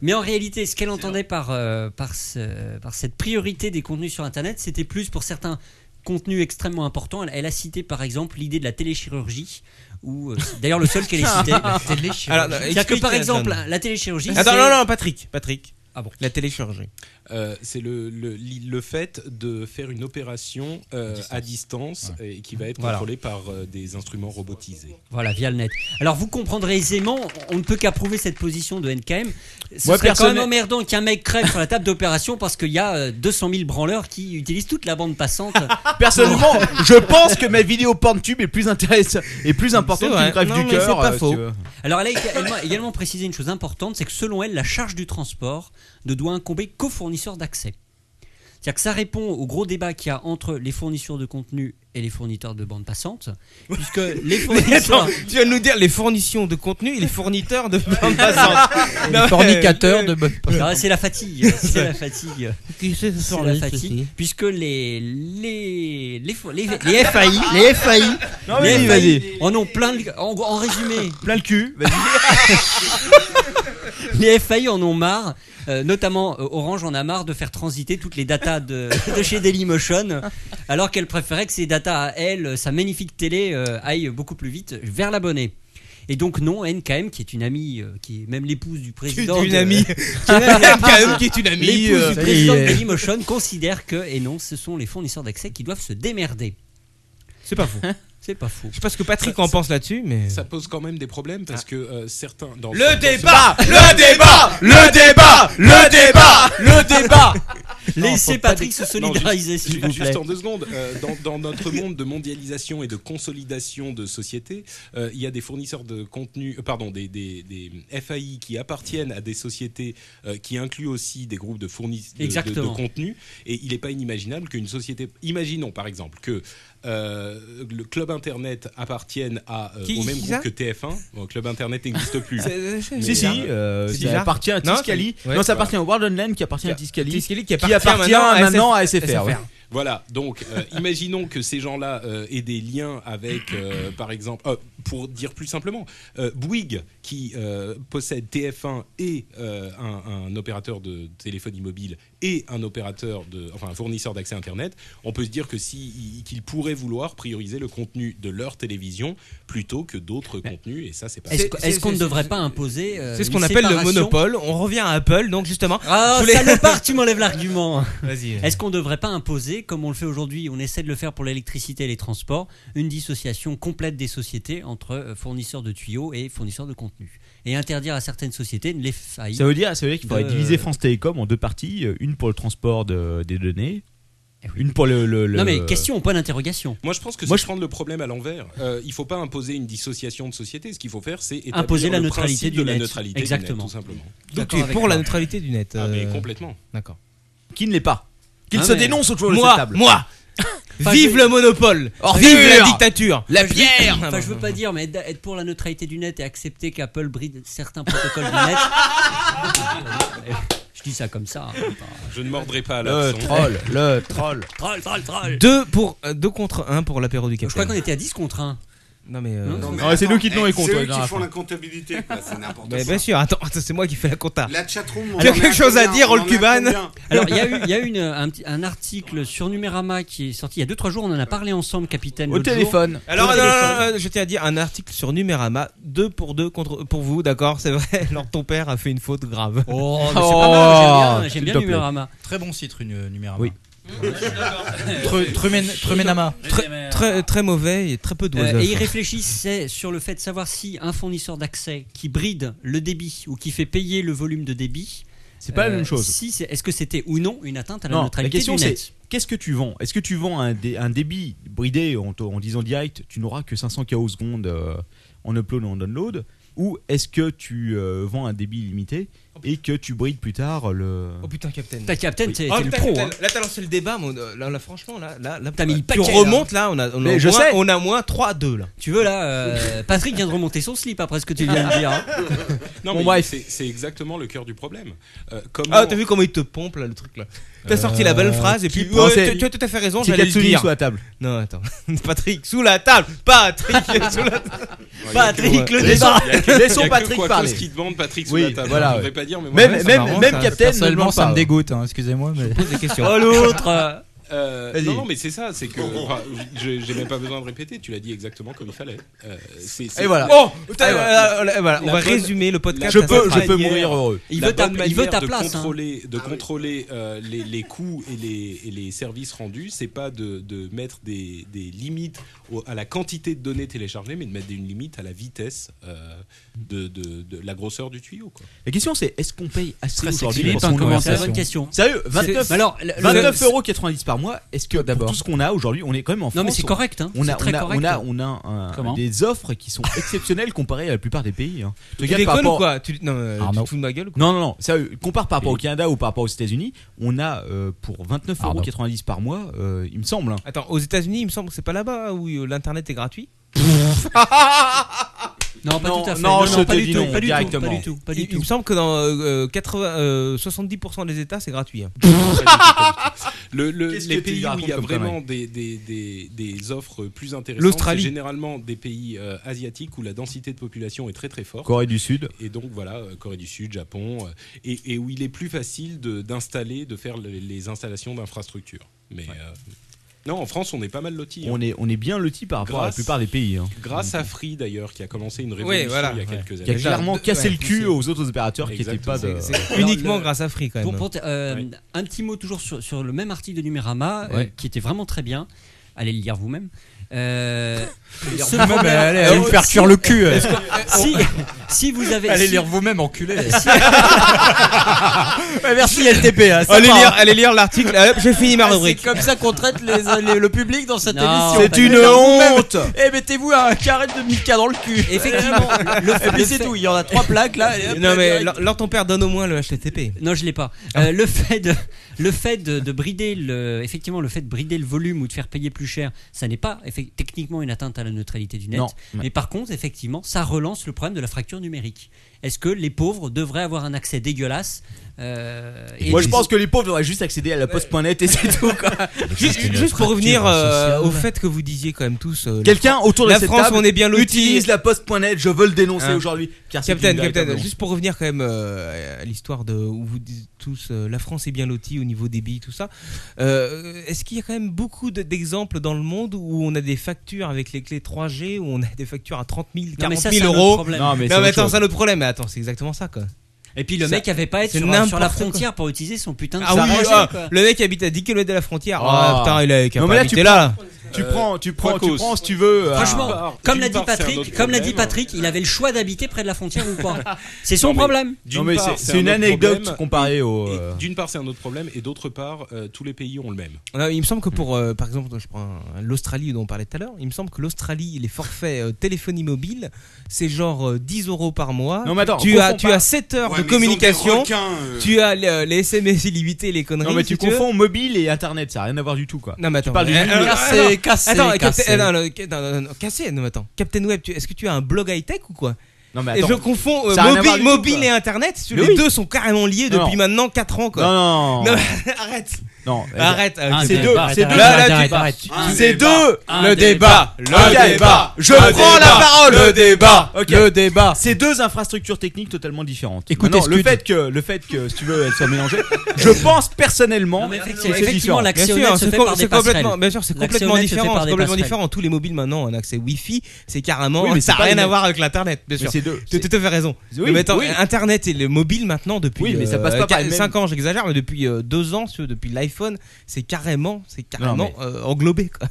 K: Mais en réalité, ce qu'elle entendait par, euh, par, ce- par cette priorité des contenus sur Internet, c'était plus pour certains contenus extrêmement importants. Elle, elle a cité par exemple l'idée de la téléchirurgie. ou euh, c'est D'ailleurs, le seul qu'elle ait cité.
E: La téléchirurgie. Alors, non,
K: C'est-à-dire que
E: explique,
K: par
E: euh,
K: exemple,
E: John.
K: la téléchirurgie.
E: Attends,
K: c'est-
E: non, non, Patrick, Patrick.
K: Ah bon.
E: La télécharger.
I: Euh, c'est le, le, le fait de faire une opération euh, à distance et qui va être
K: Voilà.
I: contrôlée par euh, des instruments robotisés.
K: Voilà, via le net. Alors vous comprendrez aisément, on ne peut qu'approuver cette position de NKM. Ce serait
I: Moi,
K: quand
I: personnel-
K: même emmerdant qu'un mec crève sur la table d'opération parce qu'il y a euh, 200 000 branleurs qui utilisent toute la bande passante.
D: Personnellement, je pense que ma vidéo Porntube est plus intéressante et plus importante qu'une grève du cœur. euh, tu vois.
K: Alors elle a éga- elle m'a également précisé une chose importante, c'est que selon elle, la charge du transport ne doit incomber qu'aux fournisseurs d'accès. C'est-à-dire que ça répond au gros débat qu'il y a entre les fournisseurs de contenu et les fournisseurs de bande passante, puisque Euh, les
E: Mais
K: fournisseurs...
E: attends, tu viens de nous dire les fournitions de contenu et les fourniteurs de bande passante. Non, mais-
K: Non, C'est la fatigue. C'est la fatigue.
E: Qui c'est ce
K: C'est
E: soir-là,
K: la
E: ici
K: fatigue. Puisque les les les fo- les, les FAI,
D: Les FAI. Non, mais
K: les
D: vas-y, vas-y.
K: FAI, en ont plein le- en, en résumé,
D: plein le cul.
K: les FAI en ont marre. euh, notamment euh, Orange en a marre de faire transiter toutes les datas de, de chez Dailymotion, alors qu'elle préférait que ces datas à elle, euh, sa magnifique télé, euh, aillent beaucoup plus vite vers l'abonné. Et donc non, NKM qui est une amie, euh, qui est même l'épouse du président,
E: une
K: de-
E: amie. NKM qui est une amie,
K: L'épouse
E: euh,
K: du
E: ça y
K: président de
E: est.
K: Dailymotion considère que et non, ce sont les fournisseurs d'accès qui doivent se démerder.
E: C'est pas faux.
K: C'est pas faux.
E: Je sais pas ce que Patrick en pense là-dessus, mais. Ah.
I: Ça pose quand même des problèmes parce que euh, certains. Dans,
E: Le
I: dans-
E: débat
I: dans-
E: Le débat Le débat Le débat Le débat
K: Laissez
I: faut pas
K: Patrick
I: des-
K: se
I: Non,
K: solidariser,
I: juste-
K: s'il vous
I: Juste
K: plaît.
I: en deux secondes, euh, dans, dans notre monde de mondialisation et de consolidation de sociétés, euh, il y a des fournisseurs de contenu, euh, pardon, des, des- des FAI qui appartiennent à des sociétés euh, qui incluent aussi des groupes de fournisseurs de, de,
K: Exactement.
I: contenu. Et il n'est pas inimaginable qu'une société, imaginons par exemple que euh, le club internet appartienne à, euh,
E: Qui-
I: au même
E: qui
I: groupe
E: ça
I: que TF1. Bon, club internet n'existe plus.
E: C'est- c'est-
I: Mais-
D: Si, si, euh,
I: Si,
D: ça
I: ça.
D: appartient à
I: Non,
D: Tiscali.
I: c'est-
D: Non,
I: ouais,
D: ça
I: voilà.
D: appartient au World Online qui appartient à Tiscali.
E: Tiscali
I: qui
D: appartient, maintenant à SFR. ouais.
I: Voilà, donc euh, imaginons que ces gens-là euh, aient des liens avec, euh, par exemple, euh, pour dire plus simplement, euh, Bouygues, qui euh, possède TF1 et euh, un, un opérateur de téléphonie mobile et un opérateur de, enfin un fournisseur d'accès Internet, on peut se dire que si qu'ils pourraient vouloir prioriser le contenu de leur télévision plutôt que d'autres contenus, et ça c'est pas.
K: Est-ce qu- est-ce qu'on ne devrait pas imposer euh,
E: C'est ce
K: une
E: qu'on appelle le
K: séparation
E: monopole. On revient à Apple, donc justement.
K: Ah,
E: je voulais-
K: salopard, tu m'enlèves l'argument.
E: Vas-y.
K: Est-ce qu'on ne devrait pas imposer, comme on le fait aujourd'hui, on essaie de le faire pour l'électricité et les transports, une dissociation complète des sociétés entre euh, fournisseurs de tuyaux et fournisseurs de contenu Et interdire à certaines sociétés de les faillir.
P: Ça veut dire, ça veut dire qu'il faudrait
K: de-
P: diviser France Télécom en deux parties, euh, une pour le transport de- des données, une pour le, le- le-
K: Non mais question, point d'interrogation.
I: Moi, je pense que c'est
P: Moi, je-
I: prendre le problème à l'envers. Euh, il ne faut pas imposer une dissociation de société. Ce qu'il faut faire, c'est établir
K: Imposer la
I: le
K: neutralité
I: principe
K: du
I: de la
K: net.
I: neutralité
K: Exactement.
I: du net, tout simplement.
E: Donc tu es pour la neutralité du net.
I: Ah, mais
E: euh,
I: complètement.
E: D'accord.
D: Qui ne l'est pas Qu'il
E: Ah,
D: se
E: mais-
D: dénonce autour de
E: Moi,
D: cette table.
E: Moi
D: Enfin,
E: Vive
D: je-
E: le monopole
D: Ordure
E: Vive la dictature
D: La
E: Je-
D: pierre
K: Enfin, je veux pas dire, mais être- être pour la neutralité du net et accepter qu'Apple bride certains protocoles du net. Je dis ça comme ça. hein,
I: Je ne mordrai pas à
K: Le
E: Euh,
I: l'hameçon.
K: troll,
D: le Ah, troll.
K: Troll, troll, troll.
E: Deux pour 2 contre 1 pour l'apéro du capitaine.
K: Je crois qu'on était à 10 contre 1.
E: Non mais, euh,
K: Non,
E: Non,
K: mais
E: mais c'est
K: attends,
E: nous qui tenons
K: eh,
E: les comptes.
K: c'est
E: ouais,
K: eux qui
E: Gérard.
F: Ils font la comptabilité, quoi, c'est n'importe quoi.
E: Mais bien sûr, attends, attends, c'est moi qui fais la compta.
F: La chatroom, on
E: Tu as
F: en est à
E: quelque chose à
F: Ah, combien
E: dire,
F: On en est
E: All
F: à
E: Cuban
F: combien
K: Alors, il y a eu, il y a eu une- un, petit- un article sur Numérama qui est sorti il y a 2-3 jours. On en a parlé ensemble, capitaine. l'autre jour.
E: Alors,
K: Au
E: non, non,
K: téléphone.
E: non, non, je tiens à dire un article sur Numérama, 2 pour 2 contre pour vous, d'accord, c'est vrai. Alors ton père a fait une faute grave.
K: Oh, mais c'est pas grave, j'aime bien- j'aime bien Numérama.
H: Très bon site, Rune- Numérama.
E: Oui.
H: Tru- Trumen- Trumenama.
E: Très, très, très mauvais et très peu d'oiseaux.
K: Euh, et ils réfléchissent sur le fait de savoir si un fournisseur d'accès qui bride le débit ou qui fait payer le volume de débit.
P: C'est pas la même chose.
K: euh, Si c'est- Est-ce que c'était ou non une atteinte à la
P: Non, la
K: neutralité
P: question
K: du net
P: c'est qu'est-ce que tu vends Est-ce que tu vends un, dé- un débit bridé en, t- en disant direct tu n'auras que 500 KO secondes euh, en upload ou en download ou est-ce que tu euh, vends un débit limité et que tu brides plus tard le
E: Oh putain, Captain.
K: Putain, Captain, t'es-
E: Oh,
K: t'es le
E: putain,
K: pro,
E: Captain.
K: hein.
E: Là, t'as lancé le débat, mais on- euh, là, là, franchement, là, là, là
K: mis le
E: tu
K: paquet,
E: remontes
K: Euh, là.
E: là, on a, on a
K: Mais
E: moins,
K: je sais.
E: on a moins 3-2 là.
K: Tu veux là, euh, Patrick vient de remonter son slip après ce que tu viens de dire. hein.
I: Non,
E: Bon,
I: mais
E: bref.
I: c'est- c'est exactement le cœur du problème. Euh, comment-
E: Ah, t'as vu comment il te pompe là, le truc là. T'as
I: Euh,
E: sorti la belle phrase et puis
I: qui-
E: ouais,
I: Non,
E: tu
I: c'est-
E: tu as tout à fait raison,
I: c'est
E: j'allais le
I: Katsuni
E: dire.
I: sous la table.
E: Non, attends. Patrick sous la table, Patrick sous la table.
I: Patrick, le
E: Laissons-
I: débat. Il y a que- il y a
E: laissons
I: que
E: Patrick
I: Quacos
E: parler.
I: qui demande Patrick sous
E: Oui,
I: la table.
E: voilà,
I: Je
E: ouais.
I: voudrais pas dire, mais
E: Même-
I: voilà.
E: même- même Captain,
H: Personnellement,
E: ne
H: ça
E: parle
H: me
E: pas.
H: dégoûte, hein, excusez-moi. Mais...
E: pose des questions.
H: Oh, l'autre, euh,
I: Euh,
H: vas-y.
I: non, non, mais c'est ça, c'est que enfin, je- j'ai même pas besoin de répéter, tu l'as dit exactement comme il fallait. Euh, c'est- c'est-
E: Et voilà.
I: Oh,
E: putain, voilà, voilà, voilà, on va résumer le podcast
I: la
E: à cette phrase.
I: manière-
E: Il
I: la
E: veut ta-
I: bonne
E: il veut
I: manière
E: ta
I: de
E: place, hein.
I: Contrôler, de contrôler euh, les, les coûts et les, et les services rendus, c'est pas de, de mettre des, des limites au- à la quantité de données téléchargées, mais de mettre une limite à la vitesse euh, de, de- de la grosseur du tuyau. quoi.
P: La question c'est est-ce qu'on paye assez
I: Très sexy,
P: aujourd'hui
I: mais
P: pour
I: pas
P: son
I: comment
P: ouvrage
I: faire. C'est la bonne question.
P: Sérieux,
I: C'est-
P: 29
I: mais alors, le-
P: 29,90
I: le-
P: euros par mois. Est-ce que pour tout ce qu'on a aujourd'hui, on est quand même en France
K: Non, mais c'est
P: on-
K: correct, hein.
P: On
K: C'est
P: a,
K: très
P: on a,
K: correct.
P: on a, on a un-
K: Comment
P: des offres qui sont exceptionnelles comparées à la plupart des pays. hein.
E: Tu
P: regardes
E: déconnes
P: par rapport-
E: ou quoi Tu- non, mais, tu te fous de ma gueule ou quoi
P: Non, non, non. Sérieux, compare par rapport au Canada ou par rapport aux États-Unis, on a euh, pour 29,90
E: Arnaud.
P: par mois, euh, il me semble. hein.
E: Attends, aux États-Unis, il me semble que c'est pas là-bas où euh, l'internet est gratuit.
K: Non, pas tout à fait. Non, non, pas du tout, pas du tout, pas du tout, pas du
E: Il-
K: tout.
E: Il me semble que dans euh, 80, euh, 70% des États, c'est gratuit. hein.
I: Le- le-
E: Qu'est-ce que
I: les
E: tu
I: pays où
E: racontes
I: il y a
E: comme conneries
I: vraiment des, des- des- des offres plus intéressantes, c'est
E: L'Australie.
I: généralement des pays euh, asiatiques où la densité de population est très très forte.
P: Corée du Sud.
I: Et donc voilà, euh, Corée du Sud, Japon, euh, et, et où il est plus facile de- d'installer, de faire les, les installations d'infrastructures. Mais euh, non, en France, on est pas mal lotis.
P: On
I: hein.
P: est, on est bien loti par rapport à la
I: Grâce-
P: plupart des pays. hein.
I: Grâce à Free d'ailleurs, qui a commencé une révolution
E: Oui, voilà.
I: il y a
E: Ouais.
I: quelques années.
P: Qui a clairement cassé le cul
I: c'est-
P: aux autres opérateurs qui n'étaient pas de.
E: uniquement grâce à Free, quand même.
K: Pour- pour t- euh, Un petit mot toujours sur, sur le même article de Numérama euh,
E: Ouais.
K: qui était vraiment très bien. Allez le lire vous-même. Euh,
H: Lire
K: ce
H: vous-même,
K: problème-
H: allez, allez vous faire cuire le cul,
K: Est-ce que-
H: euh.
K: si, si vous avez.
H: Allez
K: si-
H: lire vous-même, enculé.
K: Si-
H: Ouais, merci LTP. hein, sympa,
E: allez,
H: hein.
E: lire, allez lire l'article. Ah, hop, J'ai fini ma
H: Ah,
E: rubrique.
H: C'est comme ça qu'on traite les- euh, les- le public dans cette
E: Non,
H: émission.
E: c'est
H: Vous
E: une
H: mettez vous-même-
E: honte.
H: Eh, mettez-vous un carré de Mika dans le cul.
K: Effectivement,
H: Et puis c'est tout. Il y en a trois plaques là. et hop,
E: Non, mais
H: direct.
E: lors lors ton père donne au moins le HTTP.
K: Non, je l'ai pas.
E: Ah.
K: Euh, le fait de, le fait de, de brider le, effectivement, le fait de brider le volume ou de faire payer plus cher, ça n'est pas effe- techniquement une atteinte à la neutralité du net.
P: Non.
K: Mais par contre, effectivement, ça relance le problème de la fracture numérique. Est-ce que les pauvres devraient avoir un accès dégueulasse euh, et
D: Moi, je
K: les-
D: pense que les pauvres devraient juste accéder à la poste.net et c'est tout, quoi.
E: Juste, juste pour revenir euh, au fait que vous disiez quand même tous. euh, la
D: Quelqu'un
E: Fran-
D: autour de
E: la
D: cette
E: France,
D: table
E: on est bien lotis.
D: utilise la poste.net, je veux le dénoncer aujourd'hui. car c'est
E: Hein Captain,
D: une véritable
E: Captain,
D: honte.
E: juste pour revenir quand même euh, à l'histoire de où vous dites tous euh, la France est bien lotie au niveau débit tout ça. Euh, Est-ce qu'il y a quand même beaucoup de- d'exemples dans le monde où on a des factures avec les clés 3G où on a des factures à 30 000, 40
K: mais ça,
E: 000
K: c'est un autre
E: euros
K: problème.
E: Non
K: Non,
E: mais,
K: mais c'est autre
E: attends,
K: chose.
E: c'est un autre problème. Mais attends, c'est exactement ça quoi.
K: Et puis le
E: Ça-
K: mec avait pas à être
E: c'est
K: sur, sur la
E: n'importe quoi.
K: frontière pour utiliser son putain de
E: Ah
K: sa
E: oui,
K: radio,
E: ah,
K: quoi.
E: le mec habite à 10 km de la frontière. Ah
D: Ah.
E: putain, il est
D: Non, mais là, tu
E: habité
D: prends-
E: là.
D: tu prends- tu prends- tu prends si tu veux, euh,
K: Franchement,
D: d'une part-
K: comme
D: d'une
K: l'a dit
D: part, c'est un
K: Patrick,
D: autre
K: comme l'a dit
D: problème.
K: Patrick, il avait le choix d'habiter près de la frontière ou pas. C'est son
I: Non, mais-
K: problème.
I: d'une
D: Non, mais
I: part,
D: c'est- c'est une
I: un autre
D: anecdote
I: problème,
D: comparée
I: et-
D: au,
I: et
D: euh,
I: D'une part, c'est un autre problème, et d'autre part, euh, tous les pays ont le même.
E: Non, il me semble que pour, euh, par exemple, je prends un- l'Australie dont on parlait tout à l'heure, il me semble que l'Australie, les forfaits euh, téléphonie mobile, c'est genre euh, 10 euros par mois.
D: Non, mais attends,
E: tu
D: confonds
E: as, tu
D: pas.
E: as 7 heures
D: Ouais,
E: de
D: mais ils ont des
E: communication,
D: requins, euh.
E: tu as le- les SMS illimités, les conneries.
D: Non, mais
E: si
D: tu
E: veux.
D: confonds mobile et internet, ça n'a rien à voir du tout, quoi.
E: Non, mais attends.
D: Tu parles du
E: euh, euh,
D: mobile.
E: attends, Attends, Captain- euh, non, non, ca- non, non, non, cassé, non, mais attends. Captain Web, tu- est-ce que tu as un blog high-tech ou quoi
D: Non, mais
E: Et
D: attends.
E: je confonds euh,
D: Ça a rien à voir
E: mobile,
D: du tout,
E: mobile
D: quoi.
E: et internet, parce que
D: Mais
E: les
D: oui.
E: deux sont carrément liés
D: Non,
E: depuis
D: non.
E: maintenant 4 ans quoi.
D: Non, non.
E: mais arrête.
D: Non, euh,
E: Arrête,
D: un
E: arrête.
D: des deux,
E: Bah, Arrête,
D: c'est
E: arrête,
D: deux. Là,
E: arrête,
D: là,
E: arrête, arrête.
D: tu- Un C'est débat, deux. un Le débat, débat, le
E: Ok.
D: débat. Je
E: Le
D: prends
E: débat,
D: la parole.
E: le débat,
D: Ok.
E: le débat.
D: C'est deux infrastructures techniques totalement différentes.
E: Écoute,
D: Maintenant, le
E: Escud.
D: fait que le fait que si tu veux elles soient mélangées, je pense personnellement que c'est
K: effectivement,
D: différent.
K: l'accès
E: Bien
K: au
E: sûr,
K: net se
E: c'est
K: fait
E: co-
K: par des
E: c'est complètement,
K: passerelles.
E: bien sûr, c'est
K: L'accès
E: complètement
K: au net se fait
E: différent,
K: par
E: c'est
K: des
E: complètement
K: passerelles.
E: différent. Tous les mobiles maintenant ont un accès Wi-Fi, c'est carrément,
D: Oui, mais
E: ça
D: c'est
E: n'a
D: pas
E: rien
D: les
E: à
D: mêmes.
E: voir avec l'internet, bien
D: Mais
E: sûr.
D: c'est deux-
E: Tu as tout à fait raison.
D: Oui,
E: mais attends,
D: oui.
E: internet et le mobile maintenant depuis
D: Oui, mais ça passe pas par les mêmes-
E: 5 ans, j'exagère, mais depuis 2 ans, si tu veux, depuis l'iPhone, c'est carrément, c'est carrément
D: mais-
E: euh, englobé quoi.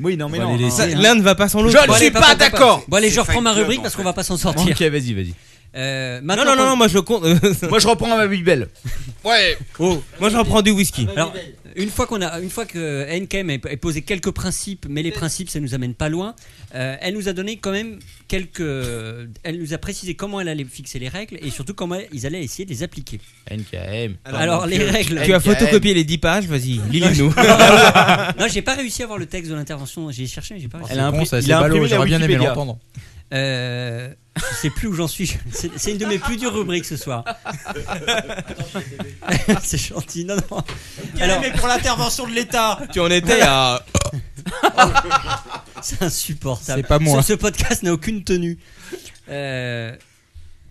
D: Oui, non mais
E: Faut
D: non.
E: les laisser,
D: hein.
E: hein. L'un ne va pas sans l'autre.
D: Je ne suis pas d'accord.
K: Bon, allez, je reprends ma rubrique parce qu'on va pas s'en sortir.
D: Ok, vas-y, vas-y.
K: Euh,
E: Non,
K: maintenant
E: non, non,
K: qu'on-
E: non, moi je compte.
D: Moi je reprends ma Big Belle.
K: Ouais.
E: Oh, moi je reprends du whisky.
K: Alors, une fois qu'on a, une fois que euh, NKM a a posé quelques principes, mais les principes ça nous amène pas loin. euh, elle nous a donné quand même quelques, euh, elle nous a précisé comment elle allait fixer les règles et surtout comment ils allaient essayer de les appliquer.
D: NKM.
K: Alors, Alors, les règles.
E: Tu as photocopié les 10 pages, vas-y, lis-les-nous.
K: non, j'ai pas réussi à voir le texte de l'intervention. J'ai cherché, mais j'ai pas réussi.
E: Elle a imprimé- il a imprimé la Wikipédia.
K: Euh, je sais plus où j'en suis. Je- C'est c'est une de mes plus dures rubriques ce soir. C'est gentil. Non, non. Alors-
Q: mais pour l'intervention de l'État.
E: Tu en étais à.
K: C'est insupportable.
E: C'est pas moi.
K: Ce, ce podcast n'a aucune tenue. Euh,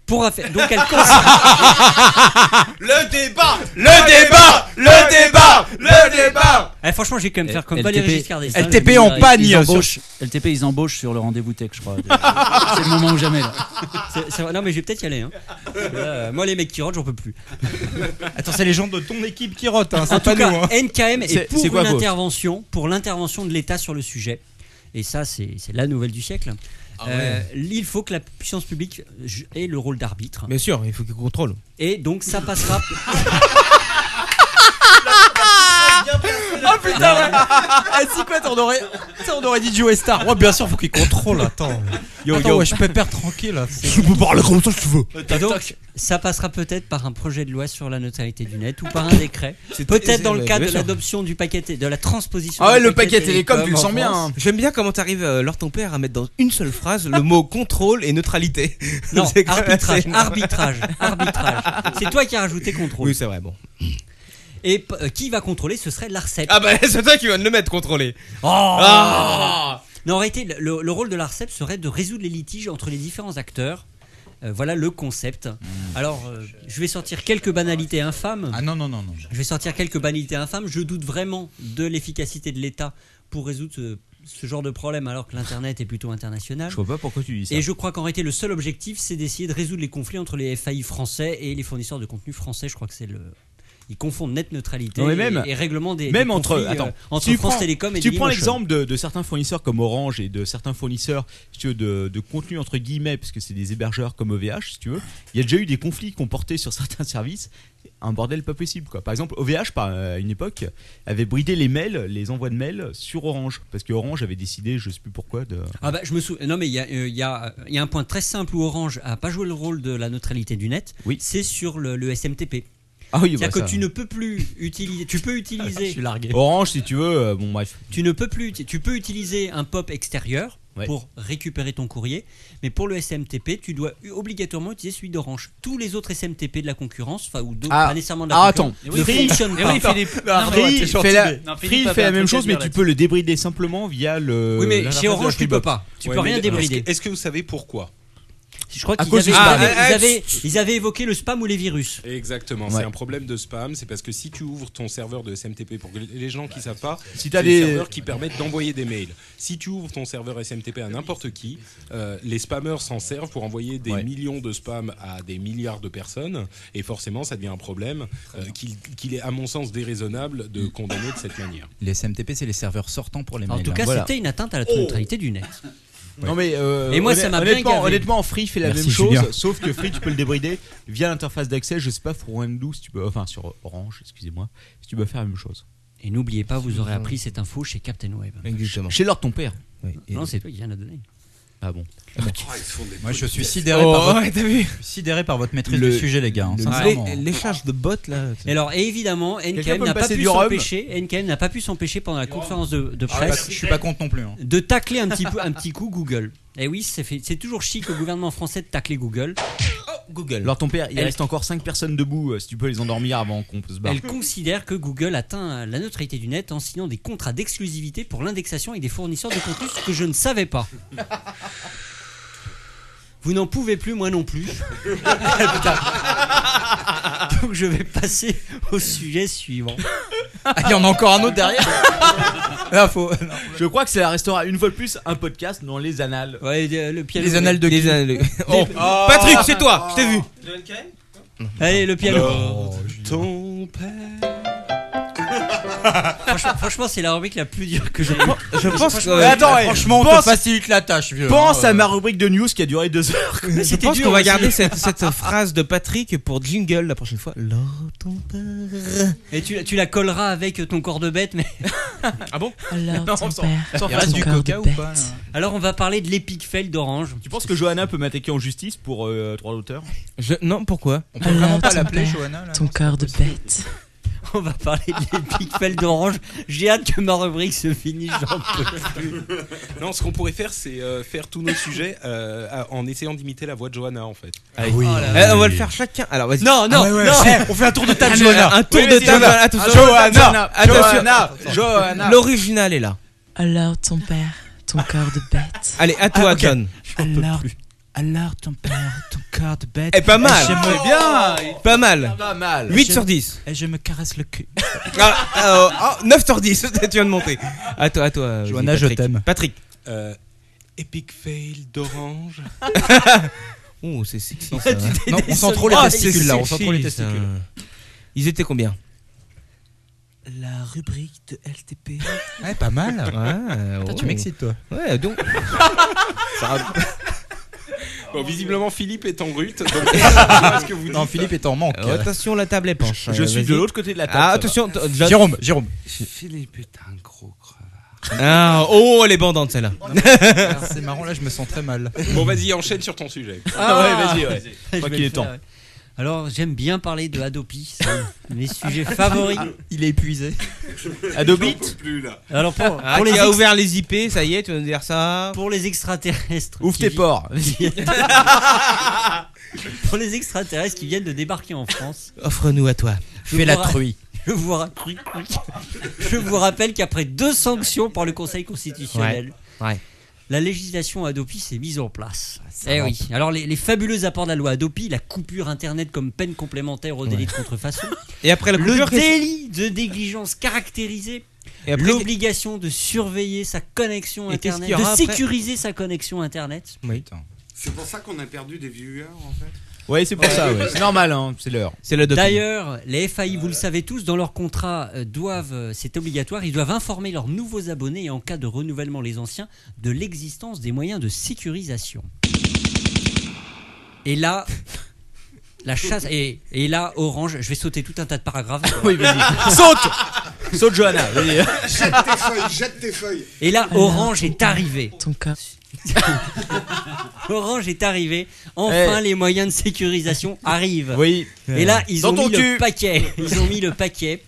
K: pour affaire. Donc elle considère-
Q: Le débat
K: Le débat
Q: Le débat Le débat
K: Eh, franchement, j'ai quand même faire comme
J: LTP,
K: Valérie Giscard d'Estaing.
J: ils- ils embauchent- LTP, ils embauchent sur le rendez-vous tech, je crois. C'est le moment ou jamais, là.
K: C'est- c'est vrai. non, mais je vais peut-être y aller. hein. Parce que là, euh, moi, les mecs qui rotent, j'en peux plus.
H: Attends, c'est les gens de ton équipe qui rotent, hein,
K: en
H: c'est
K: tout
H: pas
K: cas,
H: nous. hein.
K: NKM est,
H: C'est-
K: pour
H: c'est quoi
K: une
H: vos-
K: intervention, pour l'intervention de l'État sur le sujet. Et ça, c'est c'est la nouvelle du siècle.
E: Ah ouais.
K: Euh, il faut que la puissance publique ju- ait le rôle d'arbitre.
E: Bien sûr, il faut qu'il contrôle.
K: Et donc ça passera.
H: Ah,
Q: Oh
K: putain
H: Eh,
Q: Si quoi, on aurait, on aurait dit
H: Joe Star. Ouais, bien sûr, faut qu'il contrôle. Attends.
K: Yo,
H: Attends,
K: yo.
H: ouais, je peux perdre tranquille. Là.
K: Je peux parler comme ça si
H: tu veux.
K: hein, Et donc, ça passera peut-être par un projet de loi sur la neutralité du net ou par un décret.
E: C'est-
K: Peut-être dans
E: c'est-
K: le
E: bah,
K: cadre
E: bien
K: de
E: sûr.
K: l'adoption du paquet, té- de la transposition.
E: Ah ouais,
K: du
E: le paquet télécom, tu le
K: en
E: sens bien. hein.
K: France.
E: J'aime bien comment t'arrives, euh, Laure ton père, à mettre dans une seule phrase le mot contrôle et neutralité.
K: Non,
E: C'est quand même
K: arbitrage,
E: assez énorme.
K: arbitrage, arbitrage. C'est toi qui as rajouté contrôle.
E: Oui, c'est vrai, bon.
K: Et p- euh, qui va contrôler Ce serait l'ARCEP.
E: Ah bah, c'est toi qui vas le mettre contrôler.
K: E Oh
E: Ah
K: Non, en réalité, le- le, le rôle de l'ARCEP E serait de résoudre les litiges entre les différents acteurs. Euh, voilà le concept.
E: Hmm.
K: Alors, euh, je vais sortir quelques banalités infâmes. Ah
R: non, non, non, non.
K: Je vais sortir quelques banalités infâmes. Je doute vraiment de l'efficacité de l'État pour résoudre ce, ce genre de problème alors que l'Internet est plutôt international.
R: Je vois pas pourquoi tu dis ça.
K: Et je crois qu'en réalité, le seul objectif, c'est d'essayer de résoudre les conflits entre les FAI français et les fournisseurs de contenu français. Je crois que c'est le... Ils confondent net neutralité
D: Non, mais
K: et-
D: même,
K: et, règlement des,
D: même
K: des
D: entre,
K: conflits, euh,
D: attends,
K: entre
D: si tu
K: France
D: prends-
K: Télécom et
D: si tu
K: Dailymotion.
D: prends l'exemple de, de certains fournisseurs comme Orange et de certains fournisseurs si tu veux, de, de contenu entre guillemets parce que c'est des hébergeurs comme OVH si tu veux il y a déjà eu des conflits qu'on portait sur certains services un bordel pas possible quoi par exemple OVH par euh, à une époque avait bridé les mails les envois de mails sur Orange parce que Orange avait décidé je sais plus pourquoi de
K: Ah bah, je me souviens. Non mais il y a, euh, il y, a, il y a un point très simple où Orange a pas joué le rôle de la neutralité du net. C'est sur le, le SMTP.
D: Ah oui, bah,
K: C'est-à-dire
D: ça.
K: que tu ne peux plus utiliser. Tu peux
H: Ah,
K: utiliser.
D: Orange si tu veux euh, bon bref
K: Tu ne peux plus. Tu peux utiliser un pop extérieur. Ouais. pour récupérer ton courrier. Mais pour le SMTP, tu dois u- obligatoirement utiliser celui d'Orange. Tous les autres SMTP de la concurrence, enfin, ou d'autres,
H: Ah.
K: pas nécessairement de
H: Ah,
K: la concurrence,
H: attends.
K: ne
H: Eh oui,
K: fonctionnent
H: eh
K: pas.
H: oui, Philippe. Non, Free, ouais, t'es gentil,
P: fait la,
H: mais- Non,
P: Free
H: Philippe
P: fait
H: avait un
P: la même
H: truc à
P: chose,
H: dire
P: mais tu
H: là-dessus.
P: peux le débrider simplement via le.
H: Oui, mais
P: l'interface
H: chez
P: de
H: Orange,
P: la
H: tu peux
P: Freebox.
H: pas.
K: Tu peux rien
I: mais
K: débrider.
I: est-ce que- Est-ce que vous savez pourquoi
K: Je crois
I: À
K: qu'ils
I: cause
K: avaient,
I: du spam.
K: ils
I: Ah,
K: avaient-
I: ex-
K: ils avaient évoqué le spam ou les virus.
I: Exactement,
K: Ouais.
I: c'est un problème de spam, c'est parce que si tu ouvres ton serveur de SMTP, pour que les gens qui savent pas,
P: Si t'as
I: t'as des
P: des-
I: serveurs qui permettent d'envoyer des mails. Si tu ouvres ton serveur SMTP à n'importe qui, euh, les spammers s'en servent pour envoyer des millions de spams à des milliards de personnes, et forcément ça devient un problème euh, qu'il qu'il est à mon sens déraisonnable de condamner de cette manière.
H: Les SMTP, c'est les serveurs sortants pour les
I: En
H: mails. hein.
I: tout cas, c'était
K: une atteinte à
I: la
K: neutralité du net.
H: Oh. Ouais.
P: Non mais euh,
H: Et moi,
P: honnêt-
H: ça m'a bien
P: honnêtement,
H: gavé.
P: honnêtement, Free fait la
H: Merci,
P: même chose,
H: Julien.
P: sauf que Free tu peux le débrider via l'interface d'accès. Je sais pas pour Windows, tu peux, enfin sur Orange, excusez-moi, si tu peux faire la même chose.
K: Et n'oubliez pas, vous aurez appris cette info chez Captain Web.
P: Exactement. Chez Lord ton père.
K: Non, c'est toi qui viens de la donner.
P: Ah bon.
H: Moi, je suis sidéré, par, votre... je suis sidéré par votre maîtrise du sujet, les gars. hein,
E: Ah,
H: sincèrement.
K: charges de bottes là. Et alors et évidemment,
H: Quelqu'un
K: NKM
H: peut me
K: n'a pas
H: passer
K: pu
H: du rhum
K: s'empêcher. NKM n'a pas pu s'empêcher pendant la conférence de, de
H: Je suis pas-
K: presse.
H: Ah, je suis pas contre non plus, hein.
K: De tacler un petit peu, un petit coup Google. Et oui, c'est fait- c'est toujours chic au gouvernement français de tacler Google.
H: Oh,
K: Google.
P: Alors ton père, il
K: Elle-
P: reste encore 5 personnes debout. euh, Si tu peux les endormir avant qu'on se barre.
K: Elle considère que Google atteint la neutralité du net en signant des contrats d'exclusivité pour l'indexation avec des fournisseurs de contenu, ce que je ne savais pas. Vous n'en pouvez plus, moi non plus. Putain. Donc je vais passer au sujet suivant.
H: Ah, il y en a encore un autre derrière
P: Là, faut- non. Je crois que ça restera une fois de plus un podcast dans les annales.
K: Ouais, euh, le piano.
H: Les annales de
K: Les
H: qui
K: annales-
H: Oh.
K: Oh.
H: Patrick, c'est toi, je t'ai vu.
M: De NKM
Q: Ah.
K: Allez, le piano.
M: Oh,
I: ton père.
K: franchement, franchement, c'est la rubrique la plus dure que j'ai.
H: je pense
K: Franchement,
H: que- Mais attends, eh, franchement, on te
K: pense-
H: facilite la tâche, vieux,
P: Pense
H: hein,
P: à
H: euh.
P: ma rubrique de news qui a duré 2 heures.
E: Je pense qu'on va garder cette, cette phrase de Patrick pour jingle la prochaine fois. Lord ton père.
K: Et tu, tu la colleras avec ton corps de bête, mais.
E: Ah bon
O: Alors,
E: ton père,
P: ton corps de bête.
K: Alors, on va parler de l'Epic Fail d'Orange.
P: Tu penses que Johanna peut m'attaquer en justice pour euh, droit d'auteur
E: Non, pourquoi
P: On
O: peut vraiment pas l'appeler Johanna, là, Ton non, c'est corps de bête.
K: On va parler de l'Epic Fail d'Orange. J'ai hâte que ma rubrique se finisse, j'en peux plus.
I: Non, ce qu'on pourrait faire, c'est euh, faire tous nos sujets euh, à- en essayant d'imiter la voix de Johanna, en fait.
E: Ah oui. Oh là là. Eh, on va le faire chacun. Alors, vas-y.
I: Non, non,
E: Ah ouais, ouais,
I: non.
E: ouais.
I: On fait un tour de table,
E: Ah,
I: Johanna.
E: Un tour
I: Oui,
E: de
I: vas-y,
E: table.
I: Johanna.
E: Attention.
I: Johanna,
E: Attention.
I: Johanna,
E: Attention.
I: Johanna.
E: L'original est Ah là.
O: Alors, ton père, ton corps de bête.
E: Allez, à
H: Ah,
E: toi, John.
O: Alors,
H: Alors ton père, ton corps de bête.
E: Eh, pas mal.
H: J'aimerais bien.
E: Pas mal.
H: Ah, Pas mal.
E: 8 sur 10.
H: Et je me caresse le cul.
E: Ah, euh, oh, 9 sur 10. Tu viens de monter. À toi, à toi.
H: Johanna,
E: vas-y,
H: je
E: Patrick.
H: t'aime.
E: Patrick. Euh,
I: Epic fail d'orange.
E: Oh, c'est sexy.
I: Non,
E: ça.
I: tu t'es
E: Non, on sent trop les
I: désolé.
E: testicules là. On sent
I: C'est
E: trop les
I: sexy, ça.
E: testicules. Ils étaient combien
H: La rubrique de LTP.
E: Ouais,
I: Eh,
E: pas mal. Ouais, oh.
H: Putain, tu
E: ouais.
H: m'excites, toi.
E: Ouais, donc.
I: Bon, visiblement, Philippe est en rut. Donc,
E: Ah,
I: ce que vous dites.
E: Euh, attention, la table est penche.
I: Je
E: Euh,
I: suis de
E: vas-y.
I: l'autre côté de la table,
E: Ah,
I: ça
E: attention,
I: va.
E: t- John.
I: Jérôme, Jérôme.
E: Philippe est un gros crevard. Ah, oh, elle est bandante celle-là.
H: C'est marrant, là, je me sens très mal.
I: Bon, vas-y, enchaîne sur ton sujet.
E: Ah
K: Ah. Je vais le faire, ouais. Alors, j'aime bien parler de Adopi, c'est un de mes sujets favoris.
H: Ah, Il est épuisé.
K: Adopi Alors, pour, pour
E: Ah,
K: les
E: qui a
K: ex-
E: ouvert les IP, ça y est, tu vas nous dire ça.
K: Pour les extraterrestres.
E: Ouvre
K: qui
E: tes
K: vi-
E: ports.
K: pour les extraterrestres qui viennent de débarquer en France.
E: Offre-nous à toi.
K: Je
E: Fais
K: vous
E: la
K: ra-
E: truie.
K: Je vous, ra- truie, truie. Je vous rappelle qu'après deux sanctions par le Conseil constitutionnel,
E: Ouais, ouais.
K: la législation Adopi s'est mise en place.
E: ça
K: Eh
E: rampe.
K: oui. Alors les, les fabuleux apports de la loi Adopi, la coupure Internet comme peine complémentaire au délit
E: Ouais.
K: de contrefaçon,
E: Et après la coupure,
K: le
E: qu'est-ce-
K: délit de négligence caractérisée,
E: Et après,
K: l'obligation de surveiller sa connexion
E: Et qu'est-ce
K: Internet,
E: qu'il y aura
K: de
E: après
K: sécuriser sa connexion Internet.
F: C'est pour ça qu'on a perdu des viewers, en fait.
P: Ouais, c'est pour ça, ouais. C'est normal, hein, c'est l'heure. C'est le
K: D'ailleurs, les FAI, vous le savez tous, dans leur contrat, euh, doivent, euh, c'est obligatoire, ils doivent informer leurs nouveaux abonnés et en cas de renouvellement les anciens de l'existence des moyens de sécurisation. Et là, la chasse et, et là Orange, je vais sauter tout un tas de paragraphes.
P: Oui, vas-y. Saute Saute, Johanna. vas-y.
S: Jette tes feuilles, jette tes feuilles.
K: Et là,
S: Alors,
K: Orange est arrivé. Orange est arrivé. Enfin,
P: Eh.
K: les moyens de sécurisation arrivent.
P: Oui.
K: Et là, ils
P: Dans
K: ont
P: ton
K: mis
P: cul.
K: le paquet. Ils ont mis le paquet.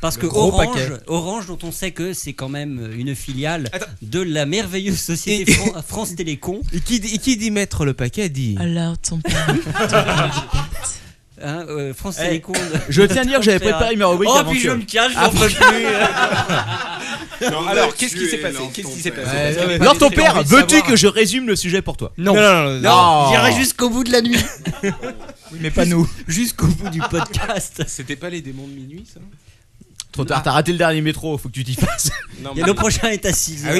K: Parce
H: Le
K: que
H: gros
K: Orange,
H: paquet.
K: Orange, dont on sait que c'est quand même une filiale de la merveilleuse société Fran- France Télécom.
E: Et qui, dit- et qui dit mettre le paquet dit.
O: Alors, ton père.
K: Hein, euh, France
E: Eh,
K: Télécom.
E: je tiens à dire que j'avais préparé ma rubrique
K: Oh,
E: avant
K: puis
E: que-
K: je me cache, je
E: Ah,
K: n'en peux
E: putain.
K: plus.
E: Non, Alors, qu'est-ce qui s'est passé Qu'est-ce qui s'est passé
P: Ouais, Alors Euh, ton père, veux-tu que je résume le sujet pour toi
E: Non. Non, non, non, non. J'irai
K: jusqu'au bout de la nuit.
P: oui, mais pas nous.
K: Jusqu'au bout du podcast.
I: C'était pas les démons de minuit, ça
P: Trop tard, t'as raté le dernier métro, faut que tu t'y fasses.
I: Non,
K: Et le prochain est à
H: Ah
K: 6
E: Ah
K: heures.
E: euh,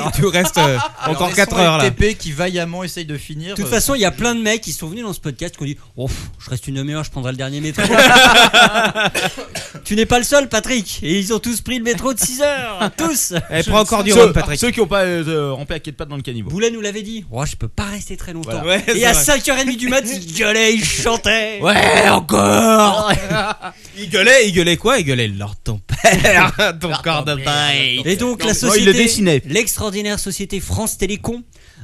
H: euh, Alors, laissons LTP qui vaillamment essaye de finir.
K: De toute
H: euh,
K: façon, il y a plein de mecs qui sont venus dans ce podcast qui ont dit Oh, pff, je reste une demi-heure, je prendrai le dernier métro. tu n'es pas le seul, Patrick. Et ils ont tous pris le métro de 6 heures. Tous.
P: Ceux- ceux- Ceux qui n'ont pas euh, rampé à quatre pattes dans le caniveau.
K: Boulet nous l'avait dit. Oh, je peux pas rester très longtemps.
P: Voilà. Ouais,
K: et à
P: c'est vrai.
K: 5h30 du mat, ils gueulaient, ils chantaient.
E: Ouais, encore.
K: Ils
E: Il gueulait, il gueulait quoi Il gueulait Lord ton père, ton corps de paille.
K: Et donc la
E: Non, il le dessinait.
K: société, l'extraordinaire société France Télécom,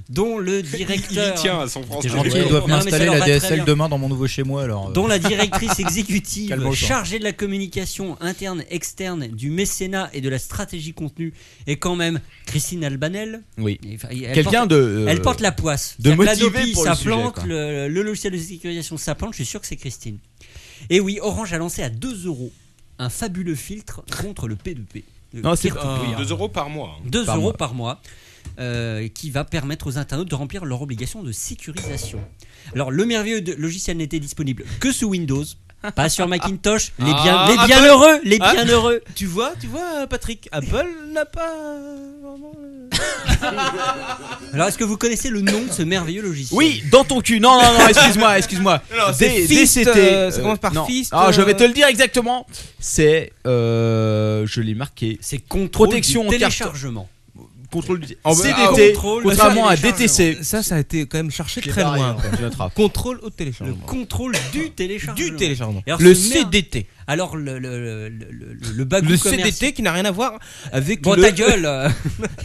K: dont le directeur,
H: tient à
I: son
H: T'es gentil, ils doivent m'installer la DSL demain dans mon nouveau chez moi alors. euh.
K: dont la directrice exécutive
H: Calme-toi.
K: chargée de la communication interne, externe, du mécénat et de la stratégie contenu est quand même Christine Albanel.
P: Oui.
K: Et, enfin, elle
P: Quelqu'un
K: porte-
P: de, euh,
K: Elle porte la poisse.
P: de
K: C'est-à-dire que
P: motivé
K: l'Adopi,
P: pour le
K: ça
P: sujet,
K: plante,
P: quoi.
K: le, le logiciel de sécurisation, ça plante. Je suis sûr que c'est Christine. Et oui, Orange a lancé à 2 euros un fabuleux filtre contre le P2P. le
I: Non, c'est-
K: peer-to-peer.
I: euh, 2 euros par mois.
K: 2
I: Par
K: hein. euros
I: mois.
K: par mois. euh, qui va permettre aux internautes de remplir leur obligation de sécurisation. Alors, le merveilleux de- logiciel n'était disponible que sous Windows, pas sur Macintosh. Les bien,
E: Ah,
K: les
E: Apple.
K: bienheureux, les
E: Ah,
K: bienheureux.
E: Tu vois, tu vois, Patrick, Apple n'a pas vraiment.
K: Alors, est-ce que vous connaissez le nom de ce merveilleux logiciel
P: Oui, dans ton cul. Non, non, non, excuse-moi, excuse-moi.
K: Non, c'est
P: D-
K: Fist,
P: DCT.
K: euh, ça commence par
P: non.
K: Fist,
P: Ah, je
K: euh,
P: vais te le dire exactement. C'est, euh, je l'ai marqué.
K: C'est contrôle
P: protection
K: du
P: en carte-
K: téléchargement.
P: Contrôle du
E: En
P: CDT. Contrairement à DTC.
E: Ça, ça a été quand même cherché
P: J'ai
E: très
P: barré,
E: loin.
P: hein, je l'attrape.
E: Contrôle au téléchargement.
K: Contrôle du téléchargement.
E: Du téléchargement.
K: Et alors,
E: Le
K: ce mer-
E: CDT.
K: Alors, le, le, le, le, le bagou
E: Le
K: commercial-
E: CDT qui n'a rien à voir avec
K: Bon,
E: le...
K: ta gueule euh,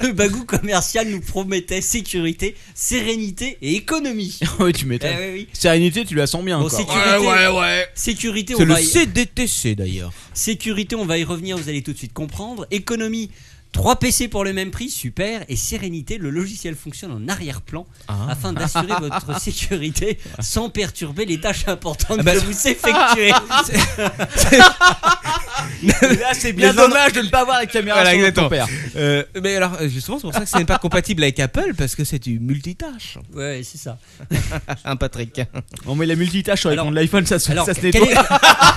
K: Le bagou commercial nous promettait sécurité, sérénité et économie.
P: Ouais, tu m'étonnes.
K: Eh oui, oui.
P: Sérénité, tu la sens bien.
K: Bon,
P: quoi.
K: sécurité,
P: Ouais, ouais, ouais.
K: sécurité,
P: C'est
K: on
P: le
K: va y-
E: CDTC d'ailleurs.
K: Sécurité, on va y revenir, vous allez tout de suite comprendre. Économie, 3 PC pour le même prix, super. Et sérénité, le logiciel fonctionne en arrière-plan
E: Ah.
K: afin d'assurer votre sécurité sans perturber les tâches importantes
E: Ah
P: ben,
E: bah,
K: que vous effectuez.
P: Là, c'est bien
E: Les gens-
P: dommage de ne pas avoir la caméra
E: Voilà,
P: sur le- ton
E: exactement.
P: père.
E: Euh, mais alors, euh, justement, c'est pour ça que c'est pas compatible avec Apple parce que c'est du multitâche.
K: Ouais, c'est ça.
E: Un Patrick.
P: Non, mais la multitâche avec
K: Alors-
P: l'iPhone, ça se
K: alors,
P: ça se
K: quel
P: nettoie.
K: est-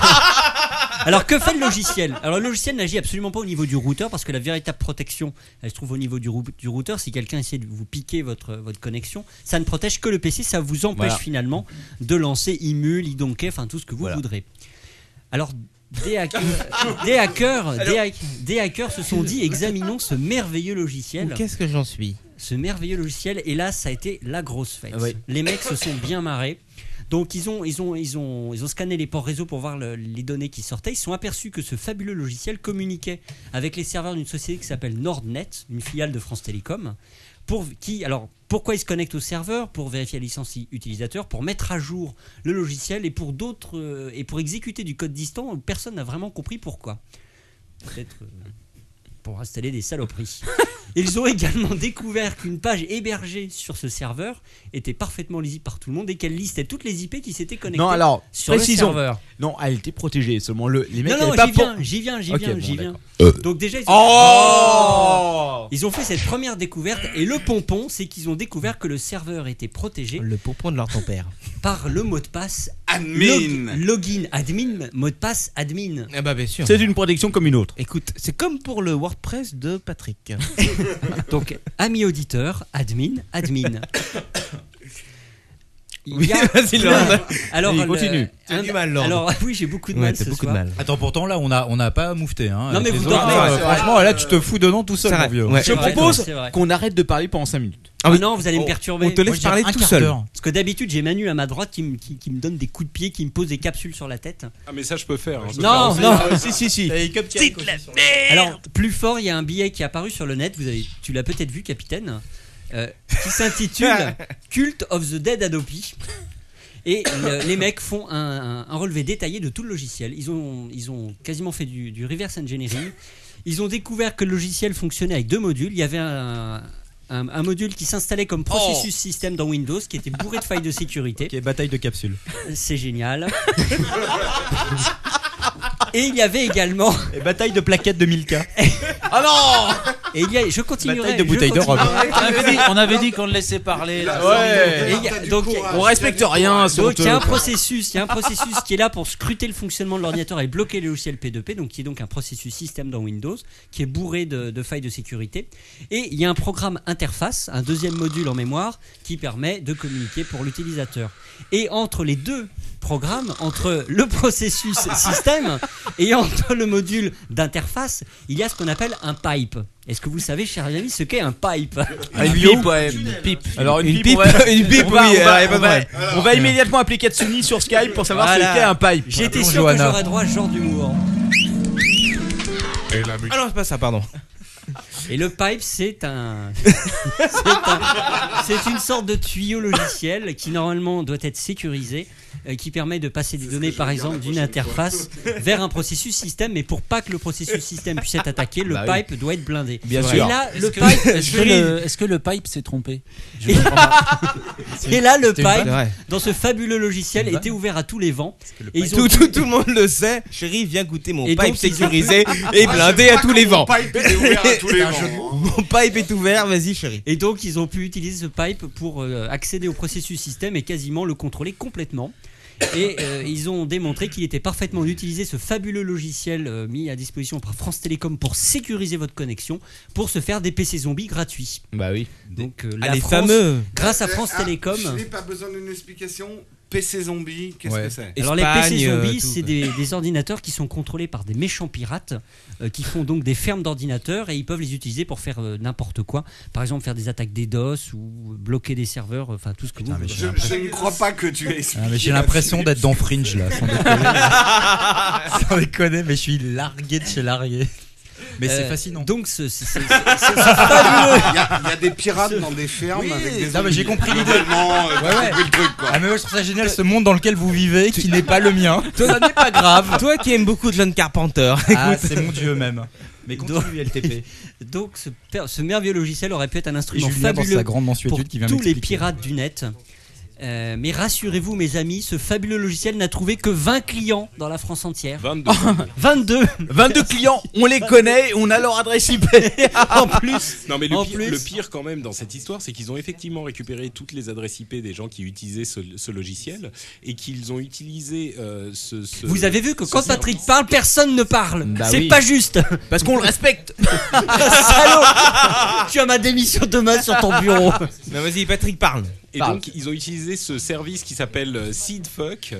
K: Alors que fait le logiciel Alors le logiciel n'agit absolument pas au niveau du routeur parce que la véritable protection, elle se trouve au niveau du, rou- du routeur. Si quelqu'un essaie de vous piquer votre, votre connexion, ça ne protège que le PC, ça vous empêche
E: Voilà.
K: finalement de lancer Imul, Idonkey, enfin tout ce que vous voudrez. Alors des hackers, des, hackers des, hack- des hackers se sont dit examinons ce merveilleux logiciel.
E: Qu'est-ce que j'en suis
K: Ce merveilleux logiciel et là ça a été la grosse fête.
E: Oui.
K: Les mecs se sont bien marrés. Donc ils ont, ils ont, ils ont, ils ont scanné les ports réseau pour voir le- les données qui sortaient. Ils se sont aperçus que ce fabuleux logiciel communiquait avec les serveurs d'une société qui s'appelle Nordnet, une filiale de France Télécom. Pour qui, alors, pourquoi ils se connectent au serveur Pour vérifier la licence utilisateur, pour mettre à jour le logiciel et pour d'autres euh, et pour exécuter du code distant où personne n'a vraiment compris pourquoi. Peut-être euh, pour installer des saloperies. Ils ont également découvert qu'une page hébergée sur ce serveur était parfaitement lisible par tout le monde et qu'elle listait toutes les IP qui s'étaient connectées
P: Non, alors,
K: sur le
P: précisons.
K: serveur.
P: Non, elle était protégée. Seulement, le, les mecs
K: non, non,
P: avaient pas
K: j'y viens,
P: pour-
K: j'y viens, j'y
P: Ok,
K: viens,
P: bon,
K: j'y
P: d'accord. Euh.
K: viens. Donc déjà, ils ont...
P: Oh
K: ils ont fait cette première découverte et le pompon, c'est qu'ils ont découvert que le serveur était protégé
E: Le pompon de leur ton père.
K: par le mot de passe
E: Admin.
K: log- login, admin, mot de passe, admin.
P: Eh
E: Ah
P: ben,
E: bah bien sûr.
P: C'est une protection comme une autre.
E: Écoute, c'est comme pour le WordPress de Patrick.
K: Donc, ami auditeur, admin, admin. Il
E: Oui,
K: y a
E: vas-y,
K: plein-
E: Laurent.
K: Alors,
E: Vas-y,
K: le-
E: continue.
K: un-
E: T'as du mal, Laurent.
K: Alors, oui, j'ai beaucoup de mal. ce soir.
H: Attends, pourtant là, on a, on a pas moufté. Hein,
K: Non,
H: avec
K: mais
H: les
K: vous
H: autres.
K: dormez,
H: Ah,
K: ouais, c'est vrai.
H: franchement, là, tu te fous de nom tout seul,
E: C'est
H: mon
E: vrai,
H: vieux.
E: ouais.
P: Je
K: C'est vrai,
P: propose
K: c'est vrai.
P: qu'on arrête de parler pendant 5 minutes. Oh.
K: Ah oui. non, vous allez me perturber.
E: Oh, on te laisse Moi, je dirais parler un tout quart seul. d'heure.
K: Parce que d'habitude, j'ai Manu à ma droite qui me, qui, qui me donne des coups de pied, qui me pose des capsules sur la tête.
I: Ah, mais ça, je peux faire. hein, je peux
K: Non,
I: faire
K: non.
I: aussi.
K: Petite la Alors, plus fort, il y a un billet qui est apparu sur le net. Vous avez, tu l'as peut-être vu, capitaine, euh, qui s'intitule Cult of the Dead Adopi. Et le- les mecs font un, un- un relevé détaillé de tout le logiciel. Ils ont, ils ont quasiment fait du, du reverse engineering. Ils ont découvert que le logiciel fonctionnait avec deux modules. Il y avait un, un- un module qui s'installait comme processus système dans Windows, qui était bourré de failles de sécurité.
H: Ok, bataille de capsules.
K: C'est génial. Et il y avait également.
H: bataille de plaquettes de Milka.
K: Ah non Et il y a, je continuerai.
H: Bataille de
K: je
H: bouteilles de
K: continuerai.
H: rhum.
J: On avait dit- on avait dit qu'on le laissait parler. là.
K: Et il y a- donc,
J: On respecte rien, Bah c'est
K: Donc il y a un
J: honteux, quoi.
K: processus, il y a un processus qui est là pour scruter le fonctionnement de l'ordinateur et bloquer le logiciel P2P, donc qui est donc un processus système dans Windows, qui est bourré de, de failles de sécurité. Et il y a un programme interface, un deuxième module en mémoire, qui permet de communiquer pour l'utilisateur. Et entre les deux programmes, entre le processus système et entre le module d'interface, il y a ce qu'on appelle un pipe. Est-ce que vous savez, chers amis, ce qu'est un pipe
T: Un Une bio pipe, ouais,
J: une
K: pipe.
T: Alors, une
J: pipe, ouais.
T: Une pipe,
J: On va-
T: oui,
J: on va-
T: elle est pas
J: on va-
T: vraie.
J: on va immédiatement
P: appeler Katsuni sur Skype pour
J: savoir ce qu'est un pipe.
K: J'étais
J: Bonjour,
K: sûr que
J: Anna.
K: j'aurais droit à ce genre d'humour.
N: Et la musique.
E: Ah non, c'est pas ça, pardon.
K: Et le pipe, c'est un. c'est un- c'est une sorte de tuyau logiciel qui normalement doit être sécurisé, euh, qui permet de passer des données, par exemple, d'une interface vers un processus système. Mais pour pas que le processus système puisse être attaqué, le
J: Bah oui.
K: pipe doit être blindé.
J: Bien
K: Et
J: sûr.
K: là,
J: Est-ce
K: le
J: que-
K: pipe.
J: est-ce que le- est-ce que le pipe s'est trompé Je
K: Et-
J: comprends pas.
K: Et là, le
J: C'était une
K: pipe,
J: vanne.
K: dans ce fabuleux logiciel,
J: C'est une
K: était ouvert à tous les vents.
E: Le
K: Et
E: pipe-
K: ils
E: tout,
K: ont
E: tout, tout le monde le sait. Chérie, viens goûter mon
K: Et
E: pipe
K: donc, ils ont-
E: sécurisé et
K: Moi,
E: blindé
K: je sais
E: à
K: pas
E: tous les
K: comment
E: vents.
K: le pipe est ouvert à tous les vents.
E: Mon pipe est ouvert, vas-y chérie.
K: Et donc, ils ont pu utiliser ce pipe pour euh, accéder au processus système et quasiment le contrôler complètement. Et euh, ils ont démontré qu'il était parfaitement utilisé ce fabuleux logiciel euh, mis à disposition par France Télécom pour sécuriser votre connexion, pour se faire des PC zombies gratuits.
P: Bah oui.
K: Donc, euh,
E: Ah,
K: la
E: les
K: France-
E: fameux.
K: Grâce à
F: Eh,
K: France
F: ah,
K: Télécom.
F: Je n'ai pas besoin d'une explication. PC Zombie, qu'est-ce
E: Ouais.
F: que c'est
K: Alors les PC
E: Espagne, euh,
K: zombies,
E: tout,
K: c'est
E: quoi.
K: des, des ordinateurs qui sont contrôlés par des méchants pirates euh, qui font donc des fermes d'ordinateurs et ils peuvent les utiliser pour faire euh, n'importe quoi. Par exemple, faire des attaques DDoS ou bloquer des serveurs, enfin tout ce que vous
H: mais
K: voulez.
H: j'ai
F: Je ne crois pas que tu aies expliqué.
H: Ah, mais j'ai l'impression d'être dans Fringe là, sans déconner. sans déconner, mais je suis largué de chez largué. Mais c'est
K: Euh,
H: fascinant.
K: Donc ce, ce- ce- ce-
F: Il y,
K: ce-
F: a, il y a des pirates dans des fermes
H: Oui,
F: avec des
H: non, mais j'ai
F: zombies.
H: compris l'idée.
F: Globalement, euh,
H: Ouais,
F: t'as
H: ouais.
F: compris le truc, quoi.
H: Ah mais moi je trouve ça génial ce monde dans lequel vous vivez qui n'est pas le mien.
E: Toi, n'est pas grave. Toi qui aimes beaucoup John Carpenter.
H: Ah,
E: écoute.
H: c'est mon dieu même. Mais continue LTP.
K: donc ce, per- ce merveilleux logiciel aurait pu être un instrument
H: Et Julien dans
K: fabuleux
H: sa grande mensuétude
K: pour
H: qui vient
K: tous les
H: m'expliquer.
K: pirates du net. Euh, mais rassurez-vous mes amis, ce fabuleux logiciel n'a trouvé que 20 clients dans la France entière.
I: 22.
K: 22
P: 22 clients, on les connaît, on a leur adresse IP.
K: en plus.
I: Ah. Non mais le
K: en
I: pire,
K: plus.
I: le pire quand même dans cette histoire, c'est qu'ils ont effectivement récupéré toutes les adresses IP des gens qui utilisaient ce, ce logiciel et qu'ils ont utilisé euh, ce, ce-
K: Vous avez vu que
I: ce
K: quand Patrick parle, personne ne parle.
I: Bah
K: c'est
I: oui.
K: pas juste.
P: Parce qu'on le respecte.
K: Salaud Tu as ma démission demain sur ton bureau.
E: Non, vas-y, Patrick, parle.
I: Et
E: Parle.
I: donc, ils ont utilisé ce service qui s'appelle euh, Seedfuck,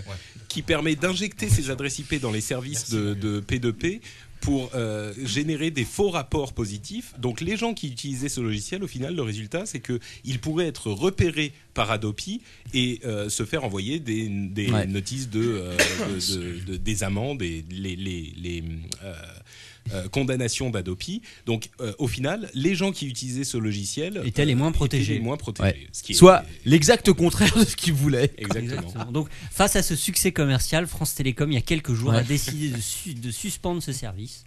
I: qui permet d'injecter ces adresses IP dans les services de, de P2P pour euh, générer des faux rapports positifs. Donc, les gens qui utilisaient ce logiciel, au final, le résultat, c'est qu'ils pourraient être repérés par Adopi et euh, se faire envoyer des, des
P: Ouais.
I: notices de, euh, de- de- de- des amendes et les, les- les, euh, euh, condamnations d'Adopi. Donc, euh, au final, les gens qui utilisaient ce logiciel
K: Étaient les moins protégés.
I: les moins protégés. Ce qui est-
P: Soit l'exact contraire de ce qu'il voulait.
K: Exactement. Donc, face à ce succès commercial, France Télécom, il y a quelques jours,
P: Ouais.
K: a décidé de, su- de suspendre ce service.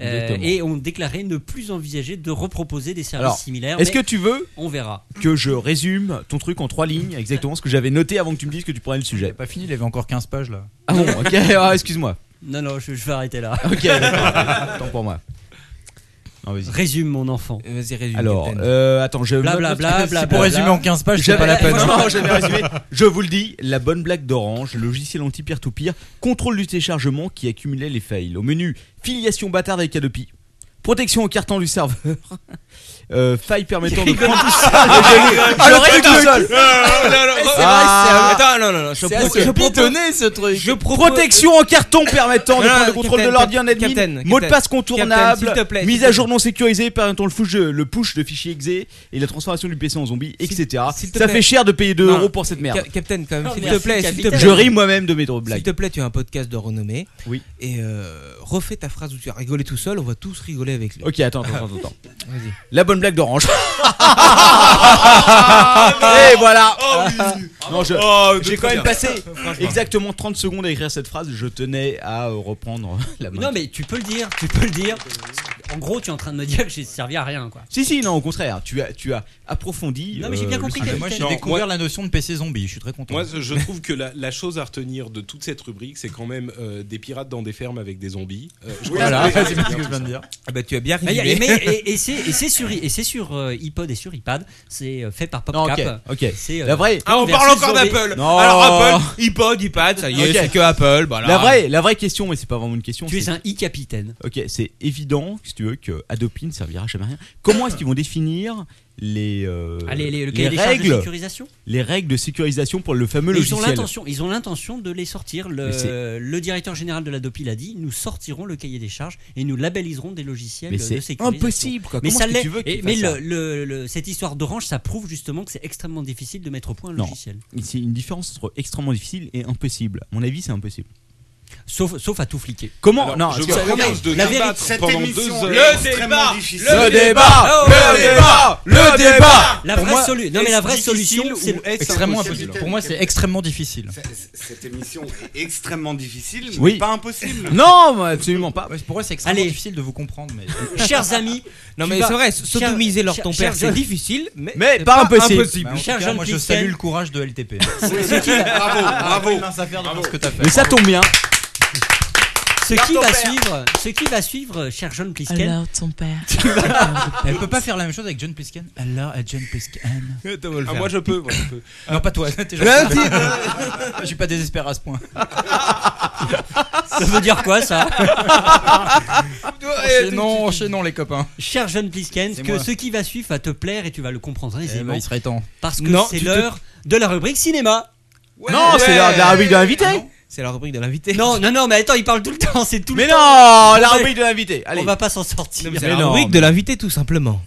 K: Euh,
P: Exactement.
K: et ont déclaré ne plus envisager de reproposer des services
P: Alors,
K: similaires.
P: est-ce
K: mais
P: que tu veux
K: On verra.
P: que je résume ton truc en trois lignes, exactement ce que j'avais noté avant que tu me dises que tu prenais le sujet
H: Pas fini, il avait encore 15 pages là.
P: Ah bon, ok, ah, excuse-moi.
K: Non, non, je, je vais arrêter là.
P: Ok, d'accord. Tant pour moi. Non, vas-y.
K: Résume, mon enfant.
E: Vas-y, résume.
P: Alors, euh, attends, je.
K: Blablabla, blablabla.
P: Si
K: Blablabla.
P: j'avais-
K: J'avais-
P: Franchement, j'avais résumé. hein. Je vous le dis, la bonne blague d'Orange, le logiciel anti-peer-to-peer, contrôle du téléchargement qui accumulait les fails. Au menu, filiation bâtarde avec Adopi. Protection au carton du serveur. euh, faille permettant de prendre tout seul.
E: Ah, le truc tout seul.
P: Eh, c'est
E: Ah.
P: vrai, c'est-
E: Attends, non, non, non, je
P: C'est
E: propose-
P: assez
E: je propose-
P: pitonné,
E: ce truc. Je propose-
P: Protection en carton permettant de
E: Non,
P: prendre le
E: non,
P: contrôle de
E: Ah, Captain,
P: l'ordi en admin.
E: Captain,
P: mot de
E: Captain,
P: passe contournable.
E: Captain, s'il te plaît,
P: mise
E: s'il
P: à
E: te
P: jour non sécurisée permettant le push, le push de fichiers exe et la transformation du PC en zombie, etc.
E: S'il te
P: Ça
E: plaît.
P: fait cher de payer 2
E: Non.
P: euros pour cette merde.
E: Cap- Captain, quand même,
P: Non,
E: s'il te
P: merci,
E: plaît, s'il te
P: Capitaine.
E: plaît.
P: Je ris moi-même de mes drôles blagues.
E: S'il te plaît, tu as un podcast de renommée.
P: Oui.
E: Et euh, refais ta phrase où tu as rigolé tout seul, on va tous rigoler rigoler avec lui.
D: Ok, attends, attends, attends. attends.
E: Vas-y.
D: La bonne blague d'orange.
E: Ah,
D: ah. Et voilà. Ah,
E: Oh, oui.
D: Non, je-
E: Oh,
D: j'ai
E: très
D: quand même
E: bien.
D: passé
E: Franchement.
D: exactement 30 secondes à écrire cette phrase. Je tenais à euh, reprendre la main.
K: Non, mais tu peux le dire, tu peux le dire. En gros, tu es en train de me dire que j'ai servi à rien, quoi.
D: Si, si, non, au contraire, tu as, tu as approfondi. euh, le sujet.
H: moi, j'ai découvert la notion de PC zombie. Je suis très content.
I: Moi, je je trouve que la, la chose à retenir de toute cette rubrique, c'est quand même euh, des pirates dans des fermes avec des zombies. Euh, je crois
H: Voilà,
I: que-
H: c'est bien ce que je viens de dire.
E: Ah bah, tu as bien
K: Mais y a-
E: résumé.
K: mais- et et c'est et c'est sur, et c'est sur euh, iPod et sur iPad, c'est euh, fait par
D: Non,
K: PopCap.
D: ok, ok.
K: C'est, euh,
D: la vraie.
E: Ah, on parle encore d'Apple.
D: Non.
E: Alors Apple, iPod, iPad, ça y est,
D: Ok.
E: c'est que Apple. Voilà.
D: La vraie, la vraie question, mais c'est pas vraiment une question.
E: Tu es
D: c'est-
E: un
K: i-capitaine.
D: Ok, c'est évident, si tu veux, que Adopi ne servira jamais à rien. Comment est-ce qu'ils vont définir les, euh,
K: Ah, les- les- le cahier des charges de sécurisation
D: les règles de sécurisation pour le fameux
K: Ah, Mais ils ont
D: logiciel
K: l'intention, ils ont l'intention de les sortir.
D: Mais c'est-
K: Le, le directeur général de la DOPI l'a dit. Nous sortirons le cahier des charges et nous labelliserons des logiciels
D: Mais
K: de
D: c'est
K: sécurisation.
D: impossible, quoi.
K: Mais
D: Comment
K: ça
D: est-ce que
K: l'est.
D: tu veux qu'ils
K: Et- Mais
D: fassent
K: le- le- le- cette histoire d'Orange, ça prouve justement que c'est extrêmement difficile de mettre au point un
D: Non,
K: logiciel.
D: c'est une différence entre extrêmement difficile et impossible. À mon avis, c'est impossible.
K: Sauf, sauf à tout fliquer.
D: Comment
K: Alors,
D: Non,
K: je
D: parce
K: vous
D: que-
K: propose de La débattre vérité, cette pendant émission deux heures. est extrêmement difficile.
D: le débat, le débat, le débat.
K: La
H: Pour
K: vraie
H: moi,
K: solu- non, mais la vraie
H: est-ce difficile
K: solution,
H: ou
K: c'est le-
H: est-ce extrêmement impossible. Pour moi, c'est extrêmement difficile.
F: Cette émission est extrêmement difficile, mais
H: Oui.
F: pas impossible.
D: Non, moi, absolument pas.
H: pour moi, c'est extrêmement
F: Allez.
H: difficile de vous comprendre. Mais...
K: Chers amis,
E: Non
H: tu
E: mais
H: vas-
E: c'est vrai,
H: Chers-
E: sodomiser leur
H: chers-
E: ton père,
H: chers
E: c'est
H: amis.
E: difficile, mais,
H: Mais
E: c'est
H: pas
E: impossible.
H: Bah, en tout cas, moi, je salue le courage de LTP.
E: C'est qui
H: Bravo, bravo.
K: bravo.
H: ce que t'as fait.
D: Mais ça tombe bien.
K: Ce qui
H: Garde
K: va
H: ton père.
K: suivre, ce qui va suivre, cher John Plisken.
O: Alors ton père.
H: Elle peut pas faire la même chose avec John Plisken. Alors, euh, John Plisken.
E: Attends, on va le
H: Ah,
E: faire.
H: moi, je peux, moi, je peux. Non, pas toi. t'es gentil.
E: Merci.
H: Je suis pas désespéré à ce point.
K: Ça veut dire quoi ça
H: Enchaînons, enchaînons les copains.
K: Cher John Plisken,
H: C'est
K: que
H: moi.
K: ce qui va suivre va te plaire et tu vas le
D: Eh
K: comprendre aisément.
H: ben, il serait temps.
K: Parce que
H: Non,
K: c'est
H: tu te-
K: l'heure de la rubrique cinéma.
D: Non, c'est la, la rubrique de l'invité.
E: C'est la rubrique de l'invité.
K: Non, non, non, mais attends, il parle tout le temps, c'est tout
D: Mais
K: le temps. On
D: non, la
K: va-
D: rubrique de l'invité, allez.
K: On va pas s'en sortir.
E: C'est la rubrique de l'invité tout simplement.